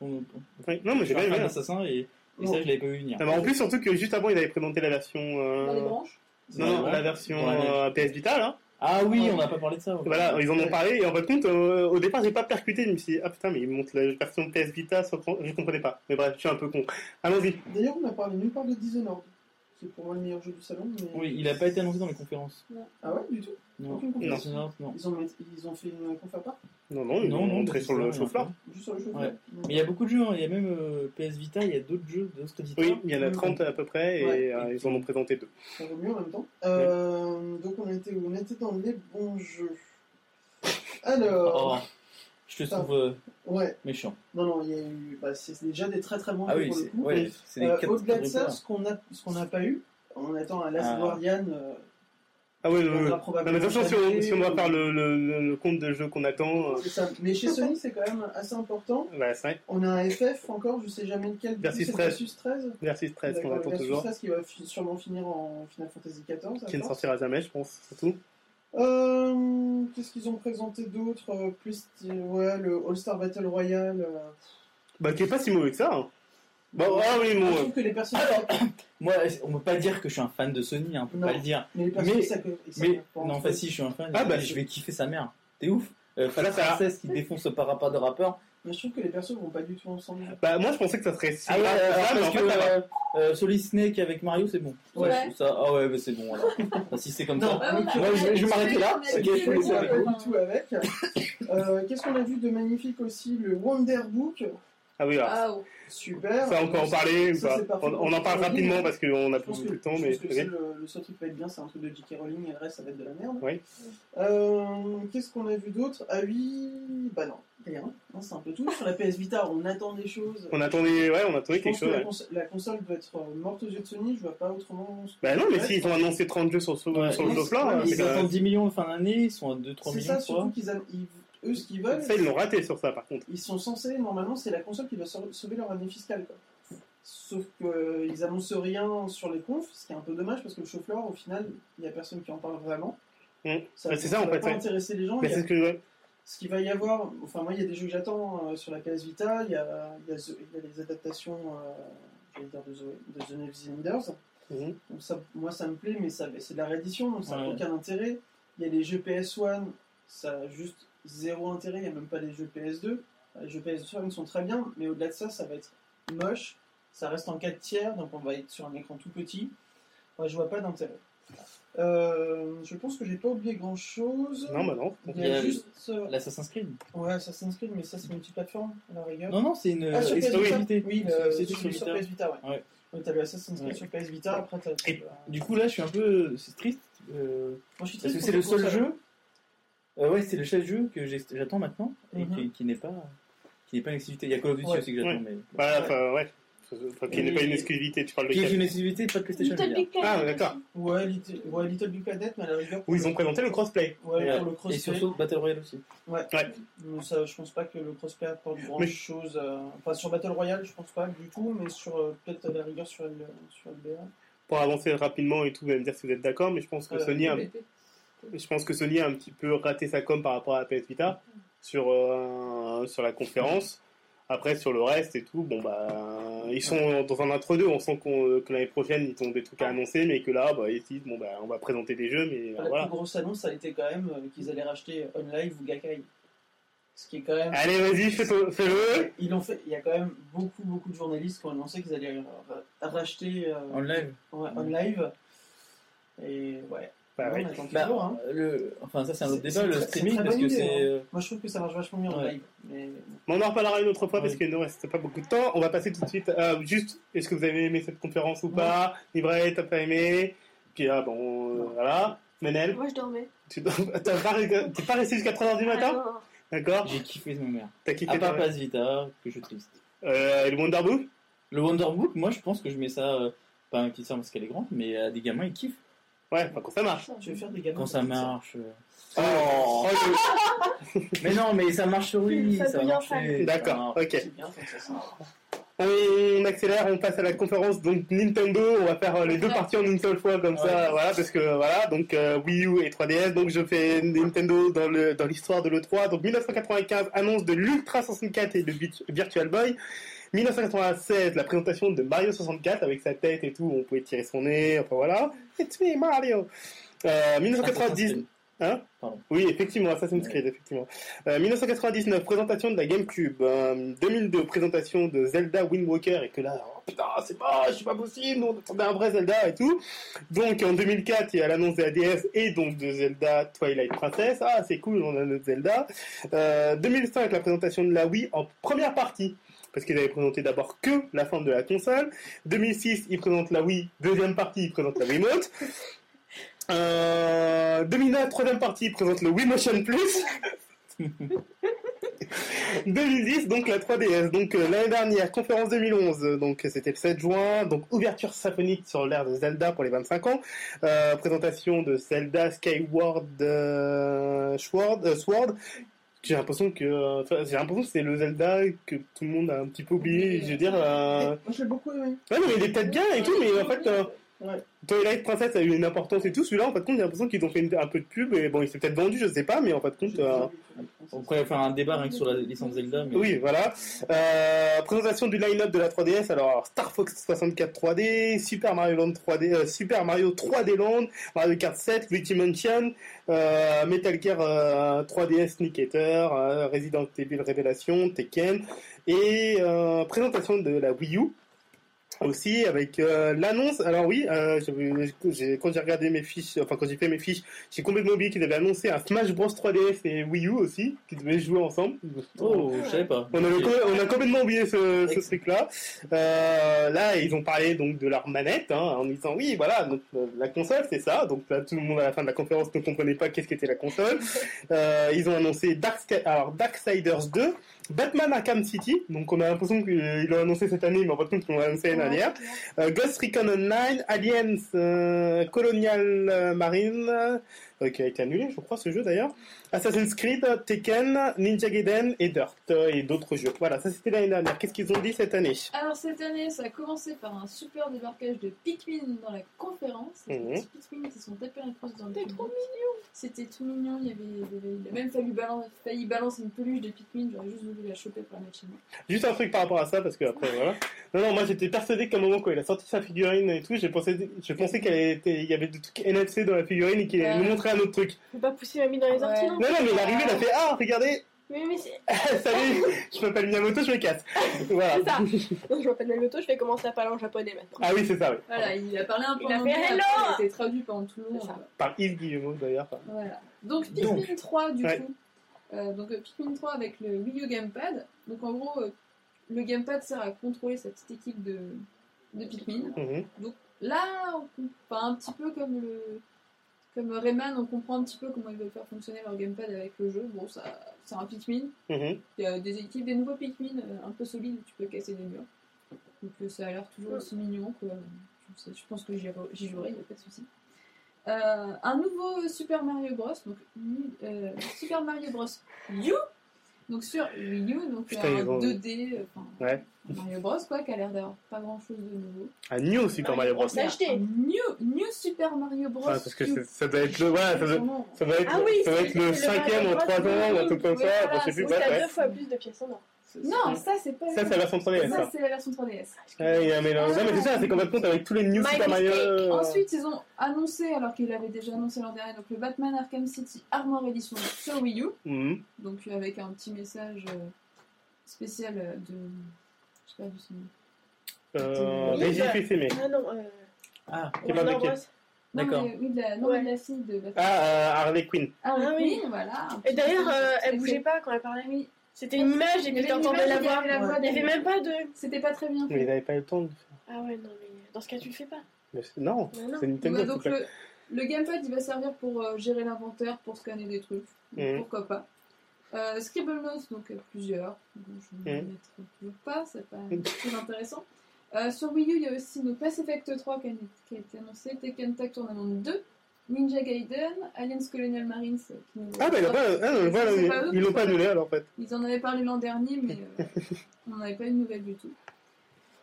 Speaker 2: On- on-
Speaker 1: Ouais, Non, mais j'ai
Speaker 2: Je suis
Speaker 1: pas
Speaker 2: un
Speaker 1: aimé.
Speaker 2: fan
Speaker 1: hein.
Speaker 2: d'assassin et, et
Speaker 4: Bon,
Speaker 2: ça je l'avais pas vu venir.
Speaker 1: Non, mais en plus, surtout que juste avant, il avait présenté la version. euh,
Speaker 5: Dans les branches.
Speaker 1: Non, non, la version euh, PS Vita, là.
Speaker 2: Ah oui, on n'a pas parlé de ça. ouais.
Speaker 1: Voilà, ils en ont parlé, et en fin de compte, euh, au départ, j'ai pas percuté, je me suis dit, ah putain, mais ils montrent la version PS Vita, sans... je comprenais pas. Mais bref, je suis un peu con. Allons-y.
Speaker 4: D'ailleurs, on a parlé nulle part de Dishonored. C'est pour moi le meilleur jeu du salon. Mais...
Speaker 2: Oui, il a pas été annoncé dans les conférences.
Speaker 4: Ah ouais, du tout
Speaker 2: Non.
Speaker 4: Aucune conférence.
Speaker 2: Non, non.
Speaker 4: Ils, ont, mis- ils ont fait une conf à part
Speaker 1: Non, non, ils
Speaker 2: Non,
Speaker 1: l'ont
Speaker 2: non,
Speaker 1: montré
Speaker 2: c'est
Speaker 1: sur
Speaker 2: ça,
Speaker 1: le
Speaker 2: il y en a
Speaker 1: chauffeur.
Speaker 4: Juste sur le jeu.
Speaker 2: Ouais. Mais il y a beaucoup de jeux, hein. il y a même euh, PS Vita, il y a d'autres jeux, d'autres éditeurs.
Speaker 1: Oui, il y en a
Speaker 4: Mm.
Speaker 1: 30 à peu près, et
Speaker 4: Ouais.
Speaker 1: euh, ils en ont présenté deux.
Speaker 4: Ça vaut mieux en même temps. Euh, Donc on était, où on était dans les bons jeux. Alors, Euh.
Speaker 2: Oh, je te trouve euh,
Speaker 4: ouais,
Speaker 2: méchant.
Speaker 4: non, non, il y a eu. bah, c'est c'est déjà des très très bons
Speaker 2: Ah
Speaker 4: jeux
Speaker 2: oui,
Speaker 4: pour le
Speaker 2: c'est
Speaker 4: coup.
Speaker 2: ouais, c'est des
Speaker 4: Euh,
Speaker 2: quatre-
Speaker 4: Au-delà de
Speaker 2: quatre
Speaker 4: ça,
Speaker 2: retards.
Speaker 4: ce qu'on a, ce qu'on n'a pas eu, on attend un Last
Speaker 2: Ah.
Speaker 4: Guardian. euh,
Speaker 1: Ah ouais, ouais,
Speaker 4: qui
Speaker 1: ouais.
Speaker 4: viendra
Speaker 1: Non,
Speaker 4: probablement
Speaker 1: mais attention, si
Speaker 4: cette
Speaker 1: on,
Speaker 4: année,
Speaker 1: si on va
Speaker 4: ou-
Speaker 1: faire le, le- le- le compte de jeu qu'on attend, euh,
Speaker 4: C'est ça. Mais chez Sony, c'est quand même assez important.
Speaker 1: bah, c'est vrai,
Speaker 4: On a un FF encore, je sais jamais lequel.
Speaker 1: Versus
Speaker 4: C'est
Speaker 1: 13.
Speaker 4: Versus 13.
Speaker 1: Versus 13 qu'on
Speaker 4: D'accord,
Speaker 1: attend
Speaker 4: Versus
Speaker 1: toujours,
Speaker 4: 13 qui va fi- sûrement finir en Final Fantasy XIV.
Speaker 1: qui ne
Speaker 4: d'accord.
Speaker 1: sortira jamais, je pense, surtout.
Speaker 4: Euh, Qu'est-ce qu'ils ont présenté d'autre Euh, Plus euh, ouais, le All-Star Battle Royale. euh,
Speaker 1: Bah, qui est pas si mauvais que ça. hein. Bon,
Speaker 4: Ouais.
Speaker 1: ah oui,
Speaker 4: Je
Speaker 1: bon. euh,
Speaker 4: trouve que les personnes,
Speaker 2: Moi, on peut pas dire que je suis un fan de Sony, hein, on peut
Speaker 4: Non.
Speaker 2: pas le dire.
Speaker 4: mais les personnes
Speaker 2: Mais-
Speaker 4: ça peut- ça
Speaker 2: Mais
Speaker 4: peut
Speaker 2: non,
Speaker 4: rentrer.
Speaker 2: enfin si, je suis un fan.
Speaker 1: Ah,
Speaker 2: et
Speaker 1: bah,
Speaker 2: je
Speaker 1: je-
Speaker 2: vais kiffer sa mère. T'es ouf. Euh,
Speaker 1: Là, ça-
Speaker 2: princesse qui défonce par rapport de rappeur.
Speaker 4: Mais je trouve que les personnes vont pas du tout ensemble.
Speaker 1: Bah, moi, je pensais que ça serait si
Speaker 2: Ah ouais,
Speaker 1: grave que
Speaker 2: alors,
Speaker 1: ça, mais
Speaker 2: parce
Speaker 1: en
Speaker 2: que
Speaker 1: fait, ça va.
Speaker 2: euh, euh, Solid Snake avec Mario, c'est bon. Ça,
Speaker 5: Ouais.
Speaker 2: je trouve ça- ah ouais, bah, c'est bon. alors. Enfin, si c'est comme
Speaker 4: Non.
Speaker 2: ça.
Speaker 5: Ouais, bah, on a-
Speaker 2: Moi, je vais- je vais m'arrêter là.
Speaker 5: on a dit
Speaker 2: Ok,
Speaker 5: le
Speaker 2: je vais
Speaker 5: groupe,
Speaker 2: les arrêter.
Speaker 5: enfin,
Speaker 4: du tout avec. Euh, Qu'est-ce qu'on a vu de magnifique aussi Le Wonder Book.
Speaker 1: Ah oui, alors,
Speaker 5: Ah, ouais.
Speaker 4: Super.
Speaker 1: Ça, on peut en parler ou
Speaker 4: Ça,
Speaker 1: pas
Speaker 4: c'est parfait.
Speaker 1: on, on en parle rapidement parce qu'on a
Speaker 4: Je
Speaker 1: plus
Speaker 4: pense
Speaker 1: beaucoup
Speaker 4: que,
Speaker 1: de temps,
Speaker 4: je
Speaker 1: mais
Speaker 4: pense que c'est le, le seul truc qui va être bien, c'est un truc de J.K. Rowling et le reste, ça va être de la merde.
Speaker 1: Oui.
Speaker 4: Euh, Qu'est-ce qu'on a vu d'autre Ah oui, bah non, rien. Non, c'est un peu tout. Sur la PS Vita, on attend des choses.
Speaker 1: on attendait, ouais, on attendait
Speaker 4: Je
Speaker 1: quelque
Speaker 4: pense que
Speaker 1: chose.
Speaker 4: la,
Speaker 1: ouais.
Speaker 4: cons- la console doit être euh, morte aux yeux de Sony, je vois pas autrement. ce que-
Speaker 1: Bah non, mais
Speaker 4: Ouais.
Speaker 1: s'ils ont annoncé 30 jeux sur, sur,
Speaker 2: Ouais,
Speaker 1: sur le
Speaker 4: ils-
Speaker 1: Dofla,
Speaker 4: ouais,
Speaker 1: hein, c'est
Speaker 2: Ils
Speaker 1: quand même-
Speaker 2: attendent 10 millions en fin d'année, ils sont à 2-3
Speaker 4: C'est
Speaker 2: millions,
Speaker 4: ça,
Speaker 2: je crois.
Speaker 4: surtout qu'ils a- ils- eux, ce qu'ils veulent,
Speaker 1: Ça, ils l'ont raté sur ça, par contre.
Speaker 4: ils sont censés, normalement, c'est la console qui doit sau- sauver leur année fiscale. quoi. Sauf qu'ils annoncent rien sur les confs, ce qui est un peu dommage parce que le chauffeur, au final, il n'y a personne qui en parle vraiment.
Speaker 1: Mm.
Speaker 4: va-
Speaker 1: Bah, c'est ça, en
Speaker 4: va
Speaker 1: fait,
Speaker 4: pas
Speaker 1: ouais.
Speaker 4: intéresser les gens.
Speaker 1: Mais
Speaker 4: Il y a-
Speaker 1: c'est ce que ouais.
Speaker 4: ce qu'il va y avoir, enfin moi il y a des jeux que j'attends euh, sur la PS Vita, il y a, il y a The- il y a les adaptations euh, j'allais dire de, The- de The Navy Senders.
Speaker 1: Mhm.
Speaker 4: Donc ça, moi ça me plaît, mais ça, c'est de la réédition, donc ça n'a
Speaker 2: Ouais.
Speaker 4: aucun intérêt. Il y a les jeux PS1, ça a juste zéro intérêt, il n'y a même pas les jeux PS2. Euh, Les jeux PS1 sont très bien, mais au-delà de ça, ça va être moche, ça reste en 4 tiers, donc on va être sur un écran tout petit. Moi je vois pas d'intérêt. Euh, je pense que j'ai pas oublié grand chose.
Speaker 1: Non, bah non.
Speaker 4: Il y a
Speaker 2: Il y a-
Speaker 4: juste. euh,
Speaker 2: L'Assassin's Creed
Speaker 4: Ouais, Assassin's Creed, mais ça c'est multiplateforme à la rigueur.
Speaker 2: Non, non, c'est une euh,
Speaker 4: ah, sur PS Vita
Speaker 2: exclusivité.
Speaker 4: Oui,
Speaker 2: C'est-
Speaker 4: le-
Speaker 2: c'est
Speaker 4: celui
Speaker 2: sur
Speaker 4: sur
Speaker 2: Vita.
Speaker 4: PS Vita, ouais.
Speaker 2: Ouais.
Speaker 4: Donc t'as le Assassin's Creed
Speaker 2: Ouais.
Speaker 4: sur PS Vita, après t'as.
Speaker 1: Et
Speaker 4: t'as-
Speaker 2: Du coup, là, je suis un peu. C'est triste. euh,
Speaker 4: Moi, je suis
Speaker 2: parce
Speaker 4: triste
Speaker 2: que
Speaker 4: pour
Speaker 2: c'est le
Speaker 4: cette
Speaker 2: seul
Speaker 4: console.
Speaker 2: jeu. Euh, ouais, c'est le seul jeu que j'ai- j'attends maintenant et
Speaker 4: Mhm.
Speaker 2: qui, qui n'est pas. Qui n'est pas une exclusivité. Il y a Call of Duty
Speaker 4: Ouais.
Speaker 2: aussi que j'attends, mais.
Speaker 1: Voilà, Bah, enfin, ouais. Enfin, qui
Speaker 4: Et-
Speaker 1: n'est pas une exclusivité, tu parles de
Speaker 2: Qui est
Speaker 1: quel
Speaker 2: une exclusivité, pas de PlayStation.
Speaker 3: Little
Speaker 2: je veux dire.
Speaker 3: Big Planet.
Speaker 1: Ah, d'accord.
Speaker 4: Ouais, Little, ouais, Little Big Planet, mais à la rigueur.
Speaker 1: Où ils ont présenté le crossplay.
Speaker 4: Ouais,
Speaker 2: Ouais.
Speaker 4: pour le
Speaker 2: Et
Speaker 4: crossplay.
Speaker 2: surtout Battle Royale aussi.
Speaker 4: Mais ça, je pense pas que le crossplay apporte grand
Speaker 1: Mais-
Speaker 4: chose. euh, Enfin, sur Battle Royale, je pense pas du tout, mais sur euh, peut-être à la rigueur sur, L- sur LBA.
Speaker 1: Pour avancer rapidement et tout, vous allez me dire si vous êtes d'accord, mais je pense que
Speaker 4: Euh,
Speaker 1: Sony a,
Speaker 5: répétez.
Speaker 1: je pense que Sony a un petit peu raté sa com par rapport à la PS Vita sur, euh, sur la conférence. Après, sur le reste et tout, bon, bah, ils sont dans un entre-deux. On sent qu'on- euh, que l'année prochaine, ils ont des trucs à annoncer, mais que là, bah, ils se disent, bon, bah, on va présenter des jeux, mais euh,
Speaker 4: La
Speaker 1: voilà.
Speaker 4: plus grosse annonce, ça a été quand même euh, qu'ils allaient racheter OnLive ou Gakai. Ce qui est quand même.
Speaker 1: Allez, vas-y, fais-le. fais-le.
Speaker 4: Ils l'ont fait. Il y a quand même beaucoup, beaucoup de journalistes qui ont annoncé qu'ils allaient euh, racheter euh,
Speaker 2: En live
Speaker 4: ouais, OnLive. Et ouais.
Speaker 1: Bah,
Speaker 4: on
Speaker 1: oui.
Speaker 4: attend
Speaker 2: Bah,
Speaker 4: toujours, hein.
Speaker 2: le... Enfin, ça, c'est un autre débat,
Speaker 4: C'est- c'est
Speaker 2: le
Speaker 4: très-
Speaker 2: streaming,
Speaker 4: c'est très
Speaker 2: parce que
Speaker 4: bonne idée,
Speaker 2: c'est.
Speaker 4: hein.
Speaker 2: euh,
Speaker 4: Moi, je trouve que ça marche vachement mieux en
Speaker 2: Ouais.
Speaker 4: live. Mais
Speaker 1: Mais on en reparlera une autre fois parce
Speaker 2: Oui.
Speaker 1: qu'il ne reste pas beaucoup de temps. On va passer tout de suite. euh, juste, est-ce que vous avez aimé cette conférence ou pas Livret, t'as pas aimé Puis ah, bon, euh, voilà. Menel,
Speaker 3: Moi, je dormais.
Speaker 1: tu [LAUGHS] t'as pas, t'es pas resté jusqu'à 3h du
Speaker 3: Ah,
Speaker 1: matin
Speaker 3: non, non.
Speaker 1: D'accord
Speaker 2: euh, J'ai kiffé ma mère.
Speaker 1: T'as quitté
Speaker 2: À part
Speaker 1: ta...
Speaker 2: Paz Vita, que je triste.
Speaker 1: euh, et le Wonder Book
Speaker 2: Le Wonder Book, moi, je pense que je mets ça, euh, pas à ma petite soeur parce qu'elle est grande, mais à des gamins, ils kiffent.
Speaker 1: Ouais, enfin, quand ça marche.
Speaker 4: tu veux faire des gamins
Speaker 2: Quand ça
Speaker 4: comme
Speaker 2: marche. euh.
Speaker 1: Oh, le-
Speaker 2: Mais non, mais ça marche sur lui,
Speaker 3: Ça
Speaker 2: ça
Speaker 3: brille en
Speaker 2: marche.
Speaker 3: salle.
Speaker 1: D'accord, ok.
Speaker 4: C'est bien comme ça, ça. marche.
Speaker 1: On accélère, on passe à la conférence donc Nintendo. On va faire euh, les deux
Speaker 5: Ouais.
Speaker 1: parties en une seule fois comme ça, voilà, parce que voilà, donc euh, Wii U et 3DS. Donc je fais Nintendo dans le dans l'histoire de l'E3. Donc 1995, annonce de l'Ultra 64 et de Vir- Virtual Boy. 1996, la présentation de Mario 64 avec sa tête et tout, on pouvait tirer son nez, enfin voilà. [LAUGHS] It's me, Mario. Euh, 1990. Hein
Speaker 2: Pardon.
Speaker 1: Oui, effectivement, Assassin's
Speaker 2: Ouais.
Speaker 1: Creed, effectivement. Euh, 1999, présentation de la GameCube. Euh, 2002, présentation de Zelda Wind Walker. Et que là, oh, putain, c'est pas, c'est pas possible, nous, on attendait un vrai Zelda et tout. Donc en 2004, il y a l'annonce de la DS et donc de Zelda Twilight Princess. Ah, c'est cool, on a notre Zelda. Euh, 2005, la présentation de la Wii en première partie. Parce qu'ils avaient présenté d'abord que la forme de la console. 2006, ils présentent la Wii. Deuxième partie, ils présentent la Wiimote. Euh, 2009, troisième partie, présente le Wii Motion Plus. [LAUGHS] 2010, donc la 3DS. Donc euh, l'année dernière, conférence 2011, euh, donc euh, c'était le 7 juin. Donc ouverture symphonique sur l'ère de Zelda pour les 25 ans. Euh, présentation de Zelda Skyward euh, Sword. euh, Sword. J'ai l'impression que euh, enfin, j'ai l'impression que c'est le Zelda que tout le monde a un petit peu oublié. Je veux dire, euh,
Speaker 4: Moi, j'ai beaucoup aimé.
Speaker 1: ouais, non, mais il est peut-être bien et tout, mais en fait. euh, Twilight Princess a eu une importance et tout, celui-là en fait compte j'ai l'impression qu'ils ont fait une- un peu de pub et bon il s'est peut-être vendu je sais pas mais en fait compte euh,
Speaker 2: On pourrait faire un débat rien que sur la licence Zelda, mais.
Speaker 1: oui voilà Euh, présentation du line-up de la 3DS alors, alors, Star Fox 64 3D Super Mario Land 3D euh, Super Mario 3D Land Mario Kart 7 Luigi Mansion euh, Metal Gear euh, 3DS Nick Hater euh, Resident Evil Révélation Tekken et euh, présentation de la Wii U aussi avec euh, l'annonce alors oui euh, j'ai- j'ai- quand j'ai regardé mes fiches enfin quand j'ai fait mes fiches j'ai complètement oublié qu'ils avaient annoncé un Smash Bros 3DS et Wii U aussi qui devaient jouer ensemble
Speaker 2: Oh, je savais pas.
Speaker 1: on, avait
Speaker 2: Ok.
Speaker 1: com- on a complètement oublié ce, ce
Speaker 2: Excellent.
Speaker 1: truc-là. Euh, là, ils ont parlé donc de leur manette hein, en disant oui, voilà, donc, euh, la console, c'est ça. Donc là, tout le monde à la fin de la conférence ne comprenait pas qu'est-ce qu'était la console. Euh, ils ont annoncé Dark alors Darksiders 2, Batman Arkham City. Donc on a l'impression qu'ils l'ont annoncé cette année, mais en fait, ils l'ont annoncé
Speaker 3: Ah.
Speaker 1: l'année dernière. Euh, Ghost Recon Online, Aliens, euh, Colonial euh, Marine, euh, qui a été annulé, je crois, ce jeu d'ailleurs. Assassin's Creed, Tekken, Ninja Gaiden et Dirt euh, et d'autres jeux. Voilà, ça c'était l'année dernière. Qu'est-ce qu'ils ont dit cette année
Speaker 5: Alors cette année, ça a commencé par un super débarquage de Pikmin dans la conférence. Les
Speaker 1: Mhm.
Speaker 5: petits Pikmin qui sont tapés un pouce dans le C'était trop mignon C'était tout mignon, il, y avait, il avait- il a même fallu balan- failli balancer une peluche de Pikmin, j'aurais juste voulu la choper pour la mettre chez moi.
Speaker 1: Juste un truc par rapport à ça parce que après voilà. Non non, moi j'étais persuadé qu'à un moment quand il a sorti sa figurine et tout, j'ai pensé, je pensais qu'elle était, il y avait des trucs NFC dans la figurine et qu'il allait
Speaker 5: Ouais.
Speaker 1: nous montrer un autre truc.
Speaker 3: Faut pas pousser mamie dans les
Speaker 1: Ah,
Speaker 5: Ouais.
Speaker 3: orties, non
Speaker 1: Non non, mais il est arrivé, il a fait ah regardez, [LAUGHS]
Speaker 3: Mais, mais c'est
Speaker 1: salut, je m'appelle Miyamoto, je me casse.
Speaker 3: [LAUGHS]
Speaker 1: Voilà.
Speaker 3: c'est ça Donc, Je m'appelle Naruto, je vais commencer à parler en japonais maintenant.
Speaker 1: Ah oui c'est ça oui.
Speaker 5: Voilà, il a parlé un peu
Speaker 3: Il a
Speaker 5: en
Speaker 3: fait
Speaker 5: anglais,
Speaker 3: hello
Speaker 5: après, il a été traduit pendant tout le
Speaker 3: C'est
Speaker 5: long.
Speaker 3: ça.
Speaker 1: Par Yves Guillemot d'ailleurs.
Speaker 5: Voilà. Donc Pikmin 3 du
Speaker 1: Ouais.
Speaker 5: coup. Euh, donc euh, Pikmin 3 avec le Wii U Gamepad. Donc en gros, euh, le Gamepad sert à contrôler sa petite équipe de, de Pikmin.
Speaker 1: Mhm.
Speaker 5: Là, on comprend un petit peu comme le comme Rayman, on comprend un petit peu comment ils veulent faire fonctionner leur gamepad avec le jeu. Bon, ça, c'est un Pikmin.
Speaker 1: Mhm.
Speaker 5: Il y a des équipes, des nouveaux Pikmin euh, un peu solides, tu peux casser des murs. Donc euh, ça a l'air toujours aussi mignon. Quoi. Je, sais- je pense que j'y j'y jouerai, il n'y a pas de souci. Euh, un nouveau euh, Super Mario Bros. Donc euh, Super Mario Bros. U. Donc sur Wii U, donc
Speaker 1: Putain,
Speaker 5: un
Speaker 1: ils ont-
Speaker 5: 2D, euh, enfin,
Speaker 1: Ouais.
Speaker 5: Mario Bros. quoi, qui a l'air d'avoir pas grand chose de nouveau.
Speaker 1: Un New Super Mario Bros.
Speaker 3: C'est acheté.
Speaker 5: New, New Super Mario Bros.
Speaker 1: Ouais, parce que
Speaker 5: U.
Speaker 1: c'est- ça doit être le, ouais, ça doit,
Speaker 5: Sûrement.
Speaker 1: ça doit être,
Speaker 3: Ah oui,
Speaker 1: ça doit
Speaker 3: c'est-
Speaker 1: être le
Speaker 3: c'est le
Speaker 1: cinquième ou
Speaker 3: Mario Bros.
Speaker 1: troisième ou un truc comme
Speaker 3: Oui,
Speaker 1: ça.
Speaker 3: voilà,
Speaker 1: je sais plus
Speaker 3: Où
Speaker 1: ouais,
Speaker 3: t'as
Speaker 1: ouais.
Speaker 3: deux fois plus de pièces en or.
Speaker 5: Non, ça c'est pas.
Speaker 1: Ça, c'est la version 3DS.
Speaker 5: Ça,
Speaker 1: ça.
Speaker 5: c'est la version 3DS.
Speaker 1: Ouais, il y a un mélange. Non, mais c'est ça, c'est complètement avec tous les New
Speaker 3: My
Speaker 1: Super Mario.
Speaker 3: mistake.
Speaker 1: euh,
Speaker 5: Ensuite, ils ont annoncé, alors qu'ils l'avaient déjà annoncé l'an dernier, donc le Batman Arkham City Armor Edition sur Wii U,
Speaker 1: mhm.
Speaker 5: donc euh, avec un petit message euh, spécial euh, de. Je sais pas du son nom.
Speaker 1: Euh,
Speaker 3: Oui,
Speaker 1: Régis
Speaker 3: bah.
Speaker 1: Fils-Aimé.
Speaker 3: Ah non, euh,
Speaker 2: Ah,
Speaker 1: C'est pas
Speaker 3: Warner
Speaker 1: bloqué.
Speaker 3: Bros.
Speaker 5: Non,
Speaker 2: D'accord.
Speaker 5: mais, oui, de la, non,
Speaker 3: Ouais.
Speaker 5: mais de la fille de Batman.
Speaker 1: Ah, euh, Harley Quinn.
Speaker 5: Ah,
Speaker 3: Ah
Speaker 5: oui,
Speaker 3: oui.
Speaker 5: voilà. un
Speaker 3: Et
Speaker 5: petit
Speaker 3: d'ailleurs,
Speaker 5: message
Speaker 3: euh, elle
Speaker 5: spécial. Ah
Speaker 3: bougeait pas quand elle parlait.
Speaker 5: Oui.
Speaker 3: C'était une image et
Speaker 5: Il y
Speaker 3: puis
Speaker 5: avait
Speaker 3: t'entendais
Speaker 5: l'image,
Speaker 3: la
Speaker 5: il y
Speaker 3: voix.
Speaker 5: avait la voix
Speaker 3: Il y avait
Speaker 5: d'elle.
Speaker 3: même pas de.
Speaker 5: C'était pas très bien
Speaker 1: Mais
Speaker 5: fait.
Speaker 1: ils n'avaient pas eu le temps de faire.
Speaker 3: Ah ouais, non, mais dans ce cas, tu le fais pas.
Speaker 1: Mais c'est- Non,
Speaker 3: Non, non.
Speaker 1: c'est Nintendo.
Speaker 5: Ouais,
Speaker 1: c'est
Speaker 5: donc
Speaker 1: pas-
Speaker 5: le, le gamepad il va servir pour euh, gérer l'inventaire, pour scanner des trucs, donc
Speaker 1: Mhm.
Speaker 5: pourquoi pas. Euh, Scribble Notes, donc euh, plusieurs, Bon, je ne
Speaker 1: Mhm.
Speaker 5: mettre toujours pas, c'est pas
Speaker 1: Mmh.
Speaker 5: très intéressant. Euh, sur Wii U, il y a aussi donc, Mass Effect 3 qui a, qui a été annoncé, Tekken Tag Tournament 2, Ninja Gaiden, Aliens Colonial Marines. euh, qui nous-
Speaker 1: Ah, bah, il a pas- ah, non, voilà,
Speaker 5: C'est
Speaker 1: oui.
Speaker 5: pas eux,
Speaker 1: ils l'ont pas
Speaker 5: c'est pas
Speaker 1: annulé alors en fait.
Speaker 5: Ils en avaient parlé l'an dernier, mais
Speaker 1: [LAUGHS]
Speaker 5: euh, on n'avait pas eu de nouvelles du tout.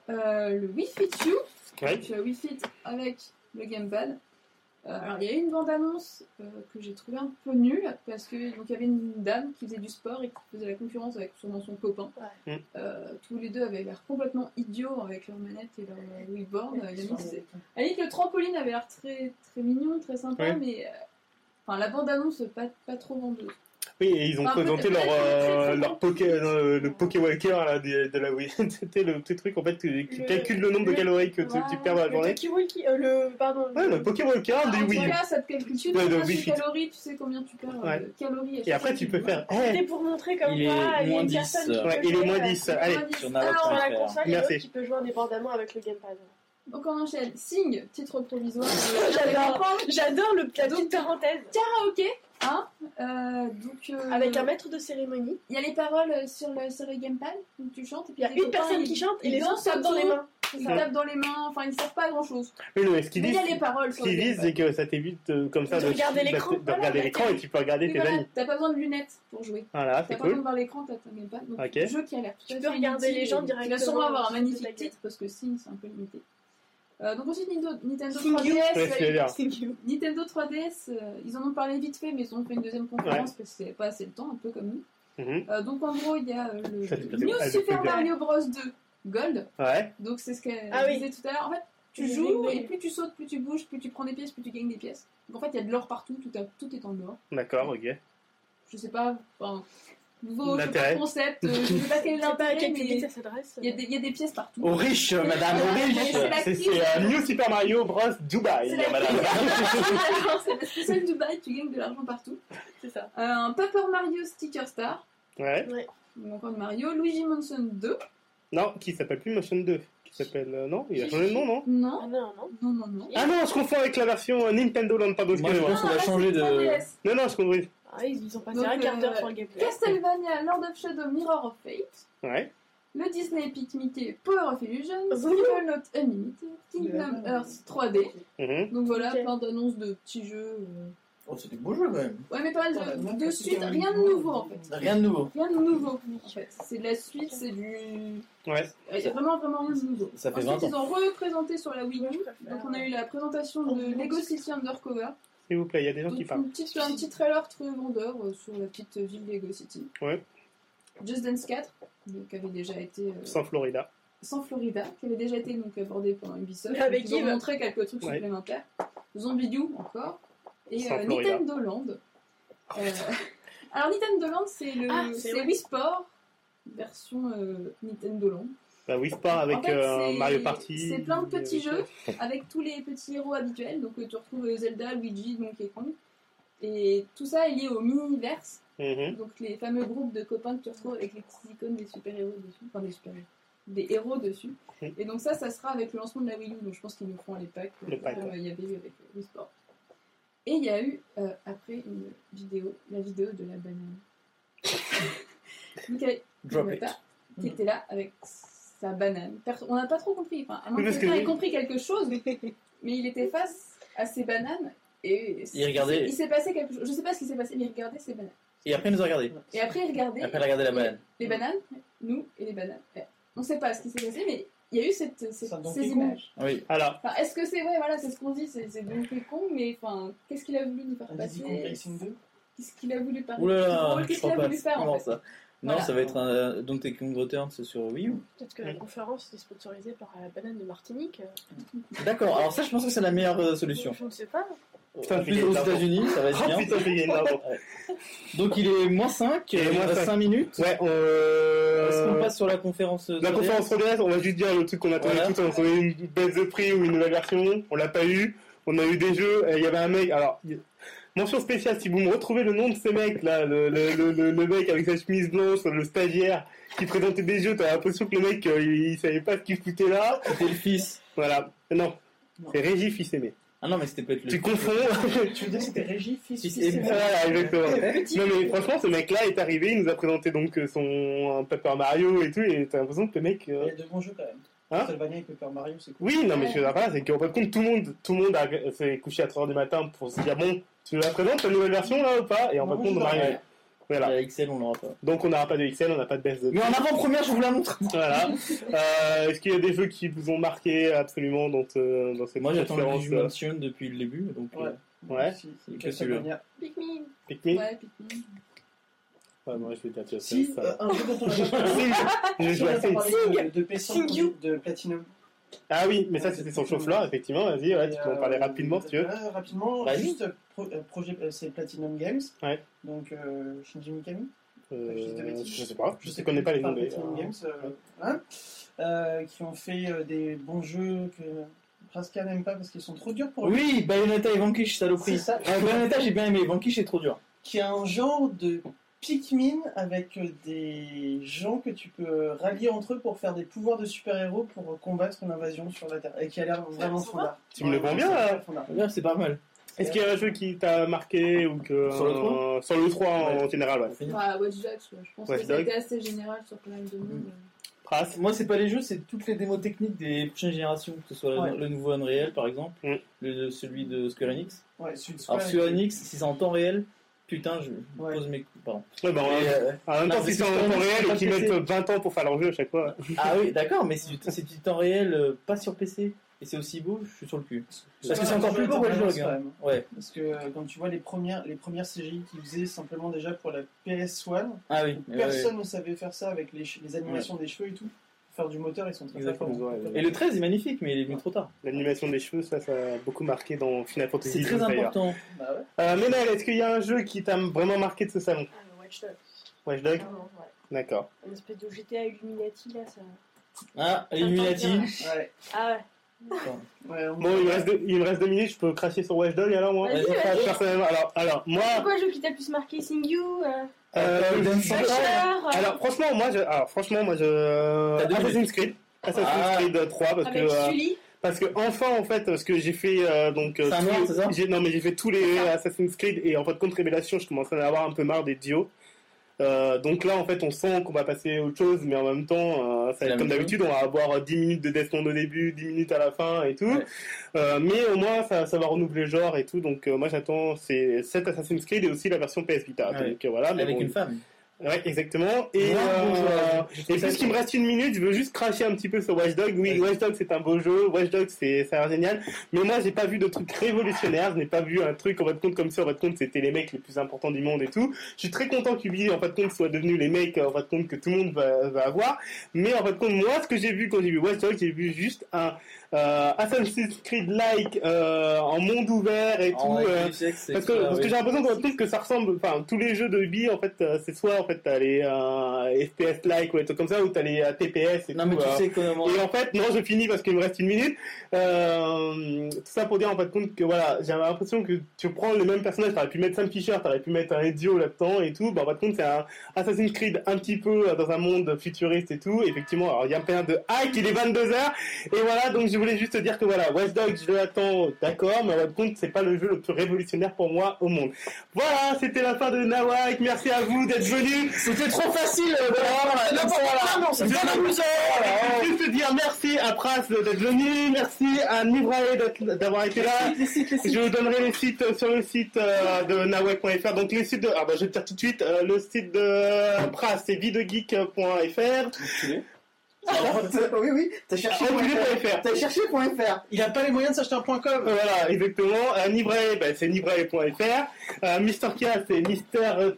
Speaker 5: Euh, le Wii Fit U,
Speaker 1: Ouais.
Speaker 5: donc, euh, Wii Fit avec le gamepad. Euh, alors, il y a eu une bande-annonce euh, que j'ai trouvé un peu nulle, parce que donc il y avait une dame qui faisait du sport et qui faisait la concurrence avec sûrement son copain.
Speaker 1: Ouais.
Speaker 5: Euh, tous les deux avaient l'air complètement idiots avec leur manette et leur euh, Wii Board. Euh, il y en a qui disaient- Elle dit que le trampoline avait l'air très, très mignon, très sympa,
Speaker 1: Ouais.
Speaker 5: mais euh, enfin, la bande-annonce, pas, pas trop vendeuse.
Speaker 1: Oui, et ils ont
Speaker 5: Ah,
Speaker 1: présenté
Speaker 5: peut-être-
Speaker 1: leur,
Speaker 5: peut-être-
Speaker 1: euh,
Speaker 5: peut-être-
Speaker 1: leur poké, euh, le Pokéwalker là, de, de la [LAUGHS] Wii. C'était le petit truc en fait qui, qui
Speaker 3: Le-
Speaker 1: calcule le nombre de
Speaker 3: le-
Speaker 1: calories que tu,
Speaker 5: Ouais,
Speaker 1: tu perds dans la
Speaker 3: Le
Speaker 1: journée.
Speaker 3: Taki Wiki, euh, le. Pardon.
Speaker 1: bah, Ouais,
Speaker 3: le-
Speaker 1: le Pokéwalker
Speaker 5: En
Speaker 1: des
Speaker 5: tout
Speaker 1: Wii. U.
Speaker 5: cas, Ah, ça te calcule tu
Speaker 1: Ah, Ouais,
Speaker 5: sais
Speaker 1: de
Speaker 5: combien
Speaker 1: Wii
Speaker 5: de
Speaker 1: Fit.
Speaker 5: calories, tu sais combien tu perds euh, de calories. à
Speaker 1: Et
Speaker 5: chaque
Speaker 1: après, tu
Speaker 5: seconde.
Speaker 1: peux faire. Eh,
Speaker 3: C'était pour montrer comme
Speaker 2: Il est
Speaker 3: quoi il y a
Speaker 2: moins
Speaker 3: une
Speaker 2: 10,
Speaker 3: personne qui
Speaker 2: euh,
Speaker 3: peut
Speaker 1: ouais, il est
Speaker 3: jouer,
Speaker 1: moins
Speaker 3: euh,
Speaker 1: 10. Allez,
Speaker 5: Moins dix.
Speaker 2: sur Naruto.
Speaker 5: Alors,
Speaker 3: Sur la
Speaker 2: Ouais.
Speaker 3: console, et
Speaker 1: Merci.
Speaker 3: l'autre qui peut jouer indépendamment avec le gamepad.
Speaker 5: donc on enchaîne. Sing, titre
Speaker 3: [LAUGHS]
Speaker 5: provisoire.
Speaker 3: J'adore, j'adore le la petite parenthèse.
Speaker 5: Karaoké, hein euh, Donc, euh,
Speaker 3: Avec un maître de cérémonie,
Speaker 5: il y a les paroles euh, sur le, sur le gamepad, donc tu chantes et
Speaker 3: il
Speaker 5: puis
Speaker 3: y a
Speaker 5: tes
Speaker 3: une
Speaker 5: copains,
Speaker 3: personne
Speaker 5: ils-
Speaker 3: qui chante et
Speaker 5: ils
Speaker 3: les autres
Speaker 5: dansent
Speaker 3: tapent dans les mains.
Speaker 5: Ils tapent dans les mains, enfin ils savent pas grand chose.
Speaker 1: Oui, non, mais ce qu'ils
Speaker 5: Mais il
Speaker 1: disent,
Speaker 5: y a les paroles
Speaker 1: ce
Speaker 5: sur le
Speaker 1: qu'ils disent,
Speaker 5: gamepad.
Speaker 1: c'est que ça t'évite euh, comme ça
Speaker 3: De regarder l'écran,
Speaker 1: de
Speaker 3: voilà,
Speaker 1: regarder
Speaker 3: bah,
Speaker 1: l'écran et tu peux regarder
Speaker 5: Oui,
Speaker 1: tes
Speaker 5: voilà,
Speaker 1: amis.
Speaker 5: t'as pas besoin de lunettes pour jouer.
Speaker 1: Voilà,
Speaker 5: T'as
Speaker 1: c'est
Speaker 5: pas besoin de
Speaker 1: cool.
Speaker 5: voir l'écran, t'as ton gamepad. Donc,
Speaker 1: Ok.
Speaker 5: le jeu qui a l'air tout
Speaker 3: Tu
Speaker 5: à
Speaker 3: peux
Speaker 5: fait
Speaker 3: regarder
Speaker 5: inutile
Speaker 3: les gens
Speaker 5: et
Speaker 3: directement
Speaker 5: Tu vas sûrement avoir un
Speaker 3: sur ta
Speaker 5: magnifique
Speaker 3: gueule.
Speaker 5: titre parce que Sing, c'est un peu limité. Euh, donc, ensuite, Nintendo, Nintendo
Speaker 3: Sing You.
Speaker 5: 3DS.
Speaker 1: Ouais, c'est bien.
Speaker 3: C'est cute.
Speaker 5: Nintendo 3DS, euh, ils en ont parlé vite fait, mais ils ont fait une deuxième conférence parce que c'était pas assez le temps, un peu comme nous.
Speaker 1: Mhm.
Speaker 5: Euh, donc, en gros, il y a euh, le
Speaker 1: Ça, c'est pas
Speaker 5: New
Speaker 1: bien.
Speaker 5: Super
Speaker 1: Ah, je
Speaker 5: Mario Bros. 2 Gold.
Speaker 1: Ouais,
Speaker 5: Donc, c'est ce qu'elle
Speaker 3: Ah oui.
Speaker 5: disait tout à l'heure. En fait, tu
Speaker 3: J'ai
Speaker 5: joues
Speaker 3: rigolé.
Speaker 5: et plus tu sautes, plus tu bouges, plus tu prends des pièces, plus tu gagnes des pièces. Donc, en fait, il y a de l'or partout, tout, a- tout est dans l'or
Speaker 1: d'accord, ok.
Speaker 5: je sais pas, enfin, nouveau je sais
Speaker 1: L'intérêt.
Speaker 5: pas, concept, euh, je sais pas
Speaker 3: [LAUGHS]
Speaker 5: quel est
Speaker 3: Je sais pas à
Speaker 5: l'intérêt,
Speaker 3: quel public
Speaker 5: mais
Speaker 3: ça s'adresse.
Speaker 5: il y, a des- il y a des pièces partout.
Speaker 1: Oh.
Speaker 5: [LAUGHS]
Speaker 6: Aux riches, madame,
Speaker 5: Ah,
Speaker 6: aux
Speaker 5: mais
Speaker 6: riches.
Speaker 5: c'est la
Speaker 1: C'est
Speaker 5: crise.
Speaker 1: c'est, euh, New Super Mario Bros. Dubaï,
Speaker 5: C'est la
Speaker 1: madame.
Speaker 5: Alors, c'est la spéciale Dubaï, tu gagnes de l'argent partout.
Speaker 3: C'est ça.
Speaker 5: Euh, un Paper Mario Sticker Star,
Speaker 1: Ouais.
Speaker 5: ou encore de Mario, Luigi Mansion 2.
Speaker 1: Non, qui s'appelle plus Motion 2. Qui s'appelle. euh, non, il a changé le nom, non
Speaker 5: Non,
Speaker 3: Ah non, non.
Speaker 5: non, non, non.
Speaker 1: Ah non, je confonds avec la version euh, Nintendo Land, pardon,
Speaker 6: Moi, je
Speaker 1: excusez-moi.
Speaker 6: pense qu'on
Speaker 5: Ah,
Speaker 6: va
Speaker 5: là,
Speaker 6: changer
Speaker 5: c'est
Speaker 6: de.
Speaker 5: 3DS.
Speaker 1: Non, non, je confonds.
Speaker 3: Ah, ils, ils ont passé
Speaker 5: Donc,
Speaker 3: un quart d'heure
Speaker 5: euh,
Speaker 3: sur le gameplay.
Speaker 5: Castlevania, Lord of Shadow, Mirror of Fate.
Speaker 1: Ouais.
Speaker 5: Le Disney Epic Mickey, Power of Illusion,
Speaker 3: Oui.
Speaker 5: Scribble Note Unlimited, Kingdom Hearts 3D.
Speaker 1: Mhm.
Speaker 5: Donc voilà,
Speaker 3: Ok.
Speaker 5: plein d'annonces de petits jeux. euh,
Speaker 6: Oh, c'est des beaux jeux quand même.
Speaker 5: Ouais, mais pas de, de suite, rien de nouveau en fait.
Speaker 6: Rien de nouveau.
Speaker 5: Rien de nouveau en fait. C'est de la suite, c'est du.
Speaker 1: Ouais.
Speaker 5: Il y a vraiment, vraiment rien de nouveau.
Speaker 2: Ça fait 20
Speaker 5: Ensuite,
Speaker 2: ans.
Speaker 5: ils ont représenté sur la Wii U.
Speaker 3: Donc
Speaker 5: Donc, on a eu la présentation de Lego City Undercover.
Speaker 1: S'il vous plaît, il y a des gens
Speaker 5: Donc,
Speaker 1: qui parlent.
Speaker 5: une petite, un petit trailer très vendeur euh, sur la petite ville Lego City.
Speaker 1: Ouais.
Speaker 5: Just Dance 4, donc, qui avait déjà été. euh,
Speaker 1: Sans Florida.
Speaker 5: sans Florida, qui avait déjà été donc abordé par Ubisoft.
Speaker 3: Avec
Speaker 5: ils ont
Speaker 3: Yves.
Speaker 5: montré quelques trucs
Speaker 1: Ouais.
Speaker 5: supplémentaires. Zombie You encore. Et
Speaker 1: Sans
Speaker 5: euh,
Speaker 1: Florida. Oh,
Speaker 5: Nintendo Land. Euh, [LAUGHS] alors Nintendo Land, c'est le
Speaker 3: Ah, c'est
Speaker 5: c'est
Speaker 3: vrai.
Speaker 5: Wii Sport version euh, Nintendo Land.
Speaker 1: Bah, Wii Sport avec
Speaker 5: En fait,
Speaker 1: euh,
Speaker 5: c'est-
Speaker 1: Mario Party.
Speaker 5: C'est plein de petits
Speaker 1: avec, euh,
Speaker 5: jeux avec tous les petits héros habituels. Donc euh, tu retrouves euh, Zelda, Luigi, Donkey Kong. Et tout ça est lié au mini-verse.
Speaker 1: mhm.
Speaker 5: Donc les fameux groupes de copains que tu retrouves avec les petites icônes des super-héros dessus, enfin des super-héros, des héros dessus.
Speaker 1: Oui.
Speaker 5: Et donc ça, ça sera avec le lancement de la Wii U, donc je pense qu'ils nous font les packs,
Speaker 1: Le pack,
Speaker 5: comme
Speaker 1: ouais.
Speaker 5: il y avait eu avec le Wii Sport. Et il y a eu, euh, après, une vidéo, la vidéo de
Speaker 1: [LAUGHS]
Speaker 5: la banane. donc avec
Speaker 2: Drop it.
Speaker 5: Iwata, qui était là avec sa banane. Perso- On n'a pas trop compris, enfin, à moins
Speaker 1: Oui,
Speaker 5: que
Speaker 1: parce que
Speaker 5: quelqu'un ait
Speaker 1: lui-
Speaker 5: compris quelque chose, mais il était face à ses bananes. Et
Speaker 2: Il regardait.
Speaker 5: il s'est passé quelque chose. Je sais pas ce qui s'est passé, mais il regardait ses bananes.
Speaker 2: Et après, il nous a regardé.
Speaker 5: Et après, il regardait.
Speaker 2: Après, elle a regardé la banane.
Speaker 5: Les bananes, nous et les bananes. Ouais. On sait pas ce qui s'est passé, mais il y a eu cette, cette-
Speaker 4: Ça, Donkey
Speaker 5: ces
Speaker 4: Kong.
Speaker 5: images.
Speaker 2: Oui.
Speaker 1: Alors,
Speaker 5: Enfin, est-ce que c'est ouais, voilà, c'est ce qu'on dit, c'est c'est Donkey Kong, mais enfin, qu'est-ce qu'il a voulu nous faire
Speaker 4: Un Dizzy Kong
Speaker 5: passer
Speaker 4: Racing 2
Speaker 5: Qu'est-ce qu'il a voulu faire
Speaker 2: Oulala,
Speaker 5: Qu'est-ce
Speaker 2: je
Speaker 5: qu'il
Speaker 2: crois
Speaker 5: a
Speaker 2: pas.
Speaker 5: voulu
Speaker 2: C'est
Speaker 5: faire en
Speaker 2: vraiment
Speaker 5: fait
Speaker 2: ça. Non,
Speaker 5: Voilà.
Speaker 2: ça va être un euh, Don't Take Return, c'est sur Wii U.
Speaker 3: Peut-être que la
Speaker 1: Oui.
Speaker 3: conférence est sponsorisée par la banane de Martinique. euh,
Speaker 2: D'accord, alors ça, je pense que c'est la meilleure euh, solution.
Speaker 3: Je ne sais pas.
Speaker 1: Putain,
Speaker 2: En
Speaker 1: je
Speaker 2: plus,
Speaker 1: vais
Speaker 2: aux
Speaker 1: gagner de
Speaker 2: États-Unis, hein. ça va être
Speaker 1: Oh
Speaker 2: bien.
Speaker 1: putain, j'ai gagné de l'argent.
Speaker 2: Donc il est moins 5,
Speaker 1: Il est
Speaker 2: il
Speaker 1: moins
Speaker 2: moins
Speaker 1: cinq.
Speaker 2: 5 minutes.
Speaker 1: Ouais, euh,
Speaker 2: Est-ce qu'on passe sur la conférence euh,
Speaker 1: La
Speaker 2: sur
Speaker 1: conférence Rodez, on va juste dire le truc qu'on attendait
Speaker 2: Voilà.
Speaker 1: tout le temps. On a eu une baisse de prix ou une nouvelle version, on l'a pas eu. On a eu des jeux, euh, il y avait un mec. Alors, il- mention spéciale, si vous me retrouvez le nom de ces mecs là, le, le, le, le- le mec avec sa chemise blanche, le stagiaire qui présentait des jeux, t'as l'impression que le mec euh, il, il savait pas ce qu'il foutait là.
Speaker 2: C'était le fils.
Speaker 1: Voilà, non.
Speaker 4: Non.
Speaker 1: C'est Régis fils aimé.
Speaker 2: Ah non, mais c'était peut-être le
Speaker 1: Tu confonds
Speaker 4: Tu veux dire que c'était Régie, fils,
Speaker 2: Fils
Speaker 4: fils
Speaker 2: et-
Speaker 4: et mère.
Speaker 1: [LAUGHS] Voilà, exactement.
Speaker 4: Petit.
Speaker 1: Non mais franchement, ce mec-là est arrivé, il nous a présenté donc euh, son un Paper Mario et tout, et t'as l'impression que le mec.
Speaker 4: Il
Speaker 1: euh,
Speaker 4: y a de bons jeux quand même.
Speaker 1: Hein
Speaker 4: Castlevania et Paper Mario, c'est cool.
Speaker 1: Oui, non, mais je suis d'accord, c'est qu'en fait, compte, tout le monde, tout le monde a- s'est couché à 3h du matin pour se dire bon, tu la présentes ta nouvelle version là ou pas Et en
Speaker 4: Non,
Speaker 1: fin de
Speaker 4: je
Speaker 1: compte, on va
Speaker 4: suis d'accord.
Speaker 1: arriver. Voilà.
Speaker 2: La XL, on l'aura pas.
Speaker 1: Donc, on n'aura pas de XL, on n'a pas de baisse de.
Speaker 2: Mais en avant-première, je vous la montre.
Speaker 1: Voilà. Euh, Est-ce qu'il y a des jeux qui vous ont marqué absolument dans, ce- dans cette
Speaker 2: Moi, j'attends le
Speaker 1: conférence euh.
Speaker 2: Big Mansion depuis le début, donc
Speaker 4: Ouais.
Speaker 2: euh,
Speaker 1: Ouais.
Speaker 4: Si,
Speaker 2: C'est
Speaker 4: Castlevania.
Speaker 3: Pikmin.
Speaker 1: euh, Pikmin
Speaker 5: Ouais, Pikmin.
Speaker 1: Ouais, moi, je vais dire, tu as
Speaker 4: Si,
Speaker 1: ça. [LAUGHS]
Speaker 4: euh, un jeu dont on a
Speaker 1: Si,
Speaker 4: pas parlé.
Speaker 1: j'ai
Speaker 4: Si, on
Speaker 1: joué
Speaker 4: a
Speaker 1: à
Speaker 4: pas
Speaker 1: Sing.
Speaker 4: parlé de, de PS1,
Speaker 3: Sing You.
Speaker 4: de Platinum.
Speaker 1: Ah oui, mais ça, c'était sur le chauffe-là, effectivement, vas-y, ouais, tu peux en parler rapidement si tu veux.
Speaker 4: Ouais, Euh, rapidement,
Speaker 2: Vas-y.
Speaker 4: juste pro- euh, projet, euh, c'est Platinum Games.
Speaker 1: Ouais.
Speaker 4: Donc euh, Shinji Mikami.
Speaker 1: Euh, je sais pas, je ne connais pas les noms
Speaker 4: Enfin,
Speaker 1: des.
Speaker 4: Platinum Games, euh, hein, euh, qui ont fait euh, des bons jeux que Praska n'aime pas parce qu'ils sont trop durs pour lui.
Speaker 2: Oui, Bayonetta et Vanquish,
Speaker 4: C'est
Speaker 2: saloperie.
Speaker 4: ça.
Speaker 2: Ah, Bayonetta, j'ai bien aimé. Vanquish est trop dur.
Speaker 4: Qui est un genre de Pikmin avec euh, des gens que tu peux rallier entre eux pour faire des pouvoirs de super-héros pour combattre une invasion sur la Terre. Et qui a l'air vraiment
Speaker 3: Ça va
Speaker 4: fondard.
Speaker 1: Tu me le vends bien, hein
Speaker 4: Ouais,
Speaker 1: là.
Speaker 4: fondard.
Speaker 2: Ouais, C'est pas mal.
Speaker 1: Est-ce qu'il y a un jeu qui t'a marqué ou que. euh,
Speaker 2: Sur le trois
Speaker 1: Sur le 3 en général, ouais.
Speaker 2: Pour finir.
Speaker 5: Bah, Watch Dogs, ouais. je pense
Speaker 1: Watch
Speaker 5: que Mm. ça a
Speaker 1: Dogs.
Speaker 5: été assez général sur plein de monde.
Speaker 1: Trace.
Speaker 2: Moi, Ah, c'est pas les jeux, c'est toutes les démos techniques des prochaines générations, que ce soit
Speaker 4: Ouais.
Speaker 2: le nouveau Unreal par exemple,
Speaker 1: Mm.
Speaker 2: le, celui de Square Enix.
Speaker 4: Ouais, Suicide Squad.
Speaker 2: Alors, Square Enix, si c'est en temps réel, putain, je
Speaker 4: Ouais.
Speaker 2: pose mes. Pardon.
Speaker 1: Ouais, bah,
Speaker 2: Et, euh,
Speaker 1: en même temps,
Speaker 2: non,
Speaker 1: si
Speaker 2: mais
Speaker 1: c'est en
Speaker 2: c'est
Speaker 1: temps
Speaker 2: pas-
Speaker 1: réel et
Speaker 2: c'est
Speaker 1: qu'ils
Speaker 2: pas
Speaker 1: mettent 20 ans pour faire leur jeu à chaque fois.
Speaker 2: Ah oui, d'accord, mais c'est du, c'est du temps réel, euh, pas sur PC, et c'est aussi beau, je suis sur le cul. Parce que c'est encore plus beau,
Speaker 4: Jonathan
Speaker 2: Watch
Speaker 4: Jones,
Speaker 2: Dogs,
Speaker 4: quand
Speaker 2: hein.
Speaker 4: même.
Speaker 2: Ouais.
Speaker 4: Parce que euh, quand tu vois les premières, les premières CGI qu'ils faisaient simplement déjà pour la PS1,
Speaker 2: Ah oui. ouais, ouais.
Speaker 4: personne ne savait faire ça avec les, che- les animations des cheveux et tout. Faire du moteur, ils sont très très forts.
Speaker 2: Exactement.
Speaker 1: Ouais.
Speaker 2: Et le 13 est magnifique, mais il est venu trop tard.
Speaker 1: L'animation des cheveux, ça, ça a beaucoup marqué dans Final Fantasy.
Speaker 2: C'est très
Speaker 1: Xenoblade.
Speaker 2: important.
Speaker 4: Bah ouais.
Speaker 1: Euh, Ménel, est-ce qu'il y a un jeu qui t'a vraiment marqué de ce salon
Speaker 3: Ah, le Watch Dogs.
Speaker 1: Watch Dogs
Speaker 3: Vraiment, ouais.
Speaker 1: D'accord.
Speaker 3: Une espèce de GTA Illuminati là, ça.
Speaker 2: Ah, Illuminati.
Speaker 4: Ouais.
Speaker 3: Ah ouais.
Speaker 4: Ouais, on-
Speaker 1: Bon, il
Speaker 4: [LAUGHS]
Speaker 1: me, reste deux, il me reste deux minutes, je peux cracher sur Watch Dogs alors, moi
Speaker 5: Vas-y,
Speaker 1: Ouais,
Speaker 5: vas-y.
Speaker 1: Personnellement, alors, alors, moi.
Speaker 3: C'est quoi le jeu qui t'a le plus marqué Sing You euh,
Speaker 1: euh,
Speaker 2: Dance
Speaker 1: je-
Speaker 2: Central.
Speaker 3: Watcher, euh,
Speaker 1: Alors, franchement, moi, je. Alors, franchement, moi, je.
Speaker 2: T'as deux
Speaker 1: Assassin's Creed. Assassin's
Speaker 2: Ah.
Speaker 1: Creed 3, parce que.
Speaker 3: Avec
Speaker 1: euh,
Speaker 3: Sully.
Speaker 1: Parce que enfin en fait ce que j'ai fait euh, donc euh,
Speaker 2: C'est un noir,
Speaker 1: tous-
Speaker 2: c'est ça
Speaker 1: j'ai- non mais j'ai fait tous les Assassin's Creed et en fait contre Révélation je commençais à en avoir un peu marre des dios. Euh, donc là en fait on sent qu'on va passer à autre chose mais en même temps euh, ça va
Speaker 2: C'est
Speaker 1: être
Speaker 2: la
Speaker 1: comme
Speaker 2: même
Speaker 1: d'habitude on va avoir euh, 10 minutes de Death Note au début, 10 minutes à la fin et tout.
Speaker 2: Ouais.
Speaker 1: Euh, mais au moins ça, ça va renouveler le genre et tout donc euh, moi j'attends c'est cet Assassin's Creed et aussi la version PS Vita.
Speaker 2: Ouais.
Speaker 1: Donc euh, voilà mais
Speaker 2: Avec
Speaker 1: bon.
Speaker 2: une femme.
Speaker 1: Ouais, exactement. Et,
Speaker 2: Ouais,
Speaker 1: euh,
Speaker 2: bonjour.
Speaker 1: et puisqu'il me reste une minute, je veux juste cracher un petit peu sur Watch Dogs. Oui,
Speaker 2: Vas-y.
Speaker 1: Watch Dogs c'est un beau jeu, Watch Dogs c'est ça a l'air génial. Mais moi j'ai pas vu de truc révolutionnaire, je n'ai pas vu un truc en votre compte comme ça. En votre compte c'était les mecs les plus importants du monde et tout. Je suis très content qu'Ubi en votre compte soit devenu les mecs en votre compte que tout le monde va, va avoir. Mais en votre compte moi ce que j'ai vu quand j'ai vu Watch Dogs, j'ai vu juste un euh, Assassin's Creed like en monde ouvert et tout.
Speaker 2: En
Speaker 1: euh,
Speaker 2: Netflix, c'est
Speaker 1: parce que,
Speaker 2: extra,
Speaker 1: parce que
Speaker 2: oui.
Speaker 1: j'ai l'impression qu'on trouve que ça ressemble, enfin, tous les jeux de Ubi, en fait, euh, c'est soit, en fait, t'as les euh, FPS-like ou des trucs comme ça, ou t'as les euh, TPS et
Speaker 2: Non,
Speaker 1: tout.
Speaker 2: mais tu
Speaker 1: euh.
Speaker 2: sais comment.
Speaker 1: Et en fait, non, je finis parce qu'il me reste une minute. Euh, tout ça pour dire, en fait, compte que voilà, j'avais l'impression que tu prends le même personnage, t'aurais pu mettre Sam Fisher, t'aurais pu mettre un Ezio là-dedans et tout. Bah, en fait, compte, c'est un Assassin's Creed un petit peu euh, dans un monde futuriste et tout. Effectivement, alors, il y a un période de hype, il est 22h. Et voilà, donc je voulais juste te dire que voilà, Watch Dogs, je l'attends, d'accord, mais en fin de compte, c'est pas le jeu le plus révolutionnaire pour moi au monde. Voilà, c'était la fin de Nawak, merci à vous d'être venus.
Speaker 2: C'était trop facile. euh, voilà, voilà,
Speaker 1: Voilà.
Speaker 2: voilà.
Speaker 1: Je voulais- je voulais juste te dire merci à Pras d'être venu, merci à Nivrae d'être- d'avoir été là. Je vous donnerai les sites euh, sur le site euh, de nawak.fr. Donc les sites de... Ah bah je vais le dire tout de suite. euh, le site de Pras, c'est videgeek.fr.
Speaker 6: Oui, oui, t'as
Speaker 4: Ah,
Speaker 6: cherché.
Speaker 1: Enculé.fr.
Speaker 6: T'as cherché point .fr.
Speaker 4: Il a pas les moyens de s'acheter un point .com.
Speaker 1: Euh, Voilà, exactement. Euh, Nivray, bah, c'est nivray.fr. Euh, Mister K, c'est mister-k.fr.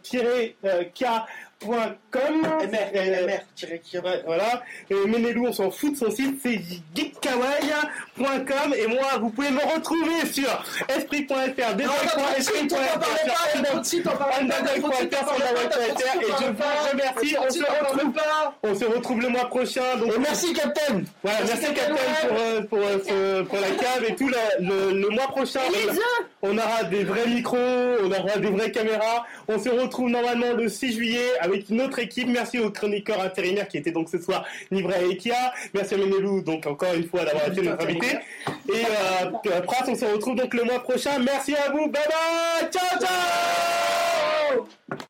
Speaker 1: geekkawaii.com.
Speaker 4: MR,
Speaker 1: Euh,
Speaker 4: MR, tirer eh, qui
Speaker 1: Ouais, voilà. Et Ménélou, on s'en fout de son site, c'est geekkawaii.com. Et moi, vous pouvez me retrouver sur esprit.fr, desprit.esprit.fr, andadog.fr, et je vous remercie. On se retrouve, on se retrouve le mois prochain. Donc,
Speaker 6: Et merci, Captain
Speaker 1: voilà, merci Captain pour, euh, pour, euh, ce- pour la cave et tout. la- le, le mois prochain, on,
Speaker 6: hein.
Speaker 1: on aura des vrais micros, on aura des vraies caméras. On se retrouve normalement le 6 juillet avec une autre équipe. Merci aux chroniqueurs intérimaires qui étaient donc ce soir Nivra et Ekia. Merci à Menelou, donc encore une fois d'avoir été notre invité. Et euh, Pras, on se retrouve donc le mois prochain. Merci à vous. Bye bye. Ciao, ciao.